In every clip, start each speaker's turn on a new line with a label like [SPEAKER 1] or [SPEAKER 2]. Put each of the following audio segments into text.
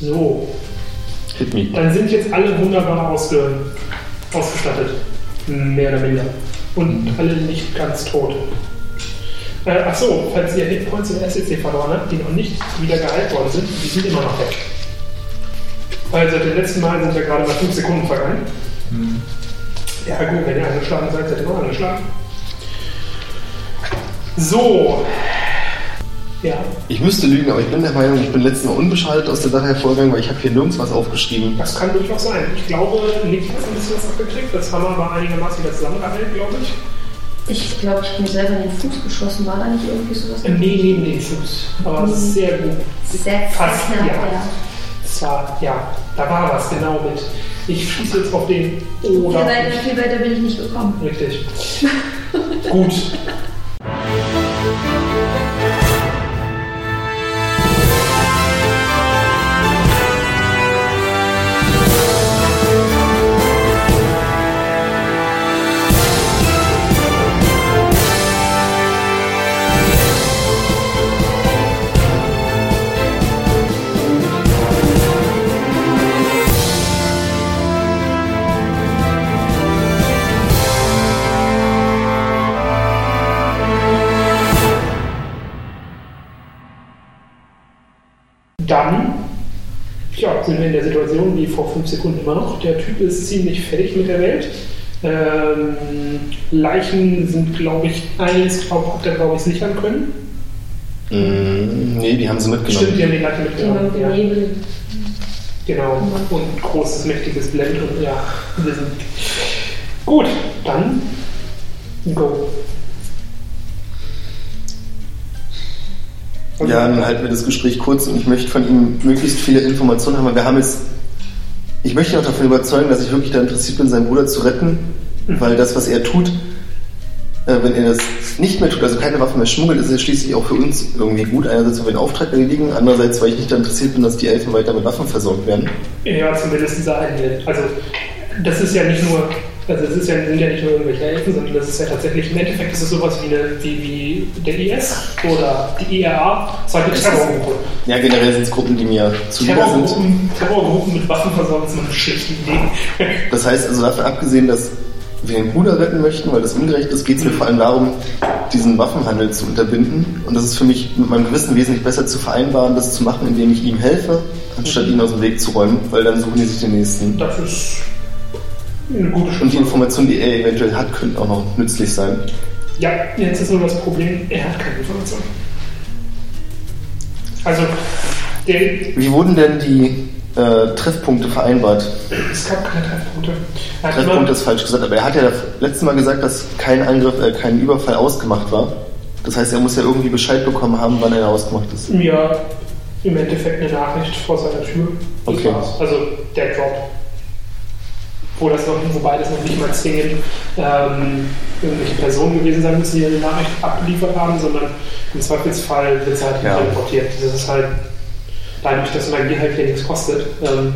[SPEAKER 1] So,
[SPEAKER 2] Hit me.
[SPEAKER 1] dann sind jetzt alle wunderbar ausge, ausgestattet. Mehr oder minder. Und alle nicht ganz tot. Äh, Achso, falls ihr Hitpoints im SEC verloren habt, die noch nicht wieder geheilt worden sind, die sind immer noch weg. Weil seit dem letzten Mal sind ja gerade mal 5 Sekunden vergangen. Ja gut, wenn ihr angeschlagen seid, seid ihr immer angeschlagen. So. Ja,
[SPEAKER 2] Ich müsste lügen, aber ich bin der Meinung, ich bin letztes Mal unbeschadet aus der Sache hervorgegangen, weil ich habe hier nirgends was aufgeschrieben.
[SPEAKER 1] Das kann durchaus sein. Ich glaube, Nick hat ein bisschen was abgekriegt. Das Hammer war einigermaßen wieder zusammengehalten, glaube ich.
[SPEAKER 3] Ich glaube, ich habe mir selber in den Fuß geschossen. War da nicht irgendwie sowas?
[SPEAKER 1] Äh, Nee, neben den Fuß. Aber
[SPEAKER 3] Mhm.
[SPEAKER 1] sehr gut.
[SPEAKER 3] Sehr
[SPEAKER 1] Fast,
[SPEAKER 3] knapp,
[SPEAKER 1] ja.
[SPEAKER 3] ja.
[SPEAKER 1] Das war, ja, da war was genau mit. Ich schieße jetzt auf den
[SPEAKER 3] Viel
[SPEAKER 1] oder.
[SPEAKER 3] weiter, viel weiter bin ich nicht gekommen.
[SPEAKER 1] Richtig. gut. Dann ja, sind wir in der Situation wie vor fünf Sekunden immer noch. Der Typ ist ziemlich fertig mit der Welt. Ähm, Leichen sind, glaube ich, eins, glaub, hat er, glaube ich, sichern können.
[SPEAKER 2] Mm, nee, die haben sie mitgenommen.
[SPEAKER 1] Stimmt, die haben die Leiche mitgenommen.
[SPEAKER 3] Die
[SPEAKER 1] Ja.
[SPEAKER 3] ja. Nebel.
[SPEAKER 1] Genau. Und großes, mächtiges Blend und ja, Wissen. Gut, dann go. Also,
[SPEAKER 2] Ja, dann halt- halten wir das Gespräch kurz und ich möchte von Ihnen möglichst viele Informationen haben. weil Wir haben jetzt. Ich möchte ihn auch davon überzeugen, dass ich wirklich da interessiert bin, seinen Bruder zu retten,
[SPEAKER 1] Mhm.
[SPEAKER 2] weil das, was er tut, äh, wenn er das nicht mehr tut, also keine Waffen mehr schmuggelt, ist es schließlich auch für uns irgendwie gut. Einerseits, weil wir den Auftrag erledigen, andererseits, weil ich nicht daran interessiert bin, dass die Elfen weiter mit Waffen versorgt werden.
[SPEAKER 1] Ja, zumindest der eine. Also, das ist ja nicht nur, also es ist ja, sind ja nicht nur irgendwelche Elfen, sondern das ist ja tatsächlich, im Endeffekt ist es sowas wie, eine, wie, wie der IS oder die IRA, zweite
[SPEAKER 2] Ist-
[SPEAKER 1] Terrorgruppe.
[SPEAKER 2] Ja, generell sind es Gruppen, die mir zuliebe sind.
[SPEAKER 1] Terrorgruppen, Terrorgruppen mit Waffen versorgt ist eine schlechte Idee.
[SPEAKER 2] Das heißt also davon abgesehen, dass wir den Bruder retten möchten, weil das ungerecht ist, geht es mir vor allem darum, diesen Waffenhandel zu unterbinden. Und das ist für mich mit meinem Gewissen wesentlich besser zu vereinbaren, das zu machen, indem ich ihm helfe, anstatt ihn aus dem Weg zu räumen, weil dann suchen die sich den nächsten.
[SPEAKER 1] Das ist eine gute
[SPEAKER 2] Und die Informationen, die er eventuell hat, könnten auch noch nützlich sein.
[SPEAKER 1] Ja, jetzt ist nur das Problem, er hat keine Informationen. Also, der,
[SPEAKER 2] Wie wurden denn die äh, Treffpunkte vereinbart?
[SPEAKER 1] es gab keine Treffpunkte. Er hat
[SPEAKER 2] Treffpunkt
[SPEAKER 1] immer,
[SPEAKER 2] ist falsch gesagt, aber er hat ja das letzte Mal gesagt, dass kein Angriff, äh, kein Überfall ausgemacht war. Das heißt, er muss ja irgendwie Bescheid bekommen haben, wann er ausgemacht ist.
[SPEAKER 1] mir im Endeffekt eine Nachricht vor seiner Tür. Das
[SPEAKER 2] Okay.
[SPEAKER 1] war's. Also, der Drop. Wo das noch, wobei das noch nicht mal zwingend ähm, irgendwelche Personen gewesen sein müssen, die eine Nachricht abgeliefert haben, sondern im Zweifelsfall wird es halt
[SPEAKER 2] Ja.
[SPEAKER 1] importiert. Das ist halt dadurch, dass Magie halt hier nichts kostet. Ähm,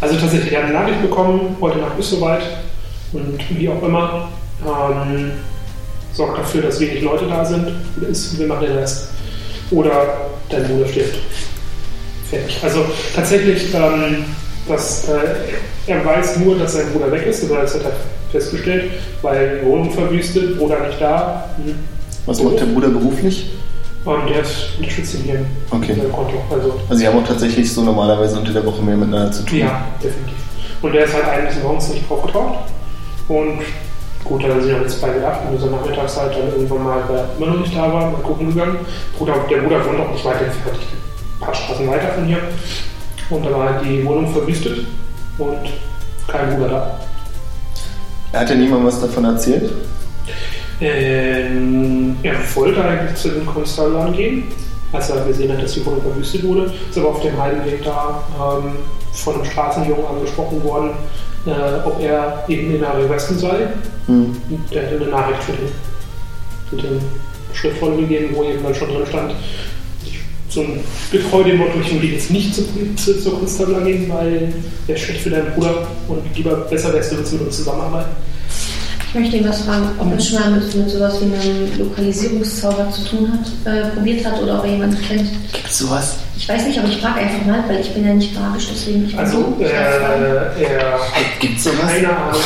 [SPEAKER 1] also tatsächlich, ich habe eine Nachricht bekommen, heute Nacht ist soweit und wie auch immer, ähm, sorgt dafür, dass wenig Leute da sind oder ist, wir machen den Rest. Oder dein Bruder stirbt. Fertig. Also tatsächlich, ähm, dass, äh, er weiß nur, dass sein Bruder weg ist, oder das hat er festgestellt, weil Wohnung verwüstet, Bruder nicht da. Mhm.
[SPEAKER 2] Was macht der Bruder beruflich?
[SPEAKER 1] Und der ist mit Schützen hier
[SPEAKER 2] Okay.
[SPEAKER 1] in seinem Konto. Also
[SPEAKER 2] Also, sie haben auch tatsächlich so normalerweise unter der Woche mehr miteinander zu tun.
[SPEAKER 1] Ja, definitiv. Und der ist halt eines morgens nicht aufgetaucht. Und gut, dann sind wir jetzt bei gedacht und so nachmittags halt dann irgendwann mal, weil er immer noch nicht da war, mal gucken gegangen. Bruder, der Bruder wohnt auch nicht weit entfernt, ein paar Straßen weiter von hier. Und da war halt die Wohnung verwüstet und kein Bruder da.
[SPEAKER 2] Er hat ja niemandem was davon erzählt.
[SPEAKER 1] Ähm, er wollte eigentlich zu den Konstantan gehen, Also als er gesehen hat, dass die Wohnung verwüstet wurde. Ist aber auf dem Heimweg da ähm, von einem Straßenjungen angesprochen worden, äh, ob er eben in der Westen sei.
[SPEAKER 2] Hm.
[SPEAKER 1] Und Der hätte eine Nachricht für den, für den Schriftvoll gegeben, wo eben dann schon drin stand. ich- So ein getreu dem Motto, ich würde jetzt nicht zu, zu, zur Kunsthandler gehen, weil der ist schlecht für deinen Bruder und lieber besser wärst du jetzt mit uns zusammenarbeiten.
[SPEAKER 3] Ich möchte ihn was fragen, ob er schon mal mit, mit sowas wie einem Lokalisierungszauber zu tun hat, äh, probiert hat oder ob er jemanden kennt.
[SPEAKER 2] Gibt's sowas?
[SPEAKER 4] Ich weiß nicht, aber ich frage einfach mal, weil ich bin ja nicht magisch, deswegen ich bin
[SPEAKER 1] Also,
[SPEAKER 4] so.
[SPEAKER 1] äh,
[SPEAKER 4] Ich darf fragen.
[SPEAKER 1] er
[SPEAKER 2] Gibt's sowas?
[SPEAKER 1] keine Ahnung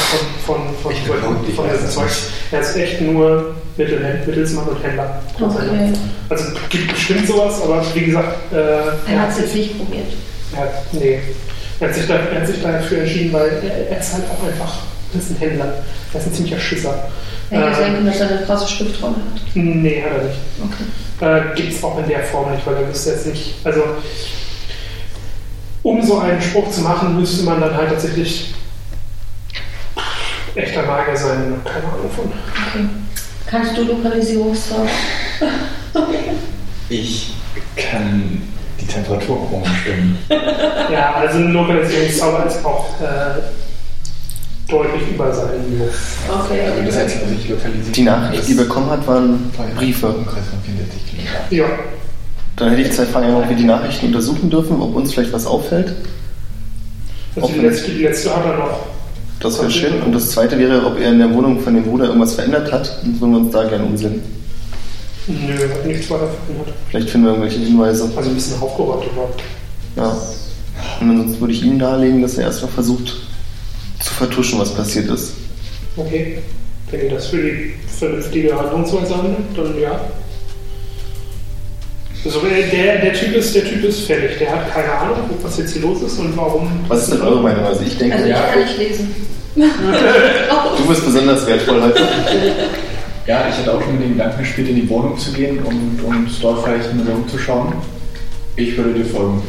[SPEAKER 1] von, von, von,
[SPEAKER 5] Ich glaub
[SPEAKER 1] von,
[SPEAKER 5] nicht,
[SPEAKER 1] von diesem
[SPEAKER 5] also.
[SPEAKER 1] Zeug. Er ist echt nur Mittel, Mittelsmann und Händler.
[SPEAKER 4] okay.
[SPEAKER 1] Also gibt bestimmt sowas, aber wie gesagt, äh,
[SPEAKER 4] Er hat es jetzt nicht probiert.
[SPEAKER 1] er hat, nee. Er hat, sich da, er hat sich dafür entschieden, weil er, er ist halt auch einfach, er ist ein Händler. Er ist ein ziemlicher Schisser.
[SPEAKER 4] Er hätte
[SPEAKER 1] Ähm.
[SPEAKER 4] sagen können, dass er eine krasse Stiftrolle hat.
[SPEAKER 1] Nee, hat er nicht.
[SPEAKER 4] Okay.
[SPEAKER 1] äh, gibt es auch in der Form nicht, weil er müsste jetzt nicht, also um so einen Spruch zu machen, müsste man dann halt tatsächlich echter Magier sein, und keine Ahnung von.
[SPEAKER 4] okay. Kannst du Lokalisierungszauber?
[SPEAKER 5] Ich kann die Temperatur umstimmen.
[SPEAKER 1] Ja, also ein Lokalisierungszauber ist auch äh, deutlich über seinem Niveau.
[SPEAKER 4] Okay.
[SPEAKER 5] Also das Einzige, was ich lokalisiert
[SPEAKER 2] Die Nachricht, die er bekommen hat, waren Briefe.
[SPEAKER 5] Umkreis von 64 Kilometern.
[SPEAKER 1] Ja,
[SPEAKER 2] Dann hätte ich zwei Fragen, ob wir die Nachrichten untersuchen dürfen, ob uns vielleicht was auffällt.
[SPEAKER 1] also die
[SPEAKER 2] Offen.
[SPEAKER 1] letzte, die letzte hat er noch.
[SPEAKER 2] Das wäre schön. Und das zweite wäre, ob er in der Wohnung von dem Bruder irgendwas verändert hat. Dann würden wir uns da gerne umsehen.
[SPEAKER 1] Nö, hat nichts weiter verändert.
[SPEAKER 2] Vielleicht finden wir irgendwelche Hinweise.
[SPEAKER 1] Also ein bisschen aufgeräumt überhaupt.
[SPEAKER 2] Ja. Und ansonsten würde ich ihm nahelegen, dass er erstmal versucht zu vertuschen, was passiert ist.
[SPEAKER 1] Okay. Wenn ihr das für die vernünftige Handlungsweise handelt, dann ja. Also der, der, der Typ ist, der Typ ist fertig. Der hat keine Ahnung, was jetzt hier los ist und warum.
[SPEAKER 2] Was ist denn eure Meinung? Also ich denke,
[SPEAKER 4] Also ich
[SPEAKER 5] Ja.
[SPEAKER 4] kann nicht lesen.
[SPEAKER 2] du bist besonders wertvoll heute.
[SPEAKER 5] Ja, ich hatte auch schon mit dem Gedanken gespielt, in die Wohnung zu gehen und uns dort vielleicht in Wohnung zu schauen. Ich würde dir folgen.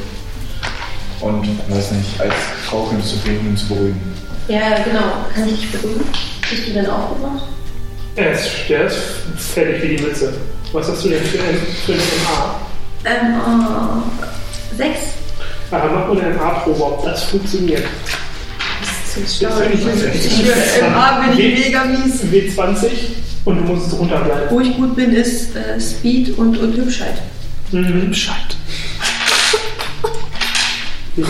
[SPEAKER 5] Und, weiß nicht, als Rauchen zu finden und zu beruhigen.
[SPEAKER 4] Ja, genau. Kann ich dich beruhigen? Bist du denn aufgewacht?
[SPEAKER 1] Er ist, der ist fertig wie die Mütze. Was hast du denn für ein, für ein MA?
[SPEAKER 4] Ähm, äh, sechs.
[SPEAKER 1] Ah, mach mal eine MA-Probe, ob das funktioniert.
[SPEAKER 4] Das ist
[SPEAKER 1] Das finde ich nicht.
[SPEAKER 6] MA bin Ah, ich mega mies.
[SPEAKER 1] W20 und du musst drunter bleiben.
[SPEAKER 6] Wo ich gut bin, ist äh, Speed und, und Hübschheit.
[SPEAKER 1] Mhm. Scheiße. W20.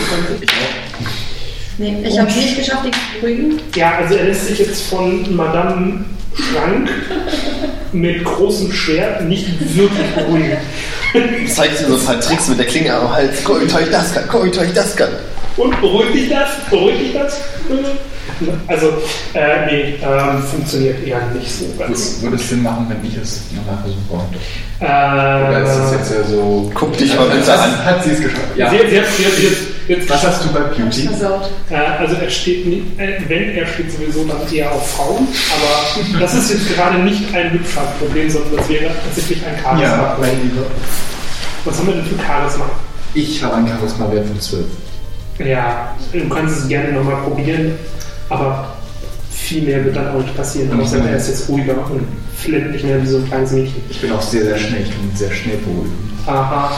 [SPEAKER 4] Nee, ich habe es nicht geschafft, dich zu beruhigen.
[SPEAKER 1] Ja, also er lässt sich jetzt von Madame Schrank mit großem Schwert nicht wirklich beruhigen.
[SPEAKER 2] Zeigst dir so ein paar Tricks mit der Klinge am Hals. Guck, wie toll ich das kann. Guck, wie toll ich das kann.
[SPEAKER 1] Und beruhigt dich das? Beruhigt dich das? Also, äh, nee, ähm, funktioniert eher nicht so ganz.
[SPEAKER 5] Wür- Würde es Sinn machen, wenn ich es nochmal versuchen wollte? Oder ist es jetzt
[SPEAKER 1] Äh,
[SPEAKER 5] ja so.
[SPEAKER 2] Guck dich mal bitte
[SPEAKER 5] Hat-
[SPEAKER 2] an.
[SPEAKER 5] Hat sie es geschafft?
[SPEAKER 1] ja. Jetzt, jetzt, jetzt, jetzt, jetzt.
[SPEAKER 5] Was hast du bei Beauty?
[SPEAKER 4] Versaut.
[SPEAKER 1] Äh, also er steht, nie- äh, wenn er steht sowieso dann eher auf Frauen, aber das ist jetzt gerade nicht ein Hübschheitsproblem, sondern das wäre tatsächlich ein Charisma.
[SPEAKER 5] mein Lieber.
[SPEAKER 1] Was haben wir denn für Charisma?
[SPEAKER 5] Ich habe einen Charisma-Wert von 12.
[SPEAKER 1] Ja, du kannst es gerne nochmal probieren, aber viel mehr wird dann auch nicht passieren,
[SPEAKER 5] Mhm.
[SPEAKER 1] außer er ist jetzt ruhiger und flippt nicht mehr wie so ein kleines Mädchen.
[SPEAKER 5] Ich bin auch sehr, sehr schnell. Ich bin sehr schnell beruhigen.
[SPEAKER 1] Aha,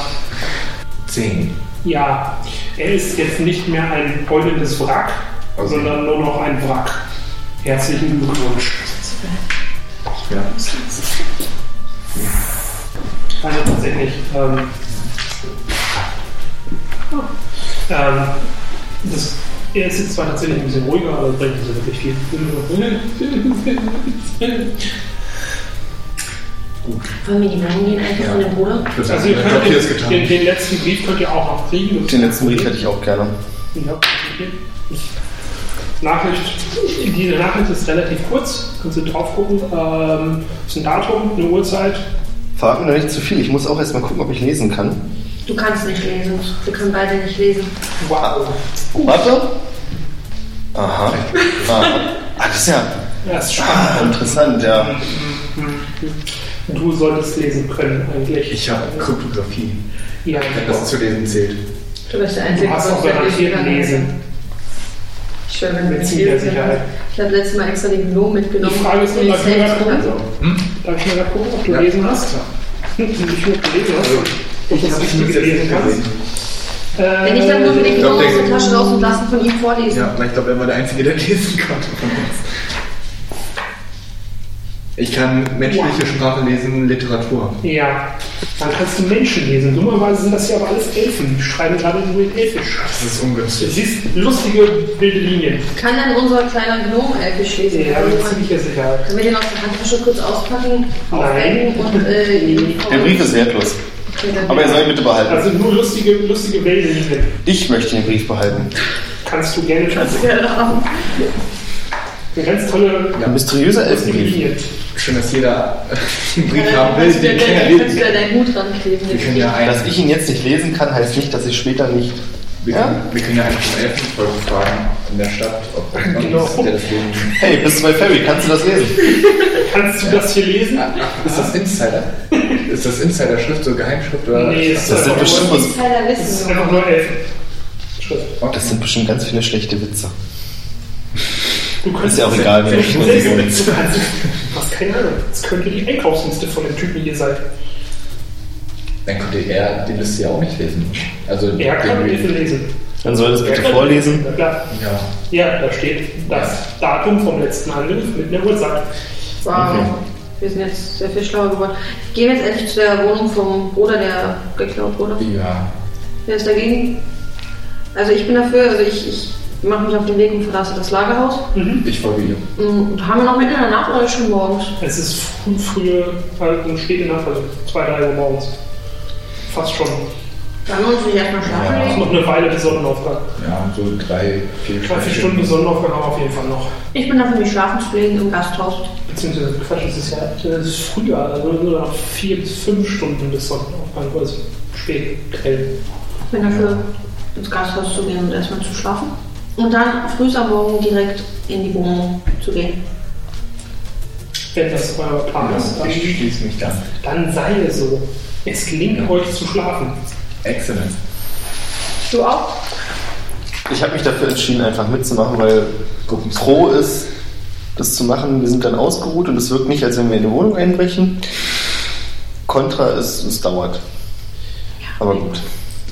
[SPEAKER 5] 10.
[SPEAKER 1] ja, er ist jetzt nicht mehr ein heulendes Wrack,
[SPEAKER 5] Okay.
[SPEAKER 1] sondern nur noch ein Wrack. Herzlichen Glückwunsch.
[SPEAKER 5] Ja.
[SPEAKER 1] Also tatsächlich. Ähm, ähm, das, er ist jetzt zwar tatsächlich ein bisschen ruhiger, aber bringt nicht so wirklich viel.
[SPEAKER 4] Wollen wir die Meinung gehen einfach
[SPEAKER 5] Ja.
[SPEAKER 4] von dem Bruder?
[SPEAKER 1] Also
[SPEAKER 5] Also,
[SPEAKER 1] ihr
[SPEAKER 5] ich
[SPEAKER 1] könnt
[SPEAKER 5] glaube, hier ist
[SPEAKER 1] den, den,
[SPEAKER 5] getan.
[SPEAKER 1] den letzten Brief könnt ihr auch noch kriegen.
[SPEAKER 2] Den letzten Brief hätte ich auch gerne.
[SPEAKER 1] Ja, okay. Nachricht. Diese Nachricht ist relativ kurz. Kannst du drauf gucken. Ähm, ist ein Datum, eine Uhrzeit.
[SPEAKER 2] Verrat mir noch nicht zu viel. Ich muss auch erstmal gucken, ob ich lesen kann.
[SPEAKER 4] Du kannst nicht lesen. Wir können beide nicht lesen.
[SPEAKER 1] Wow.
[SPEAKER 2] Warte. Aha. Ah, Ah, das ist ja
[SPEAKER 1] Das ist
[SPEAKER 2] ah,
[SPEAKER 1] spannend.
[SPEAKER 2] interessant, ja.
[SPEAKER 1] Du solltest lesen können eigentlich.
[SPEAKER 5] Ich habe Kryptographie.
[SPEAKER 1] ja,
[SPEAKER 5] Wenn das zu lesen zählt.
[SPEAKER 6] Du bist der
[SPEAKER 1] Du
[SPEAKER 6] Einzige,
[SPEAKER 1] hast auch
[SPEAKER 6] der
[SPEAKER 1] garantiert lesen.
[SPEAKER 6] Ich schwöre, wenn du
[SPEAKER 1] Mit
[SPEAKER 6] nicht
[SPEAKER 1] ziemlicher
[SPEAKER 6] lesen
[SPEAKER 1] Sicherheit.
[SPEAKER 6] kannst. Ich habe letztes Mal extra den Gnom
[SPEAKER 1] Die
[SPEAKER 6] mitgenommen.
[SPEAKER 1] Frage ist nur,
[SPEAKER 6] Ich
[SPEAKER 1] darf ich mal
[SPEAKER 6] selbst
[SPEAKER 1] gucken?
[SPEAKER 6] kann.
[SPEAKER 1] Darf ich mal gucken, ob du
[SPEAKER 5] Also, hm? Ja.
[SPEAKER 1] gelesen hast? Hm, Nicht nur gelesen hast.
[SPEAKER 5] Also,
[SPEAKER 1] ob du das Richtige gelesen kannst. Äh,
[SPEAKER 4] Wenn ich dann nur mit den
[SPEAKER 5] Ich glaub,
[SPEAKER 4] Knochen aus
[SPEAKER 5] der-
[SPEAKER 4] der Tasche raus und lassen von ihm vorlesen.
[SPEAKER 5] Ja, weil ich glaube, er war der Einzige, der lesen konnte von uns. Ich kann menschliche Sprache lesen, Literatur.
[SPEAKER 1] Ja, dann kannst du Menschen lesen. Dummerweise sind das ja aber alles Elfen. Die schreiben gerade nur in Elfisch.
[SPEAKER 5] Das ist
[SPEAKER 1] Du
[SPEAKER 5] ungünstig.
[SPEAKER 1] siehst lustige, wilde Linien.
[SPEAKER 6] Kann dann unser kleiner Gnom äh, elfisch lesen?
[SPEAKER 1] Ja, mit ziemlicher Sicherheit.
[SPEAKER 6] Können wir den aus der Handtasche kurz auspacken,
[SPEAKER 1] Nein.
[SPEAKER 6] aufhängen und äh, ihn
[SPEAKER 2] Der Brief ist wertlos. Aber er soll ihn bitte behalten.
[SPEAKER 1] Also nur lustige, lustige Wellen.
[SPEAKER 2] Ich möchte den Brief behalten.
[SPEAKER 1] Kannst du gerne tun.
[SPEAKER 2] Also-
[SPEAKER 6] Ja,
[SPEAKER 1] Eine ganz tolle
[SPEAKER 5] Ja.
[SPEAKER 2] Ein mysteriöser
[SPEAKER 1] lustige
[SPEAKER 2] Elfenbrief.
[SPEAKER 1] Linie.
[SPEAKER 5] Schön, dass jeder äh, einen Brief
[SPEAKER 6] dann
[SPEAKER 5] haben will,
[SPEAKER 6] kannst du
[SPEAKER 5] den
[SPEAKER 6] dir
[SPEAKER 5] keiner
[SPEAKER 6] dein- kannst
[SPEAKER 5] lesen
[SPEAKER 6] du dir
[SPEAKER 5] kann.
[SPEAKER 6] deinen Hut dran kleben.
[SPEAKER 5] Wir können ja einen,
[SPEAKER 2] Dass ich ihn jetzt nicht lesen kann, heißt nicht, dass ich später nicht.
[SPEAKER 5] wir
[SPEAKER 2] Ja?
[SPEAKER 5] können, wir können ja einen von Elfenvolk fragen in der Stadt, ob jemand
[SPEAKER 1] Genau.
[SPEAKER 5] ist, der das lesen kann.
[SPEAKER 2] Hey, bist du bei Ferry? Kannst du das lesen?
[SPEAKER 1] Kannst du das hier lesen?
[SPEAKER 5] Ist das Insider? Ist das Insider-Schrift, so Geheimschrift oder?
[SPEAKER 1] Nee,
[SPEAKER 5] Ach,
[SPEAKER 1] ist
[SPEAKER 2] Das sind bestimmt,
[SPEAKER 1] nur,
[SPEAKER 2] was-
[SPEAKER 6] Insider
[SPEAKER 1] das ist
[SPEAKER 6] wissen
[SPEAKER 1] einfach nur Elfen. Schrift.
[SPEAKER 2] das sind bestimmt ganz viele schlechte Witze.
[SPEAKER 1] Du
[SPEAKER 2] Ist
[SPEAKER 1] kannst
[SPEAKER 2] ja auch egal, wie schlecht
[SPEAKER 1] Du
[SPEAKER 2] sie sind.
[SPEAKER 1] kannst, du hast keine Ahnung. Das könnte die Einkaufsliste von dem Typen hier sein.
[SPEAKER 5] Dann könnte er die Liste ja auch nicht lesen. Also
[SPEAKER 1] Er kann
[SPEAKER 5] den-
[SPEAKER 1] Hilfe lesen.
[SPEAKER 2] Dann soll das
[SPEAKER 1] Er
[SPEAKER 2] bitte
[SPEAKER 1] kann-
[SPEAKER 2] vorlesen.
[SPEAKER 1] Na klar.
[SPEAKER 5] Ja.
[SPEAKER 1] Ja, da steht das Datum vom letzten Handel mit einer Uhrzeit.
[SPEAKER 6] Wow.
[SPEAKER 5] Okay.
[SPEAKER 6] Wir sind jetzt sehr viel schlauer geworden. Ich gehe jetzt endlich zu der Wohnung vom Bruder, der geklaut wurde.
[SPEAKER 5] Ja.
[SPEAKER 6] Wer ist dagegen? Also ich bin dafür, also ich, ich mache mich auf den Weg und verlasse das Lagerhaus.
[SPEAKER 5] Ich folge ihm.
[SPEAKER 6] Mm, Und haben wir noch mitten in der Nacht oder schon morgens?
[SPEAKER 1] Es ist früh, frühe, also späte Nacht, also 2, 3 Uhr morgens. Fast schon.
[SPEAKER 6] Dann muss ich erstmal schlafen
[SPEAKER 5] Ja.
[SPEAKER 1] Es ist
[SPEAKER 6] legen.
[SPEAKER 1] noch eine Weile bis Sonnenaufgang.
[SPEAKER 5] Ja, so drei, vier,
[SPEAKER 1] Drei, vier Stunden bis Sonnenaufgang haben wir auf jeden Fall noch.
[SPEAKER 6] Ich bin dafür, mich schlafen zu legen im Gasthaus.
[SPEAKER 1] Beziehungsweise Quatsch, es ist ja es ist früher, also nur noch vier bis fünf Stunden bis Sonnenaufgang, also spät, grell.
[SPEAKER 6] Ich bin dafür, ins Gasthaus zu gehen und erstmal zu schlafen. Und dann früh am Morgen direkt in die Wohnung zu gehen.
[SPEAKER 1] Wenn das euer Plan ist,
[SPEAKER 5] Ja,
[SPEAKER 1] dann,
[SPEAKER 5] ich schließe mich dann.
[SPEAKER 1] dann sei es so. Es gelingt euch zu schlafen.
[SPEAKER 5] Excellent.
[SPEAKER 6] Du auch?
[SPEAKER 2] Ich habe mich dafür entschieden, einfach mitzumachen, weil
[SPEAKER 5] Gucken
[SPEAKER 2] froh ist, das zu machen. Wir sind dann ausgeruht und es wirkt nicht, als wenn wir in eine Wohnung einbrechen. Kontra ist, es dauert. Aber gut.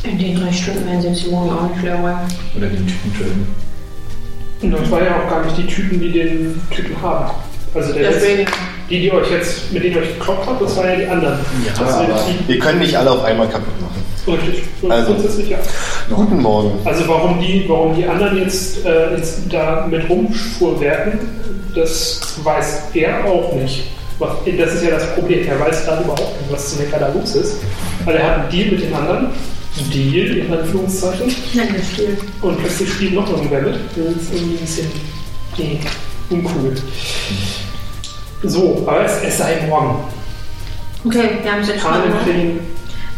[SPEAKER 6] In den drei Stunden werden sie uns die Wohnung auch nicht leer räumen.
[SPEAKER 5] Oder den Typen töten.
[SPEAKER 1] Und das waren ja auch gar nicht die Typen, die den Typen haben. Also der jetzt,
[SPEAKER 6] Deswegen.
[SPEAKER 1] die, die euch jetzt, mit denen ihr euch geklopft habt, das waren ja die anderen.
[SPEAKER 5] Ja,
[SPEAKER 1] das sind
[SPEAKER 5] aber-
[SPEAKER 1] die
[SPEAKER 2] Wir können nicht alle auf einmal kaputt machen.
[SPEAKER 1] Richtig.
[SPEAKER 2] Also.
[SPEAKER 1] Grundsätzlich ja.
[SPEAKER 2] Guten Morgen.
[SPEAKER 1] Also warum die, warum die anderen jetzt, äh, jetzt da mit rumfuhrwerken, das weiß er auch nicht. Was- Das ist ja das Problem. Er weiß gerade überhaupt nicht, was zum Henker da los ist. Weil er hat einen Deal mit den anderen. Deal in Anführungszeichen.
[SPEAKER 6] Nein, das Spiel.
[SPEAKER 1] Und plötzlich spielt noch irgendwer mit. Das ist irgendwie ein bisschen nee, uncool. So, aber es, es sei morgen.
[SPEAKER 6] Okay, wir haben es jetzt schon
[SPEAKER 1] Kahn
[SPEAKER 6] gemacht.
[SPEAKER 1] empfehlen.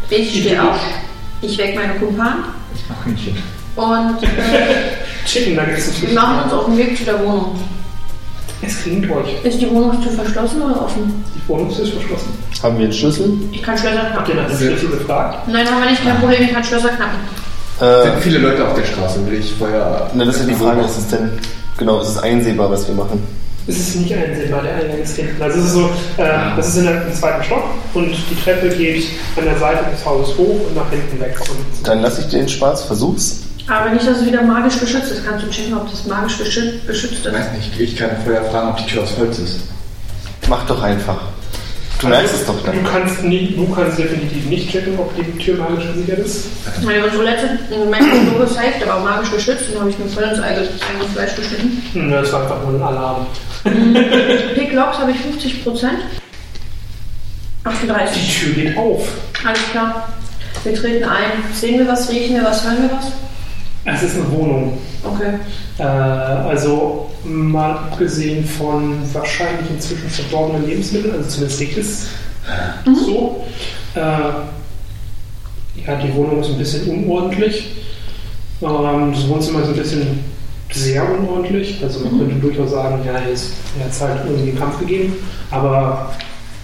[SPEAKER 6] Ich stehe auf. Ich wecke meine Kumpan.
[SPEAKER 5] Ach, Hühnchen.
[SPEAKER 6] Und äh,
[SPEAKER 1] Chicken Nuggets zu
[SPEAKER 6] wir machen uns auf den Weg zu der Wohnung.
[SPEAKER 1] Es klingt euch.
[SPEAKER 6] Ist die Wohnungstür verschlossen oder offen?
[SPEAKER 1] Die Wohnung ist verschlossen.
[SPEAKER 2] Haben wir einen Schlüssel?
[SPEAKER 6] Ich kann Schlösser
[SPEAKER 1] Habt ihr
[SPEAKER 6] knacken.
[SPEAKER 1] nach dem Schlüssel gefragt?
[SPEAKER 6] Genau. Nein, haben wir nicht, kein Problem, ich kann Schlösser knacken.
[SPEAKER 5] Sind
[SPEAKER 2] Äh,
[SPEAKER 5] viele Leute auf der Straße, will ich vorher.
[SPEAKER 2] na, das ist ja die Frage, ist es denn, genau, ist es einsehbar, was wir machen?
[SPEAKER 1] Es ist nicht einsehbar, der Eingang ist hinten. Also es ist so, äh, das ist in der, im zweiten Stock und die Treppe geht an der Seite des Hauses hoch und nach hinten weg. Und
[SPEAKER 2] Dann lasse ich dir den Spaß, versuch's.
[SPEAKER 6] Aber nicht, dass es wieder magisch geschützt ist. Kannst du checken, ob das magisch geschützt, beschützt
[SPEAKER 5] Ich
[SPEAKER 6] ist?
[SPEAKER 5] weiß nicht, ich kann vorher fragen, ob die Tür aus Holz ist.
[SPEAKER 2] Mach doch einfach. Du merkst es doch
[SPEAKER 1] Du
[SPEAKER 2] dann.
[SPEAKER 1] kannst, nie, du kannst definitiv nicht checken, ob die Tür magisch gesichert ist.
[SPEAKER 6] Meine unsere letzte Menge wurde safe, aber magisch geschützt und habe ich mir voll ins eigene eigene Fleisch geschnitten.
[SPEAKER 1] Hm, Das war einfach nur ein Alarm.
[SPEAKER 6] Picklocks habe ich 50%.
[SPEAKER 1] Die
[SPEAKER 6] 38.
[SPEAKER 1] Tür geht auf.
[SPEAKER 6] Alles klar. Wir treten ein. Sehen wir was, riechen wir was, hören wir was?
[SPEAKER 1] Es ist eine Wohnung.
[SPEAKER 6] Okay.
[SPEAKER 1] Äh, also mal abgesehen von wahrscheinlich inzwischen verdorbenen Lebensmitteln, also zumindest liegt es
[SPEAKER 2] Mhm.
[SPEAKER 1] so. Äh, ja, die Wohnung ist ein bisschen unordentlich. Ähm, das Wohnzimmer ist ein bisschen sehr unordentlich. Also
[SPEAKER 2] Mhm.
[SPEAKER 1] man könnte durchaus sagen, ja, hier ist- hier hat es halt irgendwie einen Kampf gegeben, aber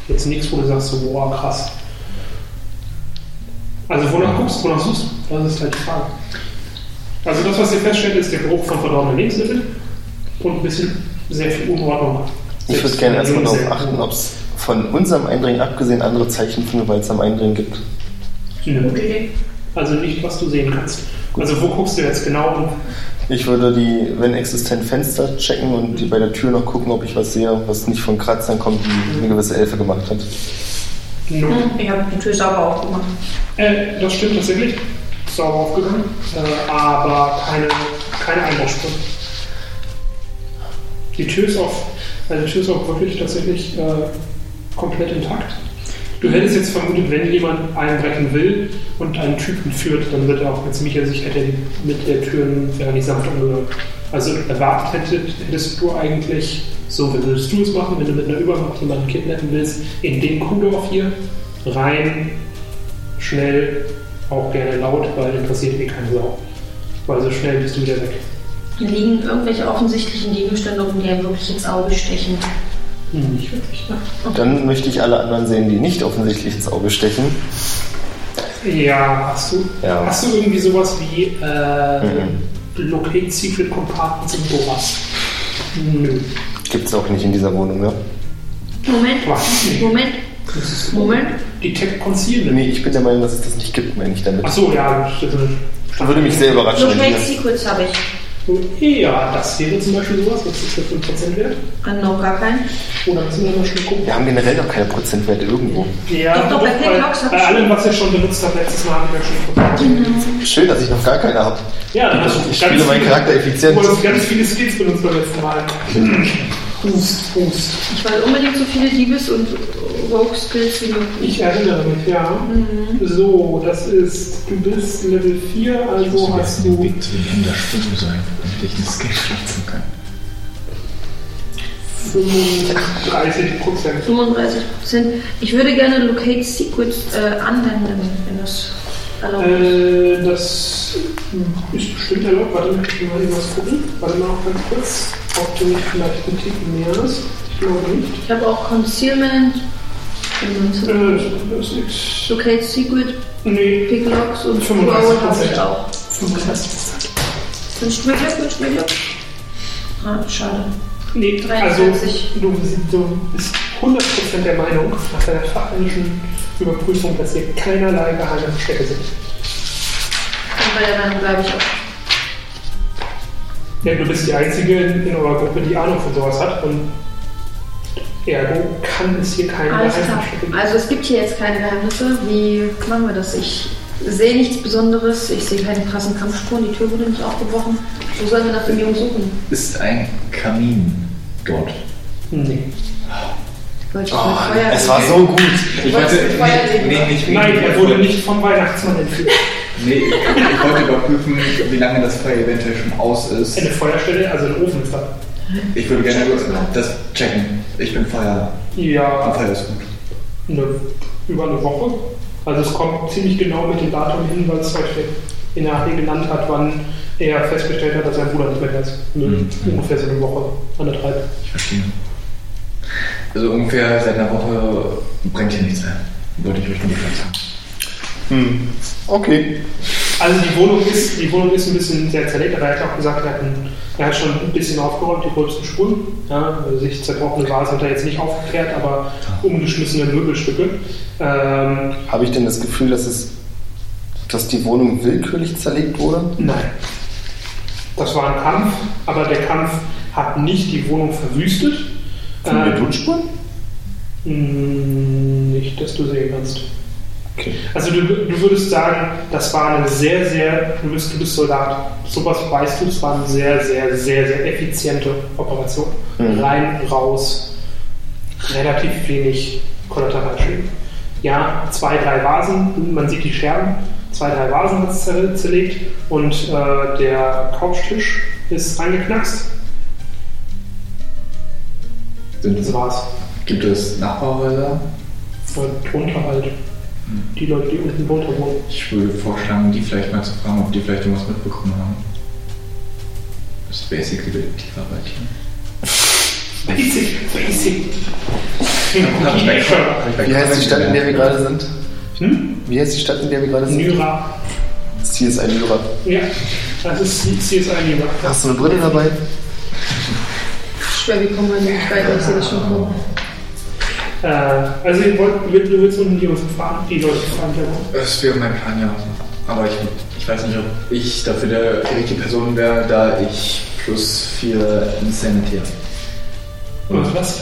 [SPEAKER 1] jetzt nichts, wo du sagst, so, boah, krass. Also wonach guckst, wonach suchst, du? das ist halt die Frage. Also das, was ihr feststellt, ist der Geruch von verdorbenen Lebensmitteln und ein bisschen sehr viel Unordnung.
[SPEAKER 2] Ich würde gerne erstmal darauf achten, ob es von unserem Eindringen abgesehen andere Zeichen von gewaltsamen Eindringen gibt.
[SPEAKER 1] Nö.
[SPEAKER 6] Gute Idee.
[SPEAKER 1] Also nicht, was du sehen kannst. Also wo guckst du jetzt genau? Und
[SPEAKER 2] Ich würde die, wenn existent, Fenster checken und die bei der Tür noch gucken, ob ich was sehe, was nicht von Kratzern kommt, die eine gewisse Elfe gemacht hat.
[SPEAKER 1] Null.
[SPEAKER 6] Hm, Ich habe die Tür sauber aufgemacht.
[SPEAKER 1] Äh, das stimmt tatsächlich. Sauber aufgegangen. Äh, aber keine, keine Einbruchspur. Die Tür ist auch, also die Tür ist auch wirklich tatsächlich äh, komplett intakt. Du hättest jetzt vermutet, wenn jemand einbrechen will und einen Typen führt, dann wird er auch mit ziemlicher Sicherheit der- mit der Tür nicht sanft umgegangen. Also erwartet hättet, hättest du eigentlich, so würdest du es machen, wenn du mit einer Übermacht jemanden kidnappen willst, in den Kuhdorf hier, rein, schnell, auch gerne laut, weil interessiert eh keine Sau. Weil so schnell bist du wieder weg.
[SPEAKER 6] Hier liegen irgendwelche offensichtlichen Gegenstände um, die ja wirklich ins Auge stechen.
[SPEAKER 1] Hm, nicht wirklich.
[SPEAKER 2] Dann möchte ich alle anderen sehen, die nicht offensichtlich ins Auge stechen.
[SPEAKER 1] Ja, hast du?
[SPEAKER 2] Ja.
[SPEAKER 1] Hast du irgendwie sowas wie äh,
[SPEAKER 2] Mhm.
[SPEAKER 1] Locate Secret Compartments in Boras? Nö.
[SPEAKER 2] Gibt es auch nicht in dieser Wohnung, ne? ja?
[SPEAKER 6] Moment,
[SPEAKER 1] Was?
[SPEAKER 6] Moment,
[SPEAKER 1] Das ist
[SPEAKER 6] Moment.
[SPEAKER 1] Detect Concealment.
[SPEAKER 2] Nee, ich bin der Meinung, dass es das nicht gibt, meine ich damit.
[SPEAKER 1] Achso, ja. das ist eine
[SPEAKER 2] Das würde mich sehr überraschen. wenn
[SPEAKER 6] Locate
[SPEAKER 2] die-
[SPEAKER 6] Secrets habe ich.
[SPEAKER 1] Ja, das wäre zum Beispiel sowas, was ist der 5% wert?
[SPEAKER 6] Äh, Noch gar keinen.
[SPEAKER 1] Oder müssen wir mal schnell gucken?
[SPEAKER 2] Wir haben generell noch keine Prozentwerte irgendwo.
[SPEAKER 1] Ja,
[SPEAKER 6] Doch, doch, bei
[SPEAKER 1] bei,
[SPEAKER 6] Padlocks hab
[SPEAKER 1] bei
[SPEAKER 6] ich
[SPEAKER 1] allem, was ihr schon benutzt habt letztes Mal, haben wir schon
[SPEAKER 6] Mhm.
[SPEAKER 2] Schön, dass ich noch gar keine habe.
[SPEAKER 1] Ja, dann hast du
[SPEAKER 2] Ich spiele meinen Charakter
[SPEAKER 1] Du
[SPEAKER 2] effizient.
[SPEAKER 1] hast ganz viele Skills benutzt beim letzten Mal. Hust, Hust.
[SPEAKER 6] Ich wollte unbedingt so viele Diebes- und Rogue-Skills wie möglich.
[SPEAKER 1] Ich erinnere mich, ja.
[SPEAKER 6] Mhm.
[SPEAKER 1] So, das ist, du bist Level 4, also hast du.
[SPEAKER 5] Weg zu ihm da schwimmen sein, damit ich das Geld schützen kann.
[SPEAKER 1] 35 Prozent.
[SPEAKER 6] 35 Prozent. Ich würde gerne Locate Secrets äh, anwenden, wenn das erlaubt ist.
[SPEAKER 1] Äh, das ist bestimmt erlaubt. Warte, ich will mal irgendwas gucken. Warte mal noch ganz kurz, ob du nicht vielleicht einen Tick mehr hast. Ich glaube nicht.
[SPEAKER 6] Ich habe auch Concealment, ähm,
[SPEAKER 1] Äh, das ist nichts.
[SPEAKER 6] Locate Secret,
[SPEAKER 1] Nee.
[SPEAKER 6] Picklocks und
[SPEAKER 1] 35
[SPEAKER 6] Roll habe ich auch.
[SPEAKER 1] 35 Prozent.
[SPEAKER 6] Wünscht mir Glück, wünscht mir Glück. Ah, schade.
[SPEAKER 1] Nee, also
[SPEAKER 6] 43.
[SPEAKER 1] du, du bist 100% der Meinung, nach deiner fachlichen Überprüfung, dass hier keinerlei geheime Verstecke sind.
[SPEAKER 6] Und bei der Meinung bleibe ich auch.
[SPEAKER 1] Ja, du bist die Einzige in, in eurer Gruppe, die Ahnung von sowas hat und ergo kann es hier keine
[SPEAKER 6] Alles klar.
[SPEAKER 1] Geheimverstecke geben.
[SPEAKER 6] Also es gibt hier jetzt keine Geheimnisse. Wie machen wir das? Ich sehe nichts Besonderes. Ich sehe keine krassen Kampfspuren. Die Tür wurde nicht aufgebrochen. Wo sollen wir nach dem Jungen suchen?
[SPEAKER 5] Ist ein Kamin dort.
[SPEAKER 1] Nee.
[SPEAKER 6] Wollte ich
[SPEAKER 2] Oh,
[SPEAKER 6] mal Feuer
[SPEAKER 2] es
[SPEAKER 6] geben.
[SPEAKER 2] war so gut.
[SPEAKER 5] Ich
[SPEAKER 6] Wolltest
[SPEAKER 5] wollte.
[SPEAKER 6] du Feuer sehen,
[SPEAKER 5] Nee,
[SPEAKER 6] oder?
[SPEAKER 5] nee, nicht
[SPEAKER 1] Nein,
[SPEAKER 5] nee,
[SPEAKER 1] er wurde nicht vom Weihnachtsmann entführt.
[SPEAKER 5] Nee, ich, ich wollte überprüfen, wie lange das Feuer eventuell schon aus ist.
[SPEAKER 1] Eine Feuerstelle, also ein Ofen ist da.
[SPEAKER 5] Ich würde gerne das checken. Ich bin Feuer. Am
[SPEAKER 1] Ja,
[SPEAKER 5] Feuer ist gut.
[SPEAKER 1] eine, über eine Woche. Also es kommt ziemlich genau mit dem Datum hin, weil es zum Beispiel in der AD genannt hat, wann er festgestellt hat, dass sein Bruder nicht mehr da ist.
[SPEAKER 5] Mhm.
[SPEAKER 1] Ungefähr so eine Woche, anderthalb.
[SPEAKER 5] Ich verstehe. Also ungefähr seit einer Woche brennt hier nichts mehr. Wollte ich euch nur Bescheid sagen.
[SPEAKER 2] Hm. Okay.
[SPEAKER 1] Also die Wohnung ist, die Wohnung ist ein bisschen sehr zerlegt, aber er hat auch gesagt, er hat, ein, er hat schon ein bisschen aufgeräumt, die größten Spuren. Ja, also sich zerbrochene Vasen hat er jetzt nicht aufgeklärt, aber umgeschmissene Möbelstücke. Ähm,
[SPEAKER 2] Habe ich denn das Gefühl, dass es, dass die Wohnung willkürlich zerlegt wurde?
[SPEAKER 1] nein. Das war ein Kampf, aber der Kampf hat nicht die Wohnung verwüstet.
[SPEAKER 2] Finden wir
[SPEAKER 1] Ähm,
[SPEAKER 2] Blutspuren?
[SPEAKER 1] mh, Hm, nicht, dass du sehen kannst.
[SPEAKER 2] Okay.
[SPEAKER 1] Also du, du würdest sagen, das war eine sehr, sehr, du bist, du bist Soldat, sowas weißt du, es war eine sehr, sehr, sehr, sehr effiziente Operation.
[SPEAKER 2] Mhm.
[SPEAKER 1] Rein, raus, relativ wenig Kollateralschäden. Ja, zwei, drei Vasen, man sieht die Scherben, zwei, drei Vasen hat es zer- zerlegt und äh, der Couchtisch ist angeknackst. Das
[SPEAKER 5] Sind,
[SPEAKER 1] war's.
[SPEAKER 5] gibt es Nachbarhäuser?
[SPEAKER 1] Und drunter halt. Die Leute, die unten drunter wohnen.
[SPEAKER 5] Ich würde vorschlagen, die vielleicht mal zu fragen, ob die vielleicht irgendwas mitbekommen haben. Das ist basically Detektivarbeit hier.
[SPEAKER 1] Basic, basic. Genau.
[SPEAKER 5] Hab ich weg- hab ich weg-
[SPEAKER 2] Wie heißt die Stadt, in der wir gerade sind?
[SPEAKER 1] Hm?
[SPEAKER 2] Wie heißt die Stadt, in der wir gerade sind?
[SPEAKER 1] Nyra.
[SPEAKER 2] Das hier ist ein Lyra.
[SPEAKER 1] Ja, das ist CSI Nyra.
[SPEAKER 2] Hast du eine Brille dabei?
[SPEAKER 6] Ich schwör, wie kommen wir nicht weiter? Ich sehe das schon kommen.
[SPEAKER 1] Äh, also ihr wollt, will- du willst unten die Jungs fahren, die Leute fahren ja wohl.
[SPEAKER 5] Das wäre mein Plan, ja. Aber ich, ich weiß nicht, ob ich dafür der, die richtige Person wäre, da ich plus 4 Insanity habe.
[SPEAKER 1] Und was?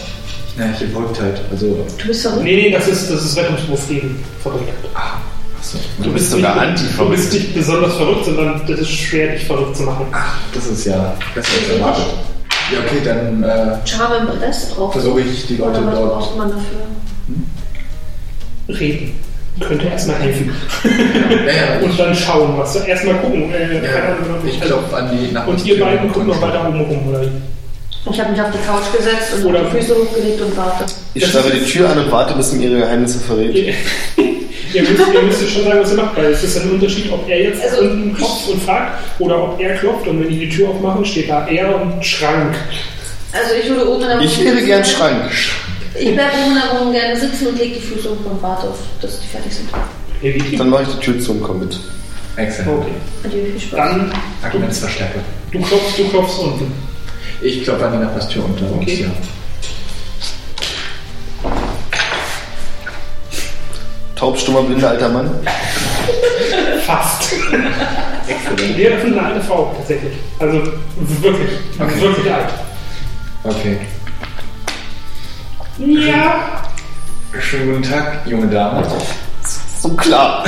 [SPEAKER 5] Na, ich evolved halt. Also,
[SPEAKER 6] Du bist verrückt.
[SPEAKER 1] Nee, nee, das ist, das ist Rettungswurf gegen Verrückt.
[SPEAKER 5] achso.
[SPEAKER 1] Du bist,
[SPEAKER 2] sogar
[SPEAKER 1] nicht,
[SPEAKER 2] anti-verrückt.
[SPEAKER 1] du bist nicht besonders verrückt, sondern das ist schwer, dich verrückt zu machen.
[SPEAKER 5] Das ist ja besser als erwartet. Ja, okay, dann äh,
[SPEAKER 6] Charme im Rest drauf.
[SPEAKER 5] versuche ich die Leute
[SPEAKER 6] Oder was
[SPEAKER 5] dort.
[SPEAKER 6] braucht man dafür?
[SPEAKER 1] reden. Könnte erstmal helfen.
[SPEAKER 7] Naja,
[SPEAKER 1] Und
[SPEAKER 7] ich,
[SPEAKER 1] dann schauen, was. Erstmal gucken. Äh, keine
[SPEAKER 7] ja,
[SPEAKER 1] Ahnung, oder-
[SPEAKER 7] ich klopfe an die Nachbarstür.
[SPEAKER 1] Und ihr beiden guckt noch weiter oben rum, oder wie?
[SPEAKER 6] Ich habe mich auf die Couch gesetzt und
[SPEAKER 1] Oder-
[SPEAKER 6] die Füße hochgelegt und warte.
[SPEAKER 2] Ich starre die Tür an und warte, bis ihm ihre Geheimnisse verrät.
[SPEAKER 1] Ihr, ihr, müsst, ihr müsst jetzt schon sagen, was ihr macht, weil es ist ein Unterschied, ob er jetzt
[SPEAKER 6] Also-
[SPEAKER 1] unten klopft und fragt oder ob er klopft und wenn die die Tür aufmachen, steht da er und Schrank.
[SPEAKER 6] Also ich würde oben in der
[SPEAKER 2] Ich
[SPEAKER 6] Wohnung
[SPEAKER 2] wäre
[SPEAKER 6] sitzen.
[SPEAKER 2] gern Schrank.
[SPEAKER 6] Ich bleibe oben in der Wohnung gerne sitzen und lege die Füße hoch und warte auf, dass die fertig sind.
[SPEAKER 1] Okay.
[SPEAKER 2] Dann mache ich die Tür zu und komm mit.
[SPEAKER 5] Excellent.
[SPEAKER 6] Adieu, viel Spaß.
[SPEAKER 1] Dann,
[SPEAKER 5] Argumentsverstärker.
[SPEAKER 1] du klopfst, du klopfst unten.
[SPEAKER 5] Ich klopfe an die Nachbarstür unter uns.
[SPEAKER 1] Okay.
[SPEAKER 5] Ja.
[SPEAKER 2] Taub, stummer, blinder alter Mann.
[SPEAKER 1] Fast.
[SPEAKER 5] Excellent.
[SPEAKER 1] Wir öffnen eine alte Frau, tatsächlich. Also wirklich,
[SPEAKER 5] Okay.
[SPEAKER 1] wirklich alt.
[SPEAKER 5] Okay.
[SPEAKER 1] Ja.
[SPEAKER 5] Schönen guten Tag, junge Dame.
[SPEAKER 2] So klar.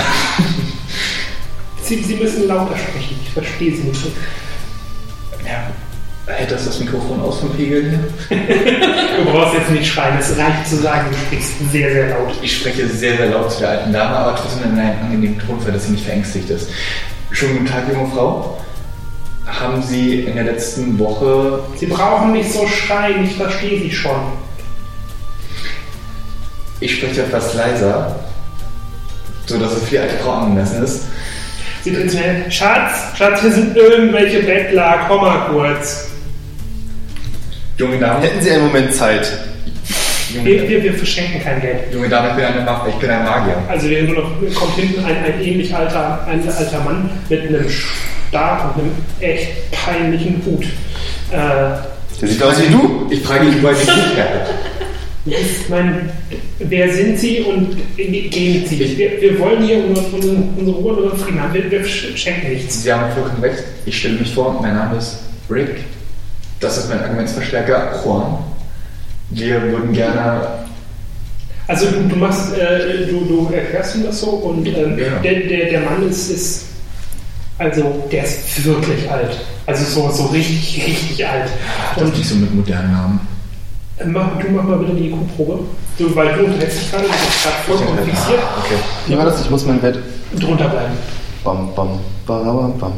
[SPEAKER 1] Sie, sie müssen lauter sprechen, ich verstehe sie nicht.
[SPEAKER 5] Ja. Hält das das Mikrofon aus vom Pegel hier?
[SPEAKER 1] Du brauchst jetzt nicht schreien, es reicht zu sagen, du sprichst sehr, sehr laut.
[SPEAKER 5] Ich spreche sehr, sehr laut zu der alten Dame, aber trotzdem in einem angenehmen Tonfall, dass sie nicht verängstigt ist. Schönen guten Tag, junge Frau. Haben Sie in der letzten Woche
[SPEAKER 1] Sie brauchen nicht so schreien, ich verstehe sie schon.
[SPEAKER 5] Ich spreche etwas leiser, sodass es für die alte Frau angemessen ist.
[SPEAKER 1] Sie dreht sich hin. Schatz, Schatz, hier sind irgendwelche Bettler, komm mal kurz.
[SPEAKER 5] Junge Dame,
[SPEAKER 2] Hätten Sie einen Moment Zeit.
[SPEAKER 1] Wir,
[SPEAKER 5] junge,
[SPEAKER 1] wir, wir verschenken kein Geld.
[SPEAKER 5] junge Dame, ich bin, eine, Ma- ich bin ein Magier.
[SPEAKER 1] Also wir nur noch, kommt hinten ein, ein ähnlich alter, ein alter Mann mit einem Stab und einem echt peinlichen Hut. Äh,
[SPEAKER 2] Der sieht aus wie du.
[SPEAKER 5] Ich frage mich, woher sie Geld hat.
[SPEAKER 1] ich meine, wer sind Sie und ge- gehen Sie? Wir, wir wollen hier unsere, unsere, unsere Ruhe und unseren Frieden haben. Wir, wir schenken nichts.
[SPEAKER 5] Sie haben vollkommen recht. Ich stelle mich vor, mein Name ist Rick. Das ist mein Argumentsverstärker Juan. Wir würden gerne.
[SPEAKER 1] Also du, du machst, äh, du, du erklärst ihm das so und ähm,
[SPEAKER 5] Ja.
[SPEAKER 1] der, der, der Mann ist, ist, also der ist wirklich alt. Also so, so richtig, richtig alt.
[SPEAKER 5] Das
[SPEAKER 1] Und
[SPEAKER 5] ist nicht so mit modernen Namen.
[SPEAKER 1] äh, mach, du mach mal bitte die IQ-Probe. Du, weil du unterhältst dich gerade, du bist gerade vollkommen fixiert.
[SPEAKER 5] Ah, Okay.
[SPEAKER 2] Wie war das? Ich muss mein Bett.
[SPEAKER 1] Drunter bleiben.
[SPEAKER 2] Bam, bam, bam, bam, bam.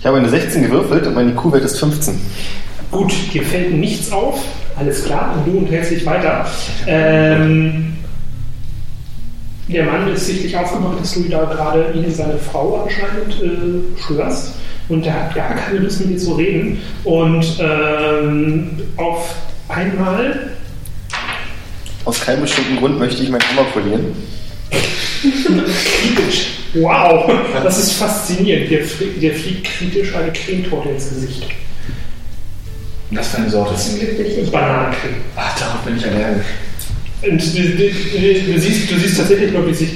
[SPEAKER 2] Ich habe eine 16 gewürfelt und meine Q-Wert ist 15.
[SPEAKER 1] Gut, dir fällt nichts auf. Alles klar, und du unterhältst dich weiter. Ähm, der Mann ist sichtlich aufgemacht, dass du da gerade ihn, seine Frau anscheinend äh, störst. Und der hat gar keine Lust mit dir zu reden. Und ähm, auf einmal
[SPEAKER 2] Aus keinem bestimmten Grund möchte ich meinen Hammer verlieren.
[SPEAKER 1] kritisch. Wow, das ist faszinierend. Dir, flie- dir fliegt kritisch eine Cremetorte ins Gesicht.
[SPEAKER 5] Was für eine Sorte ist
[SPEAKER 6] Zum Glück bin ich nicht
[SPEAKER 1] Bananencreme.
[SPEAKER 5] Ach, darauf bin ich allergisch.
[SPEAKER 1] Und du, du, du, du, siehst, du siehst tatsächlich, glaube ich, sich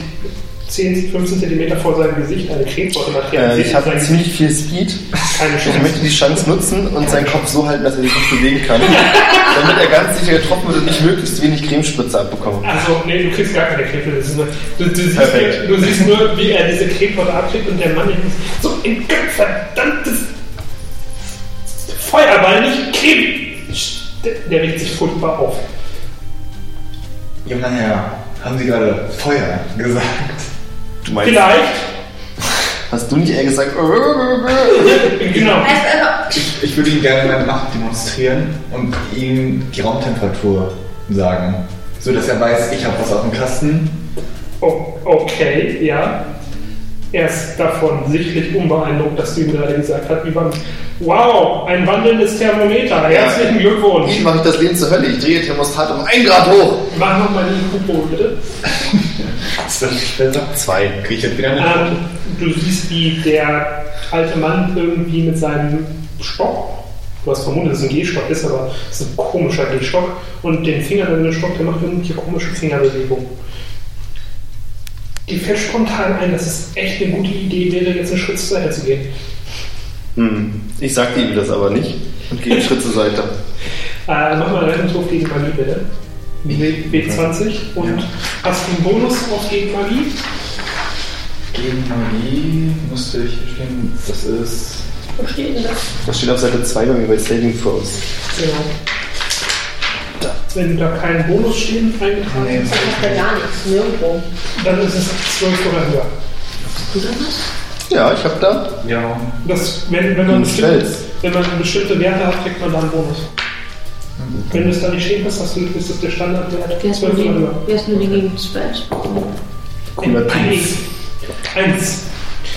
[SPEAKER 1] 10, 15 Zentimeter vor seinem Gesicht eine Krebsorte
[SPEAKER 2] Äh,
[SPEAKER 1] materialisiert.
[SPEAKER 2] ich
[SPEAKER 1] und
[SPEAKER 2] habe
[SPEAKER 1] sein
[SPEAKER 2] ziemlich viel Speed.
[SPEAKER 1] Gesicht keine
[SPEAKER 2] Ich
[SPEAKER 1] Chance.
[SPEAKER 2] möchte die Chance nutzen und seinen Kopf so halten, dass er sich nicht bewegen kann. damit er ganz sicher getroffen wird und ich möglichst wenig Cremespritze abbekomme.
[SPEAKER 1] Also, nee, du kriegst gar keine Krebsorte. Das ist nur, du, du, siehst,
[SPEAKER 2] Perfekt.
[SPEAKER 1] du siehst nur, wie er diese Krebsorte abkriegt und der Mann ist so in Gott verdammtes Feuerball, nicht Krebs. Der, der regt sich furchtbar auf.
[SPEAKER 5] Junger Herr, haben Sie gerade Feuer gesagt?
[SPEAKER 2] Du meinst,
[SPEAKER 1] Vielleicht,
[SPEAKER 2] hast du nicht eher gesagt, äh, äh, äh?
[SPEAKER 1] genau.
[SPEAKER 6] Also, also,
[SPEAKER 5] Ich, ich würde Ihnen gerne meine Macht demonstrieren und Ihnen die Raumtemperatur sagen. So dass er weiß, ich habe was auf dem Kasten.
[SPEAKER 1] O- okay, ja. Er ist davon sichtlich unbeeindruckt, dass du ihm gerade gesagt hast, wie man. Wow, ein wandelndes Thermometer. Herzlichen
[SPEAKER 2] äh, ich
[SPEAKER 1] Glückwunsch.
[SPEAKER 2] mache das Leben zur Hölle, ich drehe Thermostat um 1 Grad hoch.
[SPEAKER 1] Mach nochmal die Kupo, bitte.
[SPEAKER 5] Ist das nicht besser?
[SPEAKER 2] Zwei.
[SPEAKER 5] Kriege ich jetzt wieder eine?
[SPEAKER 1] Ähm, du siehst, wie der alte Mann irgendwie mit seinem Stock, du hast vermutet, dass es ein Gehstock ist, aber es ist ein komischer Gehstock, und den Finger in den Stock, der macht irgendwelche komische Fingerbewegungen. Die fällt spontan ein, dass es echt eine gute Idee wäre, jetzt einen Schritt zur Seite zu gehen.
[SPEAKER 2] Hm. Ich sagte ihm das aber nicht und gehe einen Schritt zur Seite.
[SPEAKER 1] Äh, mach mal einen Rettungswurf gegen Magie, bitte. Mit B20 und hast du einen Bonus auf gegen Magie?
[SPEAKER 5] Gegen Magie musste ich stehen. Das ist.
[SPEAKER 6] wo steht denn das?
[SPEAKER 2] Das steht auf Seite 2 bei mir bei Saving Throws.
[SPEAKER 1] Genau. wenn du da keinen Bonus stehen eingetragen
[SPEAKER 8] Nee.
[SPEAKER 1] hast,
[SPEAKER 4] Das macht ja gar nichts, nirgendwo.
[SPEAKER 1] dann ist es 12 oder höher.
[SPEAKER 4] Du dann was?
[SPEAKER 2] Ja, ich habe da.
[SPEAKER 8] Ja.
[SPEAKER 1] Das, wenn, wenn, man
[SPEAKER 2] Ein
[SPEAKER 1] bestimmte,
[SPEAKER 2] Fels.
[SPEAKER 1] wenn man bestimmte Werte hat, kriegt man dann einen Bonus. Wenn du es da nicht stehen hast, hast du, ist das der Standardwert
[SPEAKER 4] Wer ist nur
[SPEAKER 1] 12 oder höher.
[SPEAKER 4] gegen, wer ist nur den gegen Spells?
[SPEAKER 2] Cooler Typ.
[SPEAKER 1] Eins. Eins.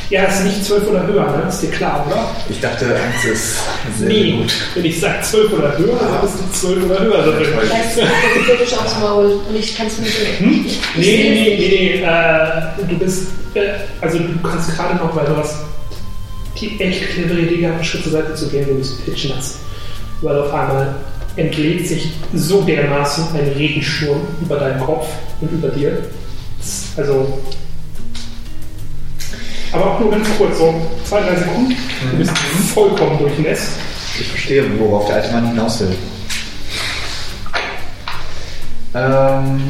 [SPEAKER 1] Ja, ist nicht 12 oder höher, ne? ist dir klar, oder?
[SPEAKER 5] Ich dachte, eins ist sehr
[SPEAKER 1] nee.
[SPEAKER 5] gut.
[SPEAKER 1] Wenn ich sage 12 oder höher, dann ist es 12 oder höher. drin.
[SPEAKER 4] Ich weiß, ich bin wirklich aufs Maul und ich kann es mir nicht.
[SPEAKER 1] Hm?
[SPEAKER 4] Ich- ich
[SPEAKER 1] Nee,
[SPEAKER 4] seh's
[SPEAKER 1] nee,
[SPEAKER 4] nicht.
[SPEAKER 1] nee, nee. Äh, du bist. Äh, also, du kannst gerade noch, weil du hast die echt clevere Idee gehabt, einen Schritt zur Seite zu gehen, wenn du es pitchen hast. Weil auf einmal entlädt sich so dermaßen ein Regenschirm über deinen Kopf und über dir. Das- Also. Aber auch nur ganz kurz, so zwei, drei Sekunden. Du bist vollkommen durchnässt.
[SPEAKER 5] Ich verstehe, worauf der alte Mann hinaus will. Ähm,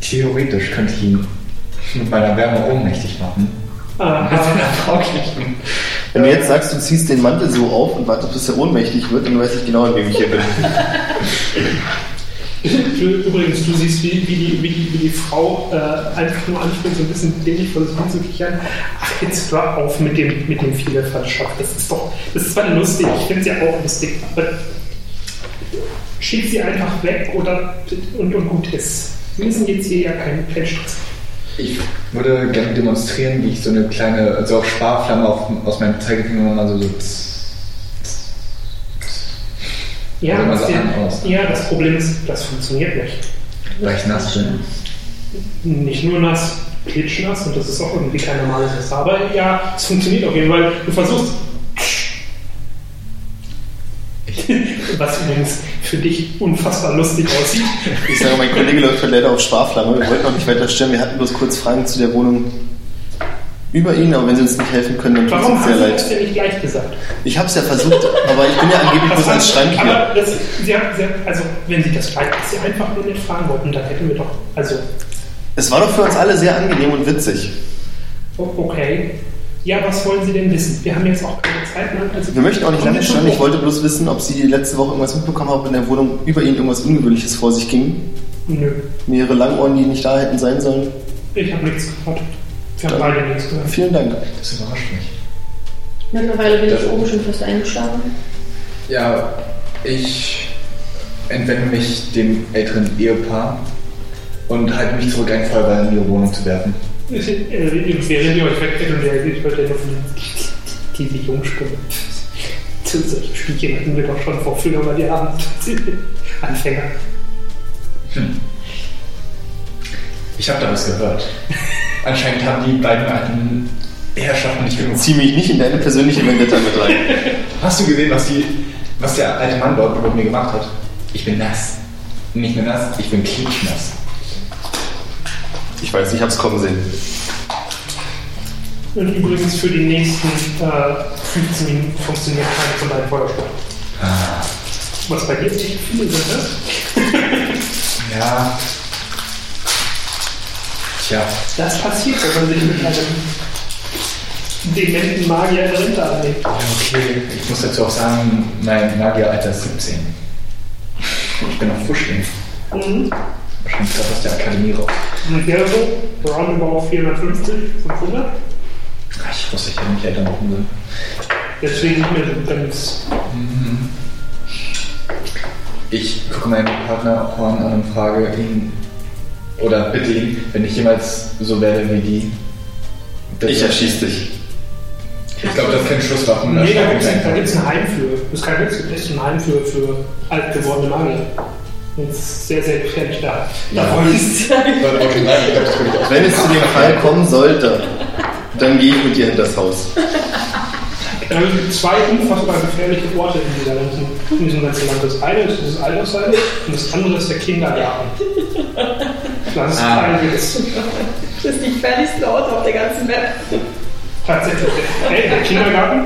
[SPEAKER 5] theoretisch könnte ich ihn mit meiner Wärme ohnmächtig machen.
[SPEAKER 1] Äh,
[SPEAKER 5] Brauchlichen.
[SPEAKER 2] Wenn du jetzt sagst, du ziehst den Mantel so auf und wartest, bis er ohnmächtig wird, dann weiß ich genau, an wem ich hier bin.
[SPEAKER 1] Übrigens, du siehst, wie, wie, die, wie, die, wie die Frau äh, einfach nur anspringt, so ein bisschen dämlich vor sich hinzukichern. Ach, jetzt hör auf mit dem, mit dem Vielfaltschaft. Das ist doch, das ist zwar lustig, ich finde es ja auch lustig, aber schick sie einfach weg oder, und, und gut ist. Wir müssen jetzt hier ja keinen keinen Stress.
[SPEAKER 5] Ich würde gerne demonstrieren, wie ich so eine kleine, also auch Sparflamme auf, aus meinem Zeigefinger mal so. so
[SPEAKER 1] Ja,
[SPEAKER 5] Oder mal so
[SPEAKER 1] das-
[SPEAKER 5] an, aus.
[SPEAKER 1] ja, das Problem ist, das funktioniert nicht.
[SPEAKER 5] weil ich nass bin.
[SPEAKER 1] nicht nur nass, klitschnass und das ist auch irgendwie kein normales Messer. Aber ja, es funktioniert auf jeden Fall. Du versuchst. Was übrigens für dich unfassbar lustig aussieht.
[SPEAKER 2] Ich sage, mein Kollege läuft heute leider auf Sparflamme. Wir wollten noch nicht weiter stören. Wir hatten bloß kurz Fragen zu der Wohnung über ihn, aber wenn sie uns nicht helfen können, dann tut
[SPEAKER 1] Warum
[SPEAKER 2] es uns sehr
[SPEAKER 1] hast du das
[SPEAKER 2] leid.
[SPEAKER 1] denn nicht gleich gesagt?
[SPEAKER 2] Ich habe es ja versucht, aber ich bin ja angeblich bloß ans Schrank hier.
[SPEAKER 1] Aber das, sie haben, sie haben, also, wenn sie das gleich sie einfach nur nicht fragen wollten, dann hätten wir doch. Also,
[SPEAKER 2] Es war doch für uns alle sehr angenehm und witzig.
[SPEAKER 1] o- okay. Ja, was wollen sie denn wissen? Wir haben jetzt auch keine Zeit mehr. Also,
[SPEAKER 2] Wir möchten auch nicht lange
[SPEAKER 1] Komm,
[SPEAKER 2] stören. Ich wollte bloß wissen, ob Sie letzte Woche irgendwas mitbekommen haben, ob in der Wohnung über Ihnen irgendwas Ungewöhnliches vor sich ging.
[SPEAKER 1] Nö,
[SPEAKER 2] Mehrere Langohren, die nicht da hätten sein sollen.
[SPEAKER 1] ich habe nichts gehört. Wir haben
[SPEAKER 2] Dann-
[SPEAKER 1] beide nichts gehört.
[SPEAKER 2] Vielen Dank.
[SPEAKER 5] Das überrascht mich.
[SPEAKER 4] Mittlerweile bin
[SPEAKER 5] Das-
[SPEAKER 4] ich oben schon fast eingeschlafen.
[SPEAKER 5] Ja, ich entwende mich dem älteren Ehepaar und halte mich zurück, einen Feuerball in ihre Wohnung zu werfen.
[SPEAKER 1] Also, Ihr wäre die euch weggeht und der halt ich wollte ja nur von diese Jungspinne. Solche Spielchen hatten wir doch schon vor früher mal die Abend. Anfänger.
[SPEAKER 5] Ich habe da was gehört. Anscheinend haben die beiden alten Herrschaften nicht genug.
[SPEAKER 2] Zieh mich nicht in deine persönliche Vendetta mit rein.
[SPEAKER 5] Hast du gesehen, was, die, was der alte Mann dort über mir gemacht hat? Ich bin nass. Nicht nur nass, ich bin klitschnass.
[SPEAKER 2] Ich weiß, ich hab's kommen sehen.
[SPEAKER 1] Und übrigens für die nächsten äh, 15 Minuten funktioniert keine von deinem Feuersport. Was bei dir echt viele sind, ne?
[SPEAKER 5] Ja. Tja,
[SPEAKER 1] Das passiert, wenn man sich mit einem dementen Magier in der Winter anlegt.
[SPEAKER 5] okay. Ich muss dazu auch sagen, mein Magieralter ist 17. Ich bin auf Fuschling.
[SPEAKER 1] Mhm.
[SPEAKER 5] Wahrscheinlich gerade aus der Akademie raus.
[SPEAKER 1] Und der so, roundabout 450, 500.
[SPEAKER 5] Ach, Ich wusste, ich hätte mich leider noch um- umsehen.
[SPEAKER 1] Deswegen nicht mehr so ganz
[SPEAKER 5] Mhm. Ich gucke meinen Partner Horn an und frage ihn oder bitte ihn, wenn ich jemals so werde wie die. dass-
[SPEAKER 2] Ich erschieß dich.
[SPEAKER 5] Ich glaube, das sind Schusswaffen.
[SPEAKER 1] Nee, da gibt es
[SPEAKER 5] einfach.
[SPEAKER 1] einen Heim für. Das ist kein Witz, es gibt einen Heim für, für altgewordene Magier. Und es ist sehr, sehr gefährlich da. Da
[SPEAKER 5] Ja.
[SPEAKER 1] wollen sie
[SPEAKER 5] Ich wollte auch schon sagen, ich glaube, das würde ich auch.
[SPEAKER 2] Wenn es zu dem Fall kommen sollte, dann gehe ich mit dir in das Haus.
[SPEAKER 1] Da gibt es zwei unfassbar gefährliche Orte in, dieser ganzen, in diesem ganzen Land. Das eine ist das Altersheim und das andere ist der Kindergarten. Das ist
[SPEAKER 5] Ah.
[SPEAKER 1] einiges.
[SPEAKER 4] Das ist die gefährlichste Ort auf der ganzen Map.
[SPEAKER 1] Tatsächlich. Hey, der Kindergarten?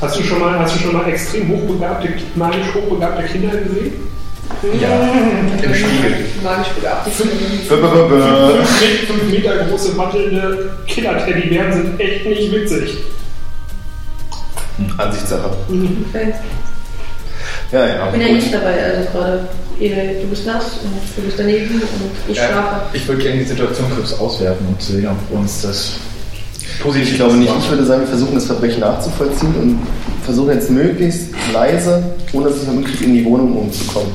[SPEAKER 1] Hast du schon mal, hast du schon mal extrem hochbegabte, magisch hochbegabte Kinder gesehen?
[SPEAKER 5] Ja, im Spiegel.
[SPEAKER 4] Magisch begabt.
[SPEAKER 2] Bö, bö, bö, bö.
[SPEAKER 1] Fünf Me- fünf Meter große wandelnde Killer-Teddybären sind echt nicht witzig.
[SPEAKER 2] Ansichtssache. Ja, ja.
[SPEAKER 4] Ich bin ja nicht dabei, also gerade. Ihr- Du bist nass und du bist daneben und ich
[SPEAKER 5] Ja,
[SPEAKER 4] schlafe.
[SPEAKER 5] Äh, ich würde gerne die Situation kurz auswerten und sehen, ob uns das positiv
[SPEAKER 2] Ich glaube nicht.
[SPEAKER 5] war.
[SPEAKER 2] Ich würde sagen, wir versuchen das Verbrechen nachzuvollziehen und versuchen jetzt möglichst leise, ohne dass es man mitkriegt, in die Wohnung umzukommen.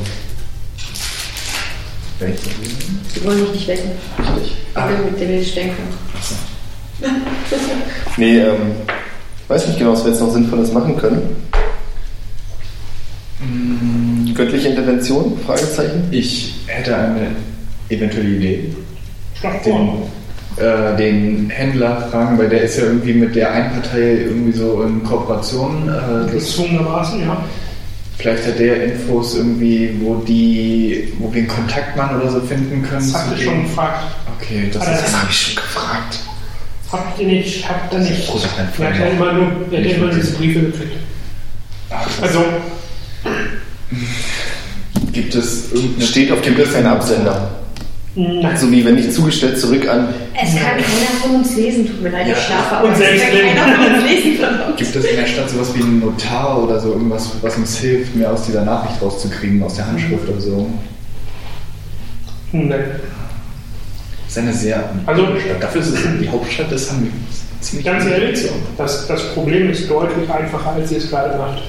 [SPEAKER 5] Welche?
[SPEAKER 4] Die wollen mich nicht wecken.
[SPEAKER 2] Richtig.
[SPEAKER 4] Ich will mit denen nicht denken.
[SPEAKER 2] Nee, ähm, ich weiß nicht genau, was wir jetzt noch Sinnvolles machen können.
[SPEAKER 5] Mhm.
[SPEAKER 2] Göttliche Intervention? Fragezeichen?
[SPEAKER 5] Ich hätte eine eventuelle Idee.
[SPEAKER 1] Schlag vor.
[SPEAKER 5] Den, äh, den Händler fragen, weil der ist ja irgendwie mit der einen Partei irgendwie so in Kooperation.
[SPEAKER 1] Mhm.
[SPEAKER 5] Äh, das,
[SPEAKER 1] Gezwungenermaßen, ja.
[SPEAKER 5] vielleicht hat der Infos irgendwie, wo die, wo wir einen Kontaktmann oder so finden können.
[SPEAKER 1] Das
[SPEAKER 5] zu
[SPEAKER 1] habt ihr
[SPEAKER 5] dem-
[SPEAKER 1] schon gefragt.
[SPEAKER 5] Okay, das,
[SPEAKER 1] Hat er-
[SPEAKER 5] ist, das habe ich schon gefragt.
[SPEAKER 1] Habt ihr nicht, habt ihr nicht.
[SPEAKER 5] Großer Fan von
[SPEAKER 1] Er hat
[SPEAKER 5] mir.
[SPEAKER 1] ja immer nur, er hat ja immer diese Briefe gekriegt. Also,
[SPEAKER 5] Gibt es irgendeine
[SPEAKER 2] Steht auf dem Bild ein Absender.
[SPEAKER 1] nein.
[SPEAKER 2] So wie wenn ich zugestellt zurück an.
[SPEAKER 4] Es kann keiner von uns lesen, tut mir leid,
[SPEAKER 5] Ja.
[SPEAKER 4] ich schlafe,
[SPEAKER 1] Und
[SPEAKER 4] aber es
[SPEAKER 1] selbst
[SPEAKER 4] kann
[SPEAKER 1] wenn-
[SPEAKER 4] keiner von uns lesen von uns.
[SPEAKER 5] Gibt es in der Stadt sowas wie einen Notar oder so irgendwas, was uns hilft, mehr aus dieser Nachricht rauszukriegen, aus der
[SPEAKER 1] Mhm.
[SPEAKER 5] Handschrift oder so?
[SPEAKER 1] nein.
[SPEAKER 5] Das ist eine sehr
[SPEAKER 1] hm, ne. Also-
[SPEAKER 5] Stadt. Dafür ist es die Hauptstadt des Handels. Ziemlich
[SPEAKER 1] Ganz ehrlich, das, das Problem ist deutlich einfacher, als ihr es gerade macht.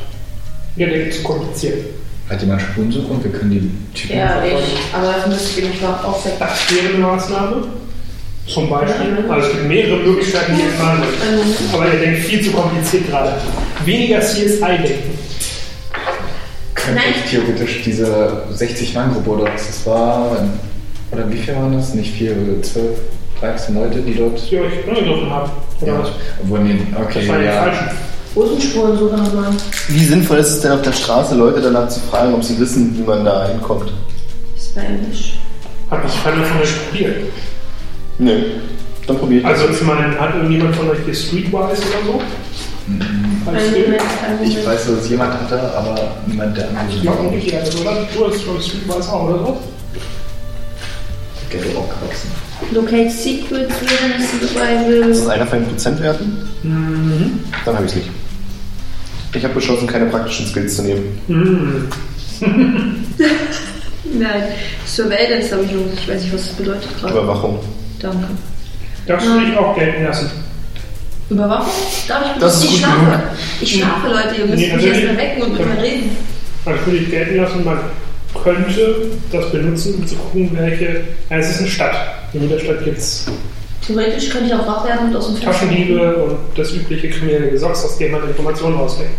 [SPEAKER 1] Ihr denkt zu kompliziert.
[SPEAKER 5] Hat jemand Spurensuche und wir können die Typen
[SPEAKER 4] Ja, ich, aber das müsste ich mich mal aufwecken.
[SPEAKER 1] Das wäre eine Maßnahme. Zum Beispiel. Also es gibt mehrere Möglichkeiten, die ihr machen könnt.
[SPEAKER 4] Ähm,
[SPEAKER 1] Aber ihr denkt viel zu kompliziert gerade. Weniger CSI denken.
[SPEAKER 5] Könnte
[SPEAKER 4] Nein.
[SPEAKER 5] ich Äh, theoretisch diese 60-Mann-Gruppe oder was das war, oder wie viel waren das? Nicht viel, 12, 13 Leute, die dort.
[SPEAKER 1] Die ihr euch angegriffen habt. Oder was?
[SPEAKER 5] Obwohl, nee, okay,
[SPEAKER 1] Das war ja
[SPEAKER 5] Äh, ja.
[SPEAKER 1] falsch.
[SPEAKER 4] Hosenspuren suchen nochmal.
[SPEAKER 2] Wie sinnvoll ist es denn auf der Straße, Leute danach zu fragen, ob sie wissen, wie man da hinkommt?
[SPEAKER 4] Spanisch.
[SPEAKER 1] Hat nicht keiner von euch probiert.
[SPEAKER 2] Nö. Dann probiert
[SPEAKER 1] Also ich meine, hat irgendjemand von euch hier Streetwise oder so? Als
[SPEAKER 4] Ein
[SPEAKER 1] Film?
[SPEAKER 4] Moment, ein
[SPEAKER 5] Ich
[SPEAKER 4] Moment.
[SPEAKER 5] weiß, dass es jemand hatte, aber niemand der andere.
[SPEAKER 1] Ja, und ich also, oder? Du hast schon Streetwise auch, oder so?
[SPEAKER 5] Gelbe Rockkraxen.
[SPEAKER 4] Locate Secrets, Wilderness
[SPEAKER 2] Ist
[SPEAKER 4] Survival.
[SPEAKER 2] das einer von den Prozentwerten?
[SPEAKER 1] Mhm.
[SPEAKER 2] Dann habe ich nicht. Ich habe beschlossen, keine praktischen Skills zu nehmen.
[SPEAKER 1] Mhm.
[SPEAKER 4] Nein, Surveillance habe ich noch. Ich weiß nicht, was das bedeutet gerade.
[SPEAKER 2] Überwachung.
[SPEAKER 4] Danke.
[SPEAKER 1] Das würde ich auch gelten lassen.
[SPEAKER 4] Überwachung? Darf ich
[SPEAKER 2] Das ist
[SPEAKER 4] ich
[SPEAKER 2] gut
[SPEAKER 4] schlafe.
[SPEAKER 2] genug.
[SPEAKER 4] Ich schlafe, Leute, ihr müsst
[SPEAKER 1] Nee,
[SPEAKER 4] mich
[SPEAKER 1] also
[SPEAKER 4] erst
[SPEAKER 1] die-
[SPEAKER 4] mal wecken und mit mir reden.
[SPEAKER 1] Das würde ich gelten lassen. Man könnte das benutzen, um zu gucken, welche... Ja, es ist eine Stadt. In jeder Stadt gibt es
[SPEAKER 4] Theoretisch könnte ich auch wach werden und aus dem Fenster
[SPEAKER 1] Taschendiebe und das übliche kriminelle Gesocks, aus dem man Informationen rauslegt.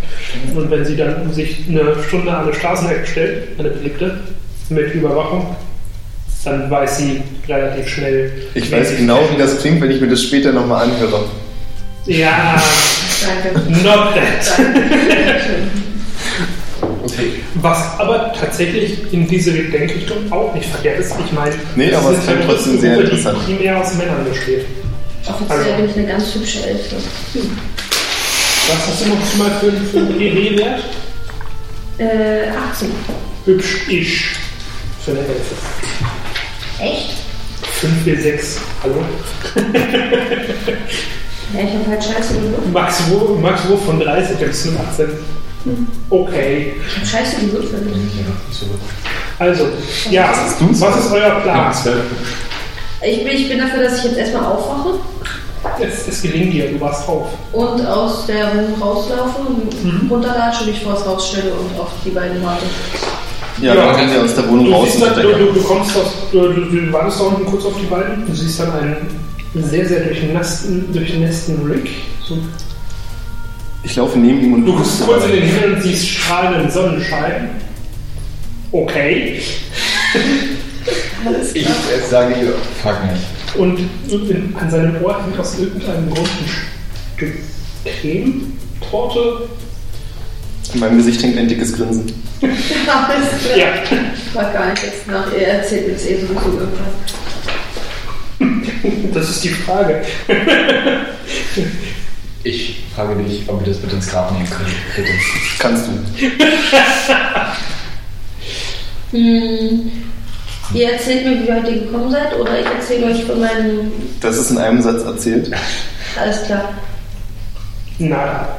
[SPEAKER 1] Und wenn sie dann sich eine Stunde an eine Straßenecke stellt, eine beliebte, mit Überwachung, dann weiß sie relativ schnell.
[SPEAKER 2] Ich
[SPEAKER 1] wer
[SPEAKER 2] weiß
[SPEAKER 1] sie-
[SPEAKER 2] genau, wie das klingt, wenn ich mir das später nochmal anhöre.
[SPEAKER 1] Ja,
[SPEAKER 4] Danke.
[SPEAKER 1] not that.
[SPEAKER 4] Danke.
[SPEAKER 1] Was aber tatsächlich in diese Denkrichtung auch nicht verkehrt ist. Ich meine,
[SPEAKER 2] Nee,
[SPEAKER 1] das
[SPEAKER 2] aber
[SPEAKER 1] ist
[SPEAKER 2] es klingt
[SPEAKER 1] eine
[SPEAKER 2] trotzdem sehr
[SPEAKER 1] Gruppe,
[SPEAKER 2] interessant.
[SPEAKER 1] Die primär aus Männern besteht.
[SPEAKER 4] Offiziell bin ich eine ganz hübsche Elfe.
[SPEAKER 1] Was hast du noch mal für, für einen EW-Wert?
[SPEAKER 4] Äh, 18.
[SPEAKER 1] Hübsch-ish für eine Elfe.
[SPEAKER 4] Echt?
[SPEAKER 1] 5, 4, 6. Hallo?
[SPEAKER 4] Ja, ich habe halt Scheiße gewürfelt.
[SPEAKER 1] Max Wurf, Max Wurf von 30 bis 18. Okay.
[SPEAKER 4] Ich habe Scheiße gewürfelt.
[SPEAKER 1] Also, ja,
[SPEAKER 2] du's?
[SPEAKER 1] was ist euer
[SPEAKER 5] Ah,
[SPEAKER 1] Plan?
[SPEAKER 5] 12.
[SPEAKER 4] Ich bin, ich bin dafür, dass ich jetzt erstmal aufwache
[SPEAKER 1] Es, es gelingt dir, du warst auf.
[SPEAKER 4] und aus der Wohnung rauslaufe und runterlatsche, mich vor das Haus stelle und auf die beiden warte.
[SPEAKER 2] Ja,
[SPEAKER 1] Ja.
[SPEAKER 2] dann gehen wir aus der Wohnung
[SPEAKER 1] Du,
[SPEAKER 2] raus
[SPEAKER 1] siehst
[SPEAKER 2] und
[SPEAKER 1] dann, du,
[SPEAKER 2] weiter.
[SPEAKER 1] du, du kommst aus, du, du, du wartest da unten kurz auf die beiden. Du siehst dann einen sehr, sehr durchnässten, durchnässten Rick. So,
[SPEAKER 2] Ich laufe neben ihm und
[SPEAKER 1] du guckst kurz in den Himmel und siehst strahlenden Sonnenschein. Okay.
[SPEAKER 5] Ich äh, sage dir, frag nicht.
[SPEAKER 1] Und in, an seinem Ohr hängt aus irgendeinem Grund ein Stück Cremetorte.
[SPEAKER 2] In meinem Gesicht hängt ein dickes Grinsen.
[SPEAKER 4] Alles klar.
[SPEAKER 1] Ja.
[SPEAKER 4] Ich frag gar nicht jetzt nach. Er erzählt mir jetzt eh sowieso irgendwas.
[SPEAKER 1] Das ist die Frage.
[SPEAKER 5] Ich frage dich, ob wir das bitte ins Grab nehmen können. Bitte.
[SPEAKER 2] Kannst du.
[SPEAKER 4] Hm. Ihr erzählt mir, wie ihr heute gekommen seid, oder ich erzähle euch von meinem.
[SPEAKER 2] Das ist in einem Satz erzählt.
[SPEAKER 4] Alles klar.
[SPEAKER 1] Nada.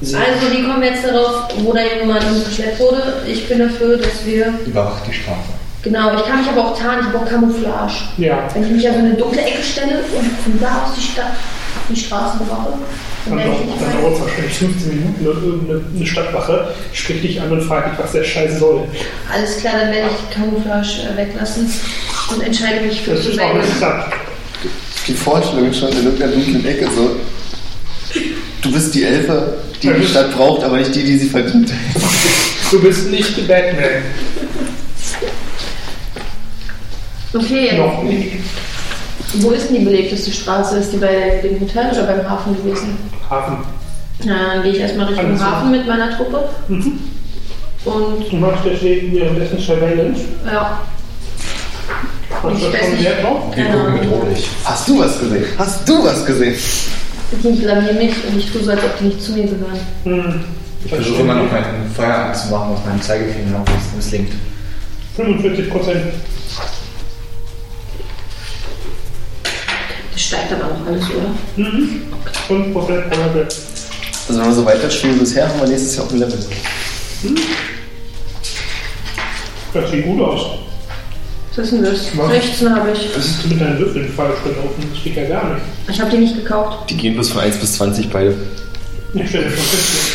[SPEAKER 1] Sie-
[SPEAKER 4] Also, die kommen jetzt darauf, wo da jemand geschleppt wurde. Ich bin dafür, dass wir.
[SPEAKER 5] Überwacht die Straße.
[SPEAKER 4] Genau, ich kann mich aber auch tarnen, ich brauche Camouflage.
[SPEAKER 1] Ja,
[SPEAKER 4] Wenn ich mich auf eine dunkle Ecke stelle und von da aus die Stadt, die Straßen bewache,
[SPEAKER 1] dann
[SPEAKER 4] dann werde ich
[SPEAKER 1] dauert
[SPEAKER 4] nicht
[SPEAKER 1] Also, dann
[SPEAKER 4] mehr.
[SPEAKER 1] dauert's wahrscheinlich 15 Minuten und irgendeine eine Stadtwache spricht dich an und fragt dich, was der Scheiß soll.
[SPEAKER 4] Alles klar, dann werde ich Camouflage äh, weglassen und entscheide mich für
[SPEAKER 1] Das ist auch
[SPEAKER 4] Surveillance.
[SPEAKER 1] interessant.
[SPEAKER 2] Die Vorstellung schon in irgendeiner dunklen Ecke so. Du bist die Elfe, die die Stadt braucht, aber nicht die, die sie verdient.
[SPEAKER 1] Du bist nicht Batman.
[SPEAKER 4] Okay,
[SPEAKER 1] Noch nicht.
[SPEAKER 4] wo ist denn die belebteste Straße? Ist die bei dem Hotel oder beim Hafen gewesen?
[SPEAKER 1] Hafen.
[SPEAKER 4] Na, dann gehe ich erstmal Richtung
[SPEAKER 1] Alles klar. Mhm.
[SPEAKER 4] Hafen mit meiner Truppe. Und
[SPEAKER 1] Du machst deswegen währenddessen Surveillance.
[SPEAKER 4] ja,
[SPEAKER 1] Und
[SPEAKER 4] Ich
[SPEAKER 1] das
[SPEAKER 4] weiß
[SPEAKER 1] kommt
[SPEAKER 4] nicht.
[SPEAKER 1] sehr drauf.
[SPEAKER 5] Wir
[SPEAKER 4] Keine
[SPEAKER 5] gucken
[SPEAKER 4] Ahnung.
[SPEAKER 5] bedrohlich.
[SPEAKER 2] Hast du was gesehen? Hast du was gesehen?
[SPEAKER 4] die blamier mich und ich tue so, als ob die nicht zu mir gehören.
[SPEAKER 1] Hm.
[SPEAKER 5] Ich versuche immer noch meinen Feuer anzumachen auf meinem Zeigefinger, ob es misslingt.
[SPEAKER 1] 45 Prozent.
[SPEAKER 4] Das steigt aber noch alles, oder?
[SPEAKER 1] 5 Mhm. Prozent Level.
[SPEAKER 2] Also wenn wir so weiterspielen wie bisher, haben wir nächstes Jahr auch ein Level.
[SPEAKER 1] Das sieht gut aus.
[SPEAKER 4] Was ist denn das?
[SPEAKER 1] Was?
[SPEAKER 4] 16 habe ich.
[SPEAKER 1] Was ist denn mit deinen Würfeln falsch gelaufen? Das geht ja gar nicht.
[SPEAKER 4] Ich habe die nicht gekauft.
[SPEAKER 2] Die gehen bloß von 1 bis 20 beide.
[SPEAKER 1] Ich stelle schon fest.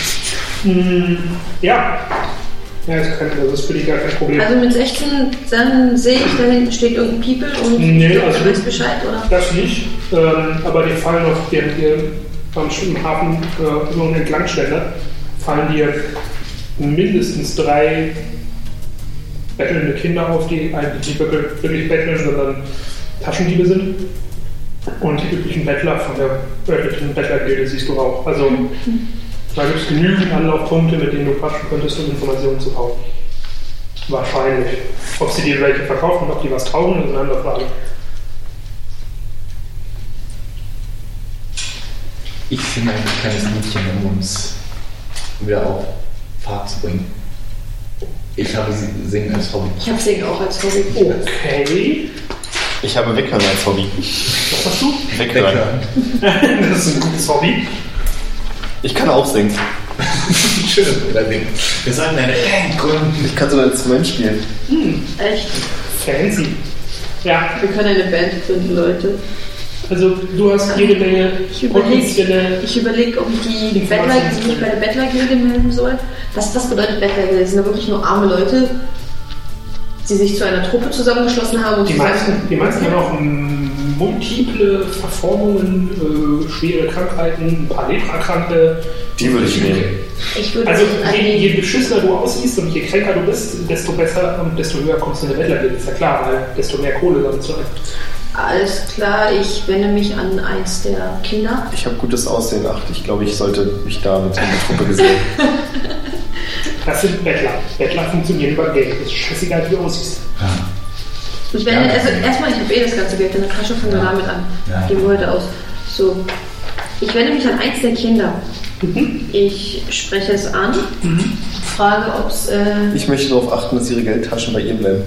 [SPEAKER 1] Hm, ja. Ja, das, kann, das ist für dich gar kein Problem.
[SPEAKER 4] Also mit 16, dann sehe ich, da hinten steht irgendein People und
[SPEAKER 1] Nee,
[SPEAKER 4] du
[SPEAKER 1] also-
[SPEAKER 4] weißt Bescheid, oder?
[SPEAKER 1] das nicht, ähm, aber die fallen auf die hier am Sch- Hafen äh, so eine Entlangstelle, fallen dir mindestens drei bettelnde Kinder auf, die eigentlich nicht wirklich, wirklich betteln, sondern Taschendiebe sind. Und die üblichen Bettler von der örtlichen Bettlergilde siehst du auch. Also da gibt es genügend Anlaufpunkte, mit denen du quatschen könntest, um Informationen zu kaufen. Wahrscheinlich. Ob sie dir welche verkaufen, ob die was taugen, ist eine andere Frage.
[SPEAKER 5] Ich finde ein kleines Liedchen, um uns wieder auf Fahrt zu bringen. Ich habe sie- Singen als Hobby.
[SPEAKER 4] Ich habe Segen auch als Hobby.
[SPEAKER 1] Okay.
[SPEAKER 2] Ich habe Weghören als Hobby.
[SPEAKER 1] Was hast du?
[SPEAKER 2] Weghören.
[SPEAKER 1] Das ist ein gutes Hobby.
[SPEAKER 2] Ich kann auch singen.
[SPEAKER 5] Schön, oder singen. Wir sagen deine Gründen.
[SPEAKER 2] Ich kann sogar ein Instrument spielen.
[SPEAKER 4] Echt?
[SPEAKER 1] Hm, Fancy. Ja,
[SPEAKER 4] Wir können eine Band gründen, Leute.
[SPEAKER 1] also du hast jede Menge
[SPEAKER 4] Ich überleg-
[SPEAKER 1] potenzielle.
[SPEAKER 4] Ich überlege, ob ich die
[SPEAKER 1] Ich
[SPEAKER 4] Bettler,
[SPEAKER 1] weiß nicht.
[SPEAKER 4] die mich bei der Bettlergilde melden soll. Was das bedeutet Bettlergilde? Das sind da wirklich nur arme Leute, die sich zu einer Truppe zusammengeschlossen haben und
[SPEAKER 1] Die meisten, die meisten haben auch mm, multiple Verformungen, äh, schwere Krankheiten, ein paar Leprakranke.
[SPEAKER 2] Die würde ich nehmen.
[SPEAKER 4] Ich würde
[SPEAKER 1] Also
[SPEAKER 4] mich an
[SPEAKER 1] je,
[SPEAKER 4] die
[SPEAKER 1] je beschissener du aussiehst und je kränker du bist, desto besser und desto höher kommst du in der Bettlergilde. Ist ja klar, weil desto mehr Kohle damit zu
[SPEAKER 4] Alles klar, ich wende mich an eins der Kinder.
[SPEAKER 2] Ich habe gutes Aussehen, ach, ich glaube, ich sollte mich da mit einer Truppe gesehen.
[SPEAKER 1] Das sind Bettler. Bettler funktionieren über Geld. Das ist scheißegal, wie du aussiehst.
[SPEAKER 4] Ich wende,
[SPEAKER 5] Ja.
[SPEAKER 4] also erstmal, ich habe eh das ganze Geld in der Tasche, fangen wir
[SPEAKER 5] Ja.
[SPEAKER 4] damit an.
[SPEAKER 5] Ja.
[SPEAKER 4] Die heute aus. So. Ich wende mich an eins der Kinder.
[SPEAKER 1] Mhm.
[SPEAKER 4] Ich spreche es an, frage, ob es. Äh,
[SPEAKER 2] Ich möchte darauf achten, dass ihre Geldtaschen bei ihr bleiben.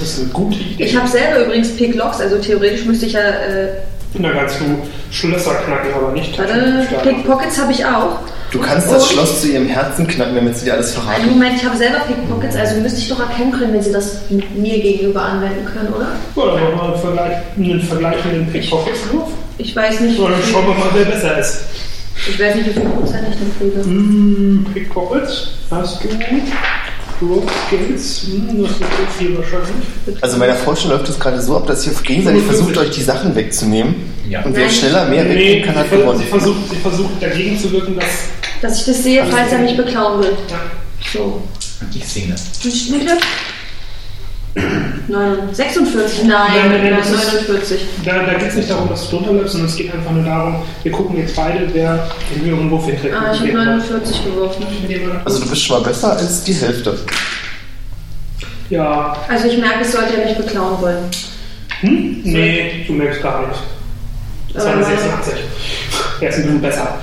[SPEAKER 1] Das ist eine gute Idee.
[SPEAKER 4] ich habe selber übrigens Picklocks, also theoretisch müsste ich ja. Äh,
[SPEAKER 1] Na, ganz du Schlösser knacken, aber nicht
[SPEAKER 4] Warte,
[SPEAKER 1] Taschendiebstahl machen.
[SPEAKER 4] Pickpockets habe ich auch.
[SPEAKER 2] Du kannst das
[SPEAKER 4] Und-
[SPEAKER 2] Schloss zu ihrem Herzen knacken, damit sie dir alles
[SPEAKER 4] Einen
[SPEAKER 2] verraten.
[SPEAKER 4] Moment, ich habe selber Pickpockets, also müsste ich doch erkennen können, wenn sie das mit mir gegenüber anwenden können, oder?
[SPEAKER 1] Ja, dann machen wir einen Vergleich, einen Vergleich mit den Pickpockets drauf.
[SPEAKER 4] Ich weiß nicht,
[SPEAKER 1] Und dann
[SPEAKER 4] wie
[SPEAKER 1] schauen
[SPEAKER 4] viel,
[SPEAKER 1] wir mal, wer besser ist.
[SPEAKER 4] ich weiß nicht, wie viel Prozent ich denn kriege.
[SPEAKER 1] Hm, Pickpockets, hast du Rogue Skills? Hm, das ist jetzt hier wahrscheinlich.
[SPEAKER 2] Also meiner Vorstellung läuft es gerade so ab, dass ihr gegenseitig versucht, euch die Sachen wegzunehmen.
[SPEAKER 5] Ja.
[SPEAKER 2] Und wer
[SPEAKER 4] Nein.
[SPEAKER 2] schneller mehr
[SPEAKER 1] Nee,
[SPEAKER 2] wegnehmen kann, halt hat
[SPEAKER 1] sie, ver- sie,
[SPEAKER 2] gewonnen.
[SPEAKER 1] versucht, sie versucht dagegen zu wirken, dass.
[SPEAKER 4] Dass ich das sehe,
[SPEAKER 1] Ach,
[SPEAKER 4] falls er
[SPEAKER 1] okay.
[SPEAKER 4] mich beklauen will.
[SPEAKER 1] Ja,
[SPEAKER 4] So.
[SPEAKER 5] Ich singe.
[SPEAKER 4] Wie viele? 46?
[SPEAKER 1] Nein,
[SPEAKER 4] Nein,
[SPEAKER 1] nein, nein, das ist-
[SPEAKER 4] 49.
[SPEAKER 1] da da geht es nicht darum, dass du drunter bleibst, sondern es geht einfach nur darum, wir gucken jetzt beide, wer den höheren Wurf hinkriegt.
[SPEAKER 4] Ah, ich habe 49 geworfen.
[SPEAKER 2] Also du bist schon mal besser als die Hälfte.
[SPEAKER 1] Ja,
[SPEAKER 4] Also ich merke, es sollte er mich beklauen wollen.
[SPEAKER 1] hm? Nee, du merkst gar nicht. Das war eine
[SPEAKER 4] Ähm.
[SPEAKER 1] 86. Der ist ein bisschen besser.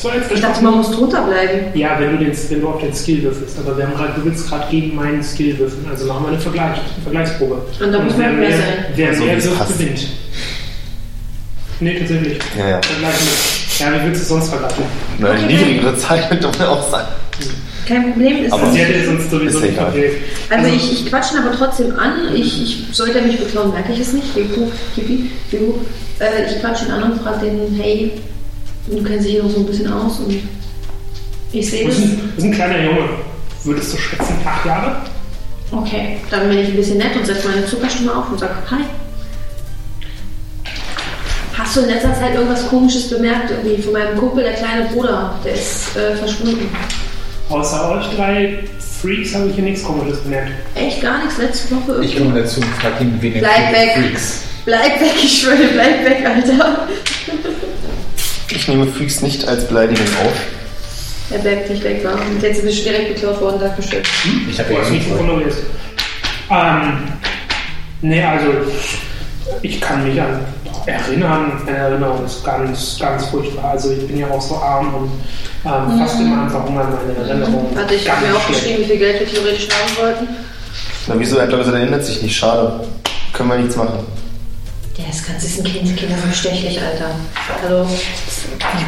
[SPEAKER 1] So, jetzt
[SPEAKER 4] Hm. Ich dachte, man muss drunter bleiben.
[SPEAKER 1] Ja, wenn du, den, wenn du auf den Skill würfelst. Aber wir haben grad, du willst gerade gegen meinen Skill würfeln. Also machen wir eine, Vergleich, eine Vergleichsprobe.
[SPEAKER 4] Und da muss
[SPEAKER 1] wer
[SPEAKER 2] Also,
[SPEAKER 4] man mehr sein.
[SPEAKER 1] Wer
[SPEAKER 2] So
[SPEAKER 1] mehr
[SPEAKER 2] wie's
[SPEAKER 1] wirft,
[SPEAKER 2] passt.
[SPEAKER 1] gewinnt. Nee, tatsächlich nicht.
[SPEAKER 2] Ja, ja.
[SPEAKER 1] Dann gleich mit. Ja, wie würdest du es sonst verraten?
[SPEAKER 2] Na,
[SPEAKER 4] Okay.
[SPEAKER 2] niedrigere Zahl könnte man auch sagen.
[SPEAKER 4] Kein Problem ist
[SPEAKER 2] Aber-
[SPEAKER 1] Sie hätte sonst sowieso
[SPEAKER 2] Ist
[SPEAKER 1] nicht
[SPEAKER 2] egal.
[SPEAKER 1] verfehlt.
[SPEAKER 4] Also ich, ich quatsche ihn aber trotzdem an. Ich, ich sollte mich beklauen, merke ich es nicht. Juhu, Kippie, juhu. Äh, ich quatsche ihn an und frage den, hey, du kennst dich hier noch so ein bisschen aus und ich sehe
[SPEAKER 1] Du
[SPEAKER 4] das.
[SPEAKER 1] bist ein, du bist ein kleiner Junge. Würdest du schätzen, acht Jahre?
[SPEAKER 4] Okay, dann bin ich ein bisschen nett und setze meine Zuckerstimme auf und sage, hi. Hast du in letzter Zeit irgendwas Komisches bemerkt? Irgendwie von meinem Kumpel, der kleine Bruder, der ist äh, verschwunden.
[SPEAKER 1] Außer euch drei Freaks habe ich hier nichts Komisches gelernt.
[SPEAKER 4] Echt gar nichts, letzte Woche irgendwie.
[SPEAKER 5] Ich komme dazu und frage ihn, wen er
[SPEAKER 4] Bleib weg.
[SPEAKER 5] Freaks.
[SPEAKER 4] Bleib weg, ich schwöre, bleib weg, Alter.
[SPEAKER 2] Ich nehme Freaks nicht als Beleidigung auf.
[SPEAKER 4] Er bleibt nicht weg, war. Und jetzt bist du direkt geklaut worden, dafür stimmt.
[SPEAKER 5] Ich habe
[SPEAKER 1] Wo es
[SPEAKER 5] ja
[SPEAKER 1] nicht
[SPEAKER 5] nicht
[SPEAKER 1] wunderbar ist. Ähm, nee, also ich kann mich an erinnern, meine Erinnerung ist ganz, ganz furchtbar. Also ich bin ja auch so arm und ähm, fast immer am Verhungern meine Erinnerung.
[SPEAKER 4] Hatte Mhm. Also, ich
[SPEAKER 1] Ganz
[SPEAKER 4] mir auch
[SPEAKER 1] schlecht.
[SPEAKER 4] geschrieben, wie viel Geld wir theoretisch haben wollten.
[SPEAKER 2] Na, wieso? Er hat gesagt, er erinnert sich nicht. Schade. Können wir nichts machen.
[SPEAKER 4] Ja, das Ganze ist ein Kind. Kinder sind bestechlich, Alter. Hallo.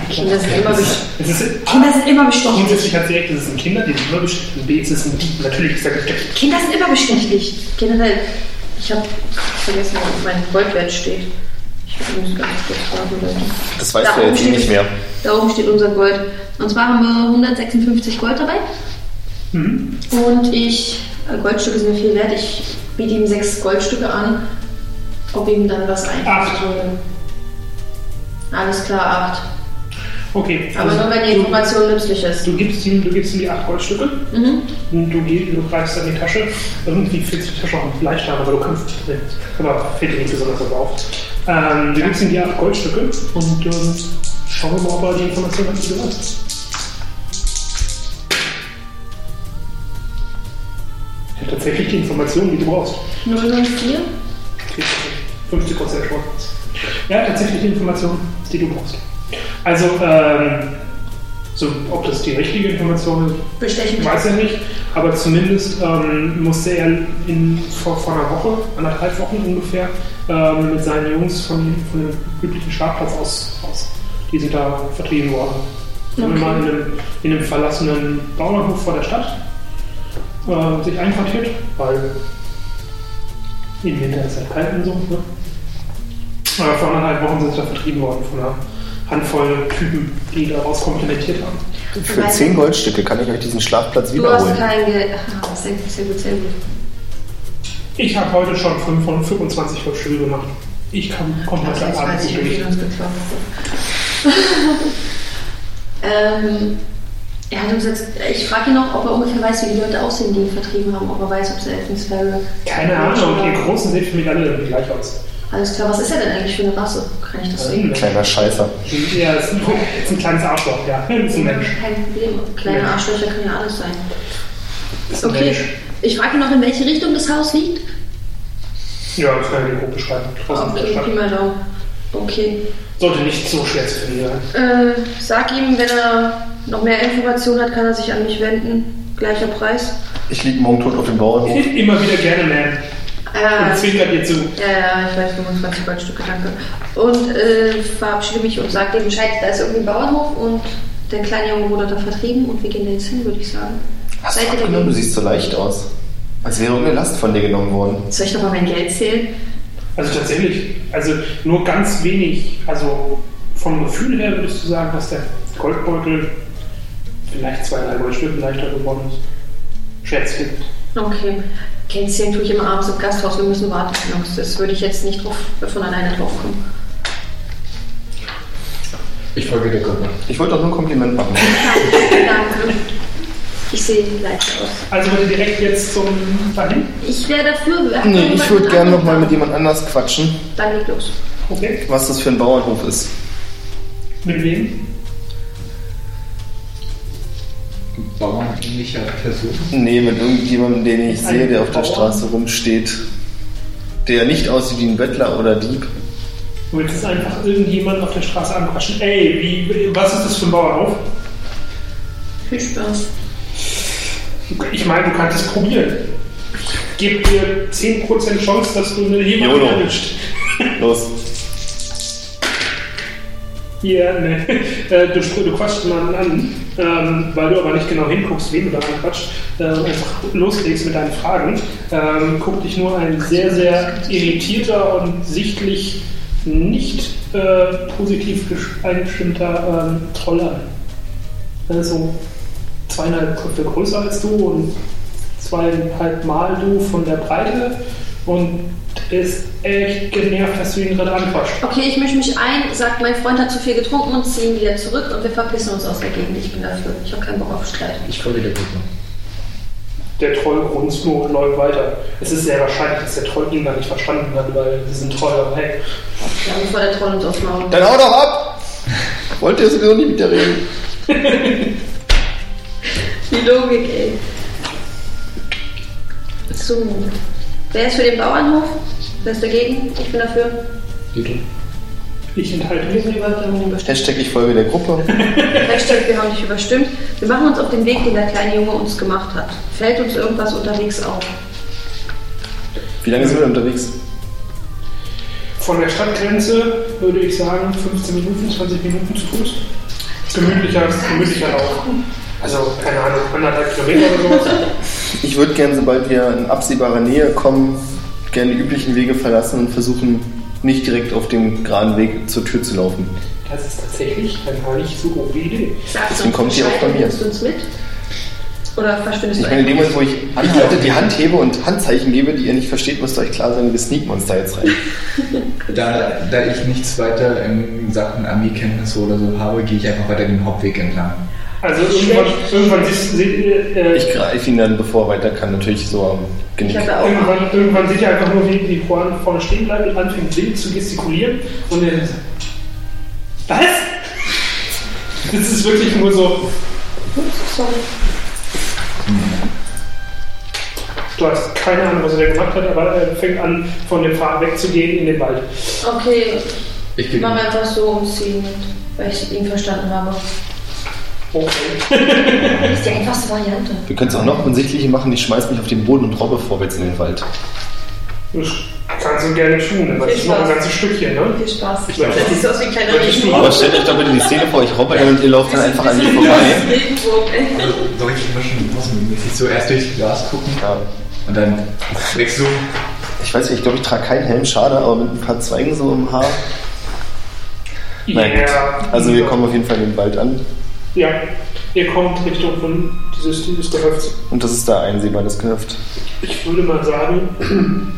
[SPEAKER 4] Kinder sind immer Oh, bestechlich.
[SPEAKER 1] Es ist
[SPEAKER 4] Kinder sind immer bestechlich.
[SPEAKER 1] grundsätzlich hat sie recht, es ist ein Kinder, die sind überbestimmt, ein B, es ist ein Dieb. Natürlich ist er gesteckt.
[SPEAKER 4] Kinder sind immer bestechlich. Kinder halt. Ich habe vergessen, wo mein Goldwert steht. Ich muss ganz kurz fragen. Leute.
[SPEAKER 2] Das weiß
[SPEAKER 4] Da
[SPEAKER 2] er
[SPEAKER 4] oben
[SPEAKER 2] jetzt eh
[SPEAKER 4] steht-
[SPEAKER 2] nicht mehr.
[SPEAKER 4] Da oben steht unser Gold. Und zwar haben wir 156 Gold dabei.
[SPEAKER 1] Mhm.
[SPEAKER 4] Und ich, äh, Goldstücke sind mir viel wert, ich biete ihm sechs Goldstücke an, ob ihm dann was
[SPEAKER 1] Acht.
[SPEAKER 4] einfallen würde. Alles klar, acht.
[SPEAKER 1] Okay,
[SPEAKER 4] Aber
[SPEAKER 1] also
[SPEAKER 4] nur wenn die Information nützlich ist.
[SPEAKER 1] du gibst ihm, du gibst ihm die acht Goldstücke.
[SPEAKER 4] Mhm.
[SPEAKER 1] Und Du, geh- du greifst an die Tasche, irgendwie fehlt die Tasche auch leicht an, aber du kannst. nee, Aber fällt dir nicht besonders was auf. Ähm, du gibst ihm die acht Goldstücke und ähm, schauen wir mal, ob er die Information hat, die du hast. Er hat tatsächlich die Informationen, die du brauchst.
[SPEAKER 4] 0 und 4?
[SPEAKER 1] 50 Prozent Chance. Ja, tatsächlich die Information, die du brauchst. Also, ähm, so, ob das die richtige Information ist,
[SPEAKER 4] Bestechen.
[SPEAKER 1] ich weiß ja nicht, aber zumindest ähm, musste er in, vor, vor einer Woche, anderthalb Wochen ungefähr, ähm, mit seinen Jungs von, von dem üblichen Schlafplatz aus, aus. Die sind da vertrieben worden. Die haben
[SPEAKER 4] Okay.
[SPEAKER 1] Immer in einem, in einem verlassenen Bauernhof vor der Stadt äh, sich einquartiert, weil im Winter ist halt kalt und so. Ne? Aber vor anderthalb Wochen sind sie da vertrieben worden von einer Handvoll Typen, die daraus komplementiert haben.
[SPEAKER 2] Für
[SPEAKER 4] Weiß-
[SPEAKER 2] 10 Goldstücke kann ich euch diesen Schlafplatz
[SPEAKER 4] Du hast
[SPEAKER 2] wiederholen.
[SPEAKER 4] kein Geld. Ah, sehr gut, sehr gut, sehr gut.
[SPEAKER 1] Ich habe heute schon 5 von 25 Holzstücke gemacht. Ich kann komplett am
[SPEAKER 4] Das
[SPEAKER 1] Abend
[SPEAKER 4] weiß ich,
[SPEAKER 1] nicht
[SPEAKER 4] ob ich
[SPEAKER 1] durch.
[SPEAKER 4] uns geklaut habe. ähm, er hat uns jetzt, ich frage ihn noch, ob er ungefähr weiß, wie die Leute aussehen, die ihn vertrieben haben, ob er weiß, ob es Elfensberge
[SPEAKER 1] Keine Ahnung, die Großen sehen für mich alle irgendwie gleich aus.
[SPEAKER 4] Alles klar, was ist er denn eigentlich für eine Rasse? Kann ich das sehen?
[SPEAKER 1] Hm,
[SPEAKER 2] Kleiner Scheißer.
[SPEAKER 1] Ja, ist ein, ist ein kleines Arschloch, ja. Ist ein Mensch.
[SPEAKER 4] Kein Problem. Kleine
[SPEAKER 1] Mensch.
[SPEAKER 4] Arschlöcher können ja alles sein.
[SPEAKER 1] Ist ein
[SPEAKER 4] Okay,
[SPEAKER 1] Mensch.
[SPEAKER 4] ich frage ihn noch, in welche Richtung das Haus liegt.
[SPEAKER 1] Ja, das kann ich dir grob beschreiben. Draußen in der
[SPEAKER 4] Okay,
[SPEAKER 1] Stadt.
[SPEAKER 4] prima Daumen. Okay.
[SPEAKER 1] Sollte nicht so schwer zu finden sein.
[SPEAKER 4] Äh, sag ihm, wenn er noch mehr Informationen hat, kann er sich an mich wenden. Gleicher Preis.
[SPEAKER 2] Ich lieg morgen tot auf dem
[SPEAKER 4] Oh.
[SPEAKER 2] Bauernhof.
[SPEAKER 1] Immer wieder gerne, man.
[SPEAKER 4] Äh,
[SPEAKER 1] Und zwinkert dir zu.
[SPEAKER 4] Ja, ja, ich weiß, 25 Goldstücke, danke. Und äh, verabschiede mich und sage dem Bescheid, da ist irgendwie ein Bauernhof und der kleine Junge wurde da vertrieben und wir gehen da jetzt hin, würde ich sagen.
[SPEAKER 2] Hast du
[SPEAKER 4] Seid ihr
[SPEAKER 2] abgenommen? Du
[SPEAKER 4] dagegen?
[SPEAKER 2] siehst so leicht aus. Als wäre irgendeine Last von dir genommen worden.
[SPEAKER 4] Soll ich nochmal mein Geld zählen?
[SPEAKER 1] Also tatsächlich, also nur ganz wenig, also vom Gefühl her würdest du sagen, dass der Goldbeutel vielleicht zwei, drei Goldstücke leichter geworden ist. Schätzchen.
[SPEAKER 4] Okay. Geld zählen tue ich immer abends im Gasthaus, wir müssen warten, Jungs. Das würde ich jetzt nicht drauf, von alleine drauf kommen.
[SPEAKER 5] Ich folge der Gruppe.
[SPEAKER 2] Ich wollte doch nur ein Kompliment machen.
[SPEAKER 4] danke. Ich sehe leicht aus.
[SPEAKER 1] Also wenn ihr direkt jetzt zum dahin.
[SPEAKER 4] Ich wäre dafür. wer hat
[SPEAKER 2] Nee,
[SPEAKER 4] noch
[SPEAKER 2] ich
[SPEAKER 4] jemanden
[SPEAKER 2] würde gerne
[SPEAKER 4] anderen?
[SPEAKER 2] nochmal mit jemand anders quatschen,
[SPEAKER 4] Dann leg los.
[SPEAKER 1] Okay.
[SPEAKER 2] was das für ein Bauernhof ist.
[SPEAKER 1] Mit wem?
[SPEAKER 5] Bauernähnlicher Person.
[SPEAKER 2] Nee, mit irgendjemandem, den ich
[SPEAKER 1] Ein
[SPEAKER 2] sehe, der auf der
[SPEAKER 1] Bauer?
[SPEAKER 2] Straße rumsteht, der nicht aussieht wie ein Bettler oder Dieb.
[SPEAKER 1] Du willst jetzt einfach irgendjemanden auf der Straße anquatschen. Ey, wie, was ist das für ein Bauernhof?
[SPEAKER 4] Viel Spaß.
[SPEAKER 1] Ich meine, du kannst es probieren. Ich gebe dir 10% Chance, dass du eine jemanden
[SPEAKER 2] YOLO.
[SPEAKER 1] erwischt.
[SPEAKER 2] Los.
[SPEAKER 1] Hier, ne, äh, du, spr- du quatschst jemanden an, ähm, weil du aber nicht genau hinguckst, wen du da anquatscht, äh, einfach loslegst mit deinen Fragen, ähm, guckt dich nur ein sehr, sehr irritierter und sichtlich nicht äh, positiv gesch- eingestimmter ähm, Troll an. Er ist so zweieinhalb Köpfe größer als du und zweieinhalb Mal du von der Breite und ist echt genervt, dass du ihn gerade anquatscht.
[SPEAKER 4] Okay, ich mische mich ein, sagt, mein Freund hat zu viel getrunken und ziehen wieder zurück und wir verpissen uns aus der Gegend. Ich bin dafür. Ich habe keinen Bock auf Streit.
[SPEAKER 5] Ich folge der Gruppe.
[SPEAKER 1] Der Troll grunzt nur und läuft weiter. Es ist sehr wahrscheinlich, dass der Troll ihn gar nicht verstanden hat, weil wir sind Troll, aber hey.
[SPEAKER 4] Ja, bevor der Troll uns aufs Maul
[SPEAKER 2] Dann hau doch ab! Wollt ihr sowieso nicht mit dir reden?
[SPEAKER 4] Die Logik, ey. So. Wer ist für den Bauernhof? Wer ist dagegen? Ich bin dafür.
[SPEAKER 1] Ich enthalte
[SPEAKER 4] Wir
[SPEAKER 1] mich.
[SPEAKER 4] sind überhaupt irgendwo überstimmt.
[SPEAKER 2] Hashtag ich folge der Gruppe.
[SPEAKER 4] Hashtag, wir haben dich überstimmt. Wir machen uns auf den Weg, den der kleine Junge uns gemacht hat. Fällt uns irgendwas unterwegs auf?
[SPEAKER 2] Wie lange sind wir unterwegs?
[SPEAKER 1] Von der Stadtgrenze würde ich sagen, 15 Minuten, 20 Minuten zu Fuß. Gemütlicher, gemütlicher Lauf. Also, keine Ahnung, anderthalb Kilometer oder sowas.
[SPEAKER 2] Ich würde gerne, sobald wir in absehbarer Nähe kommen, gerne die üblichen Wege verlassen und versuchen, nicht direkt auf dem geraden Weg zur Tür zu laufen.
[SPEAKER 1] Das ist tatsächlich eine gar nicht so gute Idee.
[SPEAKER 4] Sagst
[SPEAKER 2] Deswegen
[SPEAKER 4] uns
[SPEAKER 2] kommt die auch
[SPEAKER 4] Bescheid
[SPEAKER 2] bei
[SPEAKER 4] und
[SPEAKER 2] mir.
[SPEAKER 4] nimmst du uns mit? Oder verschwindest
[SPEAKER 2] Ich
[SPEAKER 4] du
[SPEAKER 2] meine, in dem Moment, wo ich
[SPEAKER 5] Hand
[SPEAKER 2] die,
[SPEAKER 5] heben.
[SPEAKER 2] die Hand hebe und Handzeichen gebe, die ihr nicht versteht, müsst ihr euch klar sein, wir sneaken uns da jetzt rein.
[SPEAKER 5] Da, da ich nichts weiter in Sachen Armeekenntnisse oder so habe, gehe ich einfach weiter den Hauptweg entlang.
[SPEAKER 1] Also, irgendwann, irgendwann siehst du, äh,
[SPEAKER 2] Ich greife ihn dann, bevor er weiter kann, natürlich so am
[SPEAKER 4] Ich
[SPEAKER 2] Genick.
[SPEAKER 4] habe auch mal.
[SPEAKER 1] Irgendwann, irgendwann seht ihr einfach nur, wie die Juan vorne stehen bleibt und anfängt wild zu gestikulieren. Und er sagt, was? Das ist wirklich nur so,
[SPEAKER 4] Sorry.
[SPEAKER 1] du hast keine Ahnung, was er da gemacht hat, aber er fängt an, von dem Pfad wegzugehen in den Wald.
[SPEAKER 4] Okay,
[SPEAKER 5] Ich
[SPEAKER 4] ich
[SPEAKER 5] gehe
[SPEAKER 4] mache einfach so umziehen, weil ich ihn verstanden habe.
[SPEAKER 1] Okay.
[SPEAKER 4] Das ist die einfachste Variante.
[SPEAKER 2] Wir können es auch noch offensichtlicher machen, ich schmeiß mich auf den Boden und robbe vorwärts in den Wald.
[SPEAKER 1] Das kannst du gerne tun, aber das ist noch ein ganzes Stückchen, ne?
[SPEAKER 4] Viel Spaß.
[SPEAKER 1] Ich glaub,
[SPEAKER 4] sieht so aus wie ein kleiner
[SPEAKER 1] Möchtest du-
[SPEAKER 4] Regenbogen.
[SPEAKER 2] Aber stellt euch doch bitte die Szene vor, ich robbe ihn und ihr lauft dann einfach an mir vorbei.
[SPEAKER 4] Regenbogen, ey.
[SPEAKER 5] Also, soll ich immer schon außenmäßig so erst durchs Glas gucken
[SPEAKER 2] Ja.
[SPEAKER 5] und dann wächst du.
[SPEAKER 2] Ich weiß nicht, ich glaube, ich trage keinen Helm, schade, aber mit ein paar Zweigen so im Haar. Nein, gut. Also wir kommen auf jeden Fall in den Wald an
[SPEAKER 1] Ja, ihr kommt Richtung von dieses, dieses Gehöfts.
[SPEAKER 2] und das ist da einsehbar, das Gehöft.
[SPEAKER 1] Ich würde mal sagen,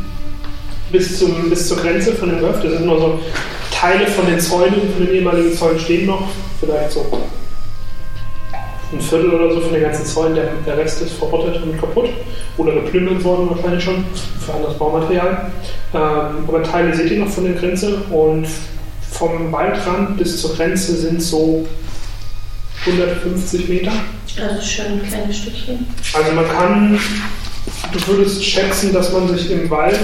[SPEAKER 1] bis, zum, bis zur Grenze von dem Gehöft, das sind nur so Teile von den Zäunen, von den ehemaligen Zäunen stehen noch, vielleicht so ein Viertel oder so von den ganzen Zäunen, der, der Rest ist verrottet und kaputt oder geplündert worden wahrscheinlich schon für anderes Baumaterial. Ähm, aber Teile seht ihr noch von der Grenze und vom Waldrand bis zur Grenze sind so 150 Meter.
[SPEAKER 4] Also schön ein kleines Stückchen.
[SPEAKER 1] Also man kann, du würdest schätzen, dass man sich im Wald,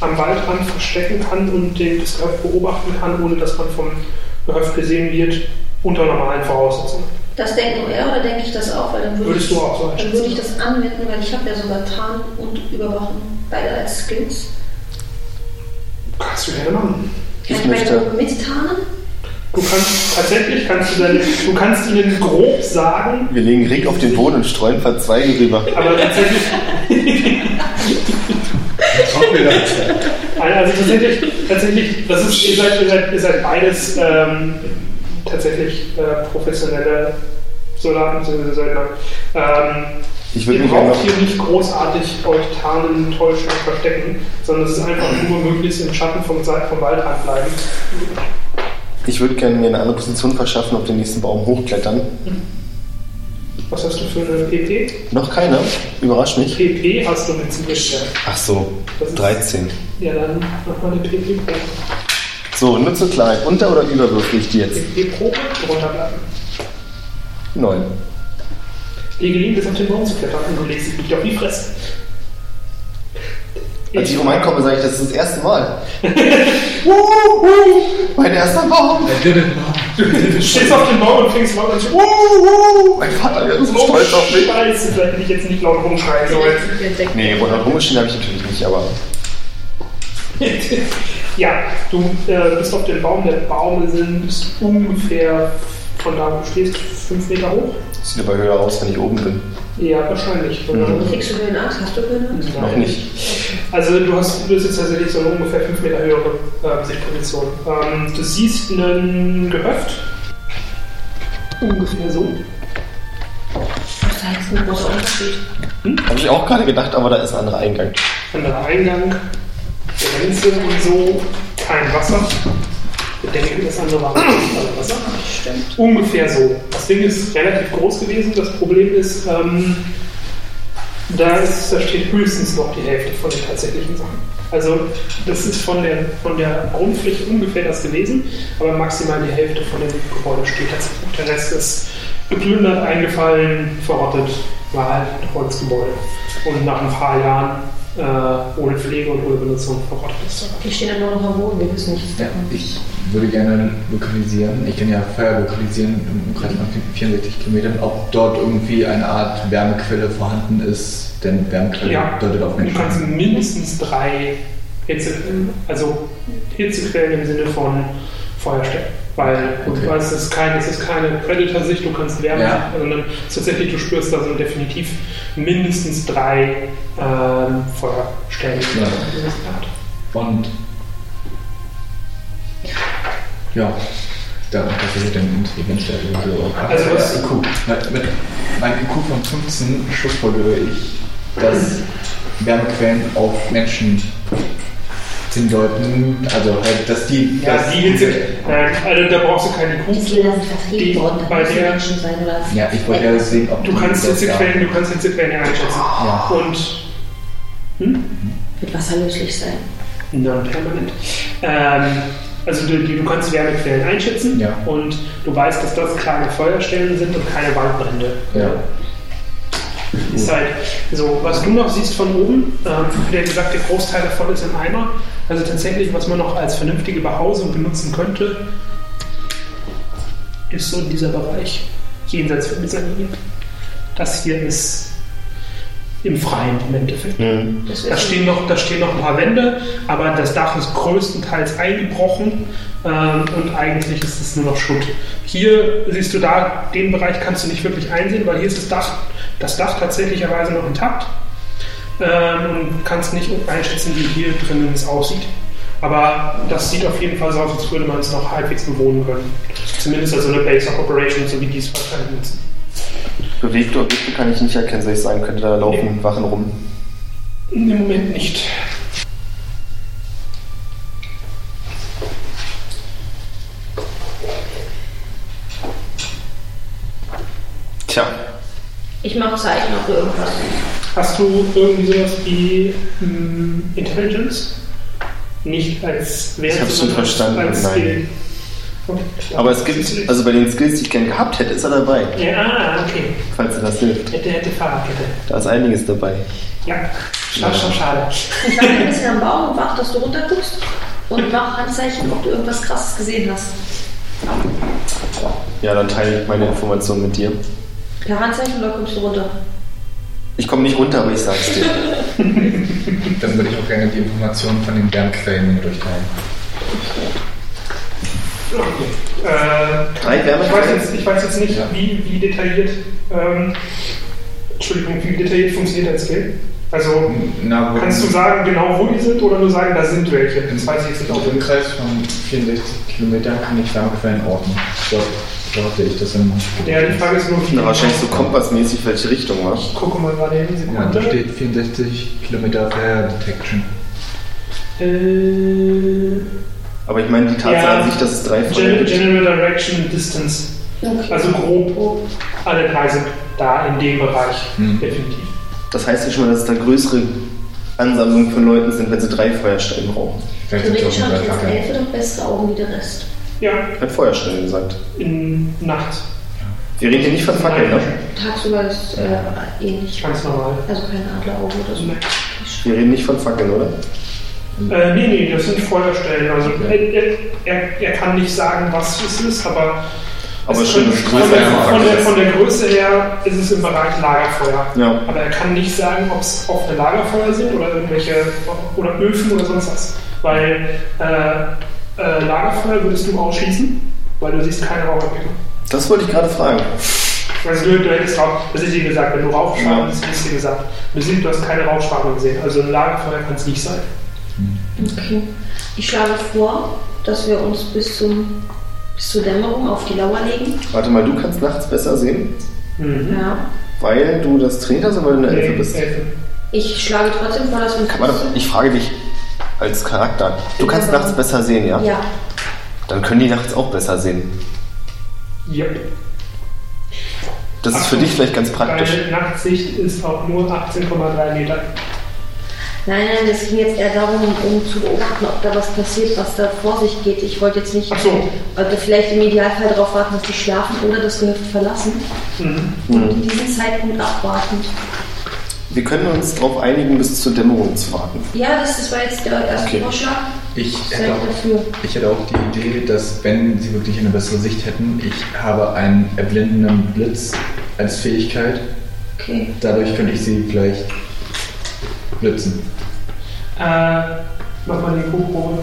[SPEAKER 1] am Waldrand verstecken kann und den, das Gehöft beobachten kann, ohne dass man vom Gehöft gesehen wird, unter normalen Voraussetzungen.
[SPEAKER 4] Das denkt nur er oder denke ich das auch? Weil dann würde
[SPEAKER 1] Würdest
[SPEAKER 4] ich,
[SPEAKER 1] du auch so
[SPEAKER 4] Dann würde ich
[SPEAKER 1] einschätzen?
[SPEAKER 4] das anwenden, weil ich habe ja sogar Tarn und Überwachen beide als Skills.
[SPEAKER 1] Kannst du gerne machen.
[SPEAKER 4] Kann
[SPEAKER 2] Ich
[SPEAKER 4] ich meine
[SPEAKER 2] möchte-
[SPEAKER 4] Gruppe mittarnen?
[SPEAKER 1] Du kannst tatsächlich, kannst du, deine, du kannst ihnen grob sagen,
[SPEAKER 2] Wir legen Rick auf den Boden und streuen ein paar Zweige rüber.
[SPEAKER 1] aber tatsächlich, also tatsächlich, tatsächlich das ist, ihr, seid, ihr, seid, ihr seid beides ähm, tatsächlich äh, professionelle Soldaten, beziehungsweise Söldner. Ähm,
[SPEAKER 2] Ich würde
[SPEAKER 1] Ihr
[SPEAKER 2] mich auch
[SPEAKER 1] braucht
[SPEAKER 2] noch...
[SPEAKER 1] hier nicht großartig euch tarnen, täuschen und verstecken, sondern es ist einfach nur möglichst im Schatten vom, Sa- vom Waldrand bleiben.
[SPEAKER 2] Ich würde gerne mir eine andere Position verschaffen, auf den nächsten Baum hochklettern.
[SPEAKER 1] Was hast du für eine PP?
[SPEAKER 2] Noch keiner, überrascht mich.
[SPEAKER 1] PP hast du mit Zielstern.
[SPEAKER 2] Ach so, 13.
[SPEAKER 1] Ja, dann nochmal eine PP-Probe.
[SPEAKER 2] So, nutze Klarheit. Unter- oder überwürfel ich die jetzt?
[SPEAKER 1] PP-Probe, drunter bleiben.
[SPEAKER 2] Neun.
[SPEAKER 1] Dir gelingt es, auf den Baum zu klettern und du legst dich nicht auf die Fresse.
[SPEAKER 2] Als ich
[SPEAKER 1] Ich-
[SPEAKER 2] um komme, sage ich, das ist das erste Mal. Uhuhu, mein erster Baum.
[SPEAKER 1] Du stehst auf den Baum und fängst laut an zu.
[SPEAKER 2] Uhuhu, mein Vater wäre so
[SPEAKER 1] Oh,
[SPEAKER 2] stolz auf mich.
[SPEAKER 1] Scheiße, vielleicht hätte ich jetzt nicht laut rumschreien sollen.
[SPEAKER 4] Wir entdecken.
[SPEAKER 2] Nee, wohl noch rumstehen habe ich natürlich nicht, aber
[SPEAKER 1] Ja, du äh, bist auf dem Baum. Der Baum sind ungefähr von da, wo du stehst, fünf Meter hoch.
[SPEAKER 2] Sieht aber höher aus, wenn ich oben bin.
[SPEAKER 1] Ja, wahrscheinlich.
[SPEAKER 2] Mhm.
[SPEAKER 4] Kriegst du Höhenangst? Hast du Höhenangst?
[SPEAKER 1] Nein.
[SPEAKER 2] Noch nicht.
[SPEAKER 1] Also du hast du bist jetzt tatsächlich so eine ungefähr 5 Meter höhere äh, Sichtposition. Ähm, du siehst ein Gehöft. Ungefähr so.
[SPEAKER 4] Das ist jetzt ein großer Unterschied.
[SPEAKER 2] Habe ich auch gerade gedacht, aber da ist ein anderer Eingang.
[SPEAKER 1] Anderer Eingang, Grenze und so, kein Wasser. Ich denke, das andere war also Wasser.
[SPEAKER 4] Stimmt.
[SPEAKER 1] Ungefähr so. Das Ding ist relativ groß gewesen. Das Problem ist, ähm, da, ist, da steht höchstens noch die Hälfte von den tatsächlichen Sachen. Also das ist von der, von der Grundfläche ungefähr das gewesen, aber maximal die Hälfte von dem Gebäude steht tatsächlich. noch. Der Rest ist geplündert, eingefallen, verrottet, war halt ein Holzgebäude. Und nach ein paar Jahren äh, ohne Pflege und ohne Benutzung verrottet ist.
[SPEAKER 4] Die stehen dann nur noch am Boden, wir wissen nichts
[SPEAKER 5] Ja,
[SPEAKER 4] davon.
[SPEAKER 5] ich würde gerne lokalisieren, ich kann ja Feuer lokalisieren im Umkreis von 64 Kilometern, ob dort irgendwie eine Art Wärmequelle vorhanden ist, denn Wärmequelle
[SPEAKER 1] Ja.
[SPEAKER 5] deutet auf
[SPEAKER 1] Du
[SPEAKER 5] Menschen.
[SPEAKER 1] kannst
[SPEAKER 5] hin.
[SPEAKER 1] mindestens drei Hitze, also Hitzequellen im Sinne von Feuer stellen. Weil du
[SPEAKER 5] Okay.
[SPEAKER 1] weißt, es ist, kein, es ist keine Predator-Sicht, du kannst Wärme,
[SPEAKER 5] Ja.
[SPEAKER 1] sondern es ist tatsächlich, du spürst da sind definitiv mindestens drei ähm, Feuerstellen.
[SPEAKER 5] Ja. Und ja, da passiert dann Intelligenzstärke. So.
[SPEAKER 1] Also was-
[SPEAKER 5] IQ. äh, Mit, mit meinem IQ von 15 schlussfolgere ich, dass Wärmequellen auf Menschen hindeuten, also halt, dass die...
[SPEAKER 1] Ja,
[SPEAKER 5] dass
[SPEAKER 1] die Hitze, nein, also da brauchst du keine
[SPEAKER 4] Ich
[SPEAKER 1] Kuh.
[SPEAKER 4] will dann vertrieben
[SPEAKER 1] Die-
[SPEAKER 4] worden,
[SPEAKER 1] bei
[SPEAKER 4] dann müssen
[SPEAKER 1] der-
[SPEAKER 4] Menschen sein oder was.
[SPEAKER 5] Ja, ich wollte ja sehen, ob
[SPEAKER 1] Du
[SPEAKER 5] die
[SPEAKER 1] kannst
[SPEAKER 5] das-
[SPEAKER 1] Hitzequellen, du kannst Hitzequellen ja einschätzen.
[SPEAKER 5] Ja.
[SPEAKER 1] Und
[SPEAKER 4] Mit Wasser löslich sein.
[SPEAKER 1] Non permanent. Ähm, also du, du kannst Wärmequellen einschätzen
[SPEAKER 5] Ja.
[SPEAKER 1] und du weißt, dass das kleine Feuerstellen sind und keine Waldbrände.
[SPEAKER 5] Ja.
[SPEAKER 1] Ist halt so, was du noch siehst von oben, ähm, wie gesagt, der Großteil davon ist im Eimer. Also tatsächlich, was man noch als vernünftige Behausung benutzen könnte, ist so dieser Bereich jenseits von dieser Linie. Das hier ist im Freien im Endeffekt.
[SPEAKER 4] Das
[SPEAKER 1] Da
[SPEAKER 4] ist
[SPEAKER 1] stehen, noch, da stehen noch ein paar Wände, aber das Dach ist größtenteils eingebrochen ähm, und eigentlich ist es nur noch Schutt. Hier siehst du da, den Bereich kannst du nicht wirklich einsehen, weil hier ist das Dach, das Dach tatsächlicherweise noch intakt ähm, und kannst nicht einschätzen, wie hier drinnen es aussieht. Aber das sieht auf jeden Fall so aus, als würde man es noch halbwegs bewohnen können. Zumindest als so eine Base of Operations, so wie die es wahrscheinlich nutzen.
[SPEAKER 2] Bewegte Objekte kann ich nicht erkennen, soll ich sagen, könnte da laufen, Wachen rum.
[SPEAKER 1] Im Moment nicht.
[SPEAKER 2] Tja,
[SPEAKER 4] ich mache Zeichen auf irgendwas.
[SPEAKER 1] Hast du irgendwie sowas wie mh, Intelligence? Nicht als Wert,
[SPEAKER 2] Ich hab's
[SPEAKER 1] sondern
[SPEAKER 2] schon verstanden,
[SPEAKER 1] als
[SPEAKER 2] nein.
[SPEAKER 1] Skill. Okay.
[SPEAKER 2] aber es gibt, also bei den Skills, die ich gern gehabt hätte, ist er dabei,
[SPEAKER 1] Ja, ah, okay.
[SPEAKER 2] falls dir das hilft.
[SPEAKER 1] Hätte, hätte Fahrradkette.
[SPEAKER 2] Da ist einiges dabei.
[SPEAKER 1] Ja, schade,
[SPEAKER 2] Ja.
[SPEAKER 1] schade, schade.
[SPEAKER 4] Ich war ein bisschen am Baum und wach, dass du runterguckst und mach Handzeichen, ob du irgendwas krasses gesehen hast.
[SPEAKER 2] Ja, dann teile ich meine Informationen mit dir.
[SPEAKER 4] Per Handzeichen oder kommst du runter?
[SPEAKER 2] Ich komme nicht runter, aber ich sag's dir.
[SPEAKER 5] Dann würde ich auch gerne die Informationen von den Wärmequellen mir durchteilen.
[SPEAKER 1] Äh,
[SPEAKER 2] Drei
[SPEAKER 1] ich, weiß
[SPEAKER 2] Wärmequellen?
[SPEAKER 1] jetzt, ich weiß jetzt nicht,
[SPEAKER 5] Ja.
[SPEAKER 1] wie, wie detailliert, ähm, Entschuldigung, wie detailliert funktioniert dein Skill? Also,
[SPEAKER 5] Na, wo-
[SPEAKER 1] kannst du sagen, genau wo die sind oder nur sagen, da sind welche? Das weiß ich jetzt nicht.
[SPEAKER 5] Auf dem Kreis von 64 Kilometern kann ich Wärmequellen orten. So, so hatte ich das im
[SPEAKER 1] Ja, die Frage ist nur, wie.
[SPEAKER 2] Na, wahrscheinlich so kompassmäßig, welche Richtung war.
[SPEAKER 1] Ich gucke mal gerade hin,
[SPEAKER 5] Ja,
[SPEAKER 1] Sekunde.
[SPEAKER 5] da steht 64 Kilometer Fire Detection.
[SPEAKER 1] äh,
[SPEAKER 2] Aber ich meine, die Tatsache
[SPEAKER 1] Ja.
[SPEAKER 2] an sich, dass es drei Feuer
[SPEAKER 1] Gen-
[SPEAKER 2] gibt.
[SPEAKER 1] General Direction Distance.
[SPEAKER 4] Okay.
[SPEAKER 1] Also grob
[SPEAKER 4] Oh,
[SPEAKER 1] alle drei sind da in dem Bereich.
[SPEAKER 5] Hm.
[SPEAKER 1] Definitiv.
[SPEAKER 2] Das heißt ja schon mal, dass es da größere Ansammlungen von Leuten sind, wenn sie drei Feuerstellen brauchen.
[SPEAKER 5] Vielleicht sind
[SPEAKER 4] theoretisch
[SPEAKER 5] es
[SPEAKER 4] hat
[SPEAKER 5] auch nur drei
[SPEAKER 4] jetzt die
[SPEAKER 5] Fackeln.
[SPEAKER 4] Hälfte doch bessere Augen wie der Rest.
[SPEAKER 1] Ja,
[SPEAKER 2] Ich hab Feuerstellen gesagt.
[SPEAKER 1] in Nacht.
[SPEAKER 2] Wir reden hier nicht von Fackeln, ne?
[SPEAKER 4] Tagsüber ist äh, ähnlich.
[SPEAKER 1] Ganz normal.
[SPEAKER 4] Also keine Adleraugen oder so.
[SPEAKER 2] Wir reden nicht von Fackeln, oder?
[SPEAKER 1] Äh, nee, nee, das sind Feuerstellen. Also er, er- er, er kann nicht sagen, was es ist, aber,
[SPEAKER 2] Aber
[SPEAKER 1] es
[SPEAKER 2] schon
[SPEAKER 1] könnte-
[SPEAKER 2] eine
[SPEAKER 1] von,
[SPEAKER 2] Größe
[SPEAKER 1] der,
[SPEAKER 2] einer
[SPEAKER 1] von, der,
[SPEAKER 2] Fackel.
[SPEAKER 1] von der Größe her ist es im Bereich Lagerfeuer.
[SPEAKER 2] Ja.
[SPEAKER 1] Aber er kann nicht sagen, ob es offene Lagerfeuer sind oder irgendwelche oder Öfen oder sonst was. Weil äh, äh, Lagerfeuer würdest du ausschließen, weil du siehst keine Rauchentwicklung.
[SPEAKER 2] Das wollte ich gerade fragen.
[SPEAKER 1] Also du, du hättest Rauch, das ist dir gesagt, wenn du Rauchschwaden siehst, ist dir gesagt. Du siehst, du hast keine Rauchschwaden gesehen. Also ein Lagerfeuer kann es nicht sein.
[SPEAKER 4] Okay. Ich schlage vor, dass wir uns bis, zum, bis zur Dämmerung auf die Lauer legen.
[SPEAKER 2] Warte mal, du kannst nachts besser sehen,
[SPEAKER 1] Mhm.
[SPEAKER 4] Ja.
[SPEAKER 2] weil du das trainiert hast oder weil du eine Elfe bist.
[SPEAKER 1] Elfe.
[SPEAKER 4] Ich schlage trotzdem vor, dass wir uns.
[SPEAKER 2] Kann man das, ich frage dich als Charakter. Du kannst nachts besser sehen, ja?
[SPEAKER 4] ja.
[SPEAKER 2] Dann können die nachts auch besser sehen.
[SPEAKER 1] Ja.
[SPEAKER 2] Das ist für dich vielleicht ganz praktisch.
[SPEAKER 1] Deine Nachtsicht ist auch nur 18,3 Meter.
[SPEAKER 4] Nein, nein, es ging jetzt eher darum, um zu beobachten, ob da was passiert, was da vor sich geht. Ich wollte jetzt nicht.
[SPEAKER 1] Ach so.
[SPEAKER 4] Also vielleicht im Idealfall darauf warten, dass die schlafen oder das Gehöft verlassen.
[SPEAKER 1] Mhm.
[SPEAKER 4] Und in diesem Zeitpunkt abwarten.
[SPEAKER 2] Hm. Wir können uns darauf einigen, bis zur Dämmerung zu warten.
[SPEAKER 4] Ja, das, das war jetzt der erste
[SPEAKER 2] Okay.
[SPEAKER 4] Vorschlag.
[SPEAKER 5] Ich
[SPEAKER 4] Seid
[SPEAKER 5] hätte, auch,
[SPEAKER 4] dafür.
[SPEAKER 5] ich hätte auch die Idee, dass wenn sie wirklich eine bessere Sicht hätten, ich habe einen erblindenden Blitz als Fähigkeit.
[SPEAKER 4] Okay.
[SPEAKER 5] Dadurch könnte ich sie vielleicht blitzen.
[SPEAKER 1] Äh, mach mal die Kuhprobe.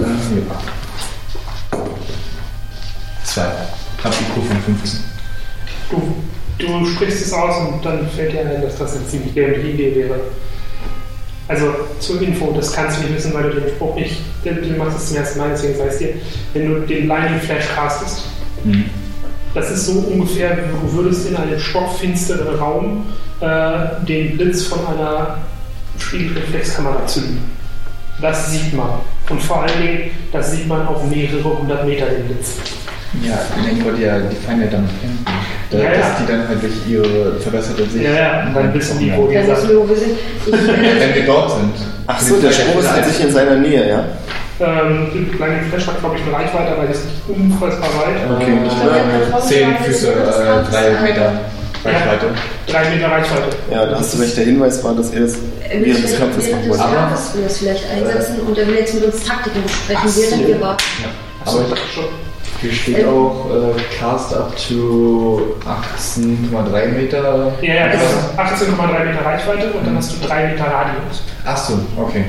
[SPEAKER 4] Ähm.
[SPEAKER 5] Zwei. Hab IQ von 15.
[SPEAKER 1] Du, du sprichst es aus und dann fällt dir ein, dass das eine ziemlich dämliche Idee wäre. Also zur Info, das kannst du nicht wissen, weil du den Spruch nicht, denn du machst es zum ersten Mal, deswegen sagst dir, wenn du den Lightning Flash castest,
[SPEAKER 5] Mhm.
[SPEAKER 1] das ist so ungefähr, wie du würdest in einem stockfinsteren Raum äh, den Blitz von einer Spiegelreflexkamera zünden. Das sieht man. Und vor allen Dingen, das sieht man auf mehrere hundert Meter den Blitz.
[SPEAKER 5] Ja, ich wollte ja, die fallen ja damit hin. Da,
[SPEAKER 1] Ja, ja.
[SPEAKER 5] Dass die dann halt durch ihre verbesserte Sicht.
[SPEAKER 1] Ja, ja, dann wissen die, wo die-
[SPEAKER 4] Ja, das ist mir wissen. Ich,
[SPEAKER 5] Wenn wir dort sind.
[SPEAKER 2] Ach so, der Spruch ist an sich in seiner Nähe, ja?
[SPEAKER 1] Ähm, die kleine Flash hat, glaube ich, eine Reichweite, weil das ist nicht unfassbar weit.
[SPEAKER 5] Okay,
[SPEAKER 4] Ja.
[SPEAKER 5] äh, 10 Füße, äh, 3 Meter Reichweite.
[SPEAKER 1] Drei Meter Reichweite.
[SPEAKER 2] Ja, da hast du recht. Der Hinweis war, dass er das
[SPEAKER 4] Äh,
[SPEAKER 2] während des
[SPEAKER 4] vielleicht-
[SPEAKER 2] Kampfes machen
[SPEAKER 4] Während des
[SPEAKER 2] wollte.
[SPEAKER 5] Aber-
[SPEAKER 4] Kampfes will das vielleicht einsetzen und er will jetzt mit uns Taktiken besprechen,
[SPEAKER 2] Ach so.
[SPEAKER 4] während wir warten.
[SPEAKER 5] Aber ich-
[SPEAKER 1] Schon.
[SPEAKER 5] Hier steht auch äh, Cast up to 18,3 Meter.
[SPEAKER 1] Ja, genau. ja, das ist 18,3 Meter Reichweite und dann hast du drei Meter Radius.
[SPEAKER 5] Achso, okay.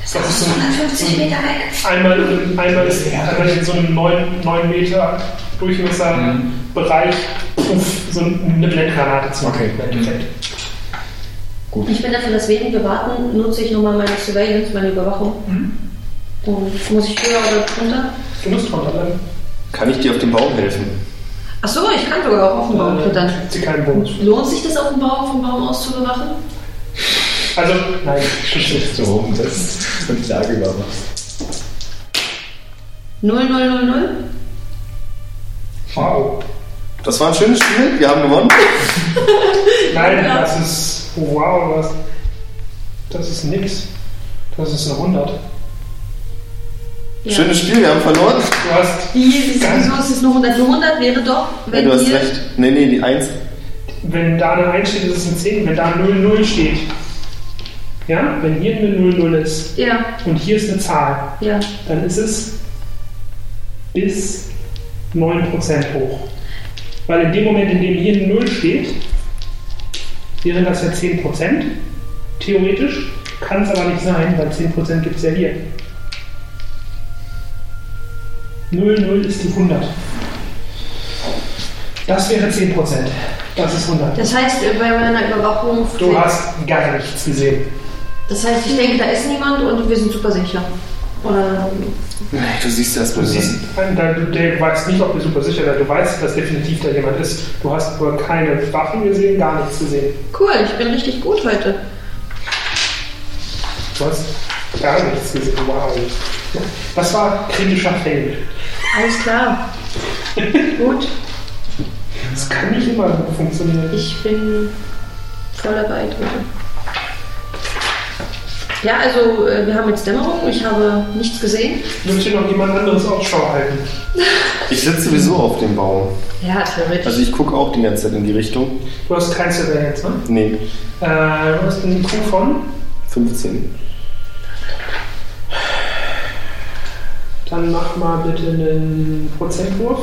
[SPEAKER 1] Das ist so ein-
[SPEAKER 4] 150 Meter weg.
[SPEAKER 1] einmal, einmal ist einmal in so einem 9, Meter
[SPEAKER 5] Mhm.
[SPEAKER 1] Durchmesserbereich puff, so eine Blendgranate zu machen.
[SPEAKER 5] Okay.
[SPEAKER 1] im Endeffekt.
[SPEAKER 4] Ich bin dafür, dass während wir warten, nutze ich nochmal meine Surveillance, meine Überwachung.
[SPEAKER 2] Mhm.
[SPEAKER 4] Und muss ich höher oder runter?
[SPEAKER 1] Du musst drunter bleiben.
[SPEAKER 2] Kann ich dir auf den Baum helfen?
[SPEAKER 4] Achso, ich kann sogar auch auf dem Baum klettern.
[SPEAKER 1] kriegt sie keinen Bonus.
[SPEAKER 4] Lohnt sich das auf dem Baum, vom Baum aus zu bewachen?
[SPEAKER 1] Also, nein,
[SPEAKER 5] Schiff so rum, das ist eine Lage überwacht.
[SPEAKER 4] 0000?
[SPEAKER 1] wow.
[SPEAKER 2] Das war ein schönes Spiel. Wir haben gewonnen.
[SPEAKER 1] Nein, das ist, wow, was, das ist nix. Das ist eine 100.
[SPEAKER 4] Ja.
[SPEAKER 2] Schönes Spiel. Wir haben verloren.
[SPEAKER 1] Du hast,
[SPEAKER 4] Jesus,
[SPEAKER 1] Ganz-
[SPEAKER 4] wieso ist es nur 100? Nur 100 wäre doch,
[SPEAKER 2] Ja,
[SPEAKER 4] wenn
[SPEAKER 2] du hast
[SPEAKER 4] ihr...
[SPEAKER 2] recht. Nee, nee, die Eins.
[SPEAKER 1] wenn da eine 1 steht, ist es eine 10. Wenn da 0, 0 steht, ja, wenn hier eine 0, 0 ist
[SPEAKER 4] Ja,
[SPEAKER 1] und hier ist eine Zahl,
[SPEAKER 4] ja.
[SPEAKER 1] dann ist es bis 9% hoch. Weil in dem Moment, in dem hier eine 0 steht, wären das ja 10%, theoretisch. Kann es aber nicht sein, weil 10% gibt es ja hier. 0, 0 ist die 100. Das wäre 10%. Das ist 100.
[SPEAKER 4] Das heißt, äh, bei meiner Überwachung...
[SPEAKER 1] Du hast gar nichts gesehen.
[SPEAKER 4] Das heißt, ich denke, da ist niemand und wir sind super sicher. Oder
[SPEAKER 2] Du siehst erstmal,
[SPEAKER 1] Du
[SPEAKER 2] du
[SPEAKER 1] siehst, da- Äh, du der- du weißt nicht, ob du super sicher bist. Du weißt, dass definitiv da jemand ist. Du hast aber keine Waffen gesehen, gar nichts gesehen.
[SPEAKER 4] cool, ich bin richtig gut heute.
[SPEAKER 1] Du hast gar nichts gesehen. Wow. Das war kritischer Fail.
[SPEAKER 4] Alles klar. gut,
[SPEAKER 1] Das kann nicht immer gut funktionieren.
[SPEAKER 4] ich bin voll dabei heute. Ja, also äh, wir haben jetzt Dämmerung, ich habe nichts gesehen.
[SPEAKER 1] Müsste noch jemand anderes Ausschau halten.
[SPEAKER 2] Ich sitze sowieso auf dem Baum.
[SPEAKER 4] Ja, theoretisch.
[SPEAKER 2] Also ich gucke auch die ganze Zeit in die Richtung.
[SPEAKER 1] Du hast kein Surveillance, ne?
[SPEAKER 2] Nee,
[SPEAKER 1] Äh, du hast einen IQ von.
[SPEAKER 2] 15.
[SPEAKER 1] Dann mach mal bitte einen Prozentwurf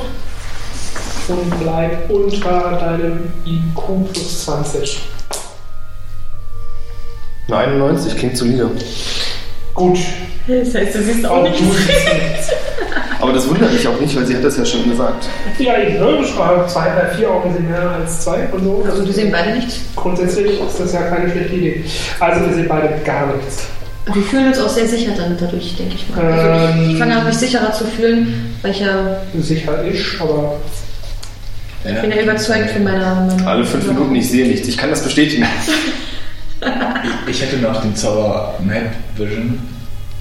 [SPEAKER 1] und bleib unter deinem IQ plus 20.
[SPEAKER 2] Eine 91 klingt solider.
[SPEAKER 1] Gut.
[SPEAKER 6] Das heißt, du siehst auch
[SPEAKER 4] Also
[SPEAKER 6] nicht.
[SPEAKER 1] du siehst nichts.
[SPEAKER 2] Aber das wundert mich auch nicht, weil sie hat das ja schon gesagt.
[SPEAKER 1] Ja, eben. Ne? Ich war zwei, drei, vier Augen sind mehr als zwei und so.
[SPEAKER 4] Also, die sehen beide nichts.
[SPEAKER 1] Grundsätzlich ist das ja keine schlechte Idee. Also wir sehen beide gar nichts.
[SPEAKER 4] Wir fühlen uns auch sehr sicher damit dadurch, denke ich mal. Also ich,
[SPEAKER 1] Ähm.
[SPEAKER 4] ich fange an, mich sicherer zu fühlen, weil ich ja,
[SPEAKER 1] Sicher ist, aber
[SPEAKER 4] ich bin ja überzeugt von meiner. meiner
[SPEAKER 2] Alle fünf Minuten, ich sehe nichts. Ich kann das bestätigen.
[SPEAKER 5] Ich hätte noch den Zauber Night Vision,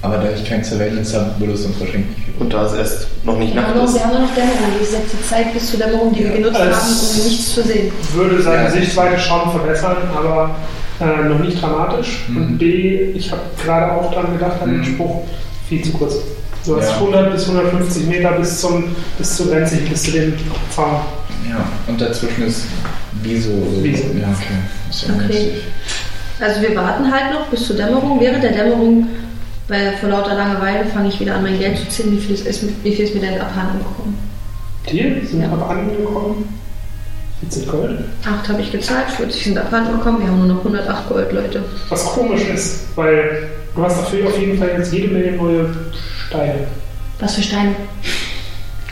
[SPEAKER 5] aber da ich kein Surveillance habe, würde es uns wahrscheinlich nicht
[SPEAKER 2] Und da es erst noch nicht
[SPEAKER 4] Wir
[SPEAKER 2] Nacht
[SPEAKER 4] haben noch,
[SPEAKER 2] ist.
[SPEAKER 4] wir haben nur noch Dämmerung. Wie gesagt, die Zeit bis zur Dämmerung, die wir genutzt
[SPEAKER 1] Als-
[SPEAKER 4] haben, um nichts zu sehen.
[SPEAKER 1] würde seine
[SPEAKER 5] Ja.
[SPEAKER 1] Sichtweite schon verbessern, aber äh, noch nicht dramatisch.
[SPEAKER 5] Mhm.
[SPEAKER 1] Und B, ich habe gerade auch dran gedacht, an den
[SPEAKER 5] Mhm.
[SPEAKER 1] Spruch, viel zu kurz. Du hast
[SPEAKER 5] Ja.
[SPEAKER 1] 100 bis 150 Meter bis, zum, bis zur Grenze, bis zu dem Zaun.
[SPEAKER 5] Ja, und dazwischen ist Wieso. oder so.
[SPEAKER 1] Wieso.
[SPEAKER 5] Ja, okay. Ist ja
[SPEAKER 4] Okay.
[SPEAKER 5] ungünstig.
[SPEAKER 4] Also wir warten halt noch bis zur Dämmerung. Während der Dämmerung, weil vor lauter Langeweile fange ich wieder an, mein Geld zu zählen, wie viel es, ist, wie viel es mir denn abhanden kommt.
[SPEAKER 1] Die sind
[SPEAKER 4] Ja.
[SPEAKER 1] aber angekommen. 14 Gold.
[SPEAKER 4] Acht habe ich gezahlt, 40 sind abhanden gekommen, wir haben nur noch 108 Gold, Leute.
[SPEAKER 1] Was komisch ist, weil du hast dafür auf jeden Fall jetzt jede Menge neue Steine.
[SPEAKER 4] Was für Steine?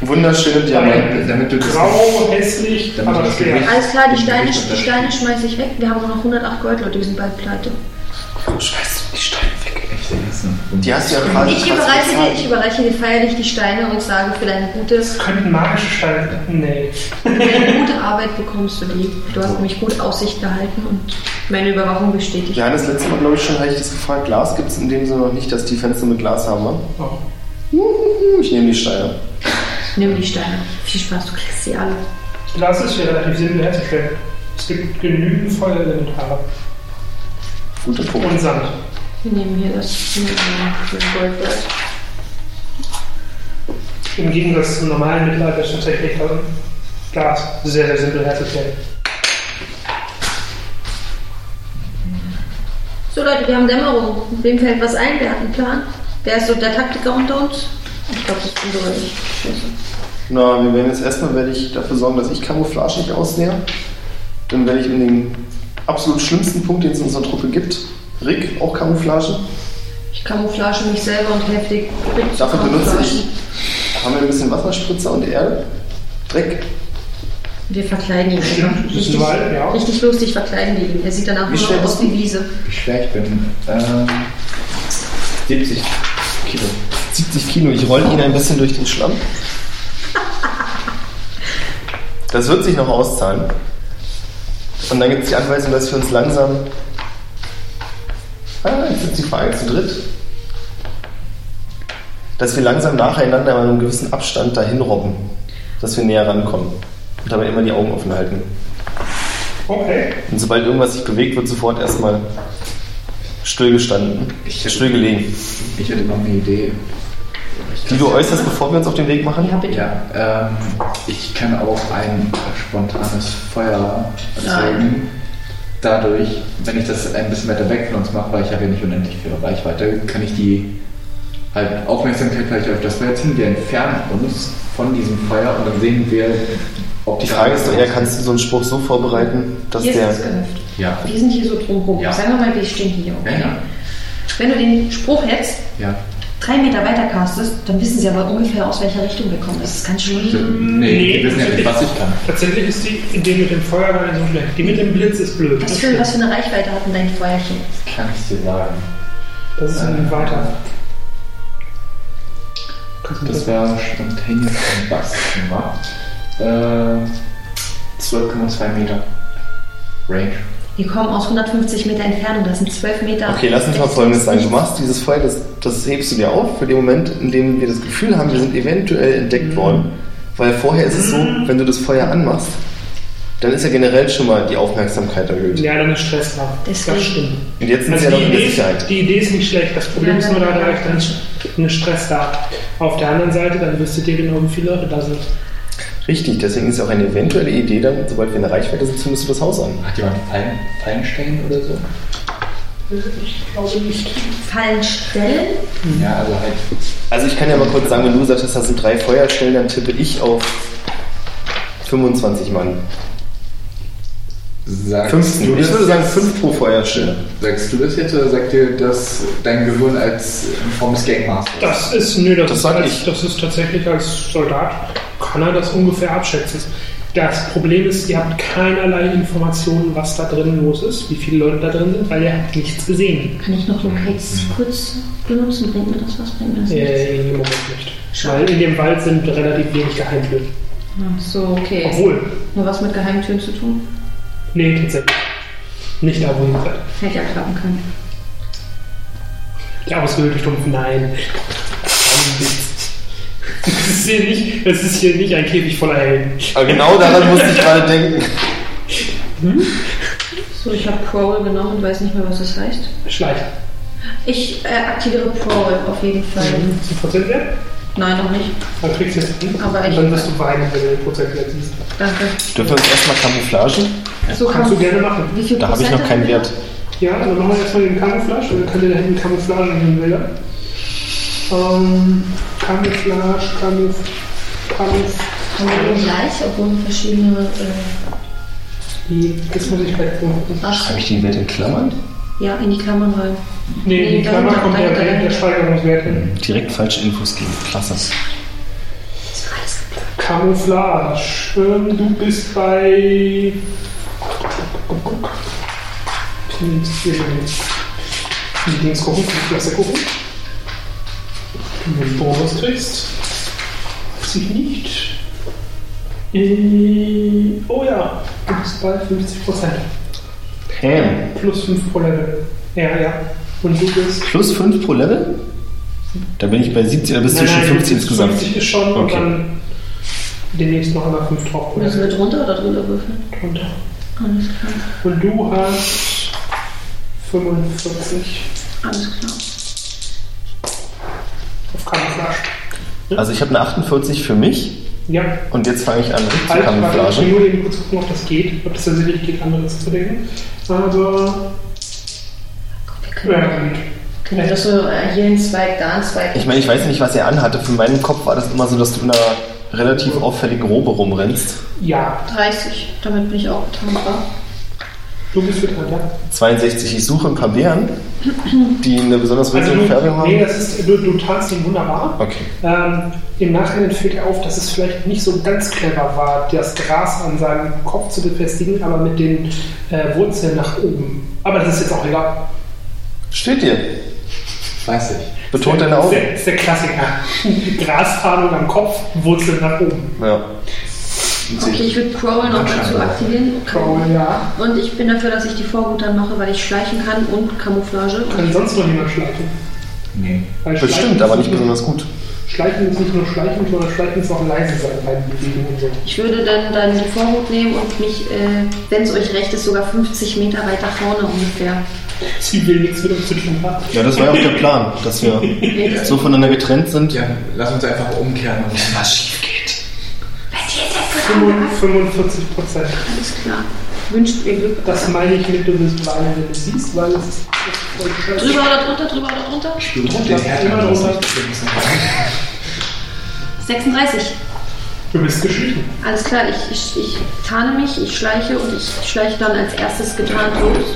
[SPEAKER 2] Wunderschöne
[SPEAKER 5] Damit,
[SPEAKER 2] Diamanten.
[SPEAKER 5] damit du das.
[SPEAKER 1] Grau, hässlich,
[SPEAKER 5] Damit
[SPEAKER 1] aber
[SPEAKER 5] das
[SPEAKER 1] schwer.
[SPEAKER 5] Gewicht-
[SPEAKER 4] Alles klar, die Steine,
[SPEAKER 5] Gewicht
[SPEAKER 4] die Steine schmeiße ich weg. Wir haben nur noch 108 Gold, Leute, wir sind bald pleite.
[SPEAKER 2] Scheiße, die Steine weg.
[SPEAKER 5] Ich sehe das noch.
[SPEAKER 2] Die hast du ja gerade
[SPEAKER 4] Ich
[SPEAKER 2] krass
[SPEAKER 4] überreiche, dir,
[SPEAKER 2] bezahlt.
[SPEAKER 4] ich überreiche dir feierlich die Steine und sage, für deine gute,
[SPEAKER 1] Das könnten magische Steine sein. Nee.
[SPEAKER 4] für deine gute Arbeit bekommst du die. Du hast mich gut Aussicht gehalten und meine Überwachung bestätigt.
[SPEAKER 2] Johannes, letztes Mal, glaube ich, schon hatte ich das gefragt. Glas gibt es in dem Sinne noch nicht, dass die Fenster mit Glas haben. wa?
[SPEAKER 1] Oh.
[SPEAKER 2] Juhu, Ich nehme die Steine.
[SPEAKER 4] Nimm die Steine. Viel Spaß, du kriegst sie alle.
[SPEAKER 1] Das ist ja relativ simpel herzustellen. Es gibt genügend Feuerelementare
[SPEAKER 2] Guter Punkt.
[SPEAKER 1] und Sand.
[SPEAKER 4] Wir nehmen hier das das Goldwert.
[SPEAKER 1] Im Gegensatz zum normalen Mittelalter ist tatsächlich das Glas sehr, sehr simpel herzustellen.
[SPEAKER 4] So Leute, wir haben Dämmerung. Wem fällt was ein? Wer hat einen Plan? Wer ist so der Taktiker unter uns? Ich glaube, das bin sogar ich.
[SPEAKER 2] Na, Genau, wir werden jetzt erstmal werde ich dafür sorgen, dass ich Camouflage nicht ausnähe. Dann werde ich in den absolut schlimmsten Punkt, den es in unserer Truppe gibt, Rick auch Camouflage.
[SPEAKER 4] Ich camouflage mich selber und heftig.
[SPEAKER 2] Dafür benutze ich. Haben wir ein bisschen Wasserspritzer und Erde? Dreck.
[SPEAKER 4] Wir verkleiden ihn.
[SPEAKER 1] Stimmt, das ist ein
[SPEAKER 4] richtig,
[SPEAKER 1] Wald, ja.
[SPEAKER 4] richtig lustig verkleiden wir ihn. Er sieht danach
[SPEAKER 2] Wie
[SPEAKER 4] nur
[SPEAKER 2] schwer
[SPEAKER 4] noch aus
[SPEAKER 2] bist du?
[SPEAKER 4] wie Wiese.
[SPEAKER 5] Wie schwer ich bin. Ähm, 70 Kilo.
[SPEAKER 2] 70 Kilo. Ich rolle ihn ein bisschen durch den Schlamm. Das wird sich noch auszahlen. Und dann gibt es die Anweisung, dass wir uns langsam. Ah, jetzt ist die Frage zu dritt. Dass wir langsam nacheinander in einem gewissen Abstand dahin robben. Dass wir näher rankommen. Und dabei immer die Augen offen halten.
[SPEAKER 1] Okay.
[SPEAKER 2] Und sobald irgendwas sich bewegt, wird sofort erstmal stillgestanden.
[SPEAKER 5] Ich hätte-
[SPEAKER 2] Stillgelegen.
[SPEAKER 5] Ich hätte noch eine Idee.
[SPEAKER 2] Die du äußerst, bevor wir uns auf den Weg machen?
[SPEAKER 4] Ja, bitte.
[SPEAKER 5] Ja, ähm, ich kann auch ein spontanes Feuer erzeugen. Dadurch, wenn ich das ein bisschen weiter weg von uns mache, weil ich habe ja nicht unendlich viel Reichweite, kann ich die halt Aufmerksamkeit vielleicht auf das Feuer ziehen. Wir entfernen uns von diesem Feuer und dann sehen wir, ob
[SPEAKER 2] Die Frage ist doch eher, kannst du so einen Spruch so vorbereiten, dass
[SPEAKER 4] Hier
[SPEAKER 2] der.
[SPEAKER 4] ist es
[SPEAKER 9] genau
[SPEAKER 4] gehüpft.
[SPEAKER 5] Ja.
[SPEAKER 4] Wir sind hier so drumherum.
[SPEAKER 5] Ja.
[SPEAKER 4] Sagen wir mal, wir stehen hier.
[SPEAKER 5] Ja,
[SPEAKER 4] Okay?
[SPEAKER 5] ja.
[SPEAKER 4] Wenn du den Spruch jetzt
[SPEAKER 5] ja.
[SPEAKER 4] drei Meter weiter castest, dann wissen sie aber ungefähr, aus welcher Richtung wir kommen. Das ist ganz schön.
[SPEAKER 5] Nee,
[SPEAKER 1] Nee,
[SPEAKER 5] wir wissen ja nicht, was ich kann.
[SPEAKER 1] Tatsächlich ist die Idee mit dem Feuer gar nicht so schlecht. Die mit dem Blitz ist blöd.
[SPEAKER 4] Was für, was für eine Reichweite hat denn dein Feuerchen?
[SPEAKER 5] Kann ich dir sagen.
[SPEAKER 1] Das ist ein weiter.
[SPEAKER 5] Das war spontan von Bastian, wa? Äh, 12,2 Meter. Range.
[SPEAKER 4] Wir kommen aus 150 Meter Entfernung, das sind 12 Meter.
[SPEAKER 2] Okay, lass uns mal Folgendes sagen. Du machst dieses Feuer, das, das hebst du dir auf für den Moment, in dem wir das Gefühl haben, wir sind eventuell entdeckt worden. Weil vorher ist es so, wenn du das Feuer anmachst, dann ist ja generell schon mal die Aufmerksamkeit erhöht.
[SPEAKER 1] Ja, dann ist Stress da.
[SPEAKER 4] Deswegen.
[SPEAKER 1] Das stimmt.
[SPEAKER 2] Und jetzt sind wir
[SPEAKER 1] Also
[SPEAKER 2] ja
[SPEAKER 1] die,
[SPEAKER 2] noch in der
[SPEAKER 1] Idee,
[SPEAKER 2] Sicherheit.
[SPEAKER 1] die Idee ist nicht schlecht. Das Problem
[SPEAKER 4] Ja,
[SPEAKER 1] ist nur, da halt
[SPEAKER 4] dann-
[SPEAKER 1] da dann eine Stress da. Auf der anderen Seite, dann wüsstet ihr genau, wie viele Leute da sind.
[SPEAKER 2] Richtig, deswegen ist ja auch eine eventuelle Idee dann, sobald wir in der Reichweite sind, zündest du das Haus an.
[SPEAKER 5] Hat jemand Fallen, Fallenstein oder so?
[SPEAKER 1] Ich glaube nicht.
[SPEAKER 4] Fallen stellen.
[SPEAKER 1] Mhm.
[SPEAKER 5] Ja, also halt.
[SPEAKER 2] Also ich kann ja mal kurz sagen, wenn du sagst, das sind drei Feuerstellen, dann tippe ich auf 25 Mann.
[SPEAKER 5] Sagst
[SPEAKER 2] Fünf,
[SPEAKER 5] du
[SPEAKER 2] ich
[SPEAKER 5] das
[SPEAKER 2] würde sagen
[SPEAKER 5] jetzt?
[SPEAKER 2] fünf pro Feuerstelle.
[SPEAKER 5] Sagst du das jetzt oder sagt dir das dein Gehirn als in Form des Gangmasters?
[SPEAKER 1] Das ist, nö, das,
[SPEAKER 2] Das
[SPEAKER 1] ist,
[SPEAKER 2] sag
[SPEAKER 1] als,
[SPEAKER 2] ich.
[SPEAKER 1] das ist tatsächlich als Soldat, kann er das ungefähr abschätzen. Das Problem ist, ihr habt keinerlei Informationen, was da drin los ist, wie viele Leute da drin sind, weil ihr habt nichts gesehen.
[SPEAKER 4] Kann ich noch Locates kurz benutzen? Bringt mir das was? Bringt mir das nichts?
[SPEAKER 1] Äh, in dem Moment nicht. Weil in dem Wald sind relativ wenig Geheimtüren.
[SPEAKER 4] Ach so, okay.
[SPEAKER 1] Obwohl,
[SPEAKER 4] Nur was mit Geheimtüren zu tun?
[SPEAKER 1] nee, tatsächlich. Nicht da, wo ihr seid.
[SPEAKER 4] Hätte ja klappen können.
[SPEAKER 1] Der ausgehöhlte Stumpf, nein. Es ist, hier nicht, es ist hier nicht ein Käfig voller Helden.
[SPEAKER 2] Aber genau daran musste ich gerade denken.
[SPEAKER 4] So, ich habe Prowl genommen und weiß nicht mehr, was das heißt.
[SPEAKER 1] Schleich.
[SPEAKER 4] Ich äh, aktiviere Prowl auf jeden Fall.
[SPEAKER 2] Mhm.
[SPEAKER 1] Zu Prozent wert?
[SPEAKER 4] Nein, noch nicht.
[SPEAKER 1] Dann kriegst du jetzt hin.
[SPEAKER 4] Aber
[SPEAKER 1] Und
[SPEAKER 4] ich-
[SPEAKER 1] dann wirst du weinen, wenn du den Prozent wert siehst.
[SPEAKER 4] Danke.
[SPEAKER 2] Dürfen wir uns erstmal Camouflagen?
[SPEAKER 4] So
[SPEAKER 1] Kannst du gerne machen.
[SPEAKER 4] Wie viel
[SPEAKER 2] Da habe ich
[SPEAKER 4] Prozent
[SPEAKER 2] noch keinen
[SPEAKER 4] haben wir?
[SPEAKER 2] Wert.
[SPEAKER 1] Ja, dann machen wir erstmal den Camouflage. Oder könnt ihr da hinten Camouflage nehmen, Bilder? Ähm, Camouflage, Camouf... Camouf...
[SPEAKER 3] Haben wir den gleich, obwohl wir verschiedene. Äh,
[SPEAKER 1] Die- Jetzt muss ich gleich gucken.
[SPEAKER 3] Ach,
[SPEAKER 5] ich den Wert in Klammern?
[SPEAKER 4] Ja, in die Klammern rein.
[SPEAKER 1] Nee,
[SPEAKER 4] Nee,
[SPEAKER 1] die Klammer
[SPEAKER 4] dahinter,
[SPEAKER 1] kommt der,
[SPEAKER 4] dahinter,
[SPEAKER 1] der
[SPEAKER 4] dahinter.
[SPEAKER 1] Steigerungswert hin.
[SPEAKER 2] Direkt falsche Infos geben. Klasse.
[SPEAKER 1] Camouflage. Ähm, du bist bei. Ich nehme jetzt hier den- die Dings gucken, die Klasse gucken. Wenn du einen Bonus kriegst. Weiß ich nicht. Äh, oh ja, du bist bei 50%.
[SPEAKER 2] Pam.
[SPEAKER 1] Plus 5 pro Level. Ja, ja. Und du bist.
[SPEAKER 2] Plus 5 pro Level? Da bin ich bei 70, da bist du
[SPEAKER 1] Nein,
[SPEAKER 2] schon
[SPEAKER 1] nein,
[SPEAKER 2] 50 insgesamt.
[SPEAKER 1] 50 ist schon und
[SPEAKER 2] Okay.
[SPEAKER 1] dann demnächst noch einmal 5 drauf.
[SPEAKER 4] Müssen wir drunter oder drüber würfeln?
[SPEAKER 1] drunter.
[SPEAKER 4] Mhm. Alles klar.
[SPEAKER 1] Und du hast 45
[SPEAKER 4] Alles klar.
[SPEAKER 1] auf Camouflage.
[SPEAKER 2] Also ich habe eine 48 für mich
[SPEAKER 1] Ja,
[SPEAKER 2] und jetzt fange ich an mit
[SPEAKER 1] halt, warte, ich will
[SPEAKER 2] Camouflage.
[SPEAKER 1] nur eben kurz gucken, ob das geht, ob das tatsächlich geht, anderes zu denken. Aber,
[SPEAKER 4] Wir
[SPEAKER 1] ja,
[SPEAKER 4] können,
[SPEAKER 1] gut.
[SPEAKER 4] können wir Genau. das so äh, hier einen Zweig, da einen Zweig.
[SPEAKER 2] Ich meine, ich weiß nicht, was er anhatte. Für meinen Kopf war das immer so, dass du in einer relativ auffälligen Robe rumrennst.
[SPEAKER 1] Ja,
[SPEAKER 4] 30, damit bin ich auch dankbar.
[SPEAKER 1] du bist mit dran, ja.
[SPEAKER 2] 62, ich suche ein paar Bären, die eine besonders
[SPEAKER 1] Also du,
[SPEAKER 2] winzige Färbung
[SPEAKER 1] nee,
[SPEAKER 2] haben.
[SPEAKER 1] das ist, du, du tanzt ihn wunderbar.
[SPEAKER 2] Okay.
[SPEAKER 1] Ähm, Im Nachhinein fällt dir auf, dass es vielleicht nicht so ganz clever war, das Gras an seinem Kopf zu befestigen, aber mit den äh, Wurzeln nach oben. Aber das ist jetzt auch egal.
[SPEAKER 2] Steht dir.
[SPEAKER 5] Weiß ich.
[SPEAKER 2] Betont deine
[SPEAKER 1] Das ist
[SPEAKER 2] Augen.
[SPEAKER 1] der, das ist der Klassiker. Grasfarbe am Kopf, Wurzeln nach oben.
[SPEAKER 2] Ja.
[SPEAKER 4] Okay, ich würde Prowl noch dazu aktivieren.
[SPEAKER 1] Cool, ja.
[SPEAKER 4] Und ich bin dafür, dass ich die Vorhut dann mache, weil ich schleichen kann und Camouflage.
[SPEAKER 1] Kann sonst noch jemand schleichen?
[SPEAKER 5] Nee.
[SPEAKER 1] Weil Schleichen
[SPEAKER 2] Bestimmt,
[SPEAKER 1] ist
[SPEAKER 2] aber nicht
[SPEAKER 1] nur-
[SPEAKER 2] besonders gut.
[SPEAKER 1] Schleichen ist nicht nur Schleichen, sondern Schleichen ist auch leise sein bei Bewegungen und so.
[SPEAKER 4] Ich würde dann, dann die Vorhut nehmen und mich, äh, wenn es euch recht ist, sogar 50 Meter weiter vorne ungefähr.
[SPEAKER 1] Sie will nichts mit uns zu tun haben.
[SPEAKER 2] Ja, das war ja auch der Plan, dass wir so voneinander getrennt sind.
[SPEAKER 5] Ja, lass uns einfach umkehren und wenn was schief geht.
[SPEAKER 1] 45 Prozent.
[SPEAKER 4] Alles klar. Wünscht ihr Glück.
[SPEAKER 1] Das meine ich mit, du bist bei, wenn du es siehst, weil es ist voll scheiße.
[SPEAKER 4] Drüber oder drunter, drüber oder drunter?
[SPEAKER 5] Du
[SPEAKER 1] Drunter,
[SPEAKER 5] den Herd
[SPEAKER 1] immer
[SPEAKER 5] an, das
[SPEAKER 1] drunter.
[SPEAKER 5] ist nicht schlimm.
[SPEAKER 4] 36.
[SPEAKER 1] Du bist geschlichen.
[SPEAKER 4] Alles klar, ich, ich, ich tarne mich, ich schleiche und ich schleiche dann als erstes getarnt los.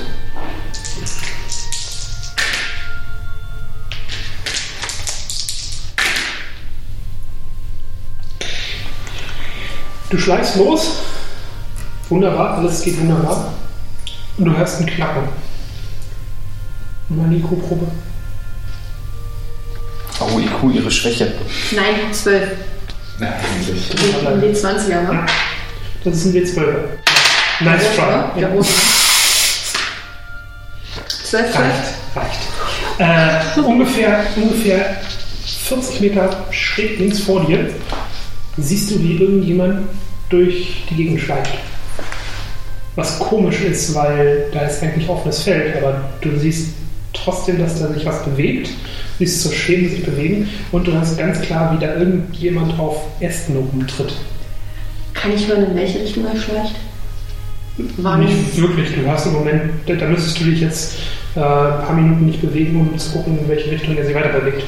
[SPEAKER 1] Du schleichst los. Wunderbar, alles geht wunderbar. Und du hörst ein Knacken. Mal Probe.
[SPEAKER 2] Oh, IQ, ihre Schwäche.
[SPEAKER 4] Nein, 12.
[SPEAKER 5] Na, endlich.
[SPEAKER 4] Die die 20er, ne?
[SPEAKER 1] Das ist ein W12. Nice
[SPEAKER 4] Ja,
[SPEAKER 1] try.
[SPEAKER 4] der Boden. 12, 12.
[SPEAKER 1] Reicht, reicht. Äh, ungefähr, ungefähr 40 Meter schräg links vor dir siehst du, wie irgendjemand durch die Gegend schleicht. Was komisch ist, weil da ist eigentlich offenes Feld, aber du siehst trotzdem, dass da sich was bewegt, siehst so Schäden sich bewegen und du hast ganz klar, wie da irgendjemand auf Ästen rumtritt.
[SPEAKER 4] Kann ich hören, in welche Richtung er schleicht? War
[SPEAKER 1] Nicht wirklich. Du hast im Moment, da, da müsstest du dich jetzt äh, ein paar Minuten nicht bewegen, um zu gucken, in welche Richtung er sich weiter bewegt.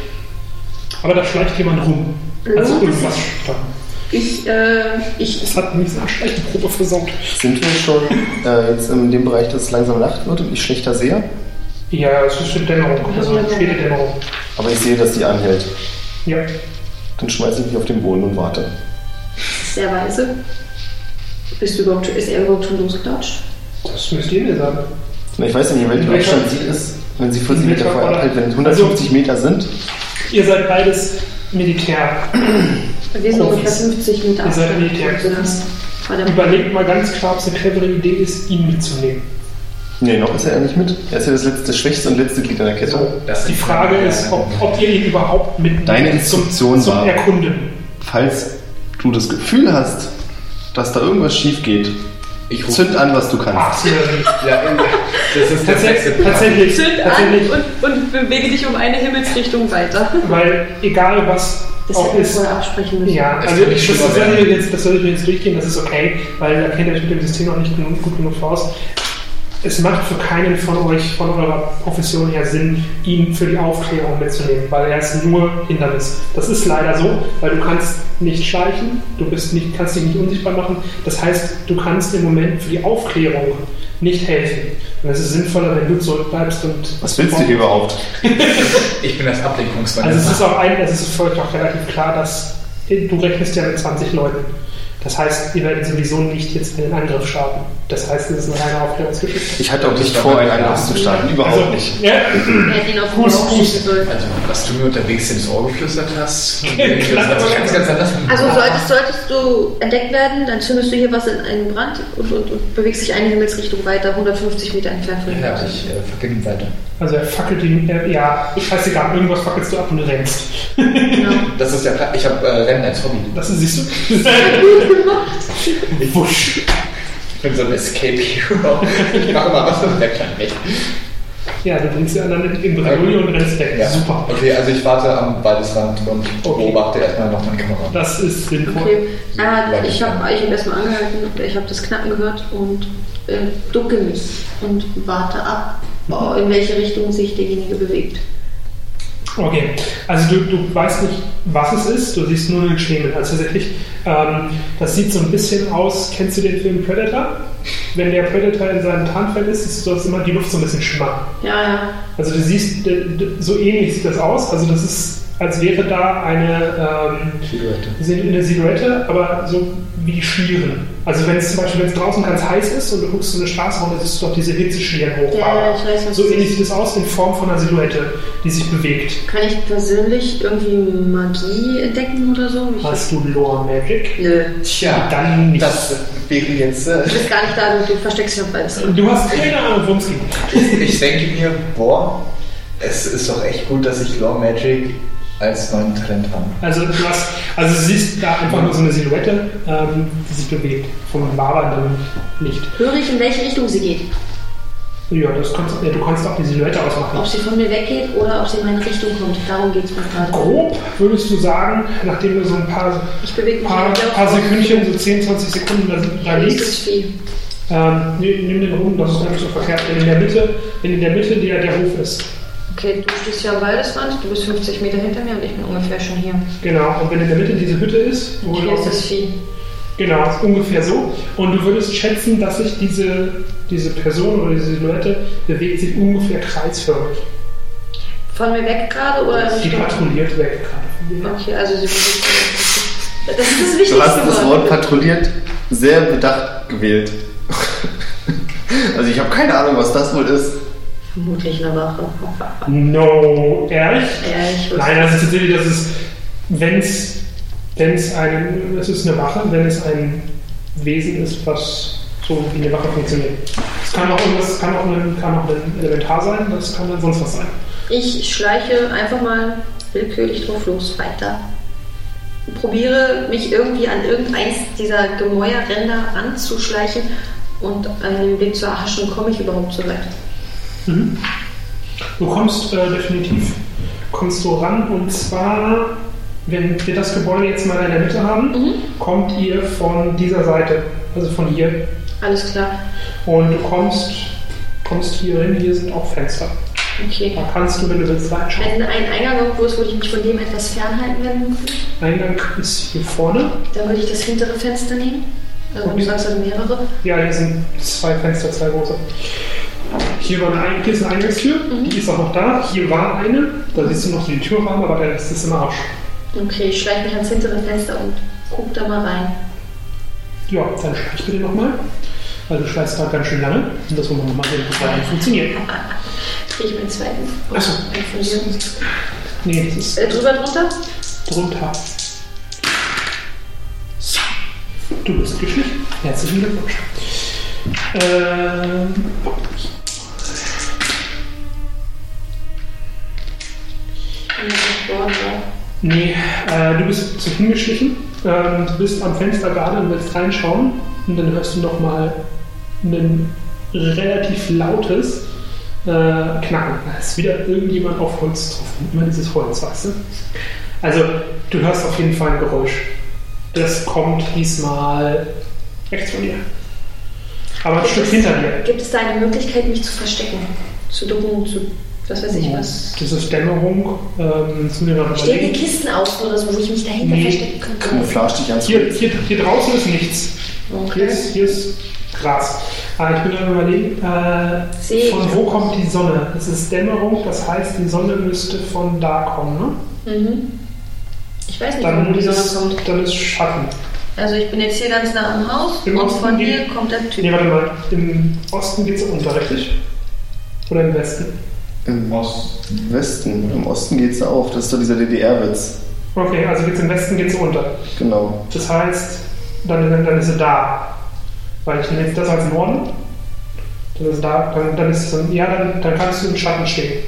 [SPEAKER 1] Aber da schleicht jemand rum. Also
[SPEAKER 4] Lohnt es
[SPEAKER 1] irgendwas
[SPEAKER 4] sich?
[SPEAKER 1] stand.
[SPEAKER 4] Ich, äh, ich,
[SPEAKER 1] Das hat mich eine schlechte Probe versaut.
[SPEAKER 2] Sind wir schon äh, jetzt in dem Bereich, dass es langsam Nacht wird und ich schlechter sehe?
[SPEAKER 1] Ja, es ist eine Dämmerung. Also eine späte Dämmerung.
[SPEAKER 2] Aber ich sehe, dass die anhält.
[SPEAKER 1] Ja.
[SPEAKER 2] Dann schmeiße ich mich auf den Boden und warte.
[SPEAKER 4] sehr weise. Bist du überhaupt, ist er überhaupt schon losgelatscht?
[SPEAKER 1] Das müsst ihr mir sagen.
[SPEAKER 2] Na, Ich weiß ja nicht, in welchem
[SPEAKER 1] Welcher-
[SPEAKER 2] Abstand sie ist, wenn sie 40 Meter
[SPEAKER 1] Welcher-
[SPEAKER 2] vorher anhält, wenn es 150 Meter sind.
[SPEAKER 1] Ihr seid beides Militär.
[SPEAKER 4] Wir sind
[SPEAKER 1] Oh,
[SPEAKER 4] ungefähr
[SPEAKER 1] das-
[SPEAKER 4] 50 Meter
[SPEAKER 1] Ihr seid
[SPEAKER 4] Abstand.
[SPEAKER 1] Militärknast.
[SPEAKER 4] Bei der
[SPEAKER 1] Überlegt mal ganz klar, ob es eine clevere Idee ist, ihn mitzunehmen.
[SPEAKER 2] Nee, noch ist er ja nicht mit. Er ist ja das letzte, schwächste und letzte Glied an der Kette.
[SPEAKER 5] Das
[SPEAKER 1] Die Frage ist, ob, ob ihr ihn überhaupt mitnehmt.
[SPEAKER 2] Deine Instruktion
[SPEAKER 1] zum,
[SPEAKER 2] war-
[SPEAKER 1] zum Erkunden.
[SPEAKER 2] Falls du das Gefühl hast, dass da irgendwas schief geht,
[SPEAKER 5] Ich rufe.
[SPEAKER 2] zünd an, was du kannst.
[SPEAKER 1] Artillerie.
[SPEAKER 5] Ja, eben. das ist der sechste
[SPEAKER 1] Tatsächlich,
[SPEAKER 5] Plan.
[SPEAKER 1] tatsächlich,
[SPEAKER 6] Zünd an
[SPEAKER 1] tatsächlich,
[SPEAKER 6] und, und bewege dich um eine Himmelsrichtung weiter.
[SPEAKER 1] weil egal was
[SPEAKER 4] das
[SPEAKER 1] auch
[SPEAKER 4] hätte ich
[SPEAKER 1] Oh, ist,
[SPEAKER 4] vorher absprechen müssen.
[SPEAKER 1] ja,
[SPEAKER 5] Es
[SPEAKER 1] also
[SPEAKER 5] kann
[SPEAKER 1] ich,
[SPEAKER 5] nicht
[SPEAKER 1] das, das,
[SPEAKER 5] schlimmer
[SPEAKER 1] soll ich mir jetzt, das soll ich mir jetzt durchgehen, das ist okay, weil da kennt ihr euch mit dem System noch nicht genug, gut genug aus. Es macht für keinen von euch, von eurer Profession her Sinn, ihn für die Aufklärung mitzunehmen, weil er ist nur Hindernis. Das ist leider so, weil du kannst nicht schleichen, du bist nicht, kannst dich nicht unsichtbar machen. Das heißt, du kannst im Moment für die Aufklärung nicht helfen. Und es ist sinnvoller, wenn du zurückbleibst und...
[SPEAKER 2] Was willst du hier überhaupt?
[SPEAKER 5] Ich bin das Ablenkungsmanöver.
[SPEAKER 1] Also es ist auch ein, es ist für euch auch relativ klar, dass du rechnest ja mit 20 Leuten. Das heißt, ihr werdet sowieso nicht jetzt in den Angriff starten. Das heißt, es ist eine reine Aufklärungsgeschichte.
[SPEAKER 2] Ich hatte auch nicht vor, einen Angriff zu starten. Überhaupt
[SPEAKER 1] Also,
[SPEAKER 2] nicht.
[SPEAKER 1] Ja,
[SPEAKER 4] Er hätte ihn auf den
[SPEAKER 1] Fuß,
[SPEAKER 4] Bauch
[SPEAKER 1] Fuß.
[SPEAKER 4] schießen sollen.
[SPEAKER 5] also, was du mir unterwegs ins Ohr geflüstert hast,
[SPEAKER 1] Klar.
[SPEAKER 5] das ist ganz, ganz anders.
[SPEAKER 4] Also solltest, solltest du entdeckt werden, dann zündest du hier was in einen Brand und, und, und bewegst dich eine Himmelsrichtung weiter, 150 Meter entfernt von ihm.
[SPEAKER 5] Ja, ich äh, vergib weiter.
[SPEAKER 1] also er fackelt ihn, er, ja, ich weiß egal, irgendwas fackelst du ab und du rennst.
[SPEAKER 4] Genau.
[SPEAKER 5] Das ist ja klar. Ich habe äh, Rennen als Hobby.
[SPEAKER 1] Das ist, siehst du? Wusch.
[SPEAKER 5] Ich bin so ein Escape Hero. Ich mache mal was und der kann weg.
[SPEAKER 1] Ja, du bringst die anderen in Bredouille und rennst weg.
[SPEAKER 5] Ja.
[SPEAKER 1] Super.
[SPEAKER 5] Okay, also ich warte am Waldesrand und beobachte erstmal noch meine Kamera.
[SPEAKER 1] Das ist sinnvoll.
[SPEAKER 4] Okay, äh, Ah, ich habe ich hab erstmal angehalten, ich habe das Knacken gehört und äh, ducke mich und warte ab, oh, in welche Richtung sich derjenige bewegt.
[SPEAKER 1] Okay, also du, du weißt nicht, was es ist, du siehst nur einen Schemel. Also tatsächlich, ähm, das sieht so ein bisschen aus, kennst du den Film Predator? Wenn der Predator in seinem Tarnfeld ist, ist sonst immer die Luft so ein bisschen schmack.
[SPEAKER 4] Ja, ja.
[SPEAKER 1] Also du siehst, d- d- so ähnlich sieht das aus. Also das ist, als wäre da eine, ähm,
[SPEAKER 5] Silhouette.
[SPEAKER 1] Sie sind in der Silhouette, aber so wie die Schlieren. Also wenn es zum Beispiel wenn's draußen ganz heiß ist und du guckst so eine Straße runter, siehst du doch diese Hitzeschlieren hochfahren.
[SPEAKER 4] Ja, ja, ich weiß, was
[SPEAKER 1] so
[SPEAKER 4] du
[SPEAKER 1] ähnlich
[SPEAKER 4] siehst.
[SPEAKER 1] sieht es aus in Form von einer Silhouette, die sich bewegt.
[SPEAKER 4] Kann ich persönlich irgendwie Magie entdecken oder so? Ich,
[SPEAKER 1] Hast du Lore Magic?
[SPEAKER 4] Nö.
[SPEAKER 5] Tja,
[SPEAKER 1] Dann nicht.
[SPEAKER 5] das wäre jetzt. Äh,
[SPEAKER 4] Du bist gar nicht da, du, du versteckst dich auf alles.
[SPEAKER 1] Du hast keine Ahnung, worum es geht.
[SPEAKER 5] ich denke mir, boah, es ist doch echt gut, dass ich Law Magic als neuen Talent habe.
[SPEAKER 1] Also du hast, also du siehst da einfach nur so eine Silhouette, ähm, die sich bewegt vom labernden Licht.
[SPEAKER 4] Höre ich, in welche Richtung sie geht?
[SPEAKER 1] Ja, das kannst, ja, du kannst auch die Silhouette ausmachen.
[SPEAKER 4] Ob sie von mir weggeht oder ob sie in meine Richtung kommt. Darum geht es mir gerade.
[SPEAKER 1] Grob würdest du sagen, nachdem du so ein paar,
[SPEAKER 4] Ich bewege mich
[SPEAKER 1] paar,
[SPEAKER 4] wieder
[SPEAKER 1] paar Sekündchen, so 10, 20 Sekunden da, da liegst,
[SPEAKER 4] Nächstes Vieh.
[SPEAKER 1] Ähm, nimm nimm den rum, das ist gar nicht so verkehrt. Wenn in der Mitte, wenn in der Mitte der, der Hof ist.
[SPEAKER 4] Okay, du stehst hier am Waldesrand, du bist 50 Meter hinter mir und ich bin ungefähr schon hier.
[SPEAKER 1] Genau. Und wenn in der Mitte diese Hütte ist, wo
[SPEAKER 4] Hier ist das Vieh.
[SPEAKER 1] genau, ist ungefähr so. Und du würdest schätzen, dass sich diese, diese Person oder diese Silhouette bewegt sich ungefähr kreisförmig.
[SPEAKER 4] Von mir weg gerade oder?
[SPEAKER 1] Die patrouilliert weg gerade von dir.
[SPEAKER 4] Okay, also sie bewegt sich. Das ist das Wichtigste.
[SPEAKER 2] Du hast das Wort
[SPEAKER 4] Wort.
[SPEAKER 2] patrouilliert sehr bedacht gewählt. Also ich habe keine Ahnung, was das wohl ist.
[SPEAKER 4] Vermutlich eine Wache.
[SPEAKER 1] No, ehrlich?
[SPEAKER 4] Ja, ich wusste.
[SPEAKER 1] Nein, das ist tatsächlich, das ist, wenn es, wenn es ein, es ist eine Wache, wenn es ein Wesen ist, was so wie eine Wache funktioniert. Es kann auch, irgendwas- kann auch, ein, kann auch ein Elementar sein, das kann dann sonst was sein.
[SPEAKER 4] Ich schleiche einfach mal willkürlich drauf los weiter. Probiere mich irgendwie an irgendeins dieser Gemäuerränder ranzuschleichen und einen Weg zu erhaschen, komme ich überhaupt so weit.
[SPEAKER 1] Mhm. Du kommst äh, definitiv, kommst du ran und zwar, wenn wir das Gebäude jetzt mal in der Mitte haben, kommt ihr von dieser Seite, also von hier,
[SPEAKER 4] Alles klar.
[SPEAKER 1] und du kommst, kommst hier hin, hier sind auch Fenster.
[SPEAKER 4] Okay.
[SPEAKER 1] Da kannst du, wenn du willst, reinschauen.
[SPEAKER 4] Wenn ein Eingang irgendwo ist, würde ich mich von dem etwas fernhalten werden.
[SPEAKER 1] Eingang ist hier vorne.
[SPEAKER 4] Dann würde ich das hintere Fenster nehmen. Also
[SPEAKER 1] Okay.
[SPEAKER 4] du sagst also mehrere.
[SPEAKER 1] Ja, hier sind zwei Fenster, zwei große. Hier, war eine, Ein- hier ist eine Eingangstür, die ist auch noch da. Hier war eine, da siehst du noch den Türrahmen, aber der Rest ist im Arsch.
[SPEAKER 4] Okay, ich schleiche mich ans hintere Fenster und guck da mal rein.
[SPEAKER 1] Ja, dann schleich bitte nochmal. Weil du schleichst da ganz schön lange. Und das wollen wir nochmal sehen, ob das weiterhin funktioniert.
[SPEAKER 4] Kriege ich meinen zweiten.
[SPEAKER 1] Achso,
[SPEAKER 4] Einen von dir.
[SPEAKER 1] nee, das ist
[SPEAKER 4] Äh, drüber drunter?
[SPEAKER 1] drunter. Du bist geschlichen. Herzlichen Glückwunsch. Ähm,
[SPEAKER 4] Und dann nach vorne.
[SPEAKER 1] Nee, äh, du bist so hingeschlichen. Ähm, du bist am Fenster gerade und willst reinschauen. Und dann hörst du nochmal ein relativ lautes äh, Knacken. Da ist wieder irgendjemand auf Holz drauf. Immer dieses Holz, weißt du? Also, du hörst auf jeden Fall ein Geräusch. Das kommt diesmal rechts von dir. Aber ein Stück hinter dir.
[SPEAKER 4] Gibt es da eine Möglichkeit, mich zu verstecken? Zu ducken, zu was weiß ich was?
[SPEAKER 1] Das ist Dämmerung. Ähm, zu mir gerade
[SPEAKER 4] Stehen
[SPEAKER 1] überlegen.
[SPEAKER 4] die Kisten aus oder so, Also, wo ich mich dahinter
[SPEAKER 1] Nee.
[SPEAKER 4] verstecken könnte?
[SPEAKER 2] Camouflage dich anzu.
[SPEAKER 1] Hier, hier, hier draußen ist nichts. Hier
[SPEAKER 4] Okay.
[SPEAKER 1] ist, hier ist Gras. Aber ich bin am überlegen,
[SPEAKER 4] Sehe
[SPEAKER 1] äh,
[SPEAKER 4] ich.
[SPEAKER 1] von wo kommt die Sonne? Es ist Dämmerung, das heißt, die Sonne müsste von da kommen. Ne?
[SPEAKER 4] Mhm. Ich weiß nicht,
[SPEAKER 1] Dann,
[SPEAKER 4] wo die Sonne
[SPEAKER 1] ist,
[SPEAKER 4] kommt.
[SPEAKER 1] dann ist Schatten.
[SPEAKER 6] Also ich bin jetzt hier ganz nah am Haus
[SPEAKER 1] Im
[SPEAKER 6] und
[SPEAKER 1] Osten
[SPEAKER 6] von
[SPEAKER 1] geht-
[SPEAKER 6] hier kommt der Typ.
[SPEAKER 1] Nee, warte mal, im Osten geht es unter, richtig? Oder im Westen?
[SPEAKER 2] Im
[SPEAKER 8] Osten.
[SPEAKER 2] Westen, im Osten geht's ja auch. Das ist doch dieser DDR-Witz.
[SPEAKER 1] Okay, also geht's im Westen geht's unter.
[SPEAKER 2] Genau.
[SPEAKER 1] Das heißt, dann, dann, dann ist sie da. Weil ich nehme jetzt das als Norden. Dann ist da, dann, dann ist es, ja, dann, dann kannst du im Schatten stehen.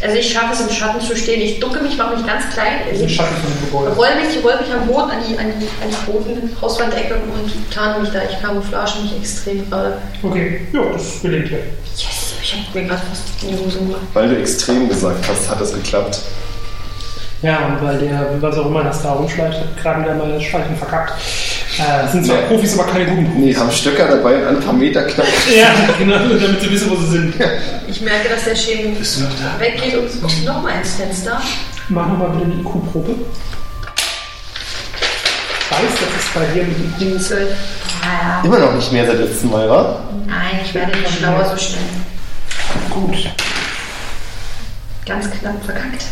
[SPEAKER 4] Also ich schaffe es im Schatten zu stehen. Ich ducke mich, mache mich ganz klein.
[SPEAKER 1] Im Schatten von dem Gebäude.
[SPEAKER 4] Roll mich, roll mich am Boden an die, an die, an die Boden, Hauswandecke und tarne mich da. Ich camouflage mich extrem äh, gerade.
[SPEAKER 1] Okay, ja, das gelingt ja.
[SPEAKER 4] Yes, ich habe mir gerade fast in die Hose gemacht.
[SPEAKER 2] Weil du extrem gesagt hast, hat das geklappt.
[SPEAKER 1] Ja, und weil der, was auch immer das da rumschleicht, hat gerade wieder mal das Schleichen verkackt. Äh, sind zwar
[SPEAKER 2] Nee.
[SPEAKER 1] Profis, aber keine guten Profis.
[SPEAKER 2] Nee, haben Stöcker dabei und ein paar Meter knapp.
[SPEAKER 1] Ja, genau, damit sie wissen, wo sie sind.
[SPEAKER 4] Ich merke, dass der Schäden
[SPEAKER 8] Bist du noch da?
[SPEAKER 4] weggeht und guckt nochmal ins Fenster.
[SPEAKER 1] Machen wir mal bitte eine IQ-Probe. Ich weiß, das ist bei dir mit IQ.
[SPEAKER 4] Zwölf. Ah,
[SPEAKER 2] Immer noch nicht mehr seit letztem Mal, wa?
[SPEAKER 4] ja. Nein, ich werde nicht schlauer so schnell.
[SPEAKER 1] Gut.
[SPEAKER 4] Ganz knapp verkackt.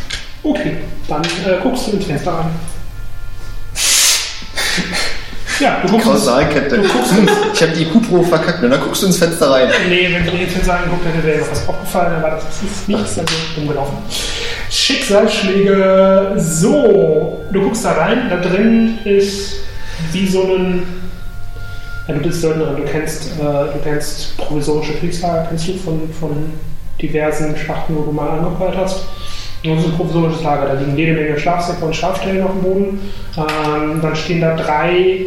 [SPEAKER 1] Okay, dann äh, guckst du ins Fenster rein. Ja, du guckst ins
[SPEAKER 2] Kausalkette. Hm, Ich habe die IQ-Pro verkackt und dann guckst du ins Fenster rein.
[SPEAKER 1] Nee, wenn ich jetzt sagen guckt, hätte wäre noch was aufgefallen, aber das ist nichts, also rumgelaufen. Schicksalsschläge, so. Du guckst da rein, da drin ist wie so ein. Ja, du bist Söldnerin, du kennst, äh, du kennst provisorische Kriegslager, kennst du von, von diversen Schlachten, wo du mal angehört hast. Das ist ein provisorisches Lager, da liegen jede Menge Schlafsäcke und Schafstellen auf dem Boden. Ähm, dann stehen da drei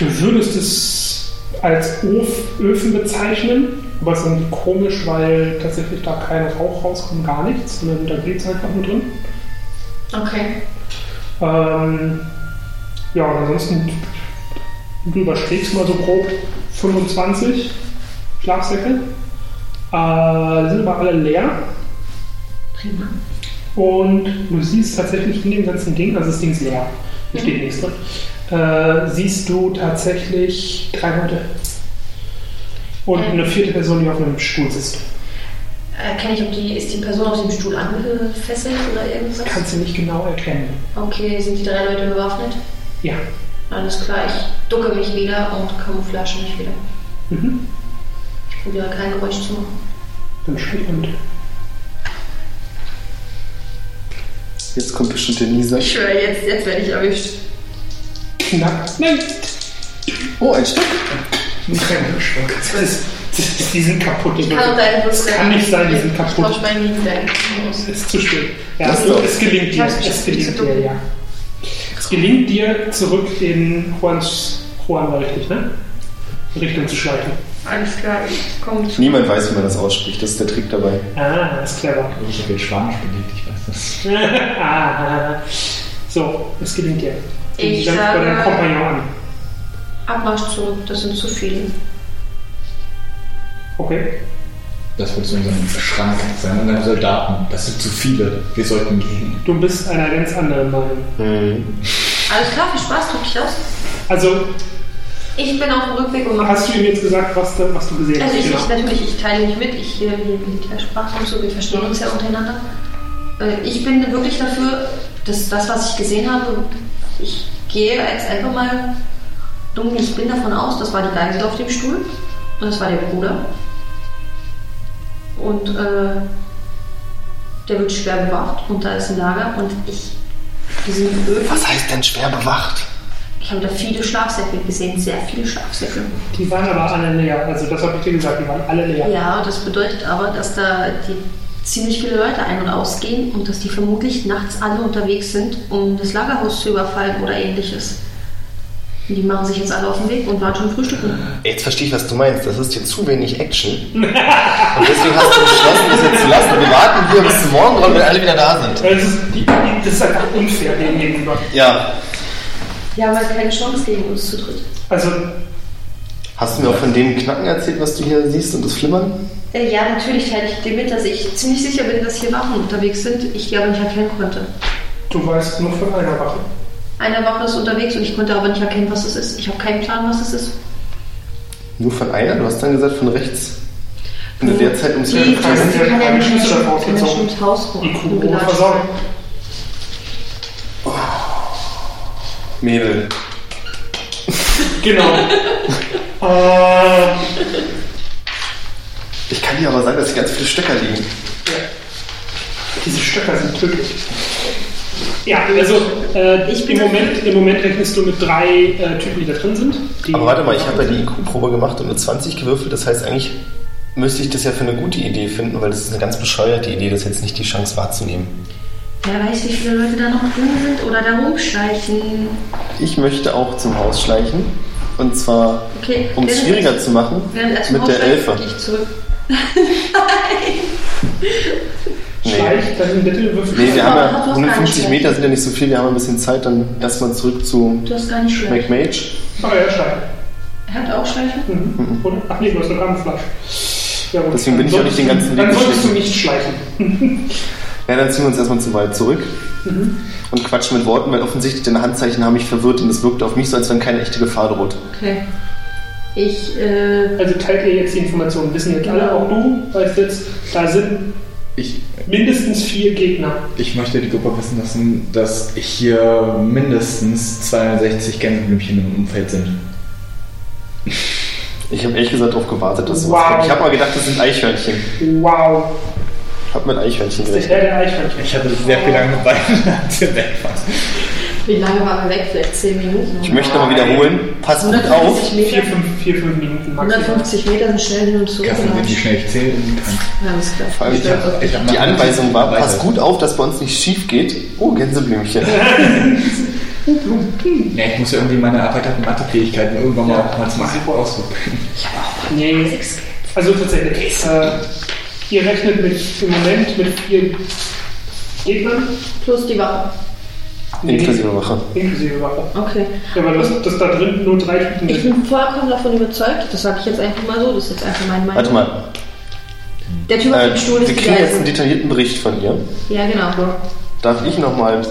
[SPEAKER 1] Du würdest es als Of Öfen bezeichnen, aber es ist irgendwie komisch, weil tatsächlich da kein Rauch rauskommt, gar nichts, sondern da geht es einfach nur drin.
[SPEAKER 4] Okay.
[SPEAKER 1] Ähm, ja, und ansonsten, du überschlägst mal so grob 25 Schlafsäcke. Äh, die sind aber alle leer.
[SPEAKER 4] Prima.
[SPEAKER 1] Und du siehst tatsächlich in dem ganzen Ding, also das Ding ist leer, hier steht nichts drin, äh, siehst du tatsächlich drei Leute. Und
[SPEAKER 4] Ähm.
[SPEAKER 1] eine vierte Person, die auf einem Stuhl sitzt.
[SPEAKER 4] Erkenne Äh, ich, ob die, ist die Person auf dem Stuhl angefesselt oder irgendwas?
[SPEAKER 1] Kannst du nicht genau erkennen.
[SPEAKER 4] Okay, sind die drei Leute bewaffnet?
[SPEAKER 1] Ja.
[SPEAKER 4] Alles klar, ich ducke mich wieder und camouflage mich wieder.
[SPEAKER 1] Mhm.
[SPEAKER 4] Ich probiere kein Geräusch zu machen.
[SPEAKER 1] Dann schön und
[SPEAKER 2] Jetzt kommt bestimmt der Nieser.
[SPEAKER 4] Ich schwöre, jetzt, jetzt werde ich erwischt.
[SPEAKER 1] knack. Nein!
[SPEAKER 2] Oh, ein Stück.
[SPEAKER 1] Das ist, das ist, die sind kaputt. Die
[SPEAKER 4] Kann doch
[SPEAKER 1] Leute.
[SPEAKER 4] deine Brust
[SPEAKER 1] kann nicht sein, die sind kaputt.
[SPEAKER 4] Ich tausche meinen gegen deinen.
[SPEAKER 1] Es ist zu spät. Ja,
[SPEAKER 2] Lass
[SPEAKER 1] es,
[SPEAKER 2] doch.
[SPEAKER 1] es gelingt dir.
[SPEAKER 4] Lass
[SPEAKER 1] Es
[SPEAKER 4] doch.
[SPEAKER 1] gelingt dir, ja. Es gelingt dir, zurück in Juans, Juan war richtig, ne? Richtung zu schleichen.
[SPEAKER 4] Alles klar, ich komme zu.
[SPEAKER 2] Niemand weiß, wie man das ausspricht. Das ist der Trick dabei.
[SPEAKER 1] Ah, ist clever.
[SPEAKER 5] also
[SPEAKER 8] Ich habe jetzt Spanisch belegt, ich weiß das.
[SPEAKER 1] Ah, so, es gelingt dir.
[SPEAKER 4] Ich
[SPEAKER 1] Dann-
[SPEAKER 4] sage-
[SPEAKER 1] Dann kommt man ja an.
[SPEAKER 4] Abmarsch zurück, das sind zu viele.
[SPEAKER 1] Okay.
[SPEAKER 5] Das wird so ein Schrank sein und dann Soldaten. Das sind zu viele. Wir sollten gehen.
[SPEAKER 1] Du bist einer ganz anderen Meinung.
[SPEAKER 4] Alles klar, viel Spaß, drück dich aus.
[SPEAKER 1] Also,
[SPEAKER 4] Ich bin auf dem Rückweg und mache
[SPEAKER 1] hast du ihm jetzt gesagt, was, du- was du gesehen
[SPEAKER 4] Also ich,
[SPEAKER 1] hast? Genau.
[SPEAKER 4] ich natürlich, ich teile nicht mit, ich äh, wir Militärsprache und so, wir verstehen uns ja untereinander. Äh, ich bin wirklich dafür, dass das, was ich gesehen habe, ich gehe jetzt einfach mal dumm, ich bin davon aus, das war die Geisel auf dem Stuhl und das war der Bruder. Und äh, der wird schwer bewacht und da ist ein Lager und ich, diesen Öl,
[SPEAKER 2] Was heißt denn schwer bewacht?
[SPEAKER 4] ich habe da viele Schlafsäcke gesehen, sehr viele Schlafsäcke.
[SPEAKER 1] Die waren aber alle leer. Also das habe ich dir gesagt, die waren alle leer.
[SPEAKER 4] Ja, das bedeutet aber, dass da die ziemlich viele Leute ein- und ausgehen und dass die vermutlich nachts alle unterwegs sind, um das Lagerhaus zu überfallen oder ähnliches. Die machen sich jetzt alle auf den Weg und waren schon frühstücken.
[SPEAKER 2] Jetzt verstehe ich, was du meinst. Das ist dir zu wenig Action. Und deswegen hast du beschlossen, das jetzt zu lassen. Wir warten hier bis zum Morgen dran, wenn alle wieder da sind.
[SPEAKER 1] Das ist, Also, die, die- das ist einfach unfair denen gegenüber.
[SPEAKER 2] Ja.
[SPEAKER 4] Die haben halt keine Chance gegen uns zu dritt.
[SPEAKER 1] Also,
[SPEAKER 2] Hast du mir auch von dem Knacken erzählt, was du hier siehst und das Flimmern?
[SPEAKER 4] Äh, ja, natürlich teile ich dir mit, dass ich ziemlich sicher bin, dass hier Wachen unterwegs sind. Ich die aber nicht erkennen konnte.
[SPEAKER 1] du weißt nur von einer Wache.
[SPEAKER 4] Eine Wache ist unterwegs und ich konnte aber nicht erkennen, was es ist. Ich habe keinen Plan, was es ist.
[SPEAKER 2] Nur von einer? Du hast dann gesagt, von rechts. In der Zeit ums
[SPEAKER 4] Die, die,
[SPEAKER 2] Leben
[SPEAKER 1] Frage
[SPEAKER 2] kreisen.
[SPEAKER 1] ist,
[SPEAKER 4] kann ja
[SPEAKER 1] haben
[SPEAKER 4] nicht
[SPEAKER 1] die
[SPEAKER 4] mehr
[SPEAKER 1] Schlüssel
[SPEAKER 4] schon- kann ja
[SPEAKER 1] rausgezogen?
[SPEAKER 4] schon ins Haus
[SPEAKER 1] Die Kuh wurde
[SPEAKER 4] rumgelatscht
[SPEAKER 1] versorgt.
[SPEAKER 4] werden.
[SPEAKER 2] Mädel.
[SPEAKER 1] Genau. äh,
[SPEAKER 2] Ich kann dir aber sagen, dass hier ganz viele Stöcker liegen.
[SPEAKER 1] diese Stöcker sind tödlich. Ja, also äh,
[SPEAKER 4] Ich bin
[SPEAKER 1] im, Moment, im Moment rechnest du mit drei äh, Typen, die da drin sind. Die-
[SPEAKER 2] Aber warte mal, ich habe ja die IQ-Probe gemacht und eine 20 gewürfelt. Das heißt, eigentlich müsste ich das ja für eine gute Idee finden, weil das ist eine ganz bescheuerte Idee, das jetzt nicht die Chance wahrzunehmen.
[SPEAKER 4] Wer weiß, wie viele Leute da noch drin sind oder da rumschleichen.
[SPEAKER 2] Ich möchte auch zum Haus schleichen. Und zwar,
[SPEAKER 4] Okay,
[SPEAKER 2] um es
[SPEAKER 4] während-
[SPEAKER 2] schwieriger zu machen,
[SPEAKER 4] während erst
[SPEAKER 2] mit der
[SPEAKER 4] rausschleicht,
[SPEAKER 2] Elfe.
[SPEAKER 4] Gehe ich zurück.
[SPEAKER 2] Nee.
[SPEAKER 1] Schleich, dann bitte würfel.
[SPEAKER 2] nee, wir haben
[SPEAKER 4] Ach,
[SPEAKER 2] ja
[SPEAKER 4] du hast gar
[SPEAKER 2] 150
[SPEAKER 4] nicht
[SPEAKER 2] Meter, sind ja nicht so viel. Wir haben ein bisschen Zeit, dann erstmal zurück zu
[SPEAKER 4] Du hast gar nicht schleichen.
[SPEAKER 2] McMage.
[SPEAKER 1] Ah, ja, Schleich.
[SPEAKER 4] Er hat auch schleichen?
[SPEAKER 1] Mhm. Und, ach nee, du hast eine Rahmenflasche. Ja, gut.
[SPEAKER 2] Deswegen bin ich auch nicht den ganzen Weg
[SPEAKER 1] Dann solltest du
[SPEAKER 2] geschlichen.
[SPEAKER 1] nicht schleichen.
[SPEAKER 2] Ja, dann ziehen wir uns erstmal zu weit zurück
[SPEAKER 4] Mhm.
[SPEAKER 2] und quatschen mit Worten, weil offensichtlich deine Handzeichen haben mich verwirrt und es wirkte auf mich so, als wenn keine echte Gefahr droht.
[SPEAKER 4] Okay. Ich, äh,
[SPEAKER 1] Also teilt ihr jetzt die Informationen. Wissen jetzt alle, auch du weißt jetzt, da sind
[SPEAKER 5] Ich,
[SPEAKER 1] mindestens vier Gegner.
[SPEAKER 5] ich möchte die Gruppe wissen lassen, dass hier mindestens 260 Gänseblümchen im Umfeld sind.
[SPEAKER 2] Ich habe ehrlich gesagt darauf gewartet, dass
[SPEAKER 1] Wow.
[SPEAKER 2] sowas kommt. Ich habe mal gedacht, das sind Eichhörnchen.
[SPEAKER 1] Wow.
[SPEAKER 2] Ich habe mit Eichhörnchen
[SPEAKER 1] Das ist
[SPEAKER 2] gerechnet.
[SPEAKER 1] der Herr der Eichhörnchen.
[SPEAKER 5] Ich hatte sehr viel lange mit beiden, als ihr weg wart.
[SPEAKER 4] wie lange waren wir weg? Vielleicht 10 Minuten?
[SPEAKER 2] Ich möchte nochmal wiederholen, passt gut auf.
[SPEAKER 4] 150 Meter.
[SPEAKER 1] Vier, fünf, vier, fünf Minuten maximal.
[SPEAKER 4] 150 Meter sind schnell hin und zurück.
[SPEAKER 5] Erstens sind die
[SPEAKER 4] gelatscht.
[SPEAKER 5] schnell ich zählen kann.
[SPEAKER 4] Ja, Alles klar.
[SPEAKER 2] Vor allem, ich hab,
[SPEAKER 5] Ich hab
[SPEAKER 2] die Anweisung war,
[SPEAKER 5] Weiter.
[SPEAKER 2] passt gut auf, dass bei uns nicht schief geht. Oh, Gänseblümchen.
[SPEAKER 5] Ja, ich muss ja irgendwie meine erweiterten Mathefähigkeiten irgendwann mal auch mal zum Angebot ausprobieren.
[SPEAKER 1] Nee. Also tatsächlich. Äh, ihr rechnet mit, im Moment mit vier Gegnern.
[SPEAKER 4] Plus die Wache.
[SPEAKER 2] Inklusive Wache.
[SPEAKER 1] Inklusive Waffe.
[SPEAKER 4] Okay.
[SPEAKER 1] Ja, aber dass, dass da drin nur drei Typen
[SPEAKER 4] Ich
[SPEAKER 1] sind.
[SPEAKER 4] bin vollkommen davon überzeugt, das sage ich jetzt einfach mal so, das ist jetzt einfach meine Meinung.
[SPEAKER 2] Warte mal,
[SPEAKER 4] Der Typ auf
[SPEAKER 2] äh,
[SPEAKER 4] dem Stuhl
[SPEAKER 2] wir
[SPEAKER 4] ist die
[SPEAKER 2] kriegen jetzt einen
[SPEAKER 4] Geisel.
[SPEAKER 2] detaillierten Bericht von dir.
[SPEAKER 4] Ja, genau.
[SPEAKER 2] Darf ich nochmal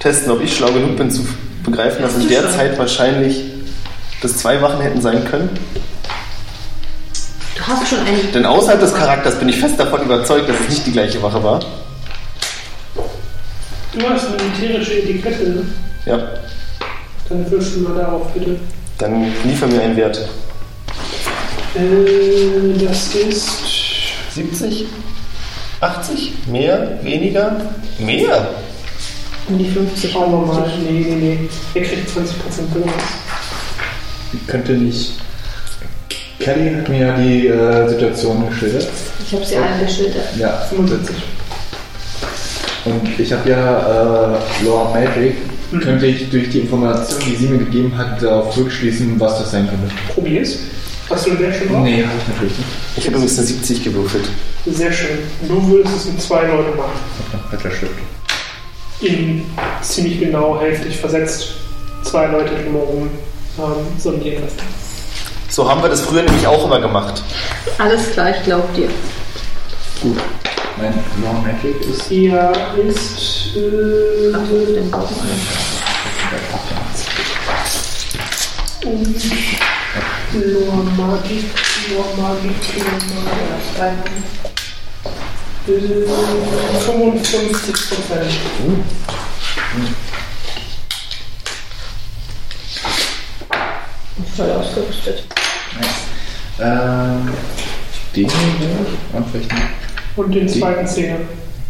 [SPEAKER 2] testen, ob ich schlau genug bin zu begreifen, dass in der Zeit wahrscheinlich das zwei Wachen hätten sein können?
[SPEAKER 4] Du hast schon eine
[SPEAKER 2] Denn außerhalb des Charakters bin ich fest davon überzeugt, dass es nicht die gleiche Wache war.
[SPEAKER 1] Du hast eine militärische Etikette. Ne?
[SPEAKER 2] Ja,
[SPEAKER 1] Dann würfel mal darauf, bitte.
[SPEAKER 2] dann liefer mir einen Wert.
[SPEAKER 1] Äh, das ist.
[SPEAKER 2] 70? 80? Mehr? Weniger? Mehr?
[SPEAKER 4] um die 50
[SPEAKER 1] Schauen wir mal. Nee, nee, nee. Ihr kriegt 20% Bonus.
[SPEAKER 5] Ich könnte nicht. Kelly hat mir ja die äh, Situation geschildert.
[SPEAKER 4] Ich habe sie allen geschildert.
[SPEAKER 5] Ja,
[SPEAKER 1] 75.
[SPEAKER 5] Und ich habe ja äh, Laura Magic. Könnte ich durch die Information, die sie mir gegeben hat, darauf zurückschließen, was das sein könnte?
[SPEAKER 1] Probier's. Hast du den Wert schon drauf?
[SPEAKER 5] Nee, habe ich natürlich nicht.
[SPEAKER 2] Ich habe übrigens eine 70 gewürfelt.
[SPEAKER 1] Sehr schön. Du würdest es in zwei Leute machen.
[SPEAKER 5] Alter Stift.
[SPEAKER 1] In ziemlich genau hälftig versetzt. Zwei Leute drumherum ähm, sondieren lassen.
[SPEAKER 2] So haben wir das früher nämlich auch immer gemacht.
[SPEAKER 4] Alles klar, ich glaube dir.
[SPEAKER 5] Gut. Mein Long Magic ist
[SPEAKER 1] Er ist. Äh, und Lore Magic, Lore Magic, Lore Magic. Äh, 55 Prozent.
[SPEAKER 4] Voll ausgerüstet.
[SPEAKER 5] nice. Ähm, den hier und vielleicht einen
[SPEAKER 1] Und den zweiten Zehner.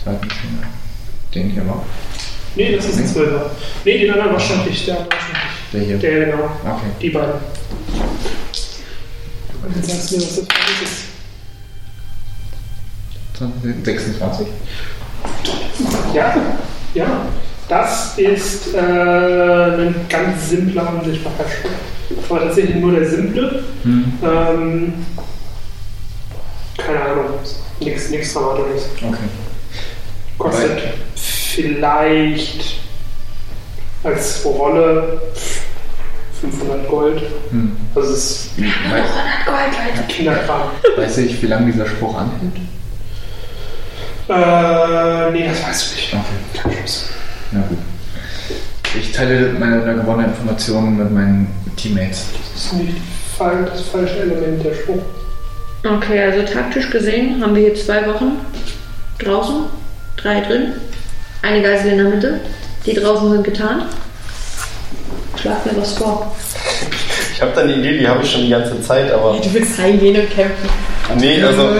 [SPEAKER 5] zweiten Finger. Den hier noch.
[SPEAKER 1] Nee, das ist ein Zwölfer. Nee, den anderen wahrscheinlich. Der andere wahrscheinlich.
[SPEAKER 5] Der hier.
[SPEAKER 1] Der, genau.
[SPEAKER 5] Okay.
[SPEAKER 1] Die beiden. Und jetzt sagst du mir, was das für ist.
[SPEAKER 5] 26.
[SPEAKER 1] Ja, ja. Das ist äh, ein ganz simpler Unsichtbarkeitsspruch. Aber tatsächlich nur der simple.
[SPEAKER 5] Hm.
[SPEAKER 1] Ähm, keine Ahnung. Nichts nix Dramatisches.
[SPEAKER 5] Okay.
[SPEAKER 1] Kostet
[SPEAKER 5] Wobei-
[SPEAKER 1] vielleicht als Rolle 500 Gold.
[SPEAKER 5] Hm.
[SPEAKER 1] Das ist
[SPEAKER 5] Weiß,
[SPEAKER 1] Kinderkram.
[SPEAKER 5] weiß ich, wie lange dieser Spruch anhält?
[SPEAKER 1] Äh, nee, das weißt du nicht.
[SPEAKER 5] Okay.
[SPEAKER 1] Kein Schluss.
[SPEAKER 5] Na gut. Ich teile meine gewonnene Informationen mit meinen Teammates.
[SPEAKER 1] Das ist nicht fa- das falsche Element der Spruch.
[SPEAKER 4] Okay, also taktisch gesehen haben wir hier zwei Wochen draußen, drei drin, eine Geisel in der Mitte. Die draußen sind getan. Schlag mir was vor.
[SPEAKER 2] Ich habe da eine Idee, die habe ich schon die ganze Zeit, aber.
[SPEAKER 9] Du willst reingehen und kämpfen.
[SPEAKER 2] Nee, also.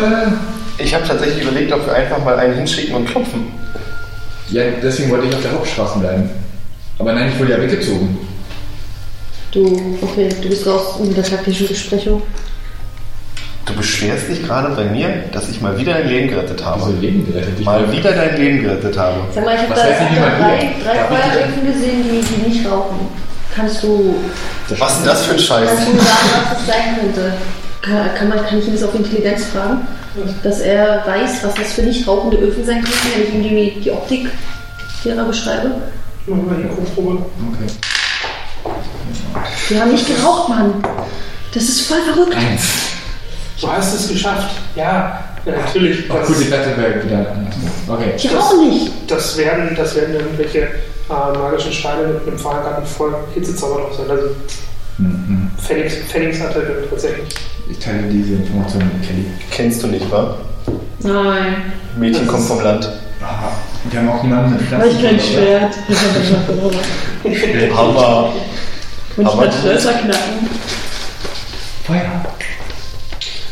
[SPEAKER 2] Ich habe tatsächlich überlegt, ob wir einfach mal einen hinschicken und klopfen.
[SPEAKER 5] Ja, deswegen wollte ich auf der Hauptstraße bleiben. Aber nein, ich wurde ja weggezogen.
[SPEAKER 9] Du, okay, du bist raus in der taktischen Besprechung.
[SPEAKER 2] Du beschwerst dich gerade bei mir, dass ich mal wieder dein Leben gerettet
[SPEAKER 5] Also
[SPEAKER 2] habe.
[SPEAKER 5] Leben gerettet. Ich
[SPEAKER 2] Mal wieder dein Leben gerettet habe.
[SPEAKER 4] Sag mal, ich habe
[SPEAKER 5] Was
[SPEAKER 4] da
[SPEAKER 5] heißt denn hier mal
[SPEAKER 4] drei,
[SPEAKER 5] hier?
[SPEAKER 4] drei
[SPEAKER 5] Darf ich
[SPEAKER 4] Feueröfen gesehen, die, die nicht rauchen. Kannst du
[SPEAKER 2] Was ist denn das für ein Scheiß?
[SPEAKER 4] dazu sagen, was das sein könnte?
[SPEAKER 9] Kann, kann, man, kann ich ihn das auf Intelligenz fragen? Dass er weiß, was das für nicht rauchende Öfen sein können, wenn ich ihm die, die Optik derer beschreibe?
[SPEAKER 1] Machen wir hier Kostprobe.
[SPEAKER 5] Okay.
[SPEAKER 9] Die haben nicht geraucht, Mann. Das ist voll verrückt.
[SPEAKER 5] Eins.
[SPEAKER 1] Du hast es geschafft. Ja, ja natürlich.
[SPEAKER 5] Oh,
[SPEAKER 1] Das,
[SPEAKER 5] gut, die Platte wäre wieder anders. Okay.
[SPEAKER 9] Die rauchen nicht.
[SPEAKER 1] das, werden, das werden irgendwelche äh, magischen Steine mit einem Fahrgarten voll Hitzezauber drauf sein. Also
[SPEAKER 5] Mhm.
[SPEAKER 1] Pfennigs, Pfennigsartikel halt tatsächlich.
[SPEAKER 5] Ich teile diese Informationen mit Kelly.
[SPEAKER 2] Kennst du nicht, wa?
[SPEAKER 9] Nein.
[SPEAKER 2] Mädchen kommt vom Land.
[SPEAKER 5] Ah, wir haben auch niemanden mit
[SPEAKER 9] Weil ich kein
[SPEAKER 5] oder?
[SPEAKER 9] Schwert. Ich habe das noch gewonnen.
[SPEAKER 2] Aber
[SPEAKER 9] Und ich
[SPEAKER 2] Aber
[SPEAKER 9] kann
[SPEAKER 2] du-
[SPEAKER 9] Schlösser knacken.
[SPEAKER 5] Feuer.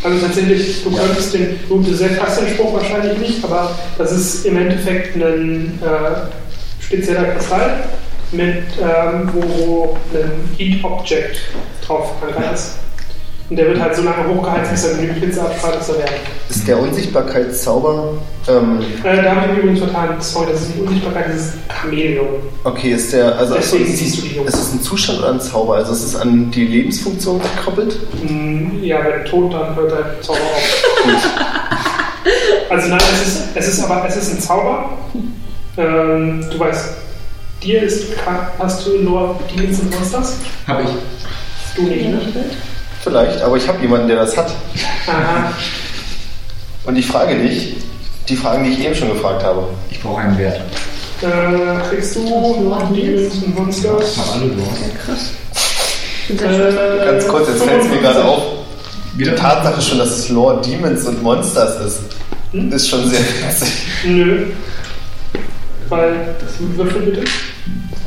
[SPEAKER 1] Also tatsächlich, du könntest den, du du selbst hast den Spruch wahrscheinlich nicht, aber das ist im Endeffekt ein äh, spezieller Kristall, mit, ähm, wo ein Heat Object drauf verankert ist. Und der wird halt so lange hochgeheizt, bis er genügend Hitze abstrahlt, dass er wärmt.
[SPEAKER 2] ist der Unsichtbarkeitszauber. Ähm,
[SPEAKER 1] Äh, da habe ich mich übrigens vertan. Sorry, das ist nicht Unsichtbarkeit, das ist Chameleon.
[SPEAKER 2] okay, ist der. Also ist,
[SPEAKER 1] Deswegen siehst du um. die Jungs.
[SPEAKER 2] ist es ein Zustand oder ein Zauber? Also ist es an die Lebensfunktion gekoppelt?
[SPEAKER 1] Hm, Ja, wenn tot, dann hört der Zauber auf. also nein, es ist, es ist aber es ist ein Zauber. Ähm, du weißt, dir ist bekannt, hast du nur die ganzen Monsters?
[SPEAKER 5] Hab ich.
[SPEAKER 1] Du nicht, ne?
[SPEAKER 2] Vielleicht, aber ich habe jemanden, der das hat.
[SPEAKER 1] Aha.
[SPEAKER 2] Und ich frage dich, die Fragen, die ich eben schon gefragt habe.
[SPEAKER 5] Ich brauche einen Wert.
[SPEAKER 1] Äh, kriegst du nur die ganzen
[SPEAKER 5] Ich hab
[SPEAKER 1] Monsters?
[SPEAKER 5] alle durch.
[SPEAKER 1] Äh,
[SPEAKER 2] Ganz kurz, jetzt fällt es mir gerade auf. Die
[SPEAKER 5] Wieder
[SPEAKER 2] Tatsache schon, dass es Lore, Demons und Monsters ist,
[SPEAKER 1] Hm?
[SPEAKER 2] ist schon sehr witzig.
[SPEAKER 1] Nö. Weil, würfel bitte.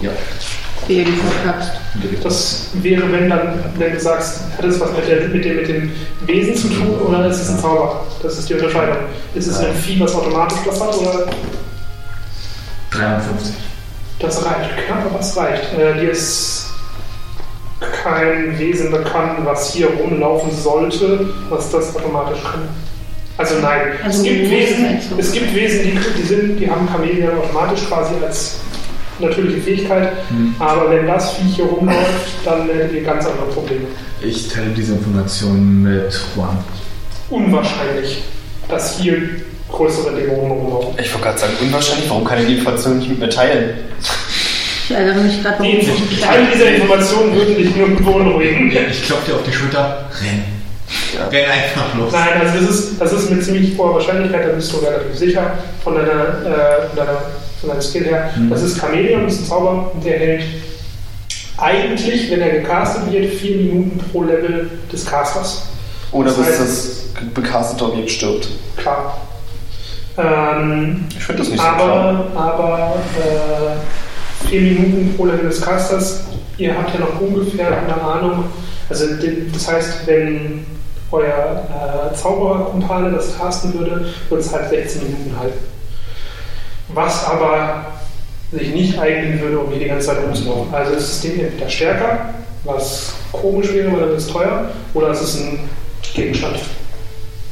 [SPEAKER 5] Ja.
[SPEAKER 4] Ehe du verkackst.
[SPEAKER 1] Das wäre, wenn dann, wenn du sagst, hat es was mit, der, mit, dem, mit dem Wesen zu tun oder ist es ein Zauber? Das ist die Unterscheidung. Ist es ein Vieh, was automatisch das hat oder
[SPEAKER 5] 53.
[SPEAKER 1] das reicht? Knapp, aber es reicht. Äh, dir ist kein Wesen bekannt, was hier rumlaufen sollte, was das automatisch kann. Also nein,
[SPEAKER 4] Also
[SPEAKER 1] es, gibt
[SPEAKER 4] muss
[SPEAKER 1] Wesen,
[SPEAKER 4] es sein, so.
[SPEAKER 1] es gibt Wesen, die, die, sind, die haben Chamäleon automatisch quasi als natürliche Fähigkeit, aber wenn das Vieh hier rumläuft, dann werdet ihr ganz andere Probleme.
[SPEAKER 5] Ich teile diese Informationen mit Juan.
[SPEAKER 1] unwahrscheinlich, dass hier größere Dämonen rumlaufen.
[SPEAKER 2] Ich wollte gerade sagen, unwahrscheinlich, warum kann er die Information nicht mit mir teilen?
[SPEAKER 4] Ich ärgere mich
[SPEAKER 1] Die
[SPEAKER 4] gerade, warum ich
[SPEAKER 1] Info- Teile dieser Informationen würden dich nirgendwo beunruhigen.
[SPEAKER 5] Ich klopfe dir auf die Schulter. Renn.
[SPEAKER 2] Ja.
[SPEAKER 10] Renn einfach los.
[SPEAKER 1] Nein, also das ist, das ist mit ziemlich hoher Wahrscheinlichkeit, da bist du relativ sicher von deiner, äh, von deiner, von deinem Skill her. Das ist Chameleon, das ist ein Zauber, und der hält eigentlich, wenn er gecastet wird, vier Minuten pro Level des Casters.
[SPEAKER 2] Oder
[SPEAKER 1] Das
[SPEAKER 2] bis
[SPEAKER 1] heißt-
[SPEAKER 2] das becastete Objekt stirbt.
[SPEAKER 1] Klar. Ähm,
[SPEAKER 2] Ich finde das nicht so klar.
[SPEAKER 1] aber aber äh, vier Minuten pro Level des Casters, ihr habt ja noch ungefähr eine Ahnung. Also de- das heißt, wenn euer äh, Zaubererkumpane das casten würde, würde es halt 16 Minuten halten. Was aber sich nicht eignen würde, um hier die ganze Zeit rumzulaufen. Also es ist dem entweder stärker, was komisch wäre, weil dann ist es teuer, oder es ist ein Gegenstand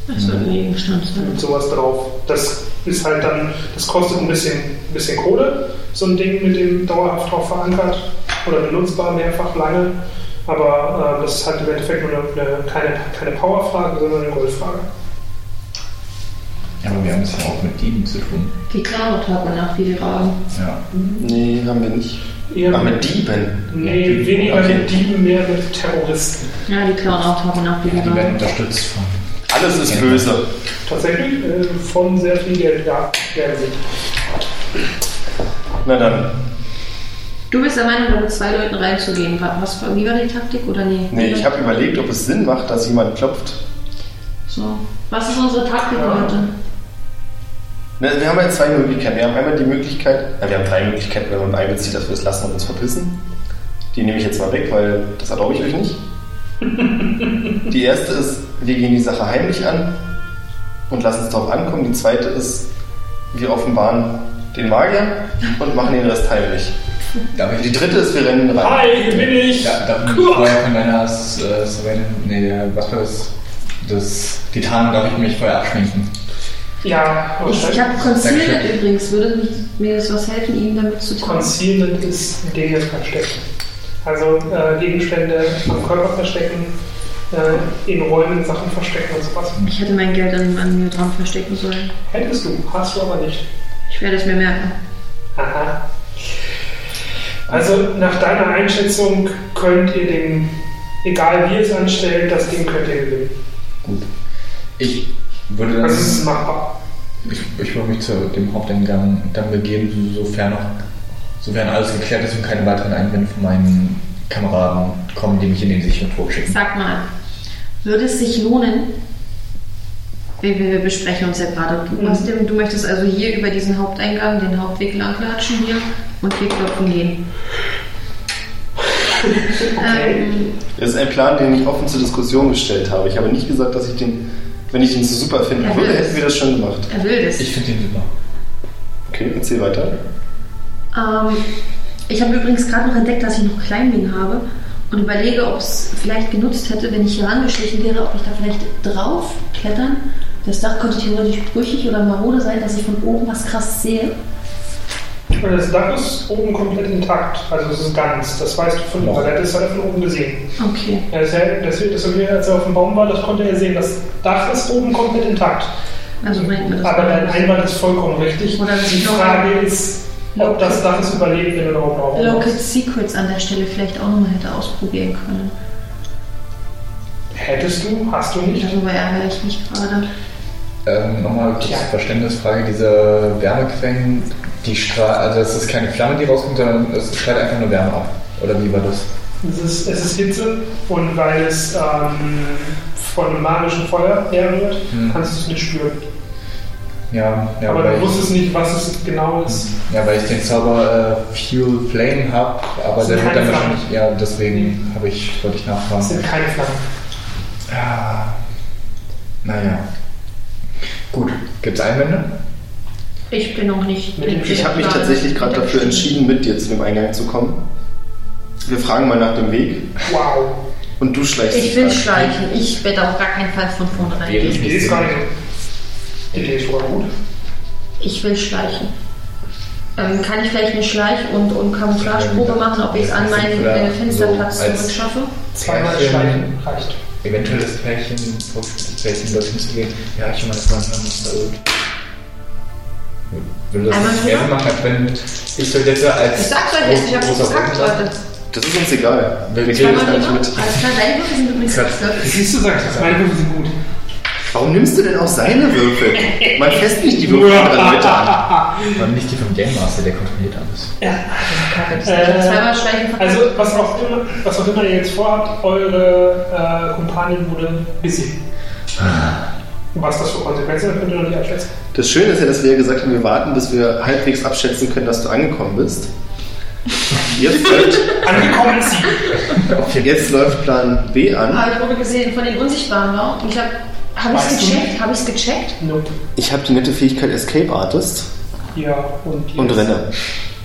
[SPEAKER 9] Das wird ein Gegenstand
[SPEAKER 1] und sowas drauf. Das ist halt dann, das kostet ein bisschen, ein bisschen Kohle, so ein Ding mit dem dauerhaft drauf verankert oder benutzbar mehrfach lange. Aber äh, das ist halt im Endeffekt nur eine, eine, keine, keine Powerfrage, sondern eine Goldfrage.
[SPEAKER 5] Ja, aber wir haben es ja auch mit Dieben zu tun.
[SPEAKER 9] Die Klamotten hat man nach wie die Raben.
[SPEAKER 5] Ja.
[SPEAKER 2] Nee, haben wir nicht.
[SPEAKER 1] Eher
[SPEAKER 2] Ach, mit Dieben.
[SPEAKER 1] Nee, weniger mit Dieben, mehr mit Terroristen.
[SPEAKER 9] Ja, die Klamotten hat man nach wie die
[SPEAKER 5] Die werden
[SPEAKER 9] Raben.
[SPEAKER 5] unterstützt von.
[SPEAKER 2] Alles ist böse.
[SPEAKER 1] Tatsächlich äh, von sehr viel Geld, ja, werden sie.
[SPEAKER 2] Na dann.
[SPEAKER 9] Du bist der Meinung, da mit zwei Leuten reinzugehen. Wa- Was, wie war die Taktik oder nee?
[SPEAKER 2] Nee, ich habe überlegt, ob es Sinn macht, dass jemand klopft.
[SPEAKER 9] So. Was ist unsere Taktik heute?
[SPEAKER 2] Ne, Wir haben ja zwei Möglichkeiten. Wir haben einmal die Möglichkeit, ja, wir haben drei Möglichkeiten, wenn man einbezieht, dass wir es lassen und uns verpissen. Die nehme ich jetzt mal weg, weil das erlaube ich euch nicht. Die erste ist, wir gehen die Sache heimlich an und lassen es darauf ankommen. Die zweite ist, wir offenbaren den Magier und machen den Rest heimlich.
[SPEAKER 5] Darf
[SPEAKER 2] Die
[SPEAKER 5] ich
[SPEAKER 2] dritte ist, wir rennen rein.
[SPEAKER 1] Hi, hier bin ich!
[SPEAKER 5] ja, darf ich mich
[SPEAKER 1] Guck.
[SPEAKER 5] vorher von deiner äh, Savannah, nee, der- was war das? Das Titan darf ich mich vorher abschminken.
[SPEAKER 1] Ja,
[SPEAKER 9] Ich, ich habe Concealment
[SPEAKER 5] Dankeschön.
[SPEAKER 9] übrigens. Würde mich, mir das was helfen, ihm damit zu tragen?
[SPEAKER 1] Concealment ist Dinge verstecken. Also äh, Gegenstände am Körper verstecken, äh, in Räumen Sachen verstecken und sowas.
[SPEAKER 9] Ich hätte mein Geld an, an mir dran verstecken sollen.
[SPEAKER 1] Hättest du, hast du aber nicht.
[SPEAKER 9] Ich werde es mir merken.
[SPEAKER 1] Aha. Also nach deiner Einschätzung könnt ihr den, egal wie ihr es anstellt, das Ding könnt ihr gewinnen.
[SPEAKER 5] Ich würde dann.
[SPEAKER 1] Also es ist machbar.
[SPEAKER 5] Ich, ich würde mich zu dem Haupteingang dann begeben, so- sofern noch, sofern alles geklärt ist und keine weiteren Einwände von meinen Kameraden kommen, die mich in den sicheren Tod schicken.
[SPEAKER 9] Sag mal, würde es sich lohnen, wir, wir, wir besprechen uns ja gerade, du,
[SPEAKER 1] Mhm.
[SPEAKER 9] hast den- du möchtest also hier über diesen Haupteingang, den Hauptweg langlatschen hier und wir klopfen gehen. ähm,
[SPEAKER 2] Das ist ein Plan, den ich offen zur Diskussion gestellt habe. Ich habe nicht gesagt, dass ich den, wenn ich den zu super finden würde, hätten wir das schon gemacht.
[SPEAKER 9] er will das.
[SPEAKER 5] Ich finde den super.
[SPEAKER 2] Okay, erzähl weiter.
[SPEAKER 9] Ähm, ich habe übrigens gerade noch entdeckt, dass ich noch Kleinwien habe und überlege, ob es vielleicht genutzt hätte, wenn ich hier rangeschlichen wäre, ob ich da vielleicht drauf klettern. Das Dach könnte theoretisch brüchig oder marode sein, dass ich von oben was krass sehe.
[SPEAKER 1] Und das Dach ist oben komplett intakt. Also es ist ganz. Das weißt du von oben. Der hat es hat er von oben gesehen.
[SPEAKER 9] Okay.
[SPEAKER 1] Ja, das, das, das, das, als er auf dem Baum war, das konnte er sehen. Das Dach ist oben komplett intakt.
[SPEAKER 9] Also bringt mir das.
[SPEAKER 1] Aber dein Einwand ist vollkommen richtig.
[SPEAKER 9] Oder
[SPEAKER 1] die
[SPEAKER 9] noch-
[SPEAKER 1] Frage ist, ob das Dach es überlebt, wenn du da oben drauf
[SPEAKER 9] Local
[SPEAKER 1] kommst.
[SPEAKER 9] Secrets an der Stelle vielleicht auch nochmal hätte ausprobieren können.
[SPEAKER 1] Hättest du, hast du nicht.
[SPEAKER 9] Darüber ärgere ich mich gerade.
[SPEAKER 5] Ähm, Nochmal kurz
[SPEAKER 1] Ja.
[SPEAKER 5] Verständnisfrage, diese Wärmequellen, die strahlen, also es ist keine Flamme, die rauskommt, sondern es strahlt einfach nur Wärme ab. Oder wie war das?
[SPEAKER 1] Es ist, es ist Hitze und weil es ähm, von einem magischen Feuer herrührt,
[SPEAKER 5] Hm.
[SPEAKER 1] kannst du es nicht spüren.
[SPEAKER 5] Ja, ja,
[SPEAKER 1] Aber
[SPEAKER 5] weil Hm.
[SPEAKER 1] du wusstest nicht, was es genau ist.
[SPEAKER 5] ich, ja, weil ich den Zauber äh, Fuel Flame habe, aber
[SPEAKER 1] Das
[SPEAKER 5] der
[SPEAKER 1] sind
[SPEAKER 5] wird
[SPEAKER 1] keine
[SPEAKER 5] dann wahrscheinlich, ja, deswegen habe ich, wollte ich
[SPEAKER 1] Es
[SPEAKER 5] nachfragen.
[SPEAKER 1] sind keine Flammen.
[SPEAKER 5] Ah, naja. Gut, gibt's Einwände?
[SPEAKER 9] Ich bin noch nicht.
[SPEAKER 1] Mit dem
[SPEAKER 2] Ich habe mich tatsächlich gerade dafür entschieden, mit dir zu dem Eingang zu kommen. Wir fragen mal nach dem Weg
[SPEAKER 1] Wow.
[SPEAKER 2] und du schleichst
[SPEAKER 4] Ich
[SPEAKER 2] dich
[SPEAKER 4] will
[SPEAKER 2] rein.
[SPEAKER 4] schleichen. Ich werde auf gar keinen Fall von vornherein
[SPEAKER 5] Wäre
[SPEAKER 1] Die
[SPEAKER 5] ich
[SPEAKER 4] gehen.
[SPEAKER 1] Idee
[SPEAKER 5] nicht
[SPEAKER 1] ist
[SPEAKER 5] so.
[SPEAKER 1] gar nicht Die Idee ist schon mal gut.
[SPEAKER 4] Ich will schleichen. Ähm, kann ich vielleicht eine Schleich- und, und Camouflageprobe machen, ob ich es an meinen äh, Fensterplatz
[SPEAKER 5] So, als-
[SPEAKER 4] zurückschaffe?
[SPEAKER 1] Zweimal
[SPEAKER 5] Pärchen.
[SPEAKER 1] schleichen reicht.
[SPEAKER 5] Eventuell das Pärchen, das Pärchen dorthin zu gehen. Ja, ich und meine Freundin haben uns da gut. Würde das
[SPEAKER 4] Einmal
[SPEAKER 5] nicht mehr
[SPEAKER 4] drüber?
[SPEAKER 5] machen, als wenn ich so jetzt als.
[SPEAKER 4] Ich sag's euch jetzt, ich hab's
[SPEAKER 5] großer
[SPEAKER 4] gesagt,
[SPEAKER 5] Hund-
[SPEAKER 4] Leute.
[SPEAKER 2] Das ist uns egal.
[SPEAKER 5] Wir
[SPEAKER 6] Zwei
[SPEAKER 5] kriegen das
[SPEAKER 6] Mal
[SPEAKER 5] gar nicht
[SPEAKER 6] drüber.
[SPEAKER 5] mit.
[SPEAKER 6] Alles klar, deine Würfel sind übrigens
[SPEAKER 5] Quatsch.
[SPEAKER 6] Würfel.
[SPEAKER 1] Siehst du, sagst du, meine Würfel sind gut.
[SPEAKER 2] Warum nimmst du denn auch seine Würfel? Man fest nicht die Würfel von anderen Leute an.
[SPEAKER 5] Aber nicht die vom Game Master, der kontrolliert alles.
[SPEAKER 1] Äh,
[SPEAKER 6] Zweimal schleichen von
[SPEAKER 1] also, was auch, immer, was auch immer ihr jetzt vorhabt, eure äh, Kumpanin wurde busy.
[SPEAKER 2] Ah.
[SPEAKER 1] Was das für Konsequenzen hat, könnt ihr noch nicht abschätzen.
[SPEAKER 2] Das Schöne ist ja, dass wir ja gesagt haben, wir warten, bis wir halbwegs abschätzen können, dass du angekommen bist. Jetzt läuft,
[SPEAKER 1] Angekommen ist sie.
[SPEAKER 2] jetzt läuft Plan B an.
[SPEAKER 6] Aber ich wurde gesehen von den Unsichtbaren war und ich habe. Habe ich es
[SPEAKER 1] Weißt du?
[SPEAKER 6] gecheckt? Habe ich es gecheckt?
[SPEAKER 1] Nope.
[SPEAKER 2] Ich habe die nette Fähigkeit Escape Artist
[SPEAKER 1] Ja, und, jetzt-
[SPEAKER 2] und renne.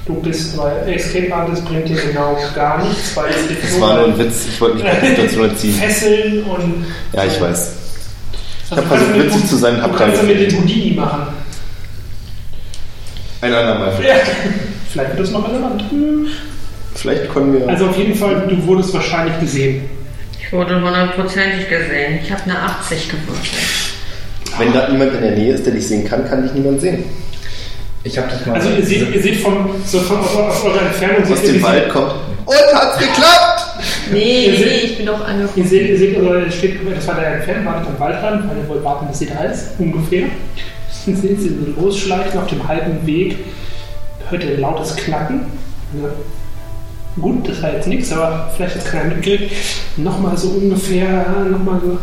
[SPEAKER 1] Du bist, weil Escape Artist bringt dir genau gar nichts, weil es gibt
[SPEAKER 2] Das war nur ein Witz, ich wollte mich aus der Situation erziehen.
[SPEAKER 1] Fesseln und.
[SPEAKER 2] Ja, ich weiß.
[SPEAKER 1] Ich
[SPEAKER 2] hab versucht, witzig zu sein, hab
[SPEAKER 1] Du kannst
[SPEAKER 2] keine-
[SPEAKER 1] damit den Houdini machen.
[SPEAKER 2] Ein andermal.
[SPEAKER 1] Ja. Vielleicht wird das noch relevant.
[SPEAKER 2] Vielleicht können wir.
[SPEAKER 1] Also auf jeden Fall, du wurdest wahrscheinlich gesehen.
[SPEAKER 11] Ich wurde hundertprozentig gesehen. Ich ne habe eine 80 gewürfelt.
[SPEAKER 2] Wenn da niemand in der Nähe ist, der dich sehen kann, kann dich niemand sehen.
[SPEAKER 5] Ich habe das mal.
[SPEAKER 1] Also ihr seht, ihr seht vom, so von, aus, aus eurer Entfernung,
[SPEAKER 2] Aus
[SPEAKER 1] seht ihr,
[SPEAKER 2] dem
[SPEAKER 1] wie sie-
[SPEAKER 2] Wald kommt. Und hat's geklappt!
[SPEAKER 4] Nee,
[SPEAKER 1] Ihr
[SPEAKER 4] nee,
[SPEAKER 1] seht-
[SPEAKER 4] ich bin doch angerufen.
[SPEAKER 1] Ihr seht, ihr seht, also es steht etwas weiter entfernt, wartet am Waldrand, weil ihr wollt warten, bis sie da ist, ungefähr. Dann seht sie so losschleichen auf dem halben Weg, hört ihr ein lautes Knacken. Ja. Gut, das war jetzt nichts, aber vielleicht hat es keiner mitgekriegt. Nochmal so ungefähr, nochmal so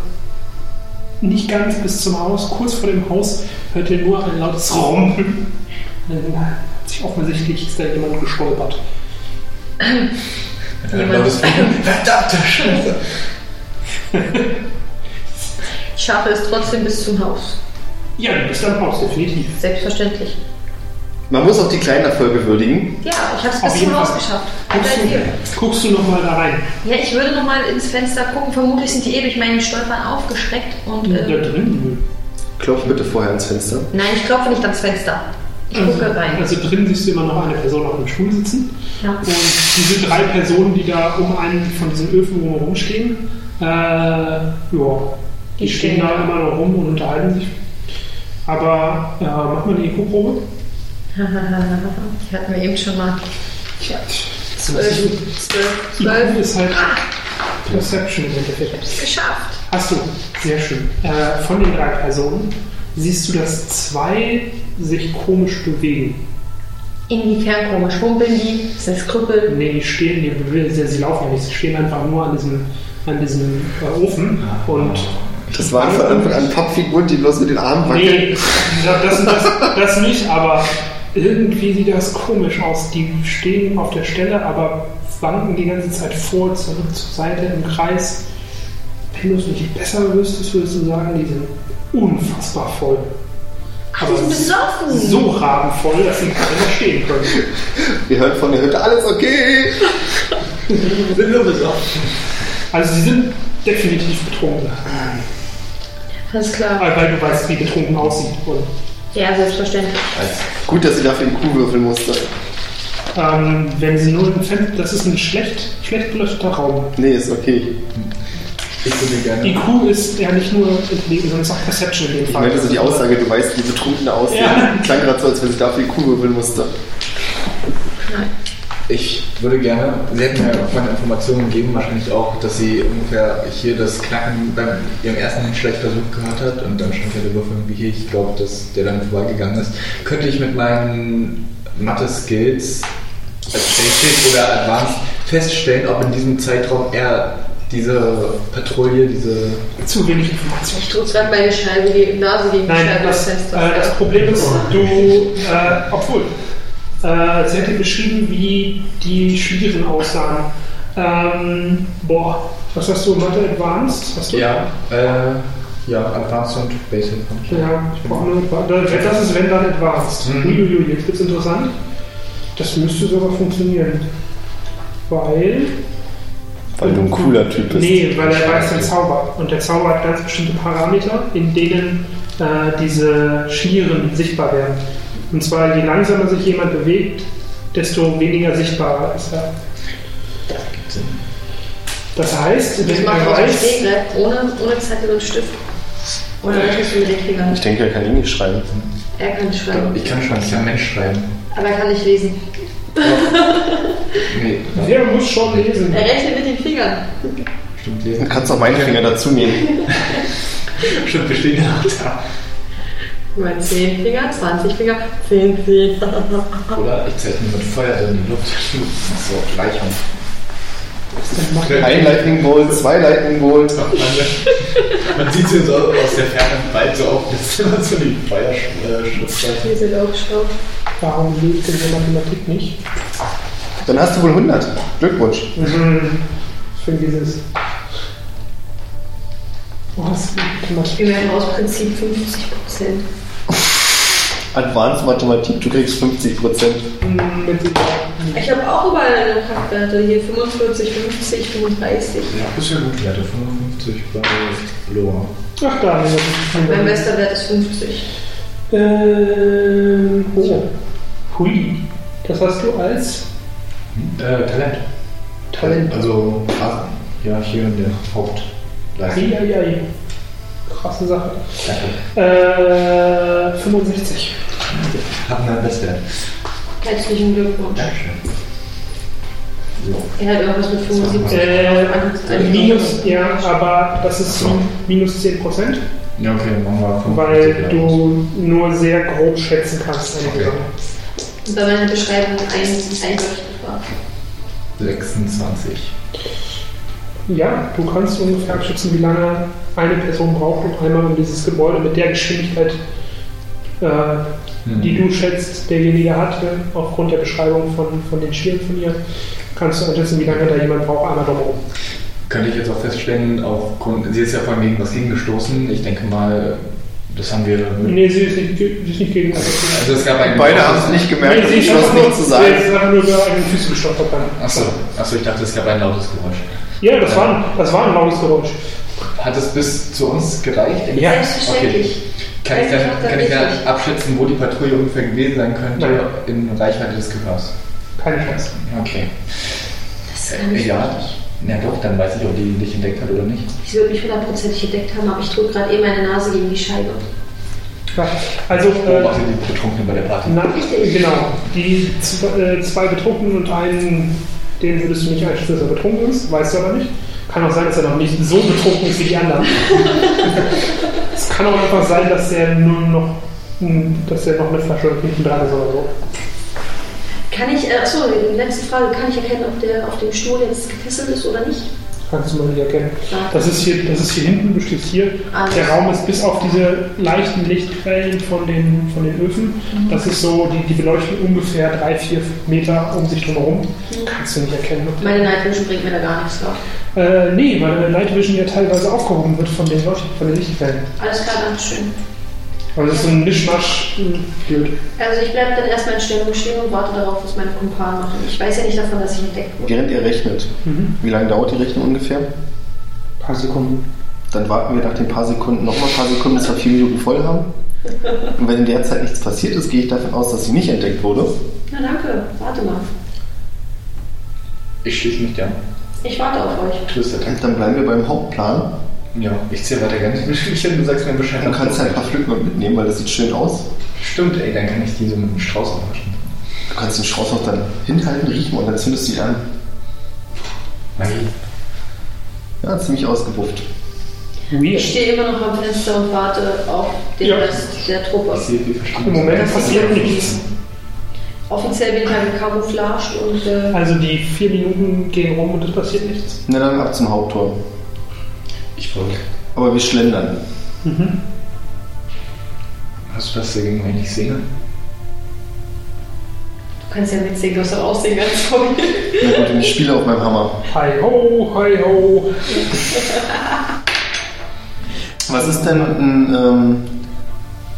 [SPEAKER 1] nicht ganz bis zum Haus, kurz vor dem Haus hört ihr nur ein lautes Rumpeln. Dann hat sich offensichtlich ist da jemand gestolpert.
[SPEAKER 5] Verdammte Scheiße!
[SPEAKER 4] Ich schaffe es trotzdem bis zum Haus.
[SPEAKER 1] Ja, du bist am Haus, definitiv.
[SPEAKER 4] Selbstverständlich.
[SPEAKER 2] Man muss auch die kleinen Erfolge würdigen.
[SPEAKER 4] Ja, ich habe es
[SPEAKER 1] Auf
[SPEAKER 4] bis
[SPEAKER 1] jeden
[SPEAKER 4] zum Haus
[SPEAKER 1] Fall.
[SPEAKER 4] geschafft.
[SPEAKER 1] Guckst
[SPEAKER 4] Guter Idee.
[SPEAKER 1] du, guckst du nochmal da rein?
[SPEAKER 4] Ja, ich würde nochmal ins Fenster gucken. Vermutlich sind die eh durch meinen Stolpern aufgeschreckt und.
[SPEAKER 1] Da
[SPEAKER 4] Äh,
[SPEAKER 1] drin?
[SPEAKER 2] Klopf bitte vorher ans Fenster.
[SPEAKER 4] nein, ich klopfe nicht ans Fenster. Ich gucke rein.
[SPEAKER 1] Also drin siehst du immer noch eine Person auf dem Stuhl sitzen.
[SPEAKER 4] Ja.
[SPEAKER 1] Und diese drei Personen, die da um einen von diesen Öfen rum rumstehen, äh, ja, die,
[SPEAKER 4] Die
[SPEAKER 1] stehen
[SPEAKER 4] stehen
[SPEAKER 1] da immer noch rum und unterhalten sich. Aber äh, mach mal eine IQ-Probe.
[SPEAKER 4] Die hatten wir eben schon mal.
[SPEAKER 1] Tja.
[SPEAKER 4] Ähm,
[SPEAKER 1] IQ ist halt Perception im Endeffekt.
[SPEAKER 4] Geschafft.
[SPEAKER 1] Achso, sehr schön. Äh, von den drei Personen siehst du, dass zwei sich komisch bewegen.
[SPEAKER 4] Inwiefern komisch rumpeln die? Sind es Krüppel?
[SPEAKER 1] Nee, die stehen, die, bewegen- sie, sie laufen ja nicht, sie stehen einfach nur an diesem, an diesem äh, Ofen und.
[SPEAKER 2] Das waren von Anfang an Pappfiguren, die bloß mit den Armen wackeln.
[SPEAKER 1] Nee, das, das, das nicht, aber irgendwie sieht das komisch aus. Die stehen auf der Stelle, aber wanken die ganze Zeit vor, zurück zur Seite im Kreis. Wenn du es nicht besser wüsstest, würdest du sagen, die sind unfassbar voll.
[SPEAKER 4] Ach, die sind besoffen.
[SPEAKER 1] so rabenvoll, dass sie keiner stehen können.
[SPEAKER 2] Wir hören von der Hütte, alles okay!
[SPEAKER 1] Sind nur besoffen. Also sie sind definitiv betrunken.
[SPEAKER 4] Alles klar.
[SPEAKER 1] Weil weil du weißt, wie betrunken aussieht. Und,
[SPEAKER 4] Ja, selbstverständlich.
[SPEAKER 2] Gut, dass ich dafür den Kuh würfeln musste.
[SPEAKER 1] ähm, wenn sie nur im Fenster, das ist ein schlecht, schlecht beleuchteter Raum.
[SPEAKER 2] Nee, ist okay.
[SPEAKER 5] Ich würde gerne.
[SPEAKER 1] IQ ist ja nicht nur Intelligenz, sondern ist auch Perception in dem
[SPEAKER 2] Ich
[SPEAKER 1] Fall.
[SPEAKER 2] meinte so die Aussage, du weißt, wie Betrunkene aussehen.
[SPEAKER 1] Ja.
[SPEAKER 2] Klang gerade so, als wenn ich dafür den Kuh würfeln musste.
[SPEAKER 5] Ich würde gerne. Sie hätten mir von Informationen gegeben, wahrscheinlich auch, dass sie ungefähr hier das Knacken beim ihrem ersten Hinschlechtversuch gehört hat und dann stand ja der Würfel irgendwie hier. Ich glaube, dass der dann vorbeigegangen ist. Könnte ich mit meinen Mathe-Skills als Basic oder Advanced feststellen, ob in diesem Zeitraum er diese Patrouille, diese
[SPEAKER 1] Zu wenig Information.
[SPEAKER 4] Ich drücke gerade meine Scheibe gegen Nase gegen die
[SPEAKER 1] Nein,
[SPEAKER 4] Scheibe des
[SPEAKER 1] das, äh,
[SPEAKER 4] Fensters.
[SPEAKER 1] das Problem ist, du, äh, obwohl, äh, sie hat dir beschrieben, wie die Schwierigen aussahen. Ähm, boah, was hast du, Mathe Advanced? Hast du?
[SPEAKER 5] Ja, äh, ja, Advanced und Basic.
[SPEAKER 1] Ja, ich brauche nur Advanced. Das ist wenn dann Advanced.
[SPEAKER 5] Mhm.
[SPEAKER 1] Uiuiui, jetzt wird's interessant. Das müsste sogar funktionieren. Weil.
[SPEAKER 2] Weil du ein cooler Typ bist.
[SPEAKER 1] Nee, weil er weiß den Zauber. Und der Zauber hat ganz bestimmte Parameter, in denen äh, diese Schlieren sichtbar werden. Und zwar, je langsamer sich jemand bewegt, desto weniger sichtbar ist er. Das heißt,
[SPEAKER 4] Ich
[SPEAKER 1] wenn
[SPEAKER 4] mache
[SPEAKER 1] er
[SPEAKER 4] aus dem
[SPEAKER 1] weiß,
[SPEAKER 4] Stegreif ne? ohne, ohne Zettel und Stift. Oder rechnest du mit den Fingern?
[SPEAKER 2] Ich denke, er kann Englisch schreiben.
[SPEAKER 4] Er kann schreiben,
[SPEAKER 5] Ich kann schon, ich kann Mensch schreiben.
[SPEAKER 4] aber er kann nicht lesen.
[SPEAKER 5] Nee,
[SPEAKER 1] Wer muss schon lesen?
[SPEAKER 6] Er rechnet mit den Fingern.
[SPEAKER 5] stimmt
[SPEAKER 2] Dann
[SPEAKER 5] lesen.
[SPEAKER 2] kannst du auch meine Finger dazu nehmen.
[SPEAKER 5] Stimmt, wir stehen ja auch da.
[SPEAKER 6] Über 10 Finger, 20 Finger, 10 Finger.
[SPEAKER 5] Oder ich zeichne mit Feuer in die Luft. So, Gleichung.
[SPEAKER 2] Ein Lightning Bolt, zwei Lightning Bolt.
[SPEAKER 5] Man sieht sie so aus der Ferne im Wald so auf, dass immer so die Feuerschutzzeichen.
[SPEAKER 6] Wir sind auch schlau.
[SPEAKER 1] Warum lebt denn die Mathematik nicht?
[SPEAKER 2] Dann hast du wohl 100. Glückwunsch.
[SPEAKER 1] Mhm. Für dieses. Oh, Was? Mathematik.
[SPEAKER 6] Wir werden aus Prinzip 50 Prozent.
[SPEAKER 2] Advanced Mathematik, du kriegst 50%.
[SPEAKER 1] Mhm, Mit Sicherheit.
[SPEAKER 6] Ich habe auch überall eine Packwerte. Hier 45, 50, 35.
[SPEAKER 5] Ja, bisher gut, Werte 55 bei Loa.
[SPEAKER 1] Ach, da haben wir
[SPEAKER 6] Mein
[SPEAKER 1] das.
[SPEAKER 6] bester Wert ist 50.
[SPEAKER 1] Ähm, oh. Hui. Das hast du als
[SPEAKER 5] Äh, Talent.
[SPEAKER 1] Talent.
[SPEAKER 5] Also, ah, ja, hier in der Hauptleistung.
[SPEAKER 1] Eieiei. Krasse Sache.
[SPEAKER 5] Danke.
[SPEAKER 1] Äh, 65.
[SPEAKER 5] Haben wir Bestwert.
[SPEAKER 6] Herzlichen Glückwunsch.
[SPEAKER 5] Dankeschön. So.
[SPEAKER 6] Er hat irgendwas mit
[SPEAKER 5] Also,
[SPEAKER 6] 75.
[SPEAKER 1] Äh,
[SPEAKER 6] Ein
[SPEAKER 1] minus, ja, aber das ist minus 10%,
[SPEAKER 5] Ja, okay, dann machen wir 55.
[SPEAKER 1] weil
[SPEAKER 5] ja.
[SPEAKER 1] du nur sehr grob schätzen kannst. Also, Eine
[SPEAKER 5] Okay.
[SPEAKER 1] Person.
[SPEAKER 6] Und bei meiner Beschreibung ein, eindeutig war.
[SPEAKER 5] 26.
[SPEAKER 1] Ja, du kannst ungefähr abschätzen, wie lange eine Person braucht, um einmal um dieses Gebäude mit der Geschwindigkeit, äh,
[SPEAKER 5] Hm.
[SPEAKER 1] die du schätzt, derjenige hat, ne, aufgrund der Beschreibung von, von den Schirmen von ihr, kannst du einschätzen, wie lange da jemand braucht, einmal drumherum.
[SPEAKER 5] Könnte ich jetzt auch feststellen, aufgrund, sie ist ja vorhin gegen was gegengestoßen. Ich denke mal, das haben wir.
[SPEAKER 1] Nee, sie ist nicht, sie ist nicht gegen das.
[SPEAKER 5] Also es gab einen.
[SPEAKER 2] Beide haben es nicht gemerkt und
[SPEAKER 1] sie ist
[SPEAKER 2] beschlossen,
[SPEAKER 1] einfach nur-
[SPEAKER 2] nichts zu
[SPEAKER 1] sie
[SPEAKER 2] sagen.
[SPEAKER 1] ist einfach nur über einen Füßen gestoppt worden.
[SPEAKER 5] Achso, achso, ich dachte, es gab ein lautes Geräusch.
[SPEAKER 1] Ja, das war, ein- das war ein lautes Geräusch.
[SPEAKER 5] Hat es bis zu uns gereicht?
[SPEAKER 1] Ja.
[SPEAKER 6] Selbstverständlich.
[SPEAKER 5] Kann ich,
[SPEAKER 6] Ich
[SPEAKER 5] dann,
[SPEAKER 6] mach da
[SPEAKER 5] kann ich dann
[SPEAKER 6] richtig.
[SPEAKER 5] abschätzen, wo die Patrouille ungefähr gewesen sein könnte,
[SPEAKER 1] Nein.
[SPEAKER 5] in Reichweite des Gehörs?
[SPEAKER 1] Keine Chance.
[SPEAKER 5] Okay. Äh, ja. Na doch, dann weiß ich, ob die dich entdeckt hat oder nicht.
[SPEAKER 6] Ich würde mich hundertprozentig entdeckt haben, aber ich drücke gerade eh meine Nase gegen die Scheibe.
[SPEAKER 1] Ja, also,
[SPEAKER 5] Ich
[SPEAKER 1] äh,
[SPEAKER 5] beobachte die Betrunkenen bei der Party.
[SPEAKER 1] na, genau. Die zwei, äh, zwei Betrunkenen und einen, den würdest du nicht einschätzen, dass er betrunken ist, weißt du aber nicht. Kann auch sein, dass er noch nicht so betrunken ist wie die anderen. es kann auch einfach sein, dass er nur noch, hm, dass er noch eine Flasche hinten dran ist oder so.
[SPEAKER 6] Kann ich, äh, achso, die letzte Frage, kann ich erkennen, ob der auf dem Stuhl jetzt gefesselt ist oder nicht?
[SPEAKER 1] Kannst du mal nicht erkennen.
[SPEAKER 6] Ja.
[SPEAKER 1] Das ist hier, das ist hier hinten, du stehst hier.
[SPEAKER 6] Alles.
[SPEAKER 1] Der Raum ist bis auf diese leichten Lichtquellen von den, von den Öfen. Das ist so, die, die beleuchten ungefähr drei, vier Meter um sich drumherum. Kannst du nicht erkennen. ob-
[SPEAKER 6] Meine Night Vision bringt mir da gar nichts drauf.
[SPEAKER 1] Äh, nee, weil deine Night Vision ja teilweise aufgehoben wird von den, Leucht von den Lichtquellen.
[SPEAKER 6] Alles klar, danke schön.
[SPEAKER 1] Also das ist so ein Mischmasch. hm, Blöd.
[SPEAKER 6] Also ich bleibe dann erstmal in Stellung stehen und warte darauf, was meine Kumpanen machen. Ich weiß ja nicht davon, dass ich entdeckt wurde.
[SPEAKER 2] Während ihr rechnet,
[SPEAKER 1] Mhm.
[SPEAKER 2] wie lange dauert die Rechnung ungefähr?
[SPEAKER 1] Paar Sekunden.
[SPEAKER 2] Dann warten wir nach den paar Sekunden nochmal ein paar Sekunden, bis wir vier Minuten voll haben. Und wenn in der Zeit nichts passiert ist, gehe ich davon aus, dass sie nicht entdeckt wurde.
[SPEAKER 6] Na danke, warte mal.
[SPEAKER 5] Ich schließe mich dir an.
[SPEAKER 6] Ich warte auf euch.
[SPEAKER 5] Twisted.
[SPEAKER 2] Dann bleiben wir beim Hauptplan.
[SPEAKER 5] Ja, ich zähle weiter gerne die Schildchen, du sagst mir Bescheid.
[SPEAKER 2] Du kannst ja ein paar Pflücken mitnehmen, weil das sieht schön aus.
[SPEAKER 5] Stimmt, ey, dann kann ich die so mit dem Strauß aufwaschen.
[SPEAKER 2] Du kannst den Strauß noch dann hinhalten, riechen und dann zündest du ihn an.
[SPEAKER 5] Magie.
[SPEAKER 2] Ja, ziemlich ausgebufft.
[SPEAKER 6] Ich
[SPEAKER 1] Weird.
[SPEAKER 6] stehe immer noch am Fenster und warte auf den
[SPEAKER 1] Ja.
[SPEAKER 6] Rest der Truppe.
[SPEAKER 5] Passiert wie verstanden.
[SPEAKER 1] Im Moment passiert nichts.
[SPEAKER 6] Offiziell bin ich
[SPEAKER 4] halt
[SPEAKER 6] ja gekamouflaged und äh,
[SPEAKER 1] Also die vier Minuten gehen rum und es passiert nichts.
[SPEAKER 2] Na dann ab zum Haupttor.
[SPEAKER 5] Ich folge.
[SPEAKER 2] Aber wir schlendern.
[SPEAKER 5] Hast du das dagegen, wenn ich singe?
[SPEAKER 6] du kannst ja mitsingen, du hast doch auch singen als Hobby.
[SPEAKER 2] Na gut, und ich spiele auf meinem Hammer.
[SPEAKER 1] Hi ho, hi ho.
[SPEAKER 2] Was ist denn ein, ähm,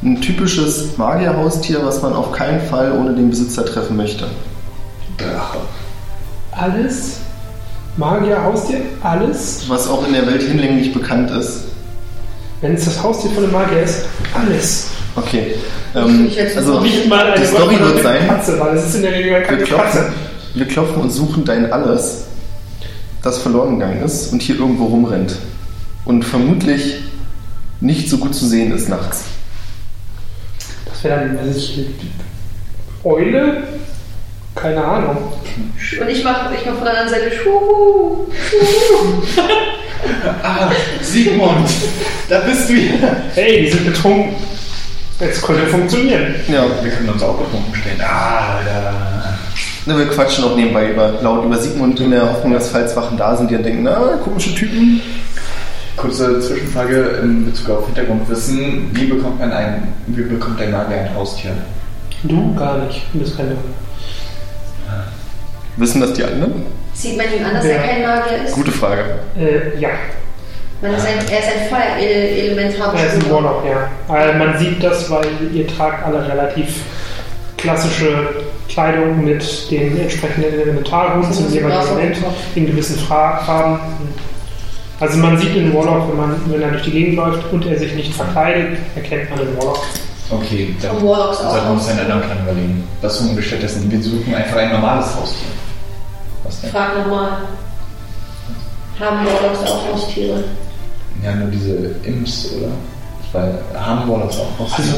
[SPEAKER 2] ein typisches Magierhaustier, was man auf keinen Fall ohne den Besitzer treffen möchte?
[SPEAKER 5] Drache.
[SPEAKER 1] Alles. Magier, Haustier, alles.
[SPEAKER 2] Was auch in der Welt hinlänglich bekannt ist.
[SPEAKER 1] Wenn es das Haustier von einem Magier ist, alles.
[SPEAKER 2] Okay. Ähm, also
[SPEAKER 1] Nicht mal
[SPEAKER 2] die
[SPEAKER 1] eine Wolke,
[SPEAKER 2] Story wird
[SPEAKER 1] sondern eine
[SPEAKER 2] sein,
[SPEAKER 1] Katze, weil es ist in der Regel gar keine
[SPEAKER 2] wir
[SPEAKER 1] Katze.
[SPEAKER 2] klopfen, wir klopfen und suchen dein Alles, das verloren gegangen ist und hier irgendwo rumrennt. Und vermutlich nicht so gut zu sehen ist nachts.
[SPEAKER 1] Das wäre dann, weiß ich, Eule, Keine Ahnung.
[SPEAKER 4] Und ich mache ich mach von der anderen Seite Schuhu.
[SPEAKER 5] Ah, Sigmund, da bist du ja.
[SPEAKER 1] Hey, die sind betrunken. Jetzt könnte funktionieren.
[SPEAKER 2] Ja,
[SPEAKER 5] Wir können uns auch betrunken stellen. Ah, Alter.
[SPEAKER 2] Na, Ne, wir quatschen auch nebenbei über, laut über Sigmund in der Hoffnung, dass falls Wachen da sind, die dann denken, na, komische Typen.
[SPEAKER 5] Kurze Zwischenfrage in Bezug auf Hintergrundwissen. Wie bekommt man ein, wie bekommt ein Magier ein Haustier?
[SPEAKER 1] Du gar nicht. Du bist keine.
[SPEAKER 2] Wissen das die anderen?
[SPEAKER 4] Sieht man ihm an, dass
[SPEAKER 1] Ja.
[SPEAKER 4] er kein Magier ist?
[SPEAKER 2] Gute Frage.
[SPEAKER 1] Äh, ja,
[SPEAKER 4] Man ist ein, er ist ein Feuerelementar.
[SPEAKER 1] er ist ein Warlock, ja. Äh, man sieht das, weil ihr tragt alle relativ klassische Kleidung mit den entsprechenden Elementarhut zum jeweiligen Element in gewissen Fra Farben. Also man sieht den Warlock, wenn, man, wenn er durch die Gegend läuft und er sich nicht verkleidet, erkennt man den Warlock.
[SPEAKER 5] Okay, dann
[SPEAKER 4] Und Warlocks auch.
[SPEAKER 5] sollten wir uns einen anderen Plan überlegen. Was suchen wir stattdessen? Wir suchen einfach ein normales Haustier. Was denn?
[SPEAKER 4] Frag nochmal. Haben Warlocks auch Haustiere?
[SPEAKER 5] Ja, nur diese Imps, oder? Weil haben wir das auch noch.
[SPEAKER 1] Also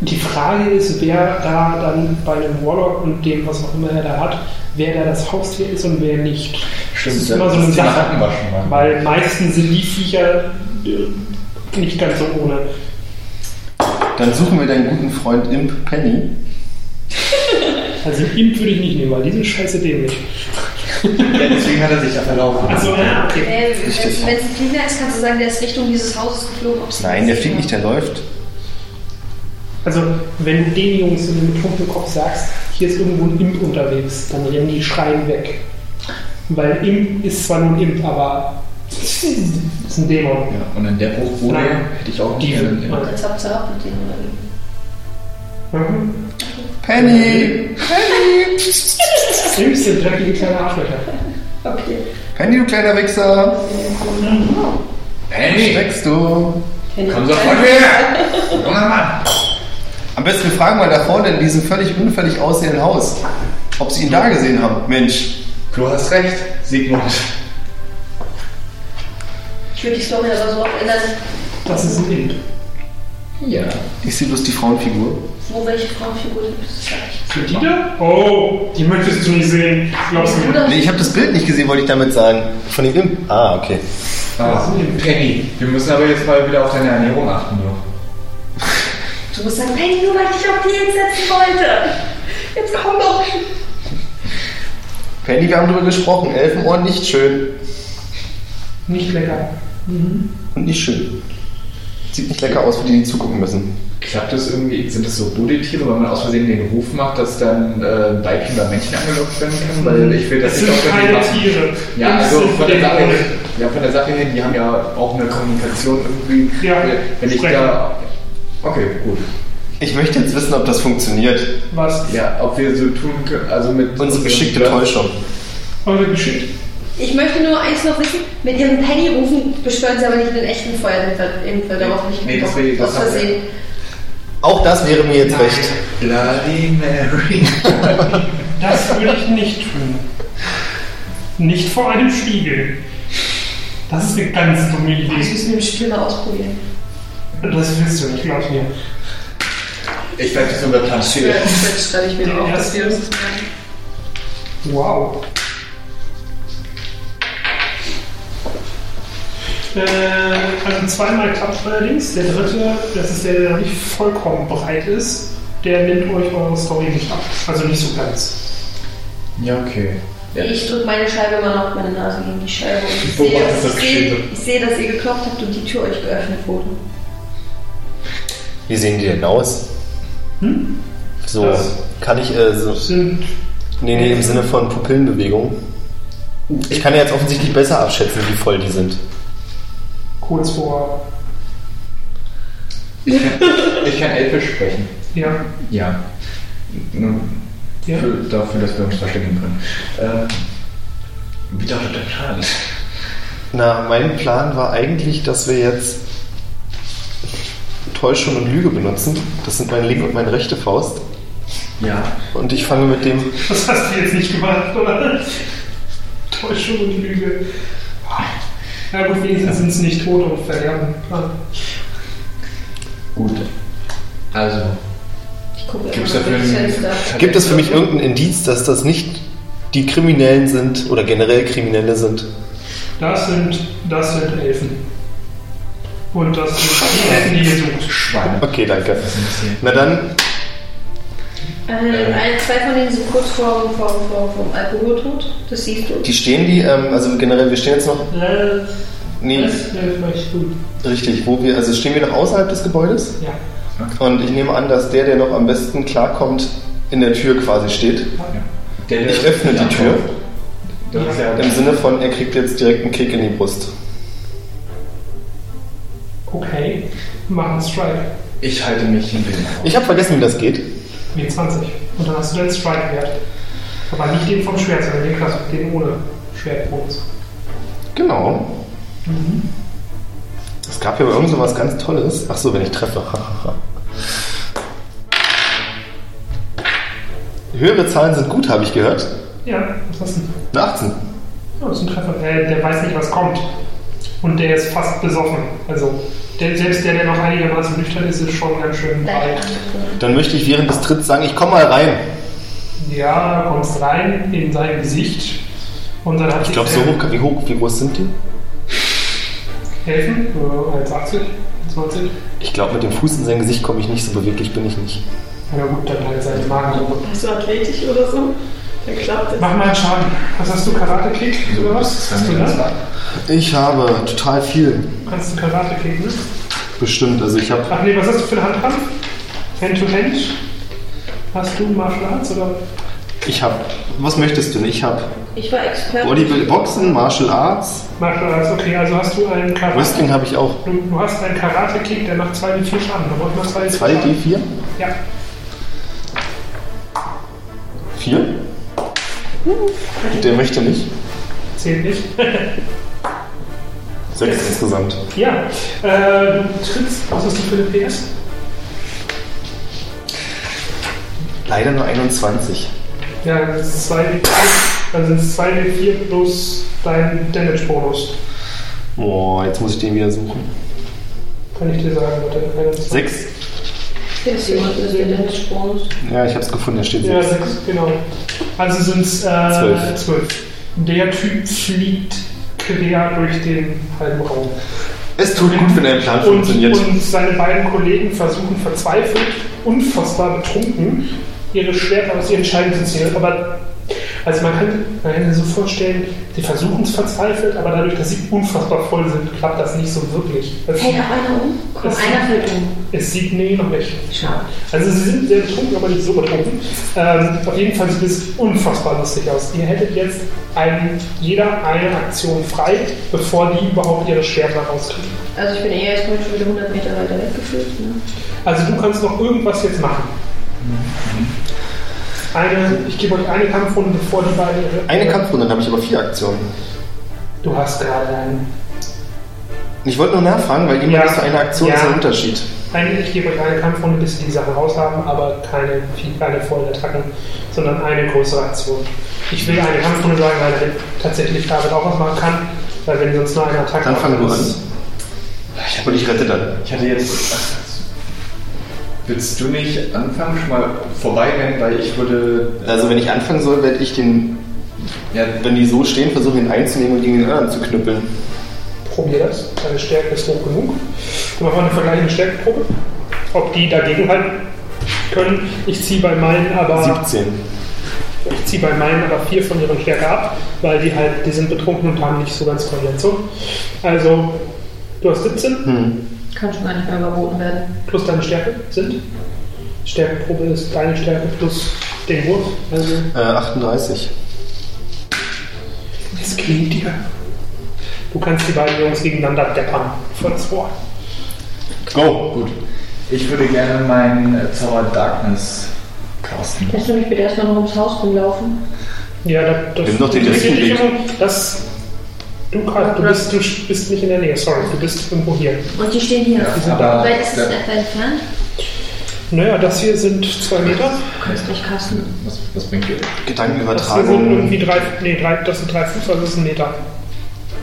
[SPEAKER 1] die Frage ist, wer da dann bei einem Warlock und dem, was auch immer er da hat, wer da das Haustier ist und wer nicht.
[SPEAKER 5] Stimmt,
[SPEAKER 1] das ist immer so eine
[SPEAKER 5] das Thema
[SPEAKER 1] Sache.
[SPEAKER 5] hatten wir schon mal.
[SPEAKER 1] Weil meistens sind die Viecher äh, nicht ganz so ohne.
[SPEAKER 2] Dann suchen wir deinen guten Freund Imp Penny.
[SPEAKER 1] Also Imp würde ich nicht nehmen, weil die sind scheiße dämlich.
[SPEAKER 5] ja, deswegen hat er sich ja verlaufen.
[SPEAKER 1] Also, ja, okay.
[SPEAKER 4] Äh, Wenn
[SPEAKER 2] Richtig.
[SPEAKER 4] es ein Fliegender ist, kannst du sagen, der ist Richtung dieses Hauses geflogen. Ob sie
[SPEAKER 2] Nein, der fliegt nicht, der läuft.
[SPEAKER 1] Also, wenn du den Jungs in dem betrunkenen Kopf sagst, hier ist irgendwo ein Imp unterwegs, dann rennen die schreien weg. Weil Imp ist zwar nur ein Imp, aber ist ein Dämon.
[SPEAKER 5] Ja, und in der Bruchbude
[SPEAKER 1] Nein.
[SPEAKER 5] hätte ich auch
[SPEAKER 1] Die
[SPEAKER 5] gerne
[SPEAKER 1] sind-
[SPEAKER 5] den-
[SPEAKER 4] Als habt ihr auch mit denen oder wie?
[SPEAKER 1] Mhm.
[SPEAKER 2] Penny! Penny!
[SPEAKER 1] Imps sind dreckige kleine Arschlöcher.
[SPEAKER 4] Okay.
[SPEAKER 2] Penny, du kleiner Wichser!
[SPEAKER 5] Hey,
[SPEAKER 2] Steckst du?
[SPEAKER 5] komm sofort her! Junger Mann!
[SPEAKER 2] Am besten wir fragen mal da vorne in diesem völlig unfällig aussehenden Haus, ob sie ihn da gesehen haben. Mensch,
[SPEAKER 5] Du hast recht, Sigmund.
[SPEAKER 4] Ich würde die Story aber so ändern,
[SPEAKER 1] Das ist ein Imp.
[SPEAKER 5] Ja.
[SPEAKER 2] ich sehe bloß die Frauenfigur.
[SPEAKER 4] wo welche Frauenfigur gibt es vielleicht.
[SPEAKER 1] Für die da? Oh, die möchtest du nicht sehen. Glaubst du mir?
[SPEAKER 2] Nee, ich habe das Bild nicht gesehen, wollte ich damit sagen. Von dem Imp? Ah, okay.
[SPEAKER 5] Ah, Penny, wir müssen aber jetzt mal wieder auf deine Ernährung achten, du.
[SPEAKER 4] Du musst sagen, hey, nur weil ich dich auf die setzen wollte. Jetzt komm doch.
[SPEAKER 2] Penny, wir haben drüber gesprochen. Elfenohr nicht schön.
[SPEAKER 1] Nicht lecker.
[SPEAKER 2] Und nicht schön. Sieht nicht lecker aus, für die, die zugucken müssen.
[SPEAKER 5] Klappt das irgendwie? Sind das so Budetiere, wenn man aus Versehen den Ruf macht, dass dann äh, Weibchen oder Männchen angelockt werden kann? Weil ich will das
[SPEAKER 1] Das
[SPEAKER 5] nicht
[SPEAKER 1] sind
[SPEAKER 5] auf der
[SPEAKER 1] keine
[SPEAKER 5] Welt machen.
[SPEAKER 1] Tiere.
[SPEAKER 5] Ja,
[SPEAKER 1] Imps
[SPEAKER 5] also
[SPEAKER 1] sind
[SPEAKER 5] von der, Sache,
[SPEAKER 1] Dämonen.
[SPEAKER 5] her- ja, von der Sache her, die haben ja auch eine Kommunikation irgendwie.
[SPEAKER 1] Ja,
[SPEAKER 5] wenn ich
[SPEAKER 1] sprechen.
[SPEAKER 5] da. Okay, gut.
[SPEAKER 2] Ich möchte jetzt wissen, ob das funktioniert.
[SPEAKER 1] Was?
[SPEAKER 5] Ja, ob wir so tun können, also mit.
[SPEAKER 2] Unsere
[SPEAKER 5] unserem
[SPEAKER 2] geschickte
[SPEAKER 5] Bluff-
[SPEAKER 2] Täuschung.
[SPEAKER 1] Eure Geschichte.
[SPEAKER 4] Ich möchte nur eins noch wissen, mit ihren Penny-Rufen beschwören sie aber nicht den echten Feuerimpfer, darauf habe ich
[SPEAKER 5] Nee,
[SPEAKER 4] Bock.
[SPEAKER 5] das will ich- das
[SPEAKER 4] aus
[SPEAKER 5] haben wir.
[SPEAKER 4] Versehen.
[SPEAKER 2] Auch das wäre mir jetzt recht.
[SPEAKER 5] Bloody Mary.
[SPEAKER 1] Das würde ich nicht tun. Nicht vor einem Spiegel. Das ist eine ganz dumme
[SPEAKER 4] Das
[SPEAKER 1] Idee.
[SPEAKER 4] müssen wir bestimmt mal ausprobieren.
[SPEAKER 1] Das willst du nicht, glaub mir.
[SPEAKER 5] Ich werde das unter Plan
[SPEAKER 4] Ja,
[SPEAKER 5] stehen.
[SPEAKER 4] das schreibe ich mir
[SPEAKER 1] Den
[SPEAKER 4] auf, dass wir
[SPEAKER 1] ersten?
[SPEAKER 4] das machen.
[SPEAKER 1] Wow. Äh, also zweimal klappt allerdings. Der dritte, das ist der, der nicht vollkommen breit ist, der nimmt euch eure Story nicht ab. Also nicht so ganz.
[SPEAKER 5] Ja, okay. Ja.
[SPEAKER 4] Ich drücke meine Scheibe immer noch, meine Nase gegen die Scheibe. Und ich,
[SPEAKER 5] Wo war
[SPEAKER 4] sehe,
[SPEAKER 5] das
[SPEAKER 4] dass, ich, sehe,
[SPEAKER 5] Geschehen?
[SPEAKER 4] ich sehe, dass ihr geklopft habt und die Tür euch geöffnet wurde.
[SPEAKER 2] Wie sehen die denn aus?
[SPEAKER 1] Hm?
[SPEAKER 2] So,
[SPEAKER 1] Das-
[SPEAKER 2] kann ich, äh, so,
[SPEAKER 1] Sind
[SPEAKER 2] nee, nee, im Sinne von Pupillenbewegung. Ich kann ja jetzt offensichtlich besser abschätzen, wie voll die sind.
[SPEAKER 1] kurz vor.
[SPEAKER 5] Ich kann, ich kann Elfisch sprechen.
[SPEAKER 1] Ja.
[SPEAKER 5] Ja. Nun,
[SPEAKER 1] ja.
[SPEAKER 5] Für, dafür, dass wir uns verstecken können. Ähm, wie lautet der Plan?
[SPEAKER 2] Na, mein Plan war eigentlich, dass wir jetzt Täuschung und Lüge benutzen. Das sind meine linke und meine rechte Faust.
[SPEAKER 5] Ja.
[SPEAKER 2] Und ich fange mit dem.
[SPEAKER 1] Das hast du jetzt nicht gemacht, oder? Täuschung und Lüge. Na gut, wenigstens sind es nicht Tote und Verderben. Ah.
[SPEAKER 5] Gut. Also,
[SPEAKER 4] Ich gucke
[SPEAKER 8] Gibt's
[SPEAKER 4] immer,
[SPEAKER 8] dafür
[SPEAKER 4] wenn ich
[SPEAKER 8] einen-
[SPEAKER 4] Fenster.
[SPEAKER 2] Gibt es für mich irgendeinen Indiz, dass das nicht die Kriminellen sind oder generell Kriminelle sind?
[SPEAKER 1] Das sind, das sind Elfen. Und das sind die Elfen, die ihr sucht.
[SPEAKER 8] Schweine.
[SPEAKER 2] Okay, danke. Na dann,
[SPEAKER 4] Äh, ein, zwei von denen sind kurz vor, vor, vor, vom Alkoholtod, das siehst du.
[SPEAKER 2] die stehen die, ähm, also generell, wir stehen jetzt noch,
[SPEAKER 1] Äh,
[SPEAKER 2] nee,
[SPEAKER 1] das hilft euch gut.
[SPEAKER 2] richtig, wo wir, also stehen wir noch außerhalb des Gebäudes
[SPEAKER 1] Ja.
[SPEAKER 2] und ich nehme an, dass der, der noch am besten klarkommt, in der Tür quasi steht.
[SPEAKER 8] Der, der-
[SPEAKER 2] Ich öffne die Tür
[SPEAKER 8] Das ist ja
[SPEAKER 2] im Sinne von, er kriegt jetzt direkt einen Kick in die Brust.
[SPEAKER 1] Okay. Mach einen Strike.
[SPEAKER 8] Ich halte mich hinter ihm auf.
[SPEAKER 2] Ich habe vergessen, wie das geht.
[SPEAKER 1] W20. Und dann hast du deinen Strike-Wert. Aber nicht den vom Schwert, sondern den, klassisch- den ohne Schwertbonus.
[SPEAKER 2] Genau. Es gab ja aber irgend so was ganz Tolles. Ach so, wenn ich treffe. Höhere Zahlen sind gut, habe ich gehört.
[SPEAKER 1] Ja, was hast du denn?
[SPEAKER 2] Eine 18.
[SPEAKER 1] Ja, das ist ein Treffer. Der, der weiß nicht, was kommt. Und der ist fast besoffen. Also, der, selbst der, der noch einigermaßen nüchtern ist, ist schon ganz schön weit.
[SPEAKER 2] Dann möchte ich während des Tritts sagen, ich komme mal rein.
[SPEAKER 1] Ja, du kommst rein in sein Gesicht. Und dann hat
[SPEAKER 2] Ich glaube, so hoch, wie hoch, wie groß sind die?
[SPEAKER 1] Helfen? Äh, 1,80, 20.
[SPEAKER 2] Ich glaube, mit dem Fuß in sein Gesicht komme ich nicht, so beweglich bin ich nicht.
[SPEAKER 1] Na gut, dann halt seine Magengrube.
[SPEAKER 9] Hast du Athletik oder so? Dann klappt es.
[SPEAKER 1] Mach mal einen Schaden. Was hast du? Karate-Kick oder was? Hast du das?
[SPEAKER 2] Ich habe total viel.
[SPEAKER 1] Kannst du Karate-Kick, ne?
[SPEAKER 2] Bestimmt, also ich habe...
[SPEAKER 1] Ach nee, was hast du für einen Handkampf? Hand-to-Hand? Hast du Martial Arts oder?
[SPEAKER 2] Ich habe... Was möchtest du denn? Ich habe
[SPEAKER 4] Ich war Experte.
[SPEAKER 2] Bodybuilding, Boxen, Martial Arts.
[SPEAKER 1] Martial Arts, okay, also hast du einen Karate...
[SPEAKER 2] Wrestling habe ich auch.
[SPEAKER 1] Du, du hast einen Karate-Kick, der macht 2D4 Schaden. Du brauchst noch 2D4 Schaden.
[SPEAKER 2] 2D4?
[SPEAKER 1] Ja.
[SPEAKER 2] 4? Der möchte nicht.
[SPEAKER 1] Zählt nicht.
[SPEAKER 2] Sechs insgesamt.
[SPEAKER 1] ja. Äh, du trittst, was hast du für eine PS?
[SPEAKER 2] Leider nur 21.
[SPEAKER 1] Ja, also dann sind es 2D4 dann sind es 2D4 plus dein Damage-Bonus.
[SPEAKER 2] Boah, jetzt muss ich den wieder suchen.
[SPEAKER 1] Kann ich dir sagen, warte. 21.
[SPEAKER 2] Sechs?
[SPEAKER 4] Das ist jemand, der den Damage-Bonus.
[SPEAKER 2] Ja, ich hab's gefunden, da steht
[SPEAKER 1] Ja,
[SPEAKER 2] sechs.
[SPEAKER 1] sechs, genau. Also sind es äh,
[SPEAKER 2] Zwölf.
[SPEAKER 1] zwölf. Der Typ fliegt quer durch den halben Raum.
[SPEAKER 2] Es tut gut, wenn ein Plan
[SPEAKER 1] Und,
[SPEAKER 2] funktioniert.
[SPEAKER 1] und seine beiden Kollegen versuchen verzweifelt, unfassbar betrunken, ihre Schwerter aus ihren Scheiben zu ziehen. Aber also man kann, man kann sich so vorstellen, die versuchen es verzweifelt, aber dadurch, dass sie unfassbar voll sind, klappt das nicht so wirklich. Es,
[SPEAKER 4] Fällt auch einer um? Komm,
[SPEAKER 1] Das-
[SPEAKER 4] einer fällt um.
[SPEAKER 1] es sieht nee noch nicht.
[SPEAKER 4] Schade.
[SPEAKER 1] Also sie sind sehr betrunken, aber nicht so betrunken. Ähm, auf jeden Fall sieht es unfassbar lustig aus. Ihr hättet jetzt einen, jeder eine Aktion frei, bevor die überhaupt ihre Schwerter rauskriegen.
[SPEAKER 4] Also ich bin eher erstmal schon wieder 100 Meter weiter weggeführt. Ne?
[SPEAKER 1] Also du kannst noch irgendwas jetzt machen. Eine, ich gebe euch eine Kampfrunde, bevor die beiden ihre...
[SPEAKER 2] Eine Kampfrunde, dann habe ich aber vier Aktionen.
[SPEAKER 1] Du hast gerade einen.
[SPEAKER 2] Und ich wollte nur nachfragen, weil immer
[SPEAKER 1] Ja.
[SPEAKER 2] ist für eine Aktion
[SPEAKER 1] Ja.
[SPEAKER 2] ist ein Unterschied.
[SPEAKER 1] Eine, ich gebe euch eine Kampfrunde, bis sie die Sachen raushaben, aber keine, viel- keine vollen Attacken, sondern eine größere Aktion. Ich will eine Kampfrunde sagen, weil damit tatsächlich David auch was machen kann, weil wenn sonst nur eine Attacke
[SPEAKER 2] Dann fangen wir
[SPEAKER 1] ist-
[SPEAKER 2] an. Und ich rette dann.
[SPEAKER 8] Ich hatte jetzt. Willst du nicht anfangen, schon mal vorbeirennen, weil ich würde.
[SPEAKER 2] Also wenn ich anfangen soll, werde ich den,
[SPEAKER 8] Ja,
[SPEAKER 2] wenn die so stehen, versuchen, den einzunehmen und gegen den anderen zu knüppeln.
[SPEAKER 1] Probier das. Deine Stärke ist hoch genug. Dann machen wir eine vergleichende Stärkenprobe. Ob die dagegen halten können. Ich ziehe bei meinen aber
[SPEAKER 2] 17.
[SPEAKER 1] ich ziehe bei meinen aber vier von ihren Stärke ab, weil die halt, die sind betrunken und haben nicht so ganz Konvention. Also, du hast 17
[SPEAKER 2] Hm.
[SPEAKER 4] Kann schon gar nicht mehr überboten werden.
[SPEAKER 1] plus deine Stärke sind. Stärkenprobe ist deine Stärke plus den Wurf. Also
[SPEAKER 2] Äh, 38.
[SPEAKER 1] es klingt dir. Du kannst die beiden Jungs gegeneinander deppern. Von vor.
[SPEAKER 2] Go!
[SPEAKER 8] gut. Ich würde gerne meinen äh, Zauber Darkness casten.
[SPEAKER 4] Lässt du mich bitte erstmal noch ums Haus rumlaufen?
[SPEAKER 1] Ja, das, das
[SPEAKER 2] Nimm doch den
[SPEAKER 1] interessiert
[SPEAKER 2] direkten
[SPEAKER 1] dich immer. Das, du, Karl, du, bist, du bist nicht in der Nähe, sorry, du bist irgendwo hier.
[SPEAKER 4] Und die stehen hier.
[SPEAKER 8] Ja,
[SPEAKER 4] Wie
[SPEAKER 8] aber
[SPEAKER 4] weit ist es
[SPEAKER 8] der,
[SPEAKER 4] etwa entfernt?
[SPEAKER 1] Naja, das hier sind zwei Meter.
[SPEAKER 4] Kannst gleich kasten.
[SPEAKER 8] was, was bringt dir?
[SPEAKER 1] Das hier sind
[SPEAKER 2] Gedankenübertragung.
[SPEAKER 1] irgendwie drei, nee, drei, das sind drei Fuß, also das ist ein Meter.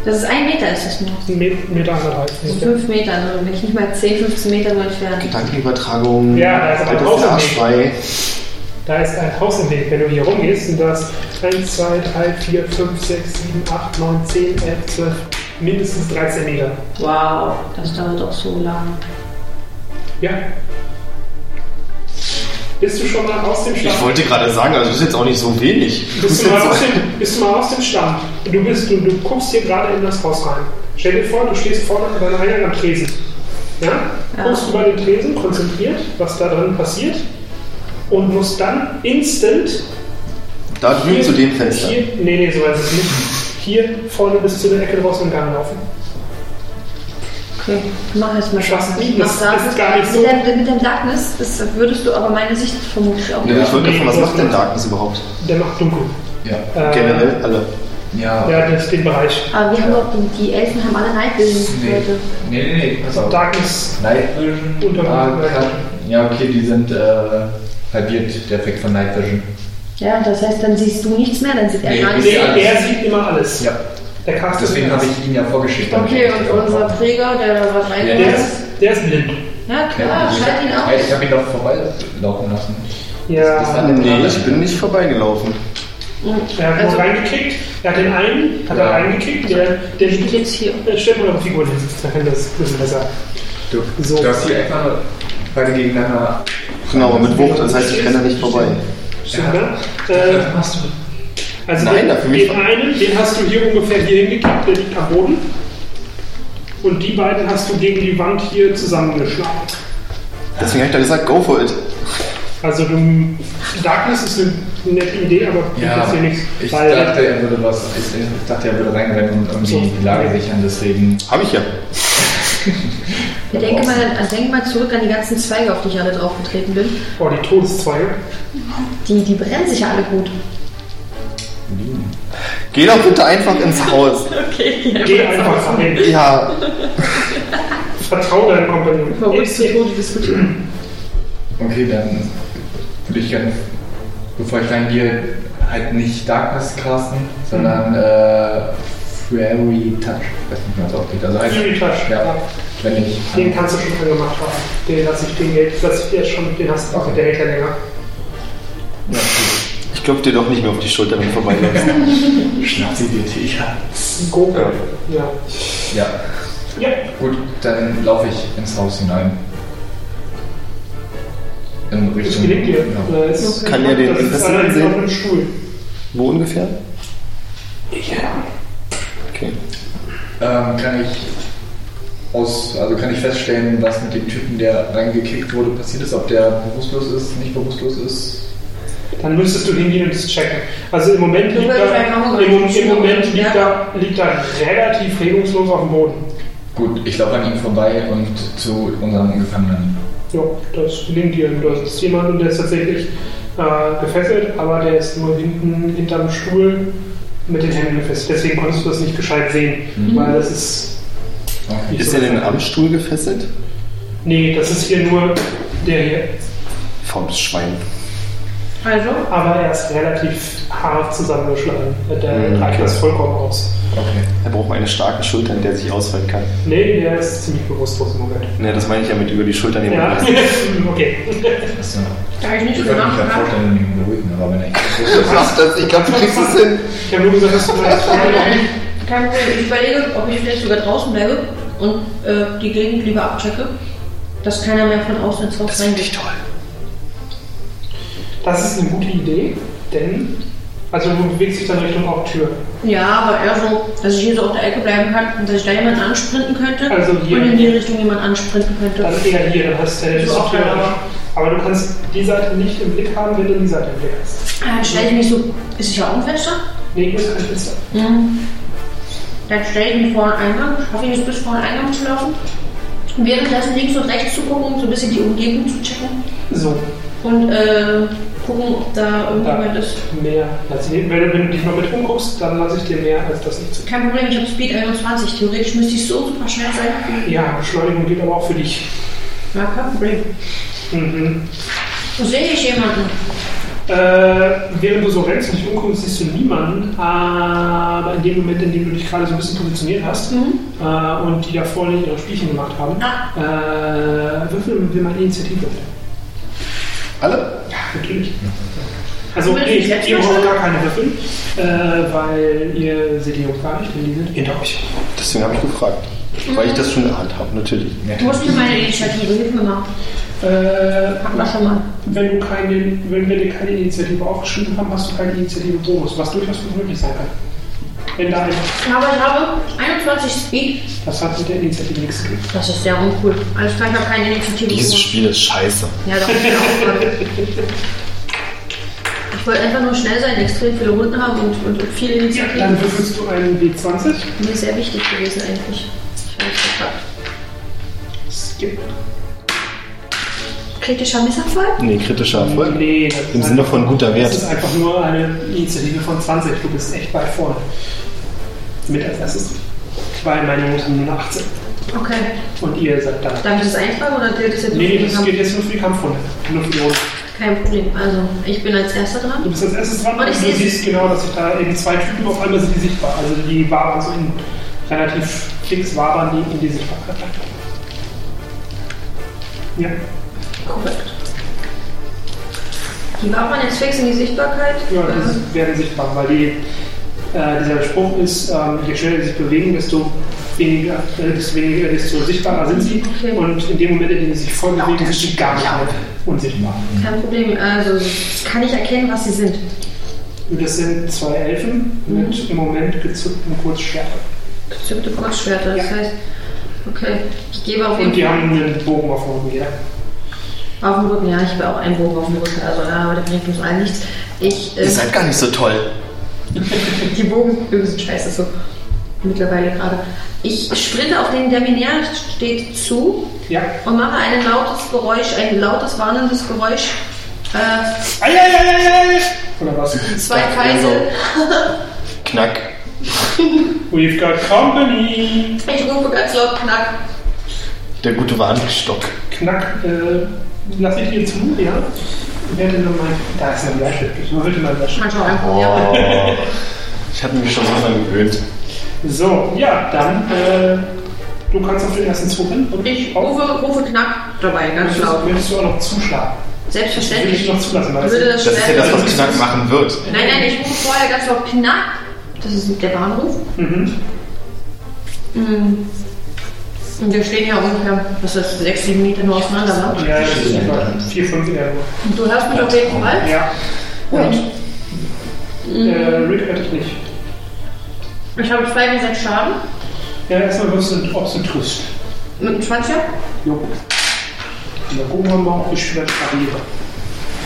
[SPEAKER 4] Das ist ein Meter, ist das nur.
[SPEAKER 1] Ein Me- Meter anderthalb.
[SPEAKER 4] So fünf Meter, also bin ich nicht mal 10, 15 Meter nur entfernt.
[SPEAKER 2] Gedankenübertragung,
[SPEAKER 1] Ja, da ist aber draußen
[SPEAKER 2] alter Arschweih.
[SPEAKER 1] Da ist ein Haus im Weg. Wenn du hier rumgehst, sind das 1, 2, 3, 4, 5, 6, 7, 8, 9, 10, 11, 12, mindestens 13 Meter.
[SPEAKER 4] Wow, das dauert auch so lang.
[SPEAKER 1] Ja. Bist du schon mal aus dem Stand?
[SPEAKER 2] Ich wollte gerade sagen, also ist jetzt auch nicht so wenig.
[SPEAKER 1] Bist du, mal aus dem, bist du mal aus dem Stand? Du, bist, du, du guckst hier gerade in das Haus rein. Stell dir vor, du stehst vorne an deinem Eingang am Tresen. Ja? Guckst über den Tresen, konzentriert, was da drin passiert und musst dann instant
[SPEAKER 2] Da drüben zu dem Fenster.
[SPEAKER 1] hier, nee, nee, so ist es nicht. Hier vorne bis zu der Ecke draußen im Gang laufen.
[SPEAKER 4] Okay, mach jetzt mal
[SPEAKER 1] Schaffst
[SPEAKER 4] Ich
[SPEAKER 1] du
[SPEAKER 4] mach
[SPEAKER 1] das?
[SPEAKER 4] Darkness.
[SPEAKER 1] Ist gar nicht so.
[SPEAKER 4] Mit deinem, mit deinem Darkness ist, würdest du aber meine Sicht vermutlich auch.
[SPEAKER 2] Ja, ich wollte
[SPEAKER 1] Nee,
[SPEAKER 2] fragen, was
[SPEAKER 1] das
[SPEAKER 2] macht denn
[SPEAKER 1] macht-
[SPEAKER 2] Darkness überhaupt?
[SPEAKER 1] Der macht dunkel.
[SPEAKER 5] Ja.
[SPEAKER 1] Äh,
[SPEAKER 2] Generell alle.
[SPEAKER 5] Ja.
[SPEAKER 1] Ja, das ist den Bereich.
[SPEAKER 4] Aber wir haben doch, die, die Elfen haben alle Nightvision
[SPEAKER 5] Nee.
[SPEAKER 4] heute.
[SPEAKER 5] Nee, nee, nee.
[SPEAKER 1] Also Darkness.
[SPEAKER 5] Night Vision.
[SPEAKER 1] Unter-
[SPEAKER 5] ah, klar. ja, okay, die sind äh, halbiert, der Effekt von Night Vision.
[SPEAKER 4] Ja, das heißt, dann siehst du nichts mehr, dann sieht er
[SPEAKER 5] Nee,
[SPEAKER 4] gar
[SPEAKER 5] ich-
[SPEAKER 4] nichts.
[SPEAKER 1] Nee,
[SPEAKER 5] sehe alles.
[SPEAKER 1] er sieht immer alles.
[SPEAKER 5] Ja.
[SPEAKER 1] Der Cast
[SPEAKER 5] Deswegen
[SPEAKER 1] immer
[SPEAKER 5] habe
[SPEAKER 1] alles.
[SPEAKER 5] ich ihn ja vorgeschickt. damit
[SPEAKER 4] Okay,
[SPEAKER 5] ich
[SPEAKER 4] und
[SPEAKER 5] das
[SPEAKER 4] unser
[SPEAKER 5] mache.
[SPEAKER 4] Träger, der da was
[SPEAKER 5] Ja,
[SPEAKER 4] reinkommt.
[SPEAKER 1] Der
[SPEAKER 5] der
[SPEAKER 1] ist, der ist blind.
[SPEAKER 4] Ja,
[SPEAKER 5] Ja,
[SPEAKER 4] klar, Ah, schalt ihn
[SPEAKER 5] ja,
[SPEAKER 4] auf.
[SPEAKER 5] ich habe ihn doch vorbeilaufen lassen. Das
[SPEAKER 1] Ja,
[SPEAKER 5] war-
[SPEAKER 2] Nee, ich bin nicht vorbeigelaufen.
[SPEAKER 1] er hat
[SPEAKER 4] Also-
[SPEAKER 1] nur reingekickt. Er hat den einen, hat er
[SPEAKER 5] Ja.
[SPEAKER 1] reingekickt. Der, der
[SPEAKER 4] Steht jetzt hier.
[SPEAKER 1] Äh, Stell mal eure Figuren hin, dann kann das ein bisschen besser.
[SPEAKER 5] Du,
[SPEAKER 1] So.
[SPEAKER 5] du hast hier einfach beide gegeneinander.
[SPEAKER 2] Genau, mit Wucht, das heißt, ich renne da nicht vorbei.
[SPEAKER 1] Stimmt, ne? Äh,
[SPEAKER 5] Was machst du?
[SPEAKER 1] also
[SPEAKER 2] Nein,
[SPEAKER 1] den,
[SPEAKER 2] dafür nicht.
[SPEAKER 1] den einen, den hast du hier ungefähr hier hingekickt, der liegt am Boden. Und die beiden hast du gegen die Wand hier zusammengeschlagen.
[SPEAKER 2] Deswegen habe ich da gesagt, go for it.
[SPEAKER 1] Also du, Darkness ist eine nette Idee, aber bringt
[SPEAKER 5] Ja,
[SPEAKER 1] jetzt hier nichts.
[SPEAKER 5] ich
[SPEAKER 1] weil
[SPEAKER 5] dachte, er würde was. Ich, ich dachte, er würde reinrennen und irgendwie
[SPEAKER 1] So.
[SPEAKER 5] die Lage sichern, deswegen.
[SPEAKER 2] Habe ich ja.
[SPEAKER 4] Ich denke
[SPEAKER 1] Genau.
[SPEAKER 4] mal, an- denk mal zurück an die ganzen Zweige, auf die ich alle draufgetreten bin.
[SPEAKER 1] oh, die Todeszweige.
[SPEAKER 4] Die, die brennen sich ja alle gut.
[SPEAKER 2] Geh doch bitte einfach ins Haus.
[SPEAKER 1] Geh einfach rein.
[SPEAKER 2] Ja,
[SPEAKER 1] Vertrau deinem Kompagnon.
[SPEAKER 4] Verrückt zu Tode diskutieren.
[SPEAKER 5] Okay, dann würde ich gerne, bevor ich reingehe, halt nicht Darkness casten,
[SPEAKER 1] Mhm.
[SPEAKER 5] sondern äh, Fairy Touch. Ich weiß nicht, wie man es ausspricht. Also halt,
[SPEAKER 1] Fury Touch.
[SPEAKER 5] Ja, wenn ich.
[SPEAKER 1] Mhm. Den kannst du schon mal gemacht haben. Den lasse ich, den Geld, lasse ich dir jetzt schon, den hast du auch, der hält ja länger.
[SPEAKER 2] ich klopfe dir doch nicht mehr auf die Schulter, wenn du vorbeiläufst.
[SPEAKER 5] Schnapp sie dir, Tiger.
[SPEAKER 1] Go.
[SPEAKER 2] Ja.
[SPEAKER 1] Ja.
[SPEAKER 5] Ja,
[SPEAKER 1] Ja.
[SPEAKER 5] gut, dann laufe ich ins Haus hinein. In
[SPEAKER 1] Das
[SPEAKER 5] Richtung.
[SPEAKER 1] gelingt dir.
[SPEAKER 5] Ja.
[SPEAKER 1] Äh, es-
[SPEAKER 2] Kann er den
[SPEAKER 1] das ist
[SPEAKER 2] Interessen
[SPEAKER 1] allerdings
[SPEAKER 2] sehen?
[SPEAKER 1] auf einem Stuhl.
[SPEAKER 2] Wo ungefähr? Okay.
[SPEAKER 5] Ähm, kann ich aus, also kann ich feststellen, was mit dem Typen, der reingekickt wurde, passiert ist, ob der bewusstlos ist, nicht bewusstlos ist.
[SPEAKER 1] Dann müsstest du hingehen und das checken. Also im Moment liegt
[SPEAKER 4] würd vielleicht auch
[SPEAKER 1] da,
[SPEAKER 4] mal
[SPEAKER 1] im, Mo- im
[SPEAKER 4] schauen,
[SPEAKER 1] Moment
[SPEAKER 4] ja.
[SPEAKER 1] liegt da, liegt da relativ regungslos auf dem Boden.
[SPEAKER 5] Gut, ich laufe an ihm vorbei und zu unseren Gefangenen.
[SPEAKER 1] Ja, das gelingt dir. Da sitzt jemand und der ist tatsächlich äh, gefesselt, aber der ist nur hinten hinterm Stuhl mit den Händen gefesselt. Deswegen konntest du das nicht gescheit sehen, weil das ist.
[SPEAKER 5] Okay.
[SPEAKER 1] nicht
[SPEAKER 2] Ist
[SPEAKER 1] so-
[SPEAKER 2] er denn am Stuhl gefesselt?
[SPEAKER 1] Nee, das ist hier nur der hier.
[SPEAKER 2] Faules Schwein.
[SPEAKER 11] Also?
[SPEAKER 1] Aber er ist relativ hart zusammengeschlagen. Der
[SPEAKER 2] Mhm,
[SPEAKER 1] reicht
[SPEAKER 2] okay.
[SPEAKER 1] das vollkommen aus.
[SPEAKER 5] okay.
[SPEAKER 2] Er braucht mal eine starke Schulter, in der er sich ausfallen kann.
[SPEAKER 1] Nee, der ist ziemlich bewusstlos im Moment.
[SPEAKER 2] Ne, das meine ich ja mit über die Schulter nehmen.
[SPEAKER 1] Ja,
[SPEAKER 2] lassen.
[SPEAKER 1] okay.
[SPEAKER 5] Das, äh,
[SPEAKER 11] Da ich
[SPEAKER 5] ich
[SPEAKER 11] nicht
[SPEAKER 5] würde mich
[SPEAKER 11] gemacht
[SPEAKER 5] ja
[SPEAKER 11] habe.
[SPEAKER 5] vorstellen, ihn beruhigen, aber wenn er nicht
[SPEAKER 2] Was macht das? Ich glaube, du kriegst es hin.
[SPEAKER 1] Ich habe nur gesagt, dass du mal das
[SPEAKER 4] Kein Problem. Ich überlege, ob ich vielleicht sogar draußen bleibe und äh, die Gegend lieber abchecke, dass keiner mehr von außen ins Haus reingeht.
[SPEAKER 2] toll.
[SPEAKER 1] Das ist eine gute Idee, denn. Also, du bewegst dich dann Richtung auch Tür.
[SPEAKER 4] Ja, aber eher so, dass ich hier so auf der Ecke bleiben kann und dass ich da jemanden ansprinten könnte
[SPEAKER 1] Also hier.
[SPEAKER 4] und in die Richtung jemanden ansprinten könnte.
[SPEAKER 1] Dann eher hier, dann hast du ja
[SPEAKER 4] So,
[SPEAKER 1] so Tür.
[SPEAKER 4] aber-
[SPEAKER 1] Aber du kannst die Seite nicht im Blick haben, wenn du die Seite im Blick hast.
[SPEAKER 4] Ah, Dann stelle ich mich so, ist hier auch ein Fenster?
[SPEAKER 1] Nee, hier ist kein Fenster.
[SPEAKER 4] Dann stelle ich mich vor den Eingang, schaffe ich es bis vor den Eingang zu laufen. Währenddessen links und rechts zu gucken, so ein bisschen die Umgebung zu checken
[SPEAKER 1] So,
[SPEAKER 4] und äh, gucken, ob da irgendjemand ist.
[SPEAKER 1] mehr. Lass ich, wenn, du- wenn du dich mal mit umguckst, dann lasse ich dir mehr als das nicht zu.
[SPEAKER 4] Kein Problem, ich habe Speed 21. Theoretisch müsste ich so super schnell sein.
[SPEAKER 1] Ja, Beschleunigung geht aber auch für dich.
[SPEAKER 4] Na, kein Problem.
[SPEAKER 1] Mhm.
[SPEAKER 4] Sehe ich jemanden?
[SPEAKER 1] Äh, während du so rennst und dich umguckst, siehst du niemanden, aber in dem Moment, in dem du dich gerade so ein bisschen positioniert hast äh, und die da vorne ihre Spielchen gemacht haben, äh, würfeln wir mal Initiative.
[SPEAKER 12] Alle?
[SPEAKER 1] Ja, natürlich. Also,
[SPEAKER 9] Willst du
[SPEAKER 1] nee,
[SPEAKER 9] dich selbst
[SPEAKER 1] ihr braucht gar keine Würfel, äh, weil ihr seht die Jungs gar nicht, denn die sind hinter euch.
[SPEAKER 2] Deswegen habe ich gefragt. Weil ich das schon erahnt habe, natürlich.
[SPEAKER 9] Du musst mir meine Initiative, hilf mir mal.
[SPEAKER 1] Äh,
[SPEAKER 9] Mach mal schon mal.
[SPEAKER 1] wenn, du keine, wenn wir dir keine Initiative aufgeschrieben haben, hast du keine Initiative-Bonus, was durchaus gut möglich sein kann. Wenn da einfach,
[SPEAKER 9] Aber ich habe 21 Speed.
[SPEAKER 1] das hat mit der Initiative nichts zu tun.
[SPEAKER 9] Das ist sehr uncool. Alles klar, ich habe keine Initiative.
[SPEAKER 2] Dieses Spiel ist scheiße.
[SPEAKER 9] Ja, doch, ich bin auch dran. Ich wollte einfach nur schnell sein, extrem viele Runden haben und, und, und viele
[SPEAKER 1] Dann
[SPEAKER 9] Initiativen.
[SPEAKER 1] würfelst du einen W20.
[SPEAKER 9] Mir ist sehr wichtig gewesen eigentlich. Ich habe es verpackt.
[SPEAKER 1] Skip.
[SPEAKER 9] Kritischer Misserfolg?
[SPEAKER 2] Nee, kritischer Erfolg.
[SPEAKER 1] Nee, das ist
[SPEAKER 2] Im Sinne von guter
[SPEAKER 1] Das
[SPEAKER 2] Wert.
[SPEAKER 1] ist einfach nur eine Initiative von 20. Du bist echt weit vorne. Mit als erstes. Weil meine Jungs haben nur eine 18.
[SPEAKER 9] Okay.
[SPEAKER 1] Und ihr seid da.
[SPEAKER 9] Darf ich das eintragen oder gilt das jetzt
[SPEAKER 1] Nee, nee,
[SPEAKER 9] nur
[SPEAKER 1] das
[SPEAKER 9] für die
[SPEAKER 1] gilt jetzt nur für die Kampfrunde. Nur für die Runde.
[SPEAKER 9] Kampf- Kein Problem. Also, ich bin als Erster dran.
[SPEAKER 1] Du bist als erstes dran
[SPEAKER 9] Und
[SPEAKER 1] und
[SPEAKER 9] ich
[SPEAKER 1] du
[SPEAKER 9] sehe-
[SPEAKER 1] siehst genau, dass sich da eben zwei Typen auf einmal sind die sichtbar. Also die waren so in relativ fix wabern die in die Sichtbarkeit. Ja.
[SPEAKER 9] Korrekt. Die war man jetzt fix in die Sichtbarkeit.
[SPEAKER 1] Ja,
[SPEAKER 9] Ähm,
[SPEAKER 1] die werden sichtbar, weil die, äh, dieser Spruch ist, ähm, je schneller sie sich bewegen, desto weniger, äh, desto, weniger desto sichtbarer sind sie.
[SPEAKER 9] Okay.
[SPEAKER 1] Und in dem Moment, in dem sie sich voll bewegen, sind sie gar nicht mehr unsichtbar.
[SPEAKER 9] Kein Problem. Also, kann ich erkennen, was sie sind.
[SPEAKER 1] Und das sind zwei Elfen mit
[SPEAKER 9] Mhm.
[SPEAKER 1] im Moment gezückten Kurzschwertern.
[SPEAKER 9] Bestimmte Kurzschwerter. Das
[SPEAKER 1] Ja.
[SPEAKER 9] heißt, okay, ich gebe auf
[SPEAKER 1] Und
[SPEAKER 9] jeden
[SPEAKER 1] die
[SPEAKER 9] Fall.
[SPEAKER 1] haben einen Bogen auf dem Rücken, ja.
[SPEAKER 9] Auf dem Rücken, ja, ich will auch einen Bogen auf dem Rücken. Also, ja, aber der bringt uns allen nichts. Ich, äh,
[SPEAKER 2] Ihr seid gar nicht so toll.
[SPEAKER 9] die Bogenbögen sind scheiße, so. Mittlerweile gerade. Ich sprinte auf den, der mir näher steht, zu
[SPEAKER 1] Ja.
[SPEAKER 9] und mache ein lautes Geräusch, ein lautes, warnendes Geräusch. Äh,
[SPEAKER 1] Eieieiei! Oder was?
[SPEAKER 9] zwei
[SPEAKER 2] Sagt er
[SPEAKER 9] Pfeile.
[SPEAKER 2] so. Knack.
[SPEAKER 1] We've got company!
[SPEAKER 9] Ich rufe ganz laut Knack.
[SPEAKER 2] Der gute Warnstock.
[SPEAKER 1] Knack, äh, lass ich dir zu, ja? Werde nur mein. Da ist ein Bleistift. Ich wollte mal das
[SPEAKER 9] Kann schon anprobieren.
[SPEAKER 2] Oh. Ich hatte mich schon so dran gewöhnt.
[SPEAKER 1] So, ja, dann äh, du kannst auf den ersten Zug hin und
[SPEAKER 9] Ich
[SPEAKER 1] auch.
[SPEAKER 9] rufe, rufe Knack dabei, ganz
[SPEAKER 1] Möchtest,
[SPEAKER 9] laut.
[SPEAKER 1] möchtest du auch noch zuschlagen? Würde ich
[SPEAKER 9] Selbstverständlich.
[SPEAKER 1] noch zulassen,
[SPEAKER 9] Ich
[SPEAKER 1] weil
[SPEAKER 9] würde
[SPEAKER 1] es
[SPEAKER 9] das
[SPEAKER 2] Das ist ja
[SPEAKER 9] schnell.
[SPEAKER 2] das, was Knack machen wird.
[SPEAKER 9] Nein, nein, ich rufe vorher ganz laut Knack. Das ist der Bahnhof.
[SPEAKER 1] mhm.
[SPEAKER 9] Mhm. Und wir stehen ja ungefähr, was ist das, sechs, sieben Meter nur auseinander, wa?
[SPEAKER 1] ja, das ist etwa 4, 5 in der Uhr.
[SPEAKER 9] Und du hörst mich auf jeden Fall.
[SPEAKER 1] Ja. Und? Äh, Rick hört dich nicht.
[SPEAKER 9] Ich habe zwei bis sechs Schaden.
[SPEAKER 1] Ja, erstmal wirst du, ob du tust.
[SPEAKER 9] Mit einem 20
[SPEAKER 1] Jo. Und dann gucken wir mal, ob ich schwer pariere.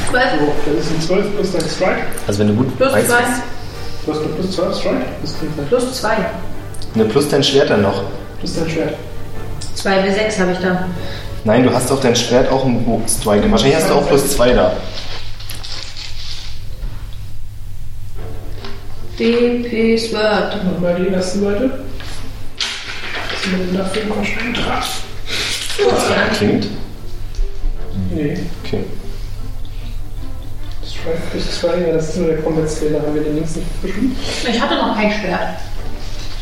[SPEAKER 9] 12
[SPEAKER 1] So, das ist ein 12 plus dein Strike.
[SPEAKER 2] Also wenn du gut
[SPEAKER 9] plus
[SPEAKER 2] weißt,
[SPEAKER 9] 2
[SPEAKER 1] Du hast noch plus 12 Strike. Das klingt halt
[SPEAKER 9] plus 2.
[SPEAKER 2] ne, plus dein Schwert dann noch.
[SPEAKER 1] plus dein Schwert.
[SPEAKER 9] 2 bis 6 habe ich da.
[SPEAKER 2] Nein, du hast doch dein Schwert auch einen Bonus 2. Wahrscheinlich hast du auch plus 2 da.
[SPEAKER 9] DP Sword.
[SPEAKER 1] Nochmal die erste Seite. Zumindest dafür ein Konzentrat.
[SPEAKER 2] Klingt?
[SPEAKER 1] Nee.
[SPEAKER 2] Okay.
[SPEAKER 1] Strike plus 2, ja, das ist nur der Combat Skill, da haben wir den links nicht verschrieben.
[SPEAKER 9] Ich hatte noch kein Schwert.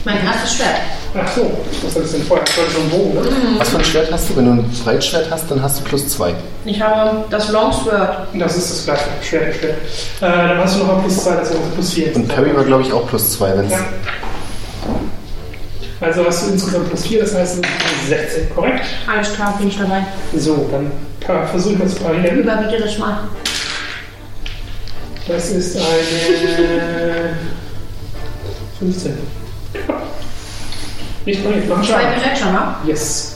[SPEAKER 9] Mein erstes Schwert.
[SPEAKER 1] Ach so, was hat es denn vorher? Das war schon ein Bogen, ne?
[SPEAKER 2] Was für ein Schwert hast du? Wenn du ein Breitschwert hast, dann hast du plus 2.
[SPEAKER 9] Ich habe das Longsword.
[SPEAKER 1] Das ist das gleiche, schwer, schwer. Äh, dann hast du nochmal plus 2, das ist also plus 4.
[SPEAKER 2] Und Perry war, glaube ich, auch plus 2. wenn's-
[SPEAKER 1] Ja. Also hast du insgesamt plus 4, das heißt es sind 16, korrekt?
[SPEAKER 9] Alles klar, bin ich dabei.
[SPEAKER 1] So, dann pa- versuchen wir es parieren.
[SPEAKER 9] Überwiege das mal.
[SPEAKER 1] Das ist eine 15. Nicht mal, mach
[SPEAKER 9] Zwei
[SPEAKER 1] Schaden.
[SPEAKER 9] bis 6 schon, ne?
[SPEAKER 1] Yes.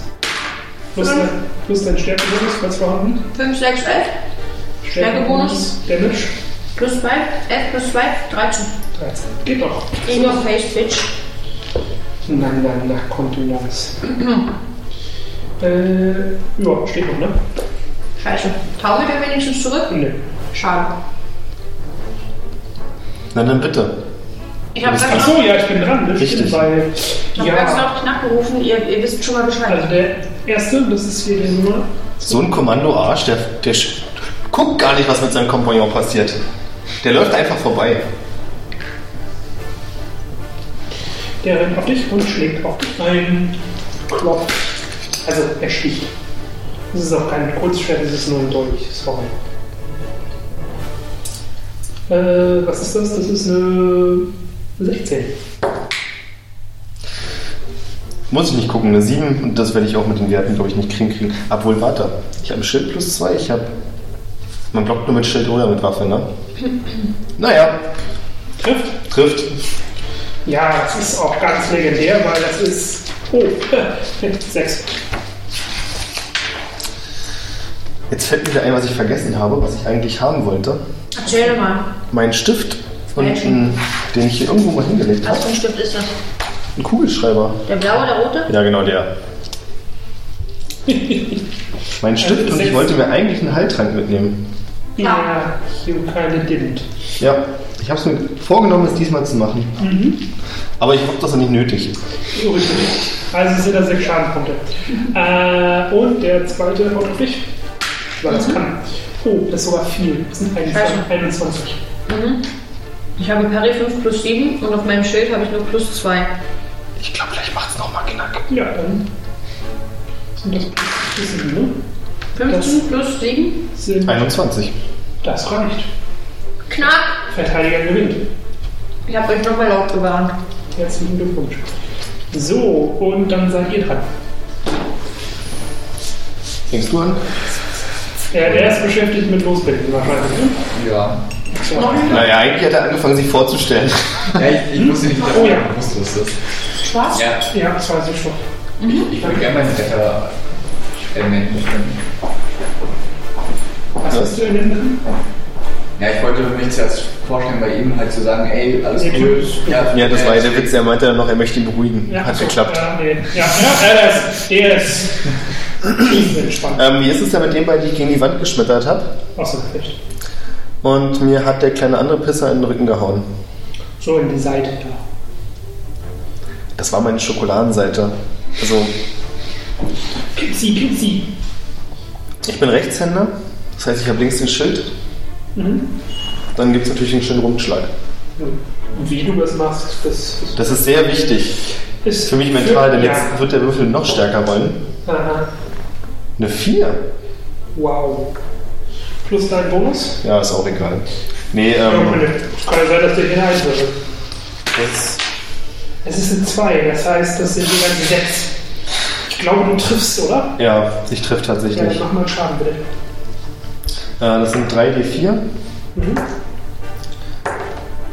[SPEAKER 1] Plus, dein- plus dein Stärkebonus, falls vorhanden.
[SPEAKER 9] 5, 6, 11. Stärkebonus.
[SPEAKER 1] Damage.
[SPEAKER 9] Plus 2. 11 plus 2. 13.
[SPEAKER 1] 13. Geht doch.
[SPEAKER 9] In your face, bitch.
[SPEAKER 1] Na, na, na, Kontenance. äh, ja, steht noch, ne?
[SPEAKER 9] Scheiße. Taumelt er wenigstens zurück?
[SPEAKER 1] Ne.
[SPEAKER 9] Schade.
[SPEAKER 2] Na dann bitte.
[SPEAKER 9] Ich habe ganz
[SPEAKER 1] Achso,
[SPEAKER 9] laut,
[SPEAKER 1] ja, ich bin dran. Ne?
[SPEAKER 2] Richtig.
[SPEAKER 1] Stimmt, Weil,
[SPEAKER 9] ich hab ganz
[SPEAKER 1] ja,
[SPEAKER 9] laut Knack gerufen. Ihr, ihr wisst schon mal Bescheid.
[SPEAKER 1] also der erste, das ist hier die Nummer.
[SPEAKER 2] So ein Kommando-Arsch, der, der sch- guckt gar nicht, was mit seinem Kompagnon passiert. Der läuft einfach vorbei.
[SPEAKER 1] Der rennt auf dich und schlägt auf dich ein. Klopft. Also er sticht. Das ist auch kein Kurzschwert, das ist nur ein Dolch. Sorry. Äh, was ist das? Das ist eine 16.
[SPEAKER 2] Muss ich nicht gucken, eine 7 und das werde ich auch mit den Werten, glaube ich, nicht kriegen kriegen. Obwohl, warte, ich habe ein Schild plus 2, ich habe. Man blockt nur mit Schild oder mit Waffe, ne? naja,
[SPEAKER 1] Trifft.
[SPEAKER 2] trifft.
[SPEAKER 1] Ja, das ist auch ganz legendär, weil das ist. Oh, 6.
[SPEAKER 2] Jetzt fällt mir wieder ein, was ich vergessen habe, was ich eigentlich haben wollte.
[SPEAKER 4] Erzähl doch mal.
[SPEAKER 2] Mein Stift, und,
[SPEAKER 4] Welchen?
[SPEAKER 2] ein- den ich hier irgendwo mal hingelegt
[SPEAKER 4] Was
[SPEAKER 2] habe.
[SPEAKER 1] Also-
[SPEAKER 4] für ein Stift ist das?
[SPEAKER 2] Ein Kugelschreiber.
[SPEAKER 4] Der blaue, der rote?
[SPEAKER 2] Ja, genau der. mein Stift und ich wollte mir eigentlich einen Heiltrank mitnehmen.
[SPEAKER 1] Ja, you kinda didn't.
[SPEAKER 2] Ja, ich habe es mir vorgenommen, es diesmal zu machen. Mhm. Aber ich hoffe, das ist nicht nötig.
[SPEAKER 1] So richtig. Also sind das sechs Schadenpunkte. Äh, und der zweite haut auf dich. Weil das kann. Oh, das ist sogar viel. Das sind
[SPEAKER 4] Scheiße.
[SPEAKER 1] 21. 21.
[SPEAKER 4] Ich habe Parry 5 plus 7 und auf meinem Schild habe ich nur plus 2.
[SPEAKER 2] Ich glaube, gleich macht es nochmal knack.
[SPEAKER 1] Ja, dann sind das bisschen, ne?
[SPEAKER 4] 15 plus 7?
[SPEAKER 1] Sind
[SPEAKER 2] 21.
[SPEAKER 1] das reicht.
[SPEAKER 4] Knack!
[SPEAKER 1] Verteidiger gewinnt.
[SPEAKER 4] Ich habe euch nochmal laut gewarnt.
[SPEAKER 1] Herzlichen Glückwunsch. So, und dann seid ihr dran.
[SPEAKER 2] Fängst du an?
[SPEAKER 1] Ja, der ist beschäftigt mit Losbinden wahrscheinlich. ne?
[SPEAKER 8] Ja.
[SPEAKER 2] Naja, eigentlich hat er angefangen, sich vorzustellen.
[SPEAKER 8] ja ich, ich wusste nicht, dass
[SPEAKER 1] Oh
[SPEAKER 8] oh,
[SPEAKER 1] ja.
[SPEAKER 8] ja. wusste, was das ist.
[SPEAKER 4] Schwarz?
[SPEAKER 8] Ja,
[SPEAKER 1] Ja, das weiß ich schon.
[SPEAKER 8] ich würde gerne meinen Retter ernennen können.
[SPEAKER 1] Was hast du in den Händen?
[SPEAKER 8] Ja, ich wollte mich zuerst vorstellen, bei ihm halt zu sagen, ey, alles
[SPEAKER 1] Ja,
[SPEAKER 8] cool.
[SPEAKER 1] du-
[SPEAKER 2] Ja, das war ja der Witz. Er meinte dann noch, er möchte ihn beruhigen.
[SPEAKER 1] Ja,
[SPEAKER 2] Hat
[SPEAKER 1] so,
[SPEAKER 2] geklappt.
[SPEAKER 1] Ja, nee. ja, ja, er ist. Er ist. Ich bin gespannt.
[SPEAKER 2] Ähm, wie ist es denn mit dem beiden, die ich gegen die Wand geschmettert habe?
[SPEAKER 1] Achso, echt.
[SPEAKER 2] Und mir hat der kleine andere Pisser in den Rücken gehauen.
[SPEAKER 1] So in die Seite da.
[SPEAKER 2] Das war meine Schokoladenseite. Also,
[SPEAKER 1] Kitzi, Kitzi.
[SPEAKER 2] ich bin Rechtshänder. Das heißt, ich habe links den Schild.
[SPEAKER 1] Mhm.
[SPEAKER 2] Dann gibt es natürlich einen schönen Rundschlag.
[SPEAKER 1] Wie du das machst, das ist.
[SPEAKER 2] Das ist sehr wichtig.
[SPEAKER 1] ist
[SPEAKER 2] Für mich mental, denn
[SPEAKER 1] ja.
[SPEAKER 2] jetzt wird der Würfel noch stärker wollen.
[SPEAKER 1] Aha.
[SPEAKER 2] Eine 4?
[SPEAKER 1] Wow. Plus dein Bonus?
[SPEAKER 2] Ja, ist auch egal. Nee,
[SPEAKER 1] Irgendwann-
[SPEAKER 2] ähm,
[SPEAKER 1] Kann ja sein, dass der hier eins wird.
[SPEAKER 2] das,
[SPEAKER 1] Es ist ein 2, das heißt, das sind jeweils 6. Ich glaube, du triffst, oder?
[SPEAKER 2] ja, ich treffe
[SPEAKER 1] Ja,
[SPEAKER 2] tatsächlich.
[SPEAKER 1] dann mach mal Schaden, bitte.
[SPEAKER 2] Äh, das sind 3D4.
[SPEAKER 1] Mhm.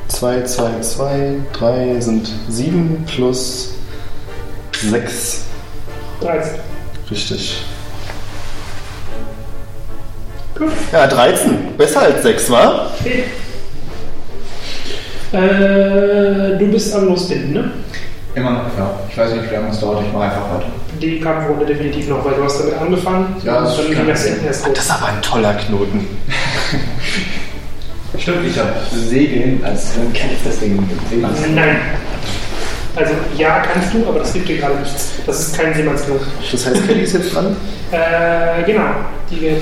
[SPEAKER 2] 2, 2, 2, 3 sind 7 plus 6.
[SPEAKER 1] 13.
[SPEAKER 2] Richtig. Ja, 13. Besser als 6, wa?
[SPEAKER 1] Okay. Äh, du bist am Losbinden, ne?
[SPEAKER 8] Immer noch, ja. Ich weiß nicht, wie lange es dauert, ich mache einfach weiter.
[SPEAKER 1] Die Kampfrunde definitiv noch, weil du hast damit angefangen.
[SPEAKER 8] Ja, das
[SPEAKER 1] dann
[SPEAKER 8] kann
[SPEAKER 1] ging das
[SPEAKER 8] sein.
[SPEAKER 1] hinten erst los.
[SPEAKER 2] ist aber ein toller Knoten.
[SPEAKER 8] Stimmt, ich habe Segeln als dann kenne ich das Ding mit Segeln.
[SPEAKER 1] Nein. Also ja, kannst du, aber das gibt dir gerade nichts. Das ist kein Seemannsflug.
[SPEAKER 2] Das heißt, Kelly ist jetzt dran.
[SPEAKER 1] Äh, genau. Die wir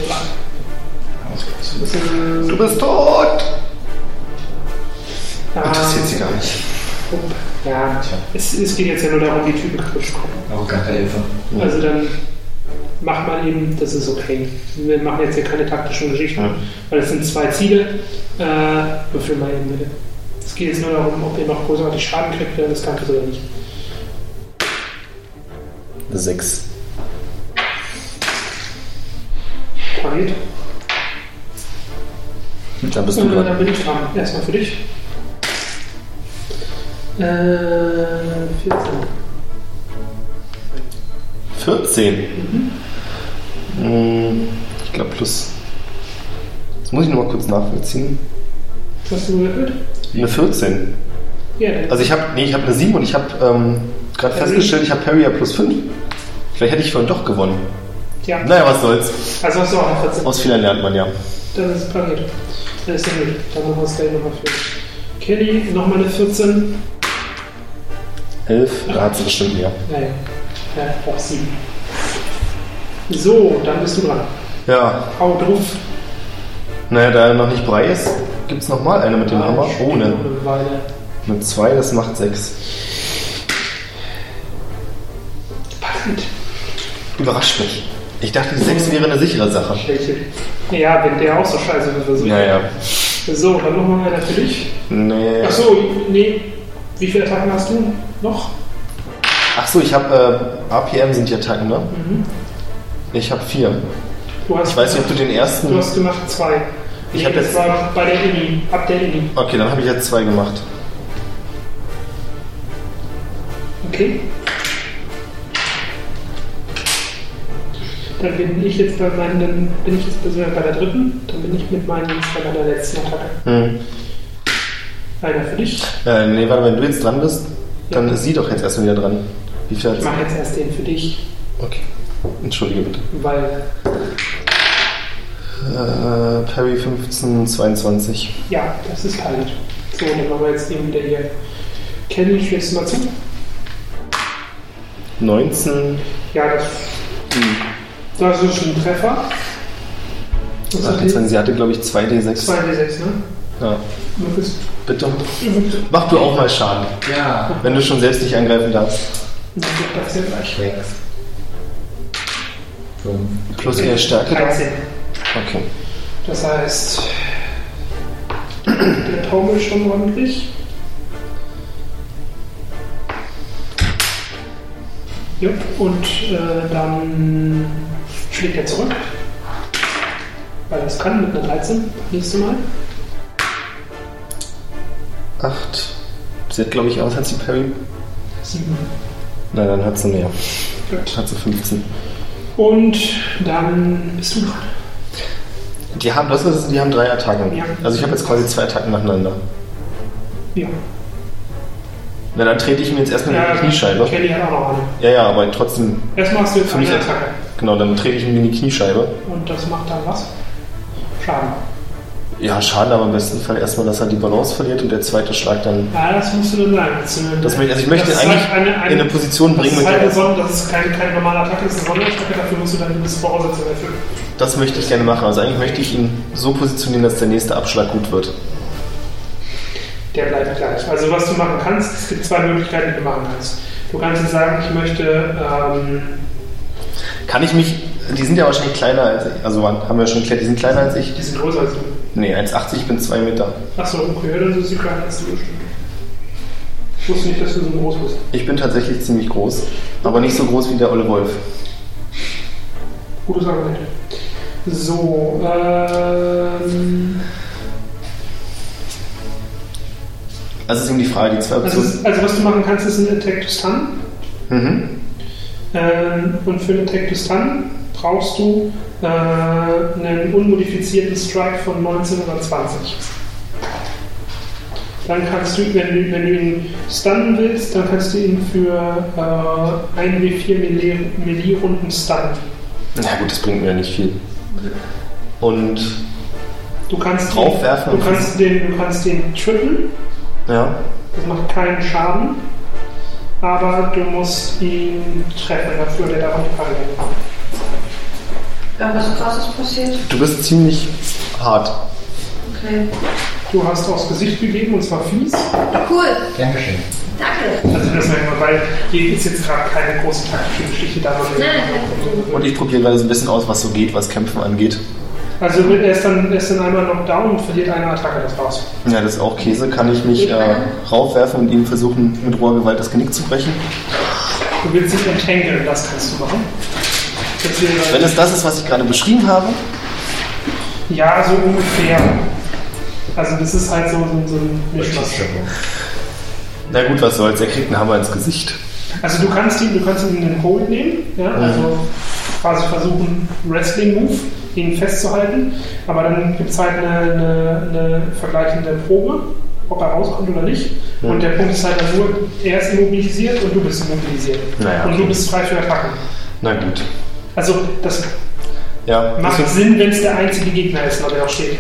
[SPEAKER 2] Du bist tot! Interessiert sie
[SPEAKER 1] Ähm,
[SPEAKER 2] gar nicht.
[SPEAKER 1] Ja, es, es geht jetzt ja nur darum, die Typen kaputt zu kommen.
[SPEAKER 8] Arrogante Hilfe.
[SPEAKER 1] Also dann macht man eben, das ist okay. Wir machen jetzt hier keine taktischen Geschichten,
[SPEAKER 2] Ja.
[SPEAKER 1] weil es sind zwei Ziele. Äh, würfel mal eben bitte. Es geht jetzt nur darum, ob ihr noch großartig Schaden kriegt während des Kampfes oder nicht.
[SPEAKER 2] 6.
[SPEAKER 1] Pariert.
[SPEAKER 2] Dann bist du
[SPEAKER 1] Und dann
[SPEAKER 2] dran.
[SPEAKER 1] bin ich dran. Erstmal für dich. Äh, 14.
[SPEAKER 2] 14. Mm, Ich glaube plus. Das muss ich nochmal kurz nachvollziehen.
[SPEAKER 1] Hast du gehört?
[SPEAKER 2] Eine 14.
[SPEAKER 1] Ja, dann.
[SPEAKER 2] Also ich habe nee, ich habe eine 7 und ich habe ähm, gerade
[SPEAKER 1] Parry.
[SPEAKER 2] festgestellt, ich habe Perry ja plus 5. Vielleicht hätte ich vorhin doch gewonnen.
[SPEAKER 1] ja.
[SPEAKER 2] Naja, was soll's.
[SPEAKER 1] Also hast du auch eine 14.
[SPEAKER 2] Aus Fehlern lernt man ja.
[SPEAKER 1] Das ist pariert. Das ist ja gut. Dann machen wir es gleich nochmal für. Kelly, nochmal eine 14.
[SPEAKER 2] 11, da hat sie bestimmt mehr.
[SPEAKER 1] Naja, ja, auch 7. So, dann bist du dran.
[SPEAKER 2] Ja,
[SPEAKER 1] Hau drauf.
[SPEAKER 2] naja, da er noch nicht brei ist, gibt's nochmal eine mit dem Hammer? Oh,
[SPEAKER 1] Eine
[SPEAKER 2] ne.
[SPEAKER 1] Weile.
[SPEAKER 2] Eine 2, das macht 6.
[SPEAKER 1] Passend.
[SPEAKER 2] Überrascht mich. Ich dachte, die 6 wäre eine sichere Sache.
[SPEAKER 1] Ja, wenn der auch so scheiße wird. Also.
[SPEAKER 2] Ja, ja.
[SPEAKER 1] So, dann nochmal einer für dich.
[SPEAKER 2] Nee.
[SPEAKER 1] Achso, nee. Wie viele Attacken hast du noch?
[SPEAKER 2] Ach so, ich habe äh, APM sind die Attacken, ne?
[SPEAKER 1] Mhm.
[SPEAKER 2] Ich habe 4.
[SPEAKER 1] Du hast,
[SPEAKER 2] Ich weiß nicht, ob du den
[SPEAKER 1] du
[SPEAKER 2] ersten.
[SPEAKER 1] hast gemacht zwei.
[SPEAKER 2] Ich
[SPEAKER 1] Nee,
[SPEAKER 2] hab
[SPEAKER 1] das
[SPEAKER 2] jetzt-
[SPEAKER 1] war bei der Inni, ab der Inni.
[SPEAKER 2] Okay, dann habe ich jetzt 2 gemacht.
[SPEAKER 1] Okay. Dann bin ich jetzt bei meinen, dann bin ich jetzt bei der dritten, dann bin ich mit meinen jetzt bei meiner letzten Attacke.
[SPEAKER 2] Hm.
[SPEAKER 1] Einer für dich.
[SPEAKER 2] Äh, nee, warte, wenn du jetzt dran bist, dann
[SPEAKER 1] Ja.
[SPEAKER 2] ist sie doch jetzt erstmal wieder dran. Wie viel
[SPEAKER 1] Ich
[SPEAKER 2] hat's?
[SPEAKER 1] mache jetzt erst den für dich,
[SPEAKER 2] Okay. Entschuldige bitte.
[SPEAKER 1] weil
[SPEAKER 2] Äh, Perry 15, 22.
[SPEAKER 1] ja, das ist kalt. So, dann machen wir jetzt den wieder hier. Kenny, schlägst du mal zu?
[SPEAKER 2] 19.
[SPEAKER 1] Ja, das, Hm. das ist ein Treffer. Das hat die
[SPEAKER 2] 28. Sie hatte, glaube ich, 2D6.
[SPEAKER 1] 2D6, ne?
[SPEAKER 2] Ja.
[SPEAKER 1] Du bist
[SPEAKER 2] Bitte. Mach du auch mal Schaden.
[SPEAKER 5] Ja.
[SPEAKER 2] Wenn du schon selbst nicht angreifen darfst.
[SPEAKER 1] du bist das ja gleich.
[SPEAKER 5] Sechs. Fünf.
[SPEAKER 2] Plus ihre Stärke.
[SPEAKER 1] 13.
[SPEAKER 2] Okay.
[SPEAKER 1] Das heißt, der taumelt schon ordentlich. Ja, und äh, dann schlägt er zurück. Weil er es kann mit einer 13. Nächstes Mal.
[SPEAKER 2] 8. Sie hat, glaube ich, aus, hat sie Perry?
[SPEAKER 1] 7.
[SPEAKER 2] Nein, dann hat sie mehr.
[SPEAKER 1] Gut.
[SPEAKER 2] Hat sie 15.
[SPEAKER 1] Und dann bist du dran.
[SPEAKER 2] Die haben, das ist, die haben drei Attacken.
[SPEAKER 1] Ja.
[SPEAKER 2] Also ich habe jetzt quasi zwei Attacken nacheinander.
[SPEAKER 1] Ja.
[SPEAKER 2] Na, dann trete ich mir jetzt erstmal in die Kniescheibe.
[SPEAKER 1] Kelly hat auch noch eine.
[SPEAKER 2] Ja, ja, aber trotzdem,
[SPEAKER 1] Erstmal hast du jetzt
[SPEAKER 2] Für mich
[SPEAKER 1] eine
[SPEAKER 2] jetzt.
[SPEAKER 1] Attacke.
[SPEAKER 2] genau, dann trete ich mir in die Kniescheibe.
[SPEAKER 1] Und das macht dann was? Schaden.
[SPEAKER 2] Ja, schade, aber im besten Fall erstmal, dass er die Balance verliert und der zweite Schlag dann.
[SPEAKER 1] Ja, das musst du dann sagen. Das, äh,
[SPEAKER 2] Das möchte- also ich möchte
[SPEAKER 1] das ist
[SPEAKER 2] eigentlich
[SPEAKER 1] halt eine, eine,
[SPEAKER 2] in eine Position
[SPEAKER 1] das
[SPEAKER 2] bringen,
[SPEAKER 1] ist
[SPEAKER 2] mit
[SPEAKER 1] halt
[SPEAKER 2] der-
[SPEAKER 1] eine Son Das ist kein, kein normaler Attacke, das ist eine Sonderattacke. Dafür musst du dann eine gewisse Voraussetzung erfüllen.
[SPEAKER 2] Das möchte ich gerne machen. Also eigentlich möchte ich ihn so positionieren, dass der nächste Abschlag gut wird.
[SPEAKER 1] Der bleibt gleich. Also, was du machen kannst, es gibt zwei Möglichkeiten, die du machen kannst. Du kannst jetzt sagen, ich möchte. Ähm,
[SPEAKER 2] Kann ich mich. Die sind ja wahrscheinlich kleiner als ich. Also haben wir schon geklärt, die sind kleiner als ich.
[SPEAKER 1] die sind größer als du.
[SPEAKER 2] Nee, 1,80, ich bin 2 Meter.
[SPEAKER 1] Achso, okay, dann sind sie kleiner als du bestimmt. Ich wusste nicht, dass du so groß bist.
[SPEAKER 2] Ich bin tatsächlich ziemlich groß, aber nicht so groß wie der Olle Wolf.
[SPEAKER 1] Gutes Argument. So, ähm.
[SPEAKER 2] Also ist eben die Frage, die zwei
[SPEAKER 1] Also,
[SPEAKER 2] Optionen.
[SPEAKER 1] es- also was du machen kannst, ist ein Attack to Stun.
[SPEAKER 2] Mhm.
[SPEAKER 1] Ähm, und für den Attack to Stun brauchst du äh, einen unmodifizierten Strike von 19 oder 20. Dann kannst du, wenn du, wenn du ihn stunnen willst, dann kannst du ihn für äh, 1W4 Melee- Melee-Runden stunnen.
[SPEAKER 2] Na gut, das bringt mir ja nicht viel. Und.
[SPEAKER 1] Du kannst,
[SPEAKER 2] Draufwerfen
[SPEAKER 1] den,
[SPEAKER 2] und
[SPEAKER 1] du kannst den, du kannst den trippen,
[SPEAKER 2] Ja.
[SPEAKER 1] das macht keinen Schaden, aber du musst ihn treffen dafür, der darf nicht parallel machen.
[SPEAKER 6] Irgendwas krasses passiert?
[SPEAKER 2] Du bist ziemlich hart.
[SPEAKER 6] Okay.
[SPEAKER 1] Du hast aufs Gesicht gegeben und zwar fies.
[SPEAKER 6] Cool,
[SPEAKER 5] Gern geschehen.
[SPEAKER 6] danke.
[SPEAKER 1] Also das merkt man, weil hier ist jetzt gerade keine große taktische Geschichte da. sondern-
[SPEAKER 2] Und ich probiere gerade so ein bisschen aus, was so geht, was Kämpfen angeht.
[SPEAKER 1] Also er ist, dann, er ist dann einmal noch down und verliert eine Attacke, das war's.
[SPEAKER 2] Ja, das ist auch Käse. Kann ich mich äh, raufwerfen und ihm versuchen, mit roher Gewalt das Genick zu brechen?
[SPEAKER 1] Du willst dich entangeln, das kannst du machen. Das wäre,
[SPEAKER 2] Wenn es das ist, was ich gerade beschrieben habe.
[SPEAKER 1] ja, so ungefähr. Also das ist halt so, so, so ein Mischmasch.
[SPEAKER 2] Na gut, was soll's. Er kriegt einen Hammer ins Gesicht.
[SPEAKER 1] Also du kannst ihn, du kannst ihn in den Hold nehmen, ja,
[SPEAKER 2] Mhm.
[SPEAKER 1] also quasi versuchen, Wrestling-Move, ihn festzuhalten, aber dann gibt es halt eine, eine, eine vergleichende Probe, ob er rauskommt oder nicht. Und der Punkt ist halt dann nur, er ist immobilisiert und du bist immobilisiert.
[SPEAKER 2] Naja,
[SPEAKER 1] Und du
[SPEAKER 2] okay.
[SPEAKER 1] bist frei für Attacken.
[SPEAKER 2] Na gut.
[SPEAKER 1] Also das
[SPEAKER 2] Ja.
[SPEAKER 1] macht
[SPEAKER 2] deswegen-
[SPEAKER 1] Sinn, wenn es der einzige Gegner ist, der da steht.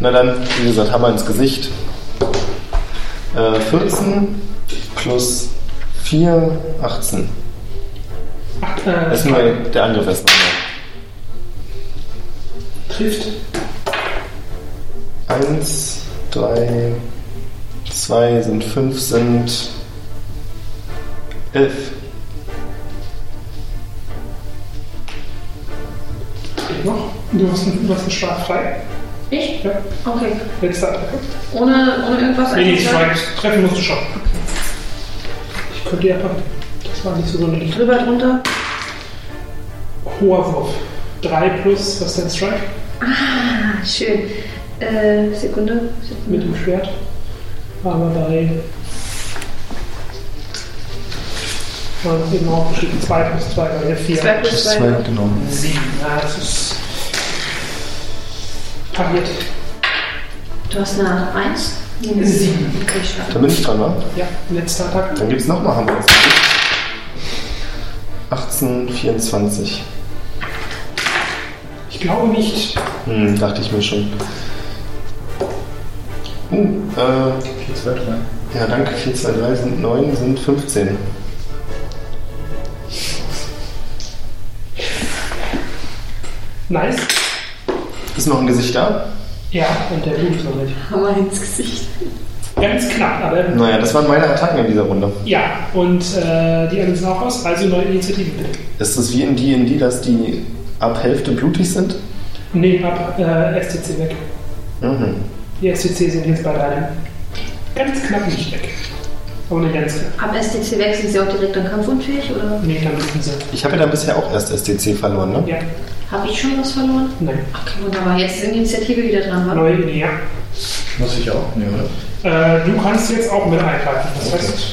[SPEAKER 2] Na dann, wie gesagt, Hammer ins Gesicht. Äh, 14 plus 4, 18.
[SPEAKER 1] Ach, äh,
[SPEAKER 2] Das ist nur der Angriff erstmal.
[SPEAKER 1] trifft.
[SPEAKER 2] Eins, drei, zwei sind fünf, sind elf.
[SPEAKER 1] Noch? Du hast einen, du hast einen Schlag frei.
[SPEAKER 4] Ich?
[SPEAKER 1] Ja.
[SPEAKER 4] Okay.
[SPEAKER 1] Letzter Attacke.
[SPEAKER 4] Ohne, ohne irgendwas
[SPEAKER 1] Nee, nee,
[SPEAKER 4] einfach sagen.
[SPEAKER 1] Strike. Treffen musst du schon. Ich könnte ja. Das war nicht so sonderlich.
[SPEAKER 4] Drüber, drunter.
[SPEAKER 1] Hoher Wurf. 3 plus, was ist dein Strike?
[SPEAKER 4] Ah, schön. Äh, Sekunde.
[SPEAKER 1] Mit dem Schwert. Aber bei. Man hat eben auch geschrieben 2 plus 2, bei der 4.
[SPEAKER 4] 2 plus 2.
[SPEAKER 2] genommen.
[SPEAKER 1] 7. Ja, das ist. Pariert.
[SPEAKER 4] Du hast eine 1? Nee,
[SPEAKER 1] Sieben.
[SPEAKER 4] Okay, schade.
[SPEAKER 2] Dann bin ich dran, wa?
[SPEAKER 1] Ja, letzter Attacke.
[SPEAKER 2] Dann gibt's nochmal Hammer. 18, 24.
[SPEAKER 1] Ich glaube nicht.
[SPEAKER 2] Hm, dachte ich mir schon. Uh, äh,
[SPEAKER 8] 4, 2, 3.
[SPEAKER 2] ja, danke. 4, 2, 3 sind 9, sind 15.
[SPEAKER 1] Nice.
[SPEAKER 2] Ist noch ein Gesicht da?
[SPEAKER 1] Ja, und der Blut ist noch nicht.
[SPEAKER 4] Hammer ins Gesicht.
[SPEAKER 1] Ganz knapp, aber
[SPEAKER 2] Naja, das waren meine Attacken in dieser Runde.
[SPEAKER 1] Ja, und äh, die anderen sind auch aus, also neue Initiativen bitte.
[SPEAKER 2] Ist es wie in D&D, dass die ab Hälfte blutig sind?
[SPEAKER 1] Nee, ab äh, STC weg.
[SPEAKER 2] Mhm.
[SPEAKER 1] Die STC sind jetzt bei deinem ganz knapp nicht weg. Aber nicht ganz knapp.
[SPEAKER 4] Ab STC wechseln sie auch direkt an kampfunfähig oder
[SPEAKER 1] Nee, dann müssen sie.
[SPEAKER 2] Ich habe ja dann bisher auch erst SDC verloren, ne?
[SPEAKER 1] Ja,
[SPEAKER 4] habe ich schon was verloren?
[SPEAKER 1] nein.
[SPEAKER 4] Okay, wunderbar. Jetzt ist die Initiative wieder dran,
[SPEAKER 6] Ah.
[SPEAKER 4] wa? Ah,
[SPEAKER 1] Neue Idee, ja.
[SPEAKER 8] Muss ich auch? Nee, oder?
[SPEAKER 1] Äh, du kannst jetzt auch mit eingreifen. Das
[SPEAKER 2] Okay.
[SPEAKER 1] heißt,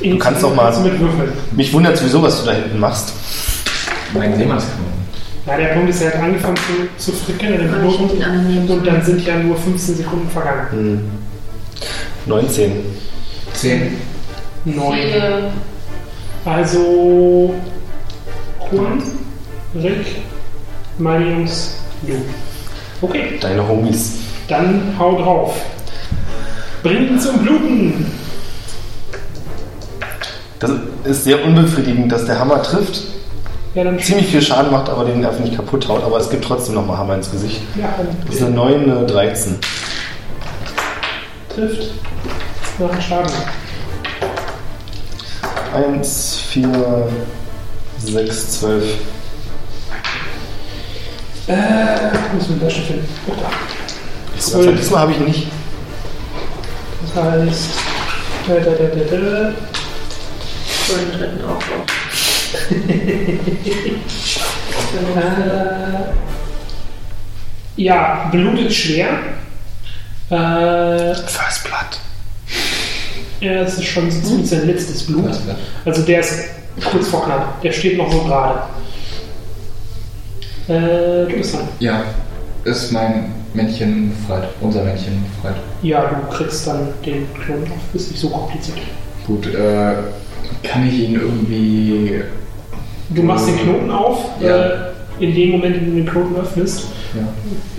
[SPEAKER 1] Initiative
[SPEAKER 2] kannst doch mal-
[SPEAKER 1] kannst du mit würfeln.
[SPEAKER 2] Mich wundert sowieso, was du da hinten machst.
[SPEAKER 8] Mein Seemannskanone.
[SPEAKER 1] Ja, der Punkt ist, er hat angefangen zu, zu fricken in
[SPEAKER 4] Ah,
[SPEAKER 1] den
[SPEAKER 4] ich hätte
[SPEAKER 1] Knoten
[SPEAKER 4] den anderen nehmen
[SPEAKER 1] und
[SPEAKER 4] sollen.
[SPEAKER 1] dann sind ja nur 15 Sekunden vergangen.
[SPEAKER 2] Hm. 19.
[SPEAKER 8] 10.
[SPEAKER 2] Hm.
[SPEAKER 1] Neun.
[SPEAKER 4] Vier.
[SPEAKER 1] Also, Kuhn, Rick, meine Jungs, du. Okay,
[SPEAKER 2] Deine Homies.
[SPEAKER 1] dann hau drauf. Bring ihn zum Bluten.
[SPEAKER 2] Das ist sehr unbefriedigend, dass der Hammer trifft,
[SPEAKER 1] Ja, dann zieh.
[SPEAKER 2] ziemlich viel Schaden macht, aber den einfach nicht kaputt haut. Aber es gibt trotzdem nochmal Hammer ins Gesicht.
[SPEAKER 1] Ja,
[SPEAKER 2] Das äh, ist
[SPEAKER 1] dann
[SPEAKER 2] eine 9, eine 13.
[SPEAKER 1] trifft. Nach dem Schaden.
[SPEAKER 2] 1, 4, 6, 12.
[SPEAKER 1] Äh, muss man das schon finden. Oh, da.
[SPEAKER 2] Also diesmal habe ich nicht.
[SPEAKER 1] Das heißt. Da, da, da, da, da.
[SPEAKER 4] So den dritten auch.
[SPEAKER 1] Äh, ja, blutet schwer. Äh,
[SPEAKER 2] First Blood.
[SPEAKER 1] ja, es ist schon so ziemlich sein letztes Blut. Also der ist kurz vor knapp. Der steht noch so gerade. Äh, du bist dran.
[SPEAKER 5] Ja, ist mein Männchen befreit, unser Männchen befreit.
[SPEAKER 1] Ja, du kriegst dann den Klon auf. Ist nicht so kompliziert.
[SPEAKER 5] Gut, äh, kann ich ihn irgendwie.
[SPEAKER 1] Du machst den Knoten auf.
[SPEAKER 5] Ja.
[SPEAKER 1] Äh, in dem Moment, in dem du den Knoten öffnest,
[SPEAKER 5] Ja,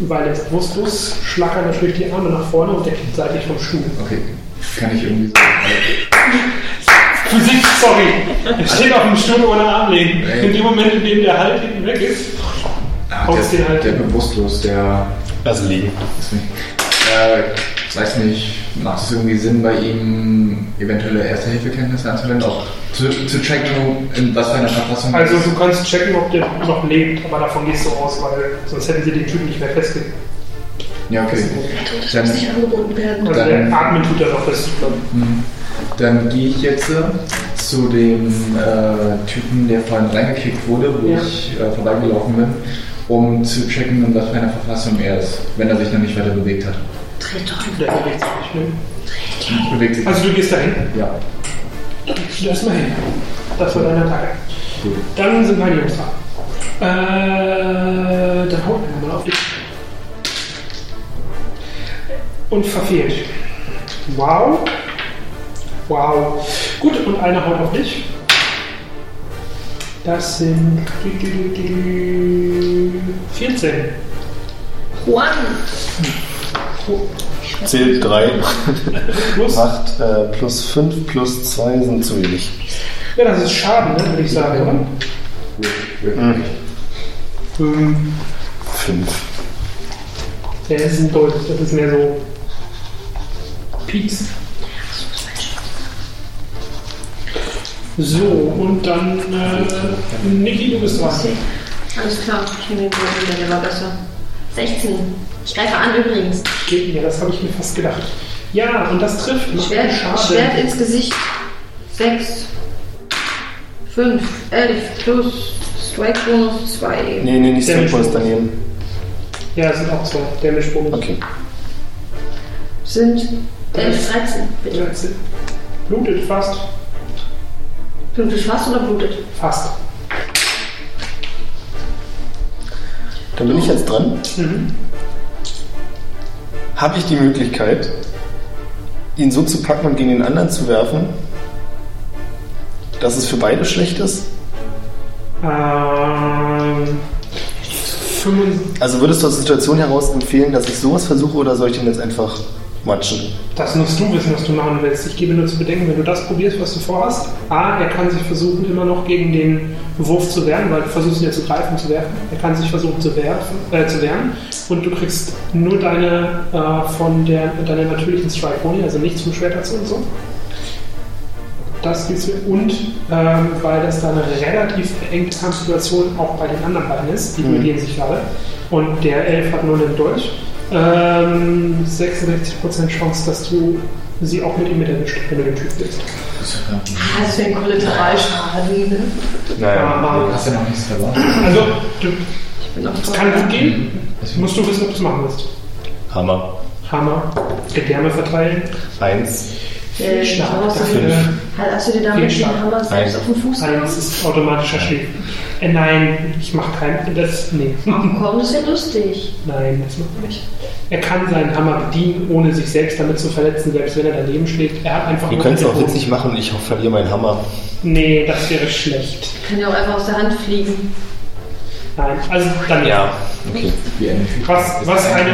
[SPEAKER 1] weil er ist bewusstlos, schlackern natürlich die Arme nach vorne und der kippt seitlich vom Schuh.
[SPEAKER 5] okay. Kann ich irgendwie
[SPEAKER 8] Ah,
[SPEAKER 5] so.
[SPEAKER 1] Physik, sorry. Er steht auf dem Stuhl ohne Armlehnen.
[SPEAKER 5] Nee.
[SPEAKER 1] In dem Moment, in dem der Halt hinten weg ist,
[SPEAKER 5] Ah,
[SPEAKER 1] Haut's den
[SPEAKER 5] der,
[SPEAKER 1] halt.
[SPEAKER 5] der bewusstlos, der.
[SPEAKER 2] Also liegen.
[SPEAKER 5] Ist nicht, äh, weiß nicht, macht es irgendwie Sinn, bei ihm eventuelle Erste-Hilfe-Kenntnisse anzuwenden? Auch zu, zu checken, in was für einer Verfassung. er
[SPEAKER 1] Also
[SPEAKER 5] ist?
[SPEAKER 1] du kannst checken, ob der noch lebt, aber davon gehst du aus, weil sonst hätten sie den Typen nicht mehr festgelegt.
[SPEAKER 5] Ja, okay.
[SPEAKER 4] Das muss nicht angeboten werden.
[SPEAKER 1] Also
[SPEAKER 5] Dann-
[SPEAKER 1] der Atmen tut er noch fest. glaub
[SPEAKER 5] Hm. Dann gehe ich jetzt äh, zu dem äh, Typen, der vorhin reingekickt wurde, wo
[SPEAKER 1] Ja.
[SPEAKER 5] ich äh, vorbeigelaufen bin, um zu checken, in was für einer Verfassung er ist, wenn er sich noch nicht weiter bewegt hat.
[SPEAKER 1] ich. Der bewegt sich nicht mehr.
[SPEAKER 5] Bewegt sich.
[SPEAKER 1] Also du gehst dahin.
[SPEAKER 5] ja.
[SPEAKER 1] Lass mal hin. Das war deine Attacke.
[SPEAKER 5] Gut.
[SPEAKER 1] Dann sind meine Jungs dran. Äh, dann haut mir mal auf dich. Und verfehlt. Wow. Wow. Gut, und einer haut auf dich. Das sind 14.
[SPEAKER 4] Juan.
[SPEAKER 2] Zählt 3.
[SPEAKER 1] Plus.
[SPEAKER 2] 8 äh, plus 5 plus 2 sind zu wenig.
[SPEAKER 1] Ja, das ist Schaden, ne, würde ich sagen, oder?
[SPEAKER 2] Mhm. 5.
[SPEAKER 1] Ja, das ist ein Dolch, das ist mehr so Pieps. So, und dann äh, Niki, du bist dran.
[SPEAKER 4] Alles klar, ich nehme den Würfel, denn der war besser. 16. Ich greife an übrigens.
[SPEAKER 1] Geht mir, das habe ich mir fast gedacht. Ja, und das trifft. Macht
[SPEAKER 4] Schwert,
[SPEAKER 1] einen Schaden.
[SPEAKER 4] Schwert ins Gesicht. 6. 5. 11 plus Strike-Bonus 2.
[SPEAKER 2] Nee, nee, nicht
[SPEAKER 1] Der
[SPEAKER 2] Strike Points
[SPEAKER 1] Mensch.
[SPEAKER 2] daneben.
[SPEAKER 1] Ja, das sind auch zwei. Damage-Bonus.
[SPEAKER 2] Okay.
[SPEAKER 4] Sind
[SPEAKER 1] Das-
[SPEAKER 4] 11, 13. Bitte.
[SPEAKER 1] 13. Äh, Blutet fast.
[SPEAKER 4] Blutet fast oder blutet?
[SPEAKER 1] Fast.
[SPEAKER 2] Dann bin ich jetzt dran.
[SPEAKER 1] Mhm.
[SPEAKER 2] Habe ich die Möglichkeit, ihn so zu packen und gegen den anderen zu werfen, dass es für beide schlecht ist?
[SPEAKER 1] Ähm, 25,
[SPEAKER 2] Also würdest du aus der Situation heraus empfehlen, dass ich sowas versuche oder soll ich den jetzt einfach matschen?
[SPEAKER 1] das musst du wissen, was du machen willst. Ich gebe nur zu bedenken, wenn du das probierst, was du vorhast. A, er kann sich versuchen, immer noch gegen den Wurf zu wehren, weil du versuchst ihn ja zu greifen und zu werfen. Er kann sich versuchen zu, werfen, äh, zu wehren. Und du kriegst nur deine äh, von der deiner natürlichen strike boni also nichts vom Schwert dazu und so. Das kriegst du. Und ähm, weil das da eine relativ enge Kampfsituation auch bei den anderen beiden ist, die duellieren sich gerade. Und der Elf hat nur einen Dolch. Ähm, 66% Chance, dass du sie auch mit ihm mit erwischt, wenn du den Typ bist.
[SPEAKER 6] Das ist ein Kollateralschaden. Ne?
[SPEAKER 1] Ähm,
[SPEAKER 5] Hast du noch nichts verloren? Hm?
[SPEAKER 1] also, du, es kann gut gehen. Musst du wissen, ob du es machen willst.
[SPEAKER 2] Hammer.
[SPEAKER 1] Hammer, Gedärme verteilen.
[SPEAKER 2] Eins.
[SPEAKER 4] Äh,
[SPEAKER 1] Schlag.
[SPEAKER 4] hast,
[SPEAKER 1] Dafür
[SPEAKER 4] Halt, hast du dir damit
[SPEAKER 1] Fehlschlag.
[SPEAKER 4] den Hammer selbst auf den Fuß
[SPEAKER 1] eins
[SPEAKER 4] genommen?
[SPEAKER 1] ist automatischer Schläger. Äh, nein, ich mach keinen. Das, nee.
[SPEAKER 4] Komm, das ist ja lustig.
[SPEAKER 1] Nein, das macht er nicht. Er kann seinen Hammer bedienen, ohne sich selbst damit zu verletzen, selbst wenn er daneben schlägt. Er hat einfach
[SPEAKER 2] Wir
[SPEAKER 1] nur
[SPEAKER 2] können es
[SPEAKER 1] den
[SPEAKER 2] auch
[SPEAKER 1] Boden.
[SPEAKER 2] witzig machen und ich verliere meinen Hammer.
[SPEAKER 1] Nee, das wäre schlecht.
[SPEAKER 4] Kann ja auch einfach aus der Hand fliegen.
[SPEAKER 1] Nein, also dann ja.
[SPEAKER 2] Okay.
[SPEAKER 5] Wie ein
[SPEAKER 1] Was, was eine.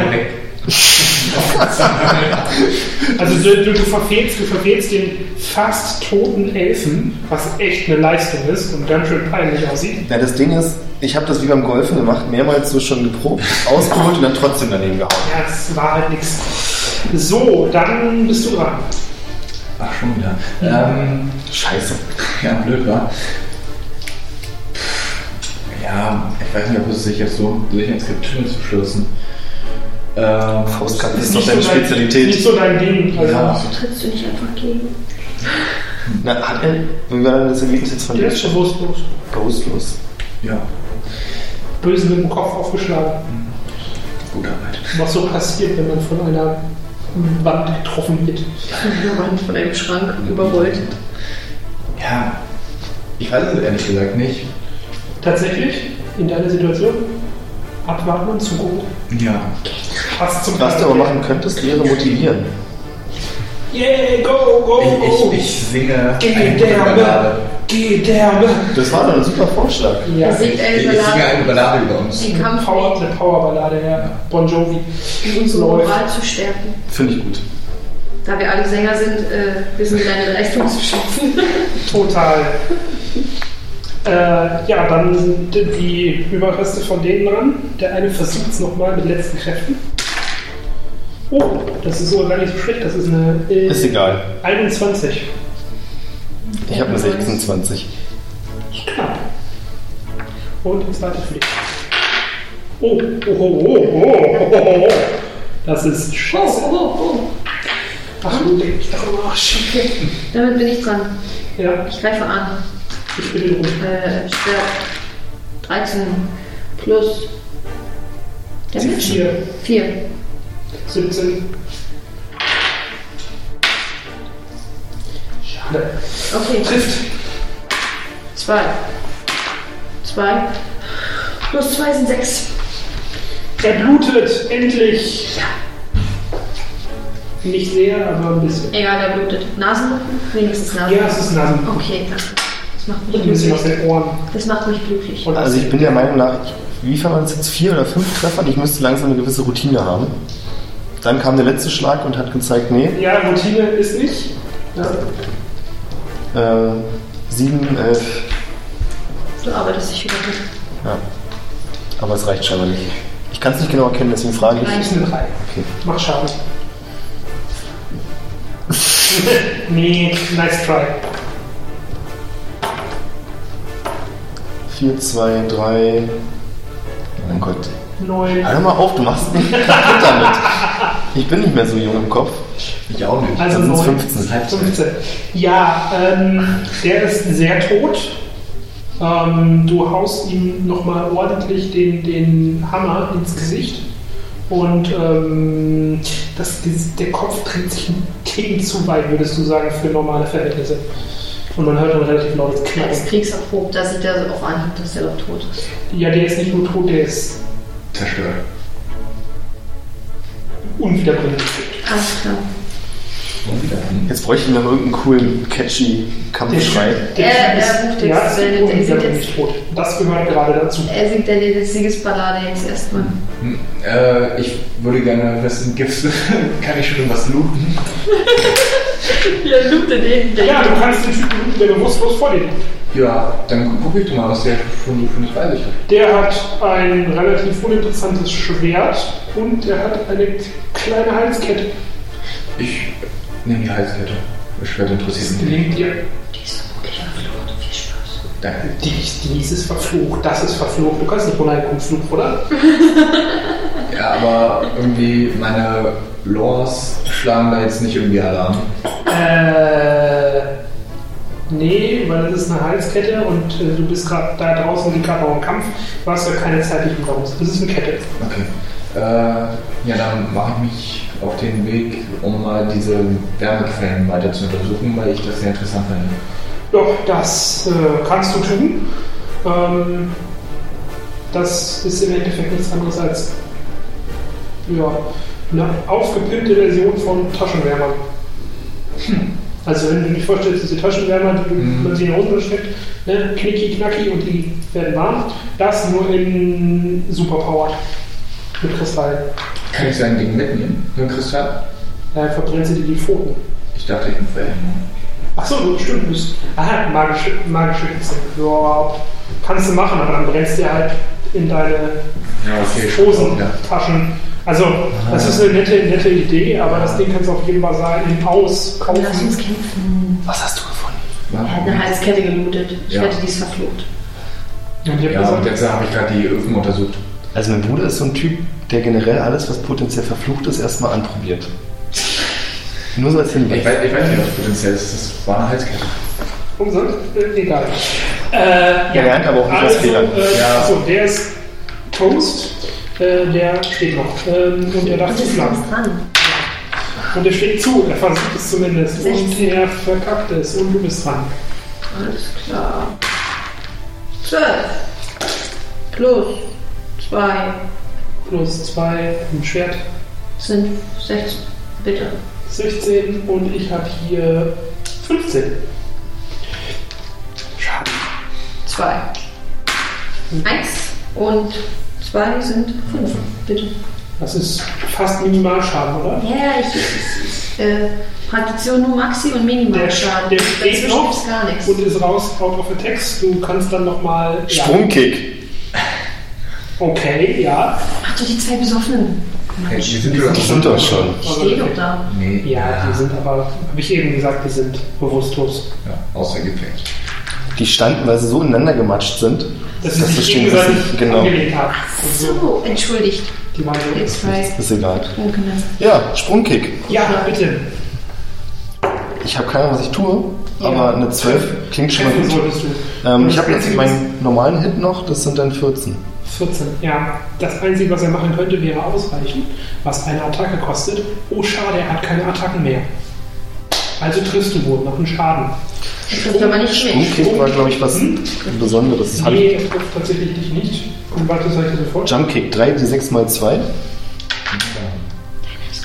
[SPEAKER 1] Also du, du, du, verfehlst, du verfehlst den fast toten Elfen, was echt eine Leistung ist und ganz schön peinlich aussieht.
[SPEAKER 2] Na, das Ding ist, ich habe das wie beim Golfen gemacht, mehrmals so schon geprobt, ausgeholt und dann trotzdem daneben gehauen.
[SPEAKER 1] Ja, das war halt nichts. So, dann bist du dran.
[SPEAKER 5] Ach, schon wieder. Ähm, Scheiße. Ja, blöd, wa? Ja, ich weiß nicht, ob es sich jetzt so durch ins Getümmel zu stürzen. Ähm,
[SPEAKER 2] Faustkampf ist doch
[SPEAKER 1] Nicht
[SPEAKER 2] deine
[SPEAKER 1] so dein- Nicht
[SPEAKER 2] Spezialität.
[SPEAKER 1] so dein Ding. Also,
[SPEAKER 5] ja,
[SPEAKER 4] Trittst du nicht einfach gegen?
[SPEAKER 2] Na, hat er, wie war denn das Ergebnis jetzt von
[SPEAKER 1] Der
[SPEAKER 2] dir?
[SPEAKER 1] ist bewusstlos.
[SPEAKER 2] Bewusstlos.
[SPEAKER 5] ja,
[SPEAKER 1] Böse mit dem Kopf aufgeschlagen.
[SPEAKER 5] gute Arbeit.
[SPEAKER 1] was so passiert, wenn man von einer Wand getroffen wird.
[SPEAKER 4] Überrannt von einem Schrank, überrollt.
[SPEAKER 5] Ja, ich weiß es ehrlich gesagt nicht.
[SPEAKER 1] Tatsächlich, in deiner Situation, abwarten und zugucken.
[SPEAKER 5] Ja,
[SPEAKER 1] Passt zum
[SPEAKER 2] Was du aber machen könntest, wäre motivieren.
[SPEAKER 1] Yeah, go, go,
[SPEAKER 5] ich,
[SPEAKER 1] go.
[SPEAKER 5] ich, ich singe eine gute
[SPEAKER 1] Gedärme,
[SPEAKER 5] Ballade.
[SPEAKER 1] Gedärme.
[SPEAKER 2] Das war doch ein super Vorschlag.
[SPEAKER 1] Ja,
[SPEAKER 4] Da singt
[SPEAKER 5] Ich,
[SPEAKER 4] eine
[SPEAKER 5] ich singe
[SPEAKER 4] Ballade.
[SPEAKER 5] eine Ballade über uns.
[SPEAKER 4] Die
[SPEAKER 1] eine
[SPEAKER 4] Kampf,
[SPEAKER 1] Power, eine Powerballade, ja. Bon Jovi.
[SPEAKER 4] um unsere
[SPEAKER 1] Läuft.
[SPEAKER 4] Moral zu stärken.
[SPEAKER 2] Finde ich gut.
[SPEAKER 4] Da wir alle Sänger sind, äh, wissen wir deine Leistung zu schätzen.
[SPEAKER 1] Total. Äh, ja, dann d- die Überreste von denen dran. Der eine versucht es nochmal mit letzten Kräften. Oh, das ist sogar gar nicht so schlecht. Das ist eine äh,
[SPEAKER 2] Ist egal.
[SPEAKER 1] 21.
[SPEAKER 2] Ich habe eine 26.
[SPEAKER 1] Knapp. Und der zweite Flick. Oh, oh, oh, oh, oh, oh, oh, oh. Das ist scheiße.
[SPEAKER 4] Oh, oh,
[SPEAKER 1] Ach, du denkst darüber. Shit.
[SPEAKER 4] oh. Damit bin ich dran.
[SPEAKER 1] Ja,
[SPEAKER 4] Ich greife an.
[SPEAKER 1] ich bin ruhig.
[SPEAKER 4] Äh, Schwert 13 plus Damage?
[SPEAKER 1] Hier,
[SPEAKER 4] 4.
[SPEAKER 1] 17. Schade.
[SPEAKER 4] Okay.
[SPEAKER 1] Trifft.
[SPEAKER 4] 2. 2. Plus 2 sind 6.
[SPEAKER 1] Er blutet, endlich. Nicht sehr, aber ein bisschen.
[SPEAKER 4] Egal, der blutet. Nasen? Nee, das ist Nasen.
[SPEAKER 1] Ja, es ist Nasen.
[SPEAKER 4] Okay, danke. Das macht mich
[SPEAKER 1] Und ein bisschen aus
[SPEAKER 4] glücklich.
[SPEAKER 1] den Ohren.
[SPEAKER 4] Das macht mich glücklich.
[SPEAKER 1] Und
[SPEAKER 2] Also ich bin der Meinung nach, ich, wie viel waren es jetzt? Vier oder fünf Treffer? Ich müsste langsam eine gewisse Routine haben. Dann kam der letzte Schlag und hat gezeigt, nee,
[SPEAKER 1] ja, Routine ist nicht. Ja.
[SPEAKER 2] äh, sieben, elf.
[SPEAKER 4] Du arbeitest dich wieder hin.
[SPEAKER 2] Ja. Aber es reicht scheinbar nicht. Ich kann es nicht genau erkennen, deswegen frage ich.
[SPEAKER 1] Das ist eine 3.
[SPEAKER 2] Okay.
[SPEAKER 1] Mach Schaden. nee, nice try.
[SPEAKER 2] 4, 2, 3. Oh Mein Gott.
[SPEAKER 1] Neun.
[SPEAKER 2] Hör mal auf, du machst mich kaputt damit. Ich bin nicht mehr so jung im Kopf.
[SPEAKER 5] Ich auch nicht.
[SPEAKER 1] Also
[SPEAKER 2] Dann sind's
[SPEAKER 1] neun.
[SPEAKER 2] 15.
[SPEAKER 1] 15. Ja, ähm, der ist sehr tot. Ähm, du haust ihm nochmal ordentlich den, den Hammer ins Gesicht. Und ähm, das, das, der Kopf dreht sich ein Ticken zu weit, würdest du sagen, für normale Verhältnisse. Und man hört ein relativ lautes Knarren.
[SPEAKER 4] Als Kriegserprobt, da sieht er so auf Anhieb, dass der doch tot ist.
[SPEAKER 1] Ja, der ist nicht nur tot, der ist
[SPEAKER 5] Zerstört.
[SPEAKER 1] unwiederbringlich.
[SPEAKER 4] Alles klar.
[SPEAKER 5] Und wieder.
[SPEAKER 2] Jetzt bräuchte ich noch irgendeinen coolen, catchy Kampfschrei.
[SPEAKER 1] Der
[SPEAKER 4] Er- er
[SPEAKER 1] ist-
[SPEAKER 4] ruft jetzt,
[SPEAKER 1] ja, ist
[SPEAKER 4] äh, der- der sieht
[SPEAKER 1] unwiederbringlich tot. Das gehört gerade dazu.
[SPEAKER 4] Er singt dann die Siegesballade jetzt erstmal.
[SPEAKER 5] Hm, äh, ich würde gerne wissen, gibt's, kann ich schon was looten?
[SPEAKER 4] Ja, loote den.
[SPEAKER 1] Ja, du kannst den Typen, der bewusstlos vor dir liegt.
[SPEAKER 5] Ja, dann gucke ich doch mal, was der schon so schönes bei sich hat.
[SPEAKER 1] Der hat ein relativ uninteressantes Schwert und er hat eine kleine Halskette.
[SPEAKER 5] Ich nehme die Halskette. Das Schwert interessiert
[SPEAKER 1] Das
[SPEAKER 5] mich.
[SPEAKER 1] nehmt ihr.
[SPEAKER 5] Danke.
[SPEAKER 1] Dies, dies ist verflucht, das ist verflucht. Du kannst nicht ohne einen Fluch, oder?
[SPEAKER 5] Ja, aber irgendwie meine Lores schlagen da jetzt nicht irgendwie Alarm.
[SPEAKER 1] Äh. Nee, weil das ist eine Halskette und äh, du bist gerade da draußen, die gerade noch im Kampf. Du hast ja keine Zeit, dich um umzuhauen. Das ist eine Kette.
[SPEAKER 5] Okay. Äh, ja, dann mache ich mich auf den Weg, um mal diese Wärmequellen weiter zu untersuchen, weil ich das sehr interessant finde.
[SPEAKER 1] Ja, das äh, kannst du tun. Ähm, das ist im Endeffekt nichts anderes als ja, eine aufgepimpte Version von Taschenwärmern. Also wenn du dich vorstellst, diese Taschenwärmer, die
[SPEAKER 5] Mhm.
[SPEAKER 1] man sich in die Hose steckt, ne, knicki, knacki und die werden warm. Das nur in Superpowered mit Kristallen.
[SPEAKER 5] Kann ich so ein Ding mitnehmen? So ein Kristall?
[SPEAKER 1] Da verbrennen sie dir die Pfoten.
[SPEAKER 5] Ich dachte, ich muss verhindern.
[SPEAKER 1] Achso, stimmt. du bist- Aha, magische, magische Hitze. Ja, kannst du machen, aber dann brennst du dir halt in deine
[SPEAKER 5] Ja, okay.
[SPEAKER 1] Hosen,
[SPEAKER 5] Ja.
[SPEAKER 1] Taschen. Also, das ist eine nette, nette Idee, aber das Ding kannst du auf jedem Basar im Haus
[SPEAKER 4] Lass uns
[SPEAKER 1] kaufen.
[SPEAKER 4] kämpfen.
[SPEAKER 2] Was hast du gefunden?
[SPEAKER 4] Er hat eine Halskette gelootet. Ich
[SPEAKER 5] Ja.
[SPEAKER 4] wette, die ist verflucht.
[SPEAKER 1] Und ich hab
[SPEAKER 5] Ja, und
[SPEAKER 1] gesagt,
[SPEAKER 5] jetzt habe ich gerade die Öfen untersucht.
[SPEAKER 2] Also mein Bruder ist so ein Typ, der generell alles, was potenziell verflucht ist, erstmal anprobiert. Nur so als
[SPEAKER 5] Ich
[SPEAKER 2] Hinweis.
[SPEAKER 5] weiß, ich weiß nicht, ob das potenziell ist. Das war eine Halskette.
[SPEAKER 1] umsonst? Äh, egal. Äh,
[SPEAKER 2] Ja, lernt aber auch nicht aus
[SPEAKER 1] also,
[SPEAKER 2] Fehlern.
[SPEAKER 1] Äh,
[SPEAKER 5] Ja.
[SPEAKER 1] So, der ist Toast, äh, der steht noch. Ähm, und er darf
[SPEAKER 4] Was ist
[SPEAKER 1] zuschlagen.
[SPEAKER 4] jetzt dran?
[SPEAKER 1] Und er steht zu, er versucht es zumindest. Und
[SPEAKER 4] 16.
[SPEAKER 1] er verkackt es und du bist dran.
[SPEAKER 4] Alles klar. 12. Plus 2
[SPEAKER 1] Plus zwei im Schwert.
[SPEAKER 4] sind 16. Bitte.
[SPEAKER 1] 16 und ich habe hier 15.
[SPEAKER 4] 2. 1 und 2 sind 5. Bitte.
[SPEAKER 1] Das ist fast Minimalschaden, oder?
[SPEAKER 4] Ja, ich, ich äh, praktiziere nur Maxi und Minimalschaden.
[SPEAKER 1] Der- der steht
[SPEAKER 4] Dazwischen
[SPEAKER 1] noch.
[SPEAKER 4] gibt's gar nichts.
[SPEAKER 1] Und ist raus, out of attacks. Du kannst dann nochmal.
[SPEAKER 2] Sprungkick.
[SPEAKER 1] Okay, ja.
[SPEAKER 4] Mach doch die zwei Besoffenen.
[SPEAKER 5] Hey, die sind doch.
[SPEAKER 2] Die sind doch schon.
[SPEAKER 4] Ich stehe doch da.
[SPEAKER 5] Nee.
[SPEAKER 1] Ja, die sind aber, habe ich eben gesagt, die sind bewusstlos.
[SPEAKER 5] Ja, außer Gefecht.
[SPEAKER 2] Die standen, weil sie so ineinander gematscht sind.
[SPEAKER 1] Dass sie
[SPEAKER 2] Das
[SPEAKER 1] sich
[SPEAKER 2] verstehen wir
[SPEAKER 1] gegenseitig
[SPEAKER 2] nicht, genau.
[SPEAKER 1] angelegt haben. So,
[SPEAKER 4] So, entschuldigt.
[SPEAKER 1] die waren so.
[SPEAKER 4] Jetzt zwei.
[SPEAKER 2] Ist egal.
[SPEAKER 4] Oh, genau.
[SPEAKER 2] Ja, Sprungkick.
[SPEAKER 1] Ja, bitte.
[SPEAKER 2] Ich habe keine Ahnung, was ich tue,
[SPEAKER 1] Ja.
[SPEAKER 2] aber eine 12 klingt schon mal
[SPEAKER 1] Treffen
[SPEAKER 2] gut.
[SPEAKER 1] solltest du.
[SPEAKER 2] Ähm, ich
[SPEAKER 1] Das
[SPEAKER 2] habe jetzt
[SPEAKER 1] Einzige,
[SPEAKER 2] meinen normalen Hit noch, das sind dann 14.
[SPEAKER 1] was- 14, ja. Das Einzige, was er machen könnte, wäre ausweichen, was eine Attacke kostet. Oh, schade, er hat keine Attacken mehr. Also triffst du wohl noch einen Schaden. Hm?
[SPEAKER 4] Das trifft aber nicht mich.
[SPEAKER 2] Sprungkick war, glaube ich, was Besonderes. Das hab ich-
[SPEAKER 1] Nee, er trifft tatsächlich dich nicht. Und warte, soll ich dir sofort?
[SPEAKER 2] Jumpkick 3, die 6 mal 2.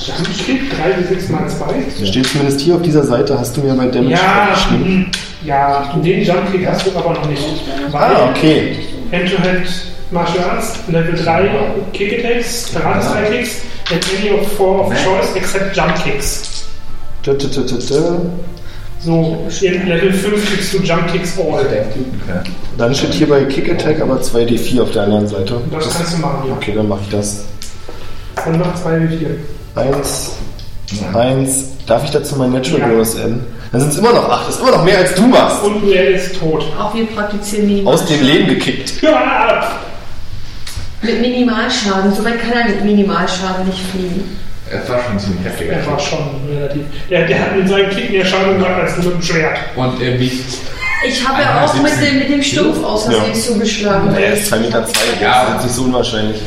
[SPEAKER 1] Jumpkick, 3 bis 6 mal 2.
[SPEAKER 2] Steht zumindest hier auf dieser Seite, hast du mir mein Damage
[SPEAKER 1] Ja,
[SPEAKER 2] geschrieben.
[SPEAKER 1] mhm. ja, den Jumpkick hast du aber noch nicht. Weil
[SPEAKER 2] Ah, okay.
[SPEAKER 1] Hand-to-Hand Martial Arts, Level 3 Kick Attacks, Karate Side Kicks, and any of four of choice except Jump Kicks.
[SPEAKER 2] Dö, dö, dö, dö, dö.
[SPEAKER 1] So, in Level 5 kriegst du Jump Kicks All.
[SPEAKER 2] Dann steht hier bei Kick Attack aber 2d4 auf der anderen Seite.
[SPEAKER 1] Das kannst du machen, ja.
[SPEAKER 2] Okay, dann mache ich das.
[SPEAKER 1] Dann mach 2 wie 4.
[SPEAKER 2] Eins, eins. Darf ich dazu meinen Natural
[SPEAKER 1] Ja.
[SPEAKER 2] Bonus enden? Dann sind es immer noch acht. Das ist immer noch mehr als du machst.
[SPEAKER 1] Und er ist tot.
[SPEAKER 4] Auch wir praktizieren minimal.
[SPEAKER 2] Aus dem Leben gekickt.
[SPEAKER 1] Ja!
[SPEAKER 4] Mit Minimalschaden. Soweit kann er mit Minimalschaden nicht fliegen.
[SPEAKER 5] Er war schon ziemlich heftig.
[SPEAKER 1] Der war schon relativ. Der, der hat mit seinem Kick mehr Schaden gemacht als nur mit dem Schwert.
[SPEAKER 5] Und er wiegt.
[SPEAKER 4] Ich habe ja auch mit dem, mit dem Stumpf aus Versehen zugeschlagen.
[SPEAKER 2] Er ist 2 Meter 2.
[SPEAKER 5] Ja.
[SPEAKER 2] Das ist nicht so unwahrscheinlich.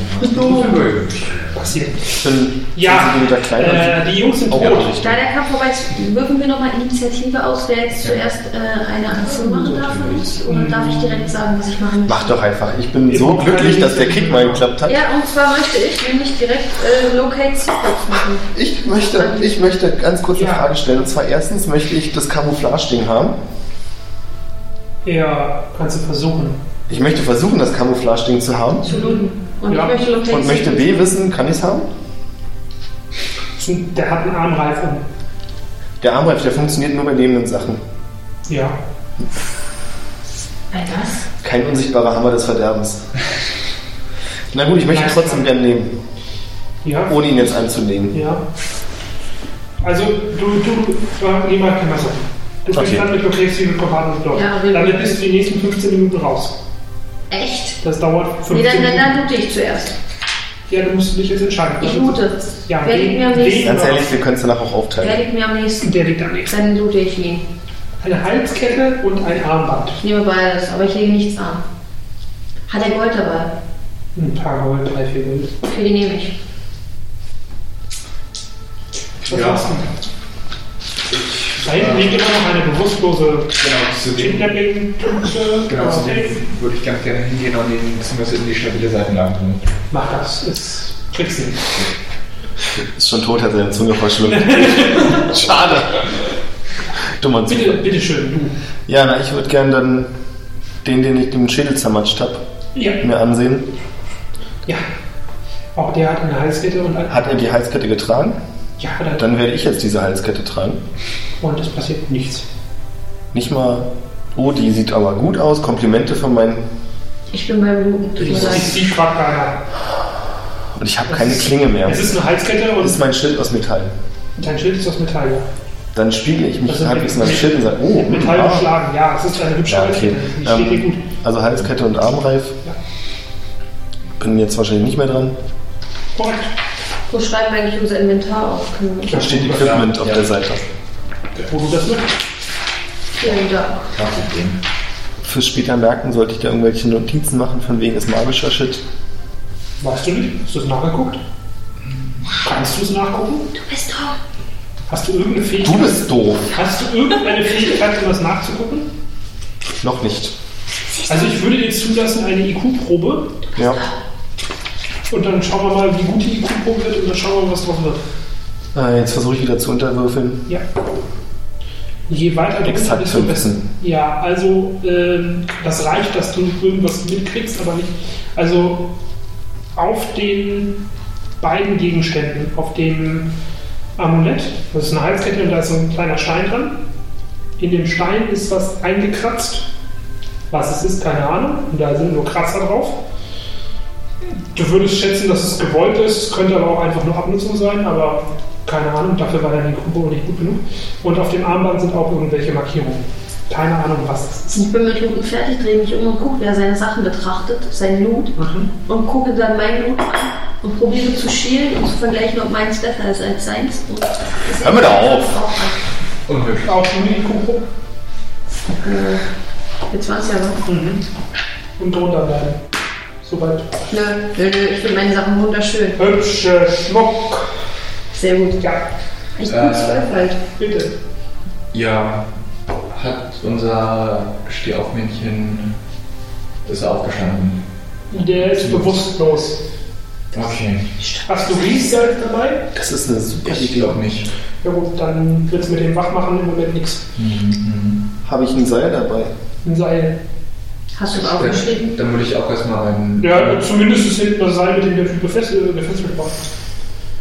[SPEAKER 1] Passiert.
[SPEAKER 2] Ich bin
[SPEAKER 1] Ja,
[SPEAKER 2] 10 Meter kleiner.
[SPEAKER 1] äh, die Jungs sind
[SPEAKER 2] Oh,
[SPEAKER 1] tot.
[SPEAKER 4] Da der Kampf vorbei ist, würfen wir nochmal Initiative aus, wer jetzt zuerst äh, eine Aktion machen darf von uns? Oder darf ich direkt sagen, was ich machen möchte?
[SPEAKER 2] Mach doch einfach. Ich bin so glücklich, dass der Kick mal geklappt hat.
[SPEAKER 4] Ja, und zwar möchte ich nämlich direkt äh, Locate Secrets machen.
[SPEAKER 2] Ich möchte, ich möchte ganz kurz eine
[SPEAKER 1] Ja.
[SPEAKER 2] Frage stellen. Und zwar erstens möchte ich das Camouflage-Ding haben.
[SPEAKER 1] Ja, kannst du versuchen.
[SPEAKER 2] Ich möchte versuchen, das Camouflage-Ding zu haben.
[SPEAKER 4] Zu looten. Und
[SPEAKER 1] Ja.
[SPEAKER 4] ich möchte Locate
[SPEAKER 2] Und möchte
[SPEAKER 4] Secrets.
[SPEAKER 2] B wissen, kann ich es haben?
[SPEAKER 1] Der hat einen Armreif um.
[SPEAKER 2] Der Armreif, der funktioniert nur bei lebenden Sachen.
[SPEAKER 1] Ja.
[SPEAKER 4] Ein was?
[SPEAKER 2] Kein unsichtbarer Hammer des Verderbens. Na gut, ich möchte ihn trotzdem gern nehmen,
[SPEAKER 1] Ja.
[SPEAKER 2] ohne ihn jetzt anzunehmen.
[SPEAKER 1] Ja. Also, du, du, äh, niemand kann das machen. Du bist
[SPEAKER 2] Okay.
[SPEAKER 1] dann mit Locate Secret Command dort.
[SPEAKER 4] Ja, wir-
[SPEAKER 1] Damit bist du die nächsten 15 Minuten raus.
[SPEAKER 4] Echt?
[SPEAKER 1] Das dauert 15
[SPEAKER 4] Nee, dann, dann,
[SPEAKER 1] Minuten.
[SPEAKER 4] dann loote ich zuerst.
[SPEAKER 1] Ja, dann musst du dich jetzt entscheiden. Also,
[SPEAKER 4] Ich loote.
[SPEAKER 1] Ja,
[SPEAKER 4] Wer liegt
[SPEAKER 1] wen-
[SPEAKER 4] mir am nächsten?
[SPEAKER 1] wen-
[SPEAKER 2] Ganz ehrlich, wir können es danach auch
[SPEAKER 4] Wer
[SPEAKER 2] aufteilen.
[SPEAKER 4] liegt mir am nächsten?
[SPEAKER 1] Der liegt am nächsten.
[SPEAKER 4] Dann loote ich ihn.
[SPEAKER 1] Eine Halskette und ein Armband.
[SPEAKER 4] Ich nehme beides, aber ich lege nichts an. Hat er Gold dabei?
[SPEAKER 1] Ein Hm, paar Gold, drei, vier Gold.
[SPEAKER 4] Okay, die nehme ich.
[SPEAKER 1] Was
[SPEAKER 5] Ja.
[SPEAKER 1] machst du? Da hinten
[SPEAKER 2] äh,
[SPEAKER 1] liegt immer noch eine bewusstlose
[SPEAKER 5] Genau, zu dem,
[SPEAKER 1] Kidnapping-Tüte.
[SPEAKER 5] genau, zu dem würde ich ganz gerne hingehen und ihn zumindest in die stabile um Seitenlage bringen.
[SPEAKER 1] Mach das. Ist, kriegst du nicht.
[SPEAKER 2] Ist schon tot, hat seine Zunge verschluckt. Schade. Dummer
[SPEAKER 1] Bitte,
[SPEAKER 2] Zufall.
[SPEAKER 1] bitte schön,
[SPEAKER 2] Ja, na, ich würde gern dann den, den ich den Schädel zermatscht habe,
[SPEAKER 1] du. Ja.
[SPEAKER 2] mir ansehen.
[SPEAKER 1] Ja. Auch der hat eine Halskette und ein.
[SPEAKER 2] Hat er die Halskette getragen?
[SPEAKER 1] Ja, hat er.
[SPEAKER 2] Dann werde ich jetzt diese Halskette tragen.
[SPEAKER 1] Und es passiert nichts.
[SPEAKER 2] Nicht mal, oh, die sieht aber gut aus. Komplimente von meinen.
[SPEAKER 4] Ich bin beim Looten. Tut mir
[SPEAKER 1] Ich,
[SPEAKER 4] leid.
[SPEAKER 1] ich, ich frag keiner.
[SPEAKER 2] Und ich habe keine Klinge mehr.
[SPEAKER 1] Es ist eine Halskette
[SPEAKER 2] Das ist
[SPEAKER 1] und
[SPEAKER 2] mein Schild aus Metall.
[SPEAKER 1] dein Schild ist aus Metall. ja.
[SPEAKER 2] Dann spiegle ich mich,
[SPEAKER 1] Das sind
[SPEAKER 2] habe
[SPEAKER 1] Also mit-
[SPEAKER 2] ich mein Schild und sage, oh,
[SPEAKER 1] Mit
[SPEAKER 2] hm,
[SPEAKER 1] Metall
[SPEAKER 2] ah.
[SPEAKER 1] geschlagen, ja. Es ist eine hübsche
[SPEAKER 2] Ja, okay.
[SPEAKER 1] Halskette. Die steht dir gut.
[SPEAKER 2] Ähm, also Halskette und Armreif.
[SPEAKER 1] Ja.
[SPEAKER 2] Bin jetzt wahrscheinlich nicht mehr dran.
[SPEAKER 1] Korrekt.
[SPEAKER 4] Wo schreiben wir eigentlich unser Inventar auf? Können wir
[SPEAKER 2] Da steht Equipment auf der Seite.
[SPEAKER 1] Wo du das möchtest.
[SPEAKER 4] hier und da.
[SPEAKER 2] Fürs später merken sollte ich da irgendwelche Notizen machen, von wegen ist magischer Shit.
[SPEAKER 1] Weißt du nicht? Hast du es nachgeguckt? Kannst du es nachgucken?
[SPEAKER 4] Du bist doch.
[SPEAKER 1] Hast du irgendeine
[SPEAKER 2] Du
[SPEAKER 1] Fähigkeit?
[SPEAKER 2] bist doof.
[SPEAKER 1] Hast du irgendeine Fähigkeit, um das nachzugucken?
[SPEAKER 2] Noch nicht.
[SPEAKER 1] Also ich würde dir zulassen eine IQ-Probe
[SPEAKER 2] Ja.
[SPEAKER 1] und dann schauen wir mal, wie gut die IQ-Probe wird und dann schauen wir mal, was drauf wird.
[SPEAKER 2] Äh, jetzt versuche ich wieder zu unterwürfeln.
[SPEAKER 1] Ja. Je weiter du
[SPEAKER 2] Exakt
[SPEAKER 1] desto
[SPEAKER 2] fünf.
[SPEAKER 1] besser. Ja, also ähm, das reicht, dass du irgendwas mitkriegst, aber nicht. Also auf den beiden Gegenständen, auf dem Amulett, das ist eine Halskette und da ist so ein kleiner Stein dran. In dem Stein ist was eingekratzt. Was es ist, keine Ahnung. Und da sind nur Kratzer drauf. Du würdest schätzen, dass es gewollt ist, könnte aber auch einfach nur Abnutzung sein, aber keine Ahnung, dafür war deine Gruppe nicht gut genug. Und auf dem Armband sind auch irgendwelche Markierungen. Keine Ahnung, was das ist.
[SPEAKER 4] Ich bin mit Looten fertig, drehe mich um und gucke, wer seine Sachen betrachtet, seinen Loot, und gucke dann meinen Loot an und probiere zu schielen und zu vergleichen, ob meins besser ist als seins. Und das
[SPEAKER 2] Hör mir doch auf.
[SPEAKER 4] Auch an.
[SPEAKER 5] Unhöflich.
[SPEAKER 1] Auch nur die Gruppe
[SPEAKER 4] Äh, Jetzt war es ja noch.
[SPEAKER 1] und drunter bleiben. Soweit.
[SPEAKER 4] Nö, nö, nö, ich finde meine Sachen wunderschön.
[SPEAKER 1] Hübsche Schmuck.
[SPEAKER 4] Sehr gut.
[SPEAKER 1] Ja,
[SPEAKER 4] Ich
[SPEAKER 2] Äh,
[SPEAKER 4] bin zwölf halt.
[SPEAKER 1] bitte.
[SPEAKER 5] Ja, hat unser Stehaufmännchen. Ist er aufgestanden?
[SPEAKER 1] Der ist bewusstlos.
[SPEAKER 5] Okay.
[SPEAKER 1] Hast du Reset dabei?
[SPEAKER 2] Das ist eine super
[SPEAKER 5] Ich
[SPEAKER 2] Idee.
[SPEAKER 5] glaube nicht.
[SPEAKER 1] Ja gut, dann wird es mit dem Wachmachen im Moment nichts.
[SPEAKER 5] Mhm.
[SPEAKER 2] Habe ich ein Seil dabei?
[SPEAKER 1] Ein Seil.
[SPEAKER 4] Hast du es aufgeschrieben?
[SPEAKER 5] Dann, dann würde ich auch erstmal meinen.
[SPEAKER 1] Ja, zumindest ist hinten das Seil, mit dem der Typ gefesselt- äh, gefesselt war.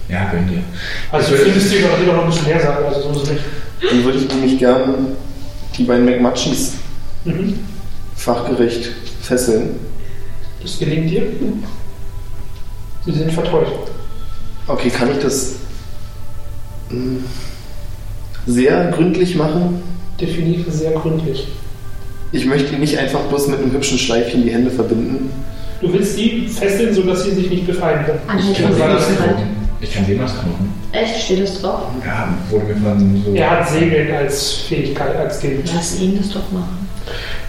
[SPEAKER 5] Ja, gönn dir.
[SPEAKER 1] Also du findest die garantiert auch noch ein bisschen her sein, also so ist es nicht.
[SPEAKER 2] Dann würde ich nämlich gern die beiden McMutchins
[SPEAKER 1] Mhm.
[SPEAKER 2] fachgerecht fesseln.
[SPEAKER 1] Das gelingt dir. Sie sind vertäuscht.
[SPEAKER 2] Okay, kann ich das mh, sehr gründlich machen?
[SPEAKER 1] Definitiv sehr gründlich.
[SPEAKER 2] Ich möchte ihn nicht einfach bloß mit einem hübschen Schleifchen die Hände verbinden.
[SPEAKER 1] Du willst die fesseln, sodass sie sich nicht befreien können.
[SPEAKER 4] Anhand
[SPEAKER 1] kann
[SPEAKER 4] von
[SPEAKER 1] sagen,
[SPEAKER 4] Segeln.
[SPEAKER 5] Ich kann dem was kaufen.
[SPEAKER 4] Echt? Steht das drauf?
[SPEAKER 5] Ja, wurde mir von so.
[SPEAKER 1] Er hat Segeln als Fähigkeit, als Gegen.
[SPEAKER 4] Lass ihn das doch machen.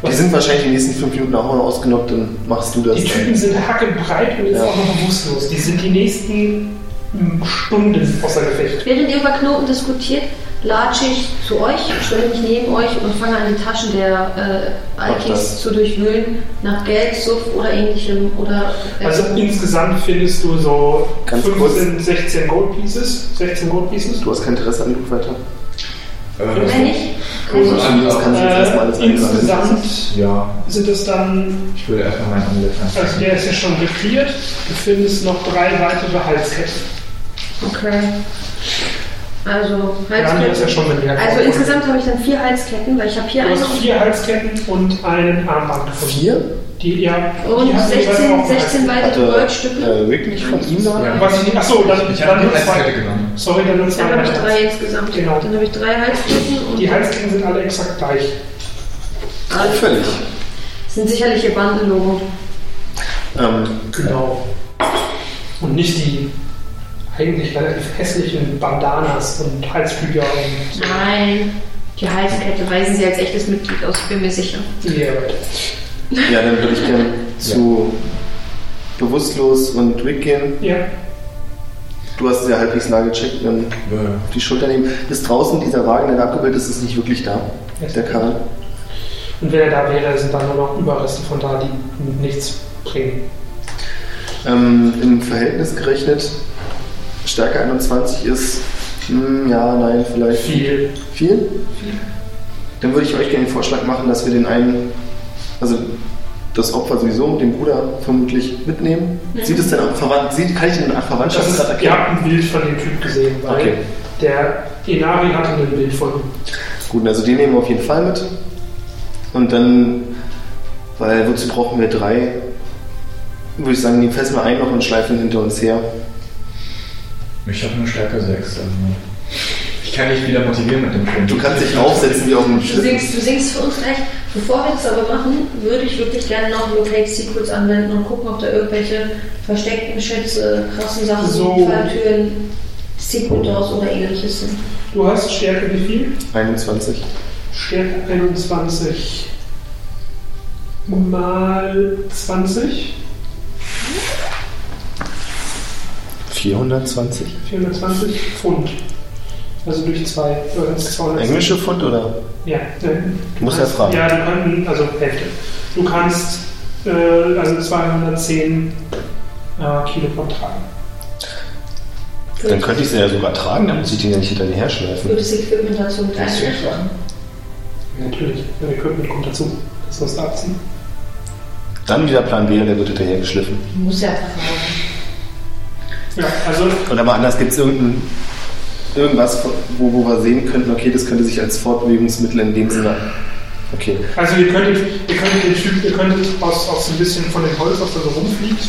[SPEAKER 2] Die sind wahrscheinlich in den nächsten fünf Minuten auch noch ausgenockt, dann machst du das.
[SPEAKER 1] Die Typen sind hackebreit und jetzt
[SPEAKER 2] Ja.
[SPEAKER 1] auch noch bewusstlos. Die sind die nächsten mm, Stunden außer Gefecht.
[SPEAKER 4] Während ihr über Knoten diskutiert, latsche ich zu euch, stelle mich neben euch und fange an, die Taschen der äh,
[SPEAKER 2] Mach das.
[SPEAKER 4] Alkis zu durchwühlen, nach Geld, Suff oder ähnlichem. Oder, äh,
[SPEAKER 1] Also insgesamt findest du so
[SPEAKER 2] Ganz
[SPEAKER 1] 15, 16 Gold Pieces. 16 Gold Pieces.
[SPEAKER 2] Du hast kein Interesse an Luke weiter.
[SPEAKER 5] Äh,
[SPEAKER 4] wenn nicht,
[SPEAKER 2] Also, das kannst du jetzt erstmal alles
[SPEAKER 1] Äh,
[SPEAKER 2] einsammeln.
[SPEAKER 1] insgesamt
[SPEAKER 5] Ja,
[SPEAKER 1] sind es dann,
[SPEAKER 5] ich würde erstmal mein Amulett
[SPEAKER 1] also
[SPEAKER 5] anziehen.
[SPEAKER 1] der ist ja schon geklärt. Du findest noch drei weitere Halsketten.
[SPEAKER 4] Okay. Also,
[SPEAKER 1] Wir haben jetzt ja
[SPEAKER 4] Halsketten.
[SPEAKER 1] schon bemerkt.
[SPEAKER 4] Also insgesamt habe ich dann vier Halsketten, weil ich habe hier
[SPEAKER 1] Du
[SPEAKER 4] eine
[SPEAKER 1] hast vier Halsketten und einen Armband gefunden.
[SPEAKER 2] Vier?
[SPEAKER 1] Die, ja, die
[SPEAKER 4] und
[SPEAKER 1] haben jeweils auch
[SPEAKER 4] 16,
[SPEAKER 1] einen
[SPEAKER 4] 16
[SPEAKER 2] Hatte
[SPEAKER 4] weitere Goldstücke.
[SPEAKER 2] äh, Rick nicht von ihm da?
[SPEAKER 1] Halsketten. Was ich nicht, achso, dann,
[SPEAKER 5] Ich
[SPEAKER 1] dann
[SPEAKER 5] habe
[SPEAKER 1] nur
[SPEAKER 5] die Kette
[SPEAKER 1] zwei.
[SPEAKER 5] genommen.
[SPEAKER 1] Sorry, dann nur zwei.
[SPEAKER 4] Dann habe ich
[SPEAKER 1] weitere.
[SPEAKER 4] drei insgesamt.
[SPEAKER 1] Genau.
[SPEAKER 4] Dann habe ich drei Halsketten
[SPEAKER 1] Die
[SPEAKER 4] und
[SPEAKER 1] Halsketten sind alle exakt gleich.
[SPEAKER 2] Völlig.
[SPEAKER 4] Das sind sicherlich ihr Bandenlogo.
[SPEAKER 2] Ähm,
[SPEAKER 1] Genau. Und nicht die eigentlich relativ hässlichen Bandanas und Halstücher und
[SPEAKER 4] Nein. Die Halskette weisen sie als echtes Mitglied aus, bin mir sicher.
[SPEAKER 1] die
[SPEAKER 2] ja, dann würde ich gerne zu bewusstlos und Rick gehen.
[SPEAKER 1] Ja.
[SPEAKER 2] Du hast ja halbwegs nah gecheckt, dann
[SPEAKER 5] Äh,
[SPEAKER 2] auf die Schulter nehmen. Ist draußen dieser Wagen, der da abgebildet ist, ist nicht wirklich da. Der Karren.
[SPEAKER 1] Und wenn er da wäre, sind dann nur noch Überreste von da, die nichts bringen.
[SPEAKER 2] Ähm, Im Verhältnis gerechnet, Stärke 21 ist, hm, ja, nein, vielleicht
[SPEAKER 1] Viel.
[SPEAKER 2] Viel? Dann würde ich euch gerne den Vorschlag machen, dass wir den einen, also das Opfer sowieso, den Bruder vermutlich mitnehmen. Sieht es denn am Verwandt, sieht, kann ich den an
[SPEAKER 1] Das ist,
[SPEAKER 2] Verwandtschaftsgrad
[SPEAKER 1] ihr
[SPEAKER 2] erkennen?
[SPEAKER 1] habt ein Bild von dem Typ gesehen, weil
[SPEAKER 2] Okay.
[SPEAKER 1] der Enari hatte ein Bild von ihm.
[SPEAKER 2] Gut, also den nehmen wir auf jeden Fall mit. Und dann, weil wozu brauchen wir drei? Würde ich sagen, den fessen wir ein noch und schleifen hinter uns her.
[SPEAKER 5] Ich habe nur Stärke 6. Also ich kann dich wieder motivieren mit dem Film.
[SPEAKER 2] Du kannst dich aufsetzen wie auf dem
[SPEAKER 4] Du
[SPEAKER 2] Schlitten.
[SPEAKER 4] singst, du singst für uns gleich. Bevor wir das aber machen, würde ich wirklich gerne noch Locate Secrets anwenden und gucken, ob da irgendwelche versteckten Schätze, krassen Sachen,
[SPEAKER 1] So.
[SPEAKER 4] Falltüren, Secret Doors oder ähnliches sind.
[SPEAKER 1] Du hast Stärke wie viel?
[SPEAKER 2] 21.
[SPEAKER 1] Stärke 21 mal 20.
[SPEAKER 2] 420.
[SPEAKER 1] 420 Pfund. Also durch zwei. Oder ins 200.
[SPEAKER 2] Englische Pfund oder?
[SPEAKER 1] Ja. ne?
[SPEAKER 2] Du musst ja fragen.
[SPEAKER 1] Ja, du kannst, also Hälfte. Du kannst äh, also 210 äh, Kilogramm tragen.
[SPEAKER 2] Dann könnte ich sie ja sogar tragen, dann muss ich den ja nicht hinter dir herschleifen.
[SPEAKER 4] Würde das Equipment dazu mit
[SPEAKER 5] Kannst du
[SPEAKER 4] einrechnen?
[SPEAKER 5] ihn fragen?
[SPEAKER 1] Natürlich, der Equipment kommt dazu. Das musst du abziehen.
[SPEAKER 2] Dann wieder Plan B, der wird hinterher geschliffen.
[SPEAKER 4] Muss ja fragen.
[SPEAKER 1] Ja, also
[SPEAKER 2] Oder mal anders, gibt es irgendein, irgendwas, wo, wo wir sehen könnten, okay, das könnte sich als Fortbewegungsmittel in dem Sinne... Okay.
[SPEAKER 1] Also ihr könntet, ihr könntet den Typ, ihr könntet aus, aus ein bisschen von dem Holz, was da so rumfliegt,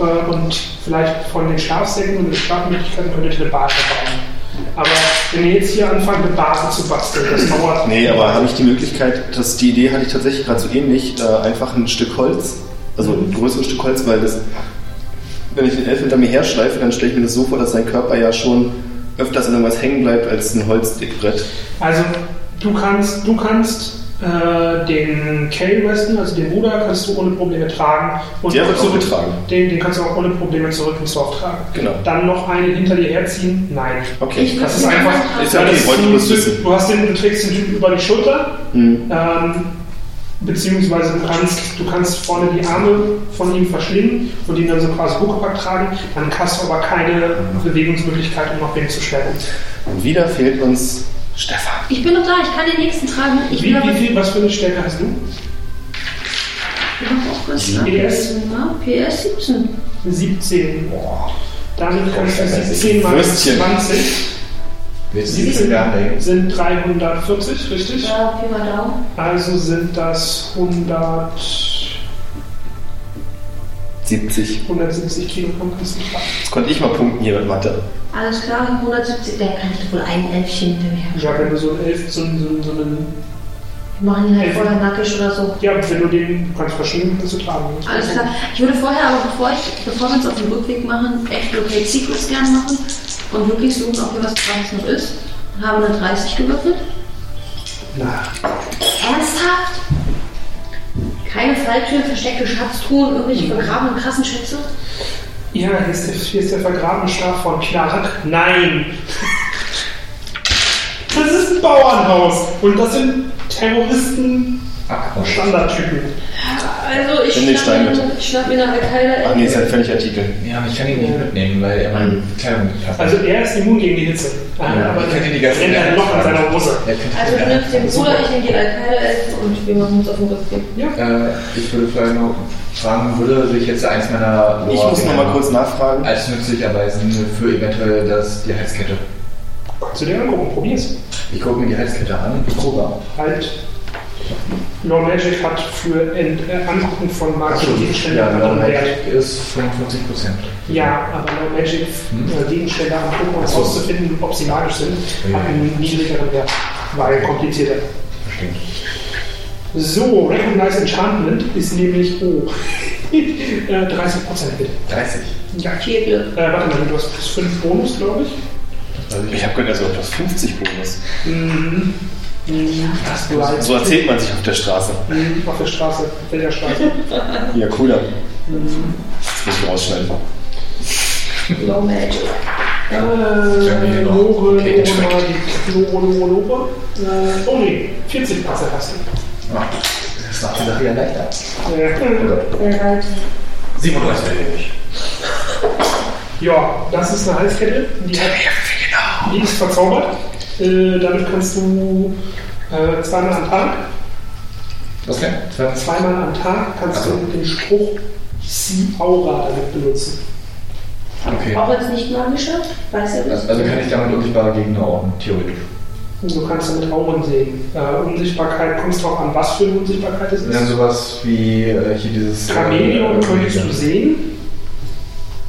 [SPEAKER 1] äh, und vielleicht von den Schlafsäcken und den Schlafmöglichkeiten könntet ihr eine Base bauen. Aber wenn ihr jetzt hier anfangt, eine Base zu basteln, das dauert.
[SPEAKER 2] Nee, aber habe ich die Möglichkeit, dass die Idee hatte ich tatsächlich gerade so ähnlich, äh, einfach ein Stück Holz, also ein größeres Stück Holz, weil das, wenn ich den Elf hinter mir herschleife, dann stelle ich mir das so vor, dass sein Körper ja schon öfters an irgendwas hängen bleibt als ein Holzdickbrett.
[SPEAKER 1] Also du kannst, du kannst äh, den Kay Weston, also den Bruder, kannst du ohne Probleme tragen. Und
[SPEAKER 2] Der wird
[SPEAKER 1] zurück-
[SPEAKER 2] auch getragen.
[SPEAKER 1] Den, den kannst du auch ohne Probleme zurück ins Dorf tragen.
[SPEAKER 2] Genau.
[SPEAKER 1] Dann noch eine hinter dir herziehen? Nein.
[SPEAKER 2] Okay.
[SPEAKER 4] Ich
[SPEAKER 1] Das
[SPEAKER 4] würde
[SPEAKER 1] ist
[SPEAKER 4] einen
[SPEAKER 1] einfach.
[SPEAKER 4] anderen
[SPEAKER 2] Ist ja okay,
[SPEAKER 1] das
[SPEAKER 2] wollte ich bloß
[SPEAKER 1] du,
[SPEAKER 2] wissen.
[SPEAKER 1] du, hast den, du trägst den Typen über die Schulter,
[SPEAKER 2] Hm.
[SPEAKER 1] ähm, beziehungsweise du kannst, du kannst vorne die Arme von ihm verschlingen und ihn dann so quasi hochgepackt tragen. Dann hast du aber keine Bewegungsmöglichkeit, um auf ihn zu schleppen.
[SPEAKER 2] Und wieder fehlt uns Stefan.
[SPEAKER 4] Ich bin noch da, ich kann den nächsten tragen. Ich
[SPEAKER 1] Wie,
[SPEAKER 4] bin
[SPEAKER 1] wie
[SPEAKER 4] aber
[SPEAKER 1] viel, was für eine Stärke hast du?
[SPEAKER 4] Ich bin noch ne? auch ganz lang.
[SPEAKER 1] PS?
[SPEAKER 4] Ja, PS 17.
[SPEAKER 1] 17. Damit kannst du
[SPEAKER 5] Boah,
[SPEAKER 1] 17 mal
[SPEAKER 2] Würstchen.
[SPEAKER 1] 20.
[SPEAKER 8] Willst du
[SPEAKER 1] Die
[SPEAKER 8] die
[SPEAKER 1] sind-
[SPEAKER 8] Zwerge?
[SPEAKER 1] sind 340, richtig?
[SPEAKER 6] Ja, Pi mal Daumen.
[SPEAKER 1] Also sind das 100,
[SPEAKER 2] 70.
[SPEAKER 1] 170 Kilo vom Kastenschlag.
[SPEAKER 2] Jetzt konnte ich mal punkten hier mit Mathe.
[SPEAKER 6] Alles klar, 170, da kann ich wohl ein Elfchen hinterher.
[SPEAKER 1] Ja, wenn du so einen Elf, so einen, so einen, so einen
[SPEAKER 6] Wir machen ihn halt vorher nackig oder so.
[SPEAKER 1] ja, wenn du den kannst verschwinden, kannst du tragen.
[SPEAKER 6] Alles klar. Ich würde vorher, aber bevor, ich, bevor wir uns auf den Rückweg machen, echt Locate Secrets gerne machen und wirklich suchen, ob hier was draußen noch ist. Und haben eine 30 gewürfelt.
[SPEAKER 1] Na,
[SPEAKER 6] Ernsthaft? Keine Falltüren, versteckte Schatztruhen, irgendwelche vergrabenen krassen Schätze?
[SPEAKER 1] ja, hier ist der, hier ist der vergrabene Stab von Clark. Nein! Das ist ein Bauernhaus und das sind Terroristen Standardtypen.
[SPEAKER 6] Also ich
[SPEAKER 2] In den
[SPEAKER 6] schnapp mir,
[SPEAKER 2] Stein,
[SPEAKER 6] ich schnapp mir eine Al-Qaida.
[SPEAKER 2] Ah, nee, ist ein Pfennigartikel.
[SPEAKER 5] Ja, aber ich kann ihn nicht mitnehmen, weil er meine Kleidung nicht hat.
[SPEAKER 1] Also er ist immun gegen die Hitze. Ah,
[SPEAKER 5] Ja, ich kenne die ganzen
[SPEAKER 1] brennt ein Loch an seiner Hose.
[SPEAKER 5] Er könnte
[SPEAKER 6] Also du nimmst den Bruder, ich nehme die Al-Qaida und wir machen uns auf den Rückweg.
[SPEAKER 5] Äh, ich würde vielleicht noch fragen, würde sich jetzt eins meiner
[SPEAKER 2] Ich muss noch mal kurz nachfragen.
[SPEAKER 5] als nützlich erweisen für eventuell das, die Halskette.
[SPEAKER 1] Kannst du dir angucken, probier's.
[SPEAKER 5] Ich gucke mir die Halskette an. Ich gucke an.
[SPEAKER 1] Halt. No Magic hat für Ent äh, Angucken von magischen Gegenständen
[SPEAKER 5] Ja, genau.
[SPEAKER 1] einen
[SPEAKER 5] Low
[SPEAKER 1] anderen Wert.
[SPEAKER 5] Magic ist 55 Prozent.
[SPEAKER 1] Ja, aber No Magic
[SPEAKER 5] Hm?
[SPEAKER 1] äh, Gegenstände angucken, um herauszufinden, ob sie magisch sind,
[SPEAKER 5] Ja.
[SPEAKER 1] hat einen niedrigeren Wert. Weil komplizierter.
[SPEAKER 5] Verstehe.
[SPEAKER 1] So, Recognize Enchantment ist nämlich, oh, äh, 30 Prozent bitte.
[SPEAKER 5] 30.
[SPEAKER 1] Ja, viel Glück. Äh, warte mal, du hast plus 5 Bonus, glaube ich.
[SPEAKER 5] Also ich
[SPEAKER 2] Ich habe gehört, also etwas 50 Bonus.
[SPEAKER 1] Mhm. Mhm, Das du halt
[SPEAKER 2] So erzählt man sich auf der Straße.
[SPEAKER 1] Mhm, auf der Straße, Felderstraße.
[SPEAKER 2] Ja, cooler. Das muss ich rausschneiden.
[SPEAKER 6] Low Magic.
[SPEAKER 1] Äh,
[SPEAKER 5] Jamie,
[SPEAKER 1] Lore,
[SPEAKER 5] noch.
[SPEAKER 1] Lore,
[SPEAKER 5] Okay, check.
[SPEAKER 1] Lore, Lore, Lore. Äh, oh nee, 40 Passe hast du.
[SPEAKER 5] mach das macht die Sache ja leichter.
[SPEAKER 1] Äh,
[SPEAKER 5] Oder? 37 will ich.
[SPEAKER 1] ja, das ist eine Halskette. Die, hat, die ist verzaubert. Äh, damit kannst du äh, zweimal am Tag,
[SPEAKER 5] Was kann? Zwei-
[SPEAKER 1] zweimal am Tag kannst
[SPEAKER 5] Also.
[SPEAKER 1] du den Spruch Si Aura damit benutzen.
[SPEAKER 5] Okay.
[SPEAKER 6] Auch jetzt nicht magische, weiß ja nicht.
[SPEAKER 5] Also kann ich damit unsichtbare Gegner ordnen, theoretisch.
[SPEAKER 1] Du kannst damit Auren sehen. Äh, Unsichtbarkeit, kommst drauf an, was für eine Unsichtbarkeit es ist.
[SPEAKER 5] Ja, sowas wie äh, hier dieses. äh,
[SPEAKER 1] Chamäleon könntest du sehen.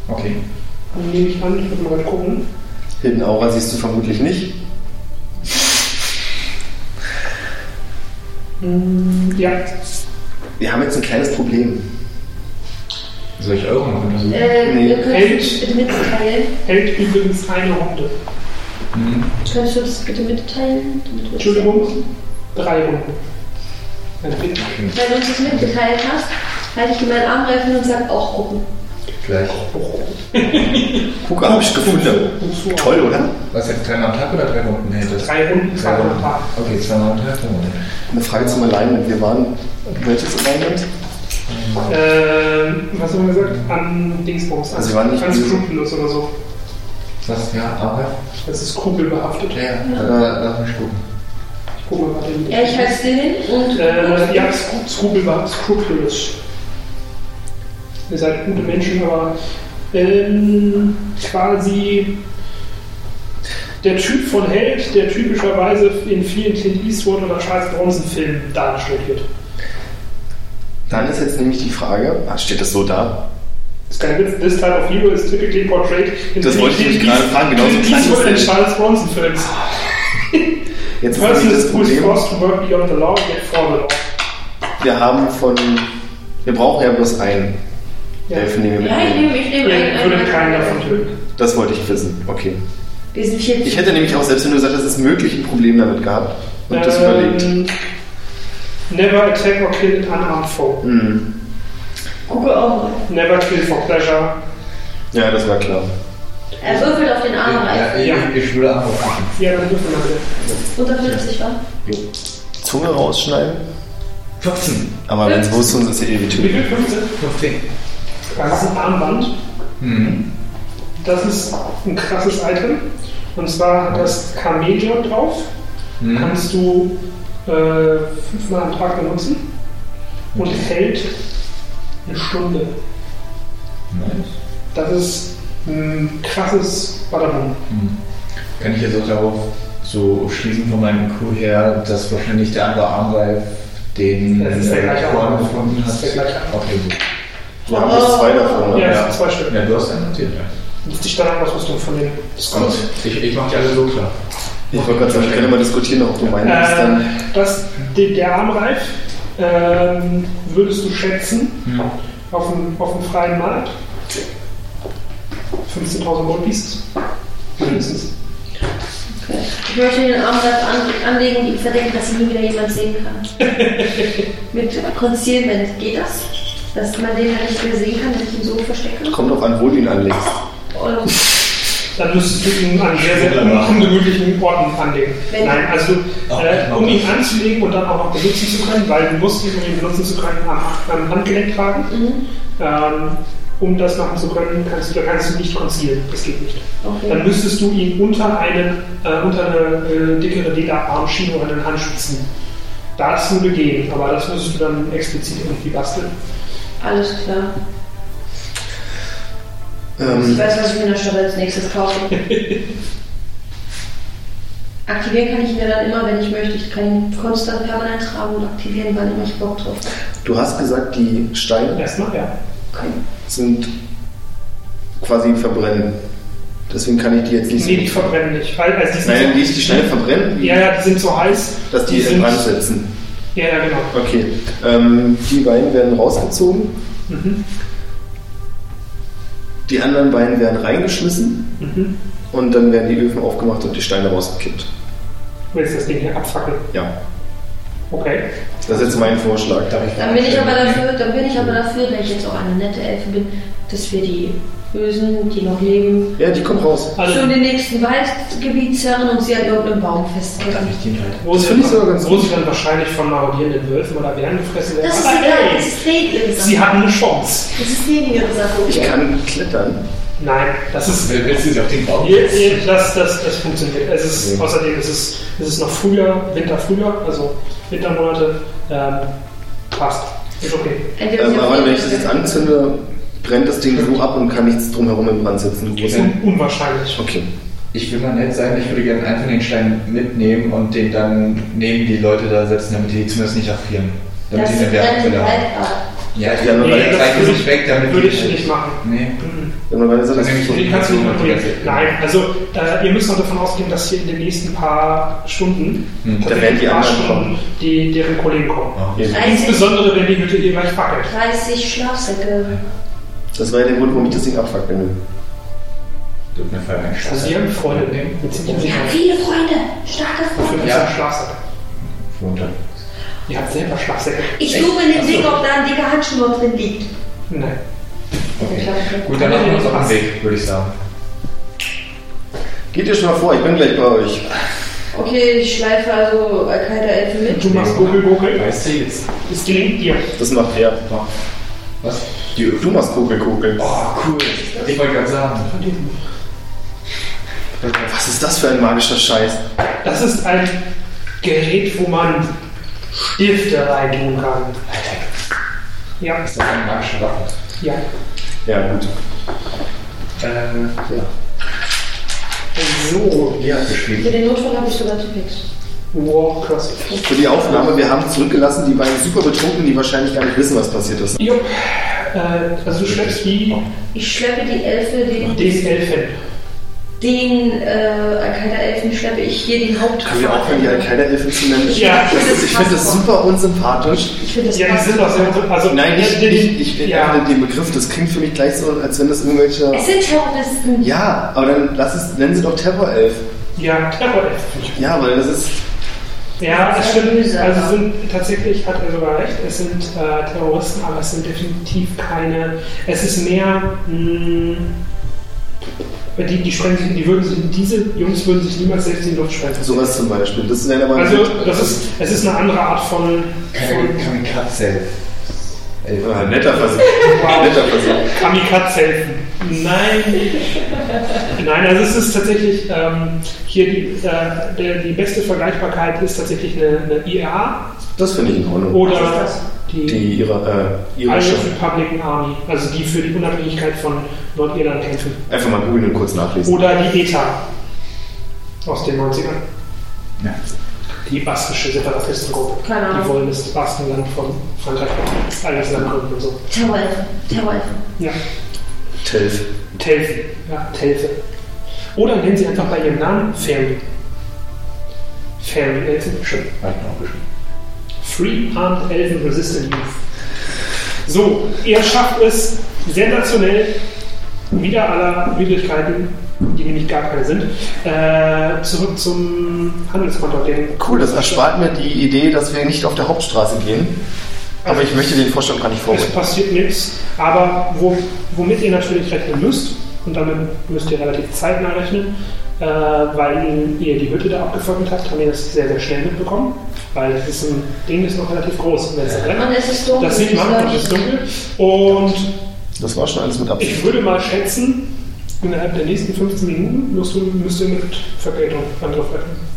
[SPEAKER 5] Okay.
[SPEAKER 1] Nehme ich an, ich würde mal gucken.
[SPEAKER 2] Hidden Aura siehst du vermutlich nicht.
[SPEAKER 1] Hm, Ja,
[SPEAKER 2] Wir haben jetzt ein kleines Problem.
[SPEAKER 5] Soll ich Euro noch untersuchen?
[SPEAKER 6] Äh,
[SPEAKER 2] Nee.
[SPEAKER 6] nee. Könntest du uns bitte mitteilen?
[SPEAKER 1] hält übrigens eine Runde.
[SPEAKER 5] Mhm.
[SPEAKER 6] Könntest du das bitte mitteilen? damit wir-
[SPEAKER 1] Entschuldigung, drei Runden. Dann bin ich
[SPEAKER 6] Wenn du uns das mitgeteilt hast, halte ich dir meinen Arm rein und sag auch gucken.
[SPEAKER 5] Gleich.
[SPEAKER 2] Guck, hab ich gefunden. Toll, oder?
[SPEAKER 5] Was jetzt? Dreimal am Tag oder drei Minuten? Nee, das
[SPEAKER 1] drei Runden, zwei Runden am Tag.
[SPEAKER 5] Okay, zweimal am Tag. dreimal am Tag.
[SPEAKER 2] Eine Frage zum Alignment. Wir waren welches Alignment?
[SPEAKER 1] Ähm, was haben wir gesagt? An Dingsbums.
[SPEAKER 2] Also wir waren nicht
[SPEAKER 1] an
[SPEAKER 2] böse.
[SPEAKER 1] Scrupulous oder so.
[SPEAKER 5] Was? Ja, aber.
[SPEAKER 1] Das ist kugelbehaftet.
[SPEAKER 5] Ja, äh, lass mich gucken.
[SPEAKER 1] Ich gucke mal den.
[SPEAKER 6] Ja, ich halte es dir hin und
[SPEAKER 1] äh, ja, Scru- Scrupelbe- Scrupulous. Ihr seid gute Menschen, aber ähm, quasi der Typ von Held, der typischerweise in vielen Clint Eastwood oder Charles Bronson Filmen dargestellt wird.
[SPEAKER 2] Dann ist jetzt nämlich die Frage, ah, steht das so da?
[SPEAKER 1] Das ist kein Witz, this type of hero is typically portrayed in
[SPEAKER 2] Das wollte ich mich gerade fragen, genauso
[SPEAKER 1] Clint
[SPEAKER 2] klang das
[SPEAKER 1] Eastwood and
[SPEAKER 2] nämlich.
[SPEAKER 1] Charles Bronson Films.
[SPEAKER 2] Jetzt ist
[SPEAKER 1] Person
[SPEAKER 2] nämlich
[SPEAKER 1] is
[SPEAKER 2] das
[SPEAKER 1] who is
[SPEAKER 2] Problem,
[SPEAKER 1] forced to work beyond the law, yet for the law.
[SPEAKER 2] wir haben von, wir brauchen ja bloß einen
[SPEAKER 1] Ja.
[SPEAKER 2] Elfen, den wir
[SPEAKER 6] Ja, ich
[SPEAKER 2] mitnehmen.
[SPEAKER 6] nehme, ich
[SPEAKER 1] Ihr
[SPEAKER 6] nehme einen.
[SPEAKER 1] würdet
[SPEAKER 6] einen-
[SPEAKER 1] keinen davon töten.
[SPEAKER 2] Das wollte ich wissen, okay.
[SPEAKER 6] Wir sind hier.
[SPEAKER 2] Ich hätte nämlich auch, selbst wenn du gesagt hast, es ist möglich, ein Problem damit gehabt und das überlegt.
[SPEAKER 1] Ähm, Never attack or kill an unarmed foe.
[SPEAKER 2] Hm.
[SPEAKER 6] Gucke auch mal.
[SPEAKER 1] Never kill for pleasure.
[SPEAKER 2] Ja, das war klar.
[SPEAKER 6] Er würfelt auf den Arm rein.
[SPEAKER 5] Ja, ich,
[SPEAKER 1] Ja.
[SPEAKER 5] ich würde Aro gucken.
[SPEAKER 1] Ja, dann dürfen wir bitte.
[SPEAKER 6] Unter 40 war.
[SPEAKER 2] Zunge rausschneiden?
[SPEAKER 5] 15.
[SPEAKER 2] Aber wenn es wusste, ist ja eh die
[SPEAKER 1] Wie
[SPEAKER 2] Tür.
[SPEAKER 1] viel? 15?
[SPEAKER 5] 15.
[SPEAKER 1] Das ist ein Armband.
[SPEAKER 5] Mhm.
[SPEAKER 1] Das ist ein krasses Item. Und zwar hat das Chameleon drauf.
[SPEAKER 5] Mhm.
[SPEAKER 1] Kannst du äh, fünfmal am Tag benutzen. Und hält eine Stunde.
[SPEAKER 5] Nice.
[SPEAKER 1] Das ist ein krasses Badabum.
[SPEAKER 5] Mhm.
[SPEAKER 8] Kann ich jetzt auch darauf so schließen von meinem Crew her, dass wahrscheinlich der andere Armreif den
[SPEAKER 1] Das ist der gleiche
[SPEAKER 8] Vorhang
[SPEAKER 1] Arm.
[SPEAKER 8] gefunden
[SPEAKER 1] Das
[SPEAKER 8] hat?
[SPEAKER 1] ist der gleiche Arm.
[SPEAKER 8] Okay, gut.
[SPEAKER 2] Du hast zwei davon, ne?
[SPEAKER 1] Ja, das sind zwei Stück.
[SPEAKER 8] Ja, du hast einen notiert, ja.
[SPEAKER 1] Das ist die Standardausrüstung von den
[SPEAKER 8] Gut,
[SPEAKER 1] Scouts.
[SPEAKER 8] ich, ich mache die alle so klar.
[SPEAKER 2] Ich wollte gerade sagen, ich könnte mal diskutieren, ob du meinst,
[SPEAKER 1] Äh,
[SPEAKER 2] dann.
[SPEAKER 1] das, de- der Armreif ähm, würdest du schätzen
[SPEAKER 5] Mhm.
[SPEAKER 1] auf, dem, auf dem freien Markt 15.000 Gold Pieces. Mindestens.
[SPEAKER 4] Ich möchte den Arm darauf an, anlegen und ihm verdenken, dass ihn nie wieder jemand sehen kann. Mit Concealment geht das? Dass man den halt nicht mehr sehen kann, wenn ich ihn so verstecke?
[SPEAKER 2] Kommt auch an, wo du ihn anlegst.
[SPEAKER 4] Und
[SPEAKER 1] Dann müsstest du ihn an sehr, sehr
[SPEAKER 8] Wunderbar.
[SPEAKER 1] ungemütlichen Orten anlegen.
[SPEAKER 4] Wenn-
[SPEAKER 1] Nein, also äh,
[SPEAKER 8] genau.
[SPEAKER 1] um ihn anzulegen und dann auch noch benutzen zu können, weil du musst ihn, um ihn benutzen zu können, am, am Handgelenk tragen. Ähm, um das machen zu können, kannst du, da kannst du nicht konzielen. Das geht nicht. Dann müsstest du ihn unter, einen, äh, unter eine äh, dickere Lederarmschiene oder einen Handschuh ziehen. Dazu begehen, aber das müsstest du dann explizit irgendwie basteln.
[SPEAKER 4] alles klar. Ich
[SPEAKER 2] Ähm,
[SPEAKER 4] weiß, was ich mir in der Stadt als nächstes kaufe. aktivieren kann ich ihn ja dann immer, wenn ich möchte. Ich kann ihn konstant permanent tragen und aktivieren, wann immer ich Bock drauf habe.
[SPEAKER 2] du hast gesagt, die Steine
[SPEAKER 1] Erstmal, ja.
[SPEAKER 2] sind quasi verbrennen. Deswegen kann ich die jetzt nicht.
[SPEAKER 1] Nee, die verbrennen nicht. Weil, also die sind
[SPEAKER 2] Nein,
[SPEAKER 1] so,
[SPEAKER 2] die ich die Steine verbrennen,
[SPEAKER 1] ja, ja, die sind so heiß,
[SPEAKER 2] dass die,
[SPEAKER 1] die
[SPEAKER 2] in
[SPEAKER 1] sind-
[SPEAKER 2] Brand setzen.
[SPEAKER 1] Ja, ja, genau.
[SPEAKER 2] Okay. Ähm, die beiden werden rausgezogen.
[SPEAKER 1] Mhm.
[SPEAKER 2] Die anderen beiden werden reingeschmissen
[SPEAKER 1] Mhm.
[SPEAKER 2] und dann werden die Öfen aufgemacht und die Steine rausgekippt.
[SPEAKER 1] Du willst das Ding hier abfackeln.
[SPEAKER 2] Ja,
[SPEAKER 1] Okay.
[SPEAKER 2] das ist jetzt mein Vorschlag.
[SPEAKER 8] Darf ich
[SPEAKER 4] Dann bin ich aber dafür, dann bin ich aber dafür, wenn ich jetzt auch eine nette Elfe bin, dass wir die Bösen, die noch leben,
[SPEAKER 2] Ja, die kommen raus.
[SPEAKER 1] Also,
[SPEAKER 4] schon in den nächsten Waldgebiet zerren und sie an irgendeinem Baum festketten.
[SPEAKER 8] Darf ich den halt?
[SPEAKER 1] wo
[SPEAKER 2] das
[SPEAKER 1] sie
[SPEAKER 2] finde
[SPEAKER 1] dann-
[SPEAKER 2] ich sogar ganz
[SPEAKER 1] Wo sie dann wahrscheinlich von marodierenden Wölfen oder Bären gefressen werden.
[SPEAKER 9] Das ist
[SPEAKER 1] Aber
[SPEAKER 9] egal,
[SPEAKER 1] hey,
[SPEAKER 9] das ist denen ihre Sache.
[SPEAKER 1] Sie haben eine Chance.
[SPEAKER 9] Das ist denen ihre Sache.
[SPEAKER 2] Ich kann klettern.
[SPEAKER 1] Nein, das ist
[SPEAKER 8] Willst du sie auf den Baum?
[SPEAKER 1] Ja, ja, Das, das, das funktioniert. Es ist, Außerdem ist es, es ist noch früher, Winter früher, also Wintermonate. Ähm, passt. Ist okay.
[SPEAKER 4] Entweder
[SPEAKER 2] Ähm,
[SPEAKER 4] sie
[SPEAKER 2] aber
[SPEAKER 4] auf
[SPEAKER 2] wenn ich das jetzt anzünde, brennt das Ding so ab und kann nichts drumherum in Brand setzen.
[SPEAKER 1] Ist
[SPEAKER 2] Groß-
[SPEAKER 1] un unwahrscheinlich.
[SPEAKER 2] Okay.
[SPEAKER 5] Ich will mal nett sein, ich würde gerne einfach den Stein mitnehmen und den dann neben die Leute da setzen, damit die zumindest nicht erfrieren. Damit
[SPEAKER 4] das
[SPEAKER 5] die eine
[SPEAKER 4] ist
[SPEAKER 5] Wärme
[SPEAKER 4] dann
[SPEAKER 5] haben.
[SPEAKER 4] Wald ab.
[SPEAKER 5] Ja, ich
[SPEAKER 2] Ja, aber
[SPEAKER 5] will
[SPEAKER 2] weil-
[SPEAKER 5] jetzt
[SPEAKER 1] das
[SPEAKER 5] gleich
[SPEAKER 1] würde
[SPEAKER 5] nicht weg, damit
[SPEAKER 1] Würde
[SPEAKER 5] die-
[SPEAKER 1] ich nicht machen.
[SPEAKER 5] Nee.
[SPEAKER 1] Mhm.
[SPEAKER 2] Wenn man weiß, dass
[SPEAKER 5] Also-
[SPEAKER 1] Den kannst du nicht
[SPEAKER 5] Die
[SPEAKER 1] kontrollieren.
[SPEAKER 5] ganze-
[SPEAKER 1] Nein, also äh, ihr müsst noch davon ausgehen, dass hier in den nächsten paar Stunden
[SPEAKER 5] Hm,
[SPEAKER 2] da
[SPEAKER 1] tatsächlich
[SPEAKER 2] werden die
[SPEAKER 1] ein paar
[SPEAKER 2] anderen
[SPEAKER 1] Stunden
[SPEAKER 2] kommen.
[SPEAKER 1] die deren Kollegen kommen.
[SPEAKER 5] Ah.
[SPEAKER 4] Also
[SPEAKER 1] Insbesondere wenn die Hütte hier gleich fackelt.
[SPEAKER 4] 30 Schlafsäcke.
[SPEAKER 2] das war ja der Grund, warum ich das Ding abfackeln will.
[SPEAKER 5] Tut mir Feuer ein
[SPEAKER 1] Also ihr habt Freunde, mit ziemlicher
[SPEAKER 4] Wir haben
[SPEAKER 1] Sicherheit.
[SPEAKER 4] viele Freunde, starke
[SPEAKER 1] Für
[SPEAKER 4] Freunde.
[SPEAKER 1] ja. Schlafsäcke.
[SPEAKER 5] runter.
[SPEAKER 1] Ihr habt selber Schlafsäcke.
[SPEAKER 4] Ich suche in dem Ding, ob da ein dicker Handschuh noch drin liegt.
[SPEAKER 1] Nein.
[SPEAKER 5] Okay. Gut, dann machen wir uns auf den Weg, würde ich sagen.
[SPEAKER 2] Geht ihr schon mal vor, ich bin gleich bei euch.
[SPEAKER 4] Okay, ich schleife also Al-Qaida Elfen mit.
[SPEAKER 1] Du machst Gurgel, Gurgel.
[SPEAKER 5] Weißt du jetzt?
[SPEAKER 1] Es gelingt dir.
[SPEAKER 2] Das macht er.
[SPEAKER 5] Was? Die Öfen.
[SPEAKER 2] Du machst Kugelkugel.
[SPEAKER 5] Oh, cool. Ich wollte gerade sagen.
[SPEAKER 2] Was ist das für ein magischer Scheiß?
[SPEAKER 1] Das ist ein Gerät, wo man Stifte reintun kann. Ja,
[SPEAKER 5] Das ist eine magische Waffe.
[SPEAKER 1] ja.
[SPEAKER 2] Ja, gut.
[SPEAKER 5] Äh, ja.
[SPEAKER 1] So,
[SPEAKER 5] Die hat geschrieben.
[SPEAKER 4] Für den Notfall habe ich sogar Tupix.
[SPEAKER 1] wow, krass.
[SPEAKER 2] Für die Aufnahme, wir haben zurückgelassen die beiden super Betrunkenen, die wahrscheinlich gar nicht wissen, was passiert ist.
[SPEAKER 1] Jupp. Äh, also du schleppst die
[SPEAKER 4] Ich schleppe die Elfe, den,
[SPEAKER 1] den Elfen.
[SPEAKER 4] den äh, Al-Qaida-Elfen schleppe ich hier den Haupt.
[SPEAKER 2] Können wir aufhören, die Al-Qaida-Elfen zu nennen?
[SPEAKER 1] Ja.
[SPEAKER 2] Das ist, ich finde das super unsympathisch.
[SPEAKER 4] Ich finde das
[SPEAKER 1] Ja, die
[SPEAKER 4] passt.
[SPEAKER 1] sind doch sehr... Also,
[SPEAKER 2] Nein, nicht,
[SPEAKER 1] die-
[SPEAKER 2] nicht ich bin
[SPEAKER 1] ja.
[SPEAKER 2] den Begriff, das klingt für mich gleich so, als wenn das irgendwelche...
[SPEAKER 4] Es sind Terroristen.
[SPEAKER 2] Ja, aber dann lass es, nennen sie doch Terrorelf.
[SPEAKER 1] ja, Terrorelfen.
[SPEAKER 2] Ja, weil das ist...
[SPEAKER 1] Ja, das stimmt.
[SPEAKER 4] Böse,
[SPEAKER 1] Also
[SPEAKER 4] aber-
[SPEAKER 1] sind, tatsächlich hat er sogar recht. Es sind äh, Terroristen, aber es sind definitiv keine. Es ist mehr. Mh, die, die, sprengen sich, die würden sich, diese Jungs würden sich niemals selbst in die Luft sprengen.
[SPEAKER 2] Sowas zum Beispiel. Das ist dann aber
[SPEAKER 1] Also das ist, es ist eine andere Art von,
[SPEAKER 5] Keine
[SPEAKER 1] von
[SPEAKER 5] Kamikaze. Elf.
[SPEAKER 2] Ah, netter Versuch. netter Versuch.
[SPEAKER 1] Kamikaze-Helfen. Nein. Nein, also es ist tatsächlich ähm, hier die, äh, der, die beste Vergleichbarkeit ist tatsächlich eine, eine IA
[SPEAKER 2] Das finde ich in Ordnung.
[SPEAKER 1] oder Also- die
[SPEAKER 2] Die ihre, äh, ihre
[SPEAKER 1] Irish
[SPEAKER 2] Schrift.
[SPEAKER 1] Republican Army, also die für die Unabhängigkeit von Nordirland kämpfen.
[SPEAKER 2] Einfach mal googeln und kurz nachlesen.
[SPEAKER 1] Oder die ETA. aus den 90ern.
[SPEAKER 5] Ja.
[SPEAKER 1] Die baskische Separatistengruppe.
[SPEAKER 4] Keine
[SPEAKER 1] Die
[SPEAKER 4] Ahnung.
[SPEAKER 1] wollen das Baskenland von Frankreich alles angründen und so.
[SPEAKER 4] Terrorelfen. Terrorelfen.
[SPEAKER 1] Ja,
[SPEAKER 2] Telf.
[SPEAKER 1] Telfen. Ja, Telfe. Oder nennen sie einfach bei ihrem Namen Fairy. Fairy Elfen. Schön.
[SPEAKER 5] Reicht noch geschrieben.
[SPEAKER 1] Free Armed Elven Resistant Youth. So, er schafft es sensationell, wieder aller Widrigkeiten, die nämlich gar keine sind, äh, zurück zum Handelskonto. Den
[SPEAKER 2] Cool, das erspart mir die Idee, dass wir nicht auf der Hauptstraße gehen.
[SPEAKER 1] Also
[SPEAKER 2] Aber ich möchte den Vorschlag gar nicht
[SPEAKER 1] Es
[SPEAKER 2] vorbringen.
[SPEAKER 1] passiert nichts, aber wo, womit ihr natürlich rechnen müsst, und damit müsst ihr relativ zeitnah rechnen, äh, weil ihr die Hütte da abgefackelt habt, haben wir das sehr, sehr schnell mitbekommen, weil das ist ein Ding, das ist noch relativ groß. Wenn es
[SPEAKER 4] Und
[SPEAKER 1] verbrennt,
[SPEAKER 4] es ist dunkel.
[SPEAKER 1] das sieht man,
[SPEAKER 4] glaub,
[SPEAKER 1] das
[SPEAKER 4] ich-
[SPEAKER 1] ist dunkel. Und
[SPEAKER 2] Das war schon alles mit
[SPEAKER 1] ich
[SPEAKER 2] Absicht.
[SPEAKER 1] würde mal schätzen, innerhalb der nächsten 15 Minuten musst du, müsst ihr mit Vergeltung Angriff rechnen.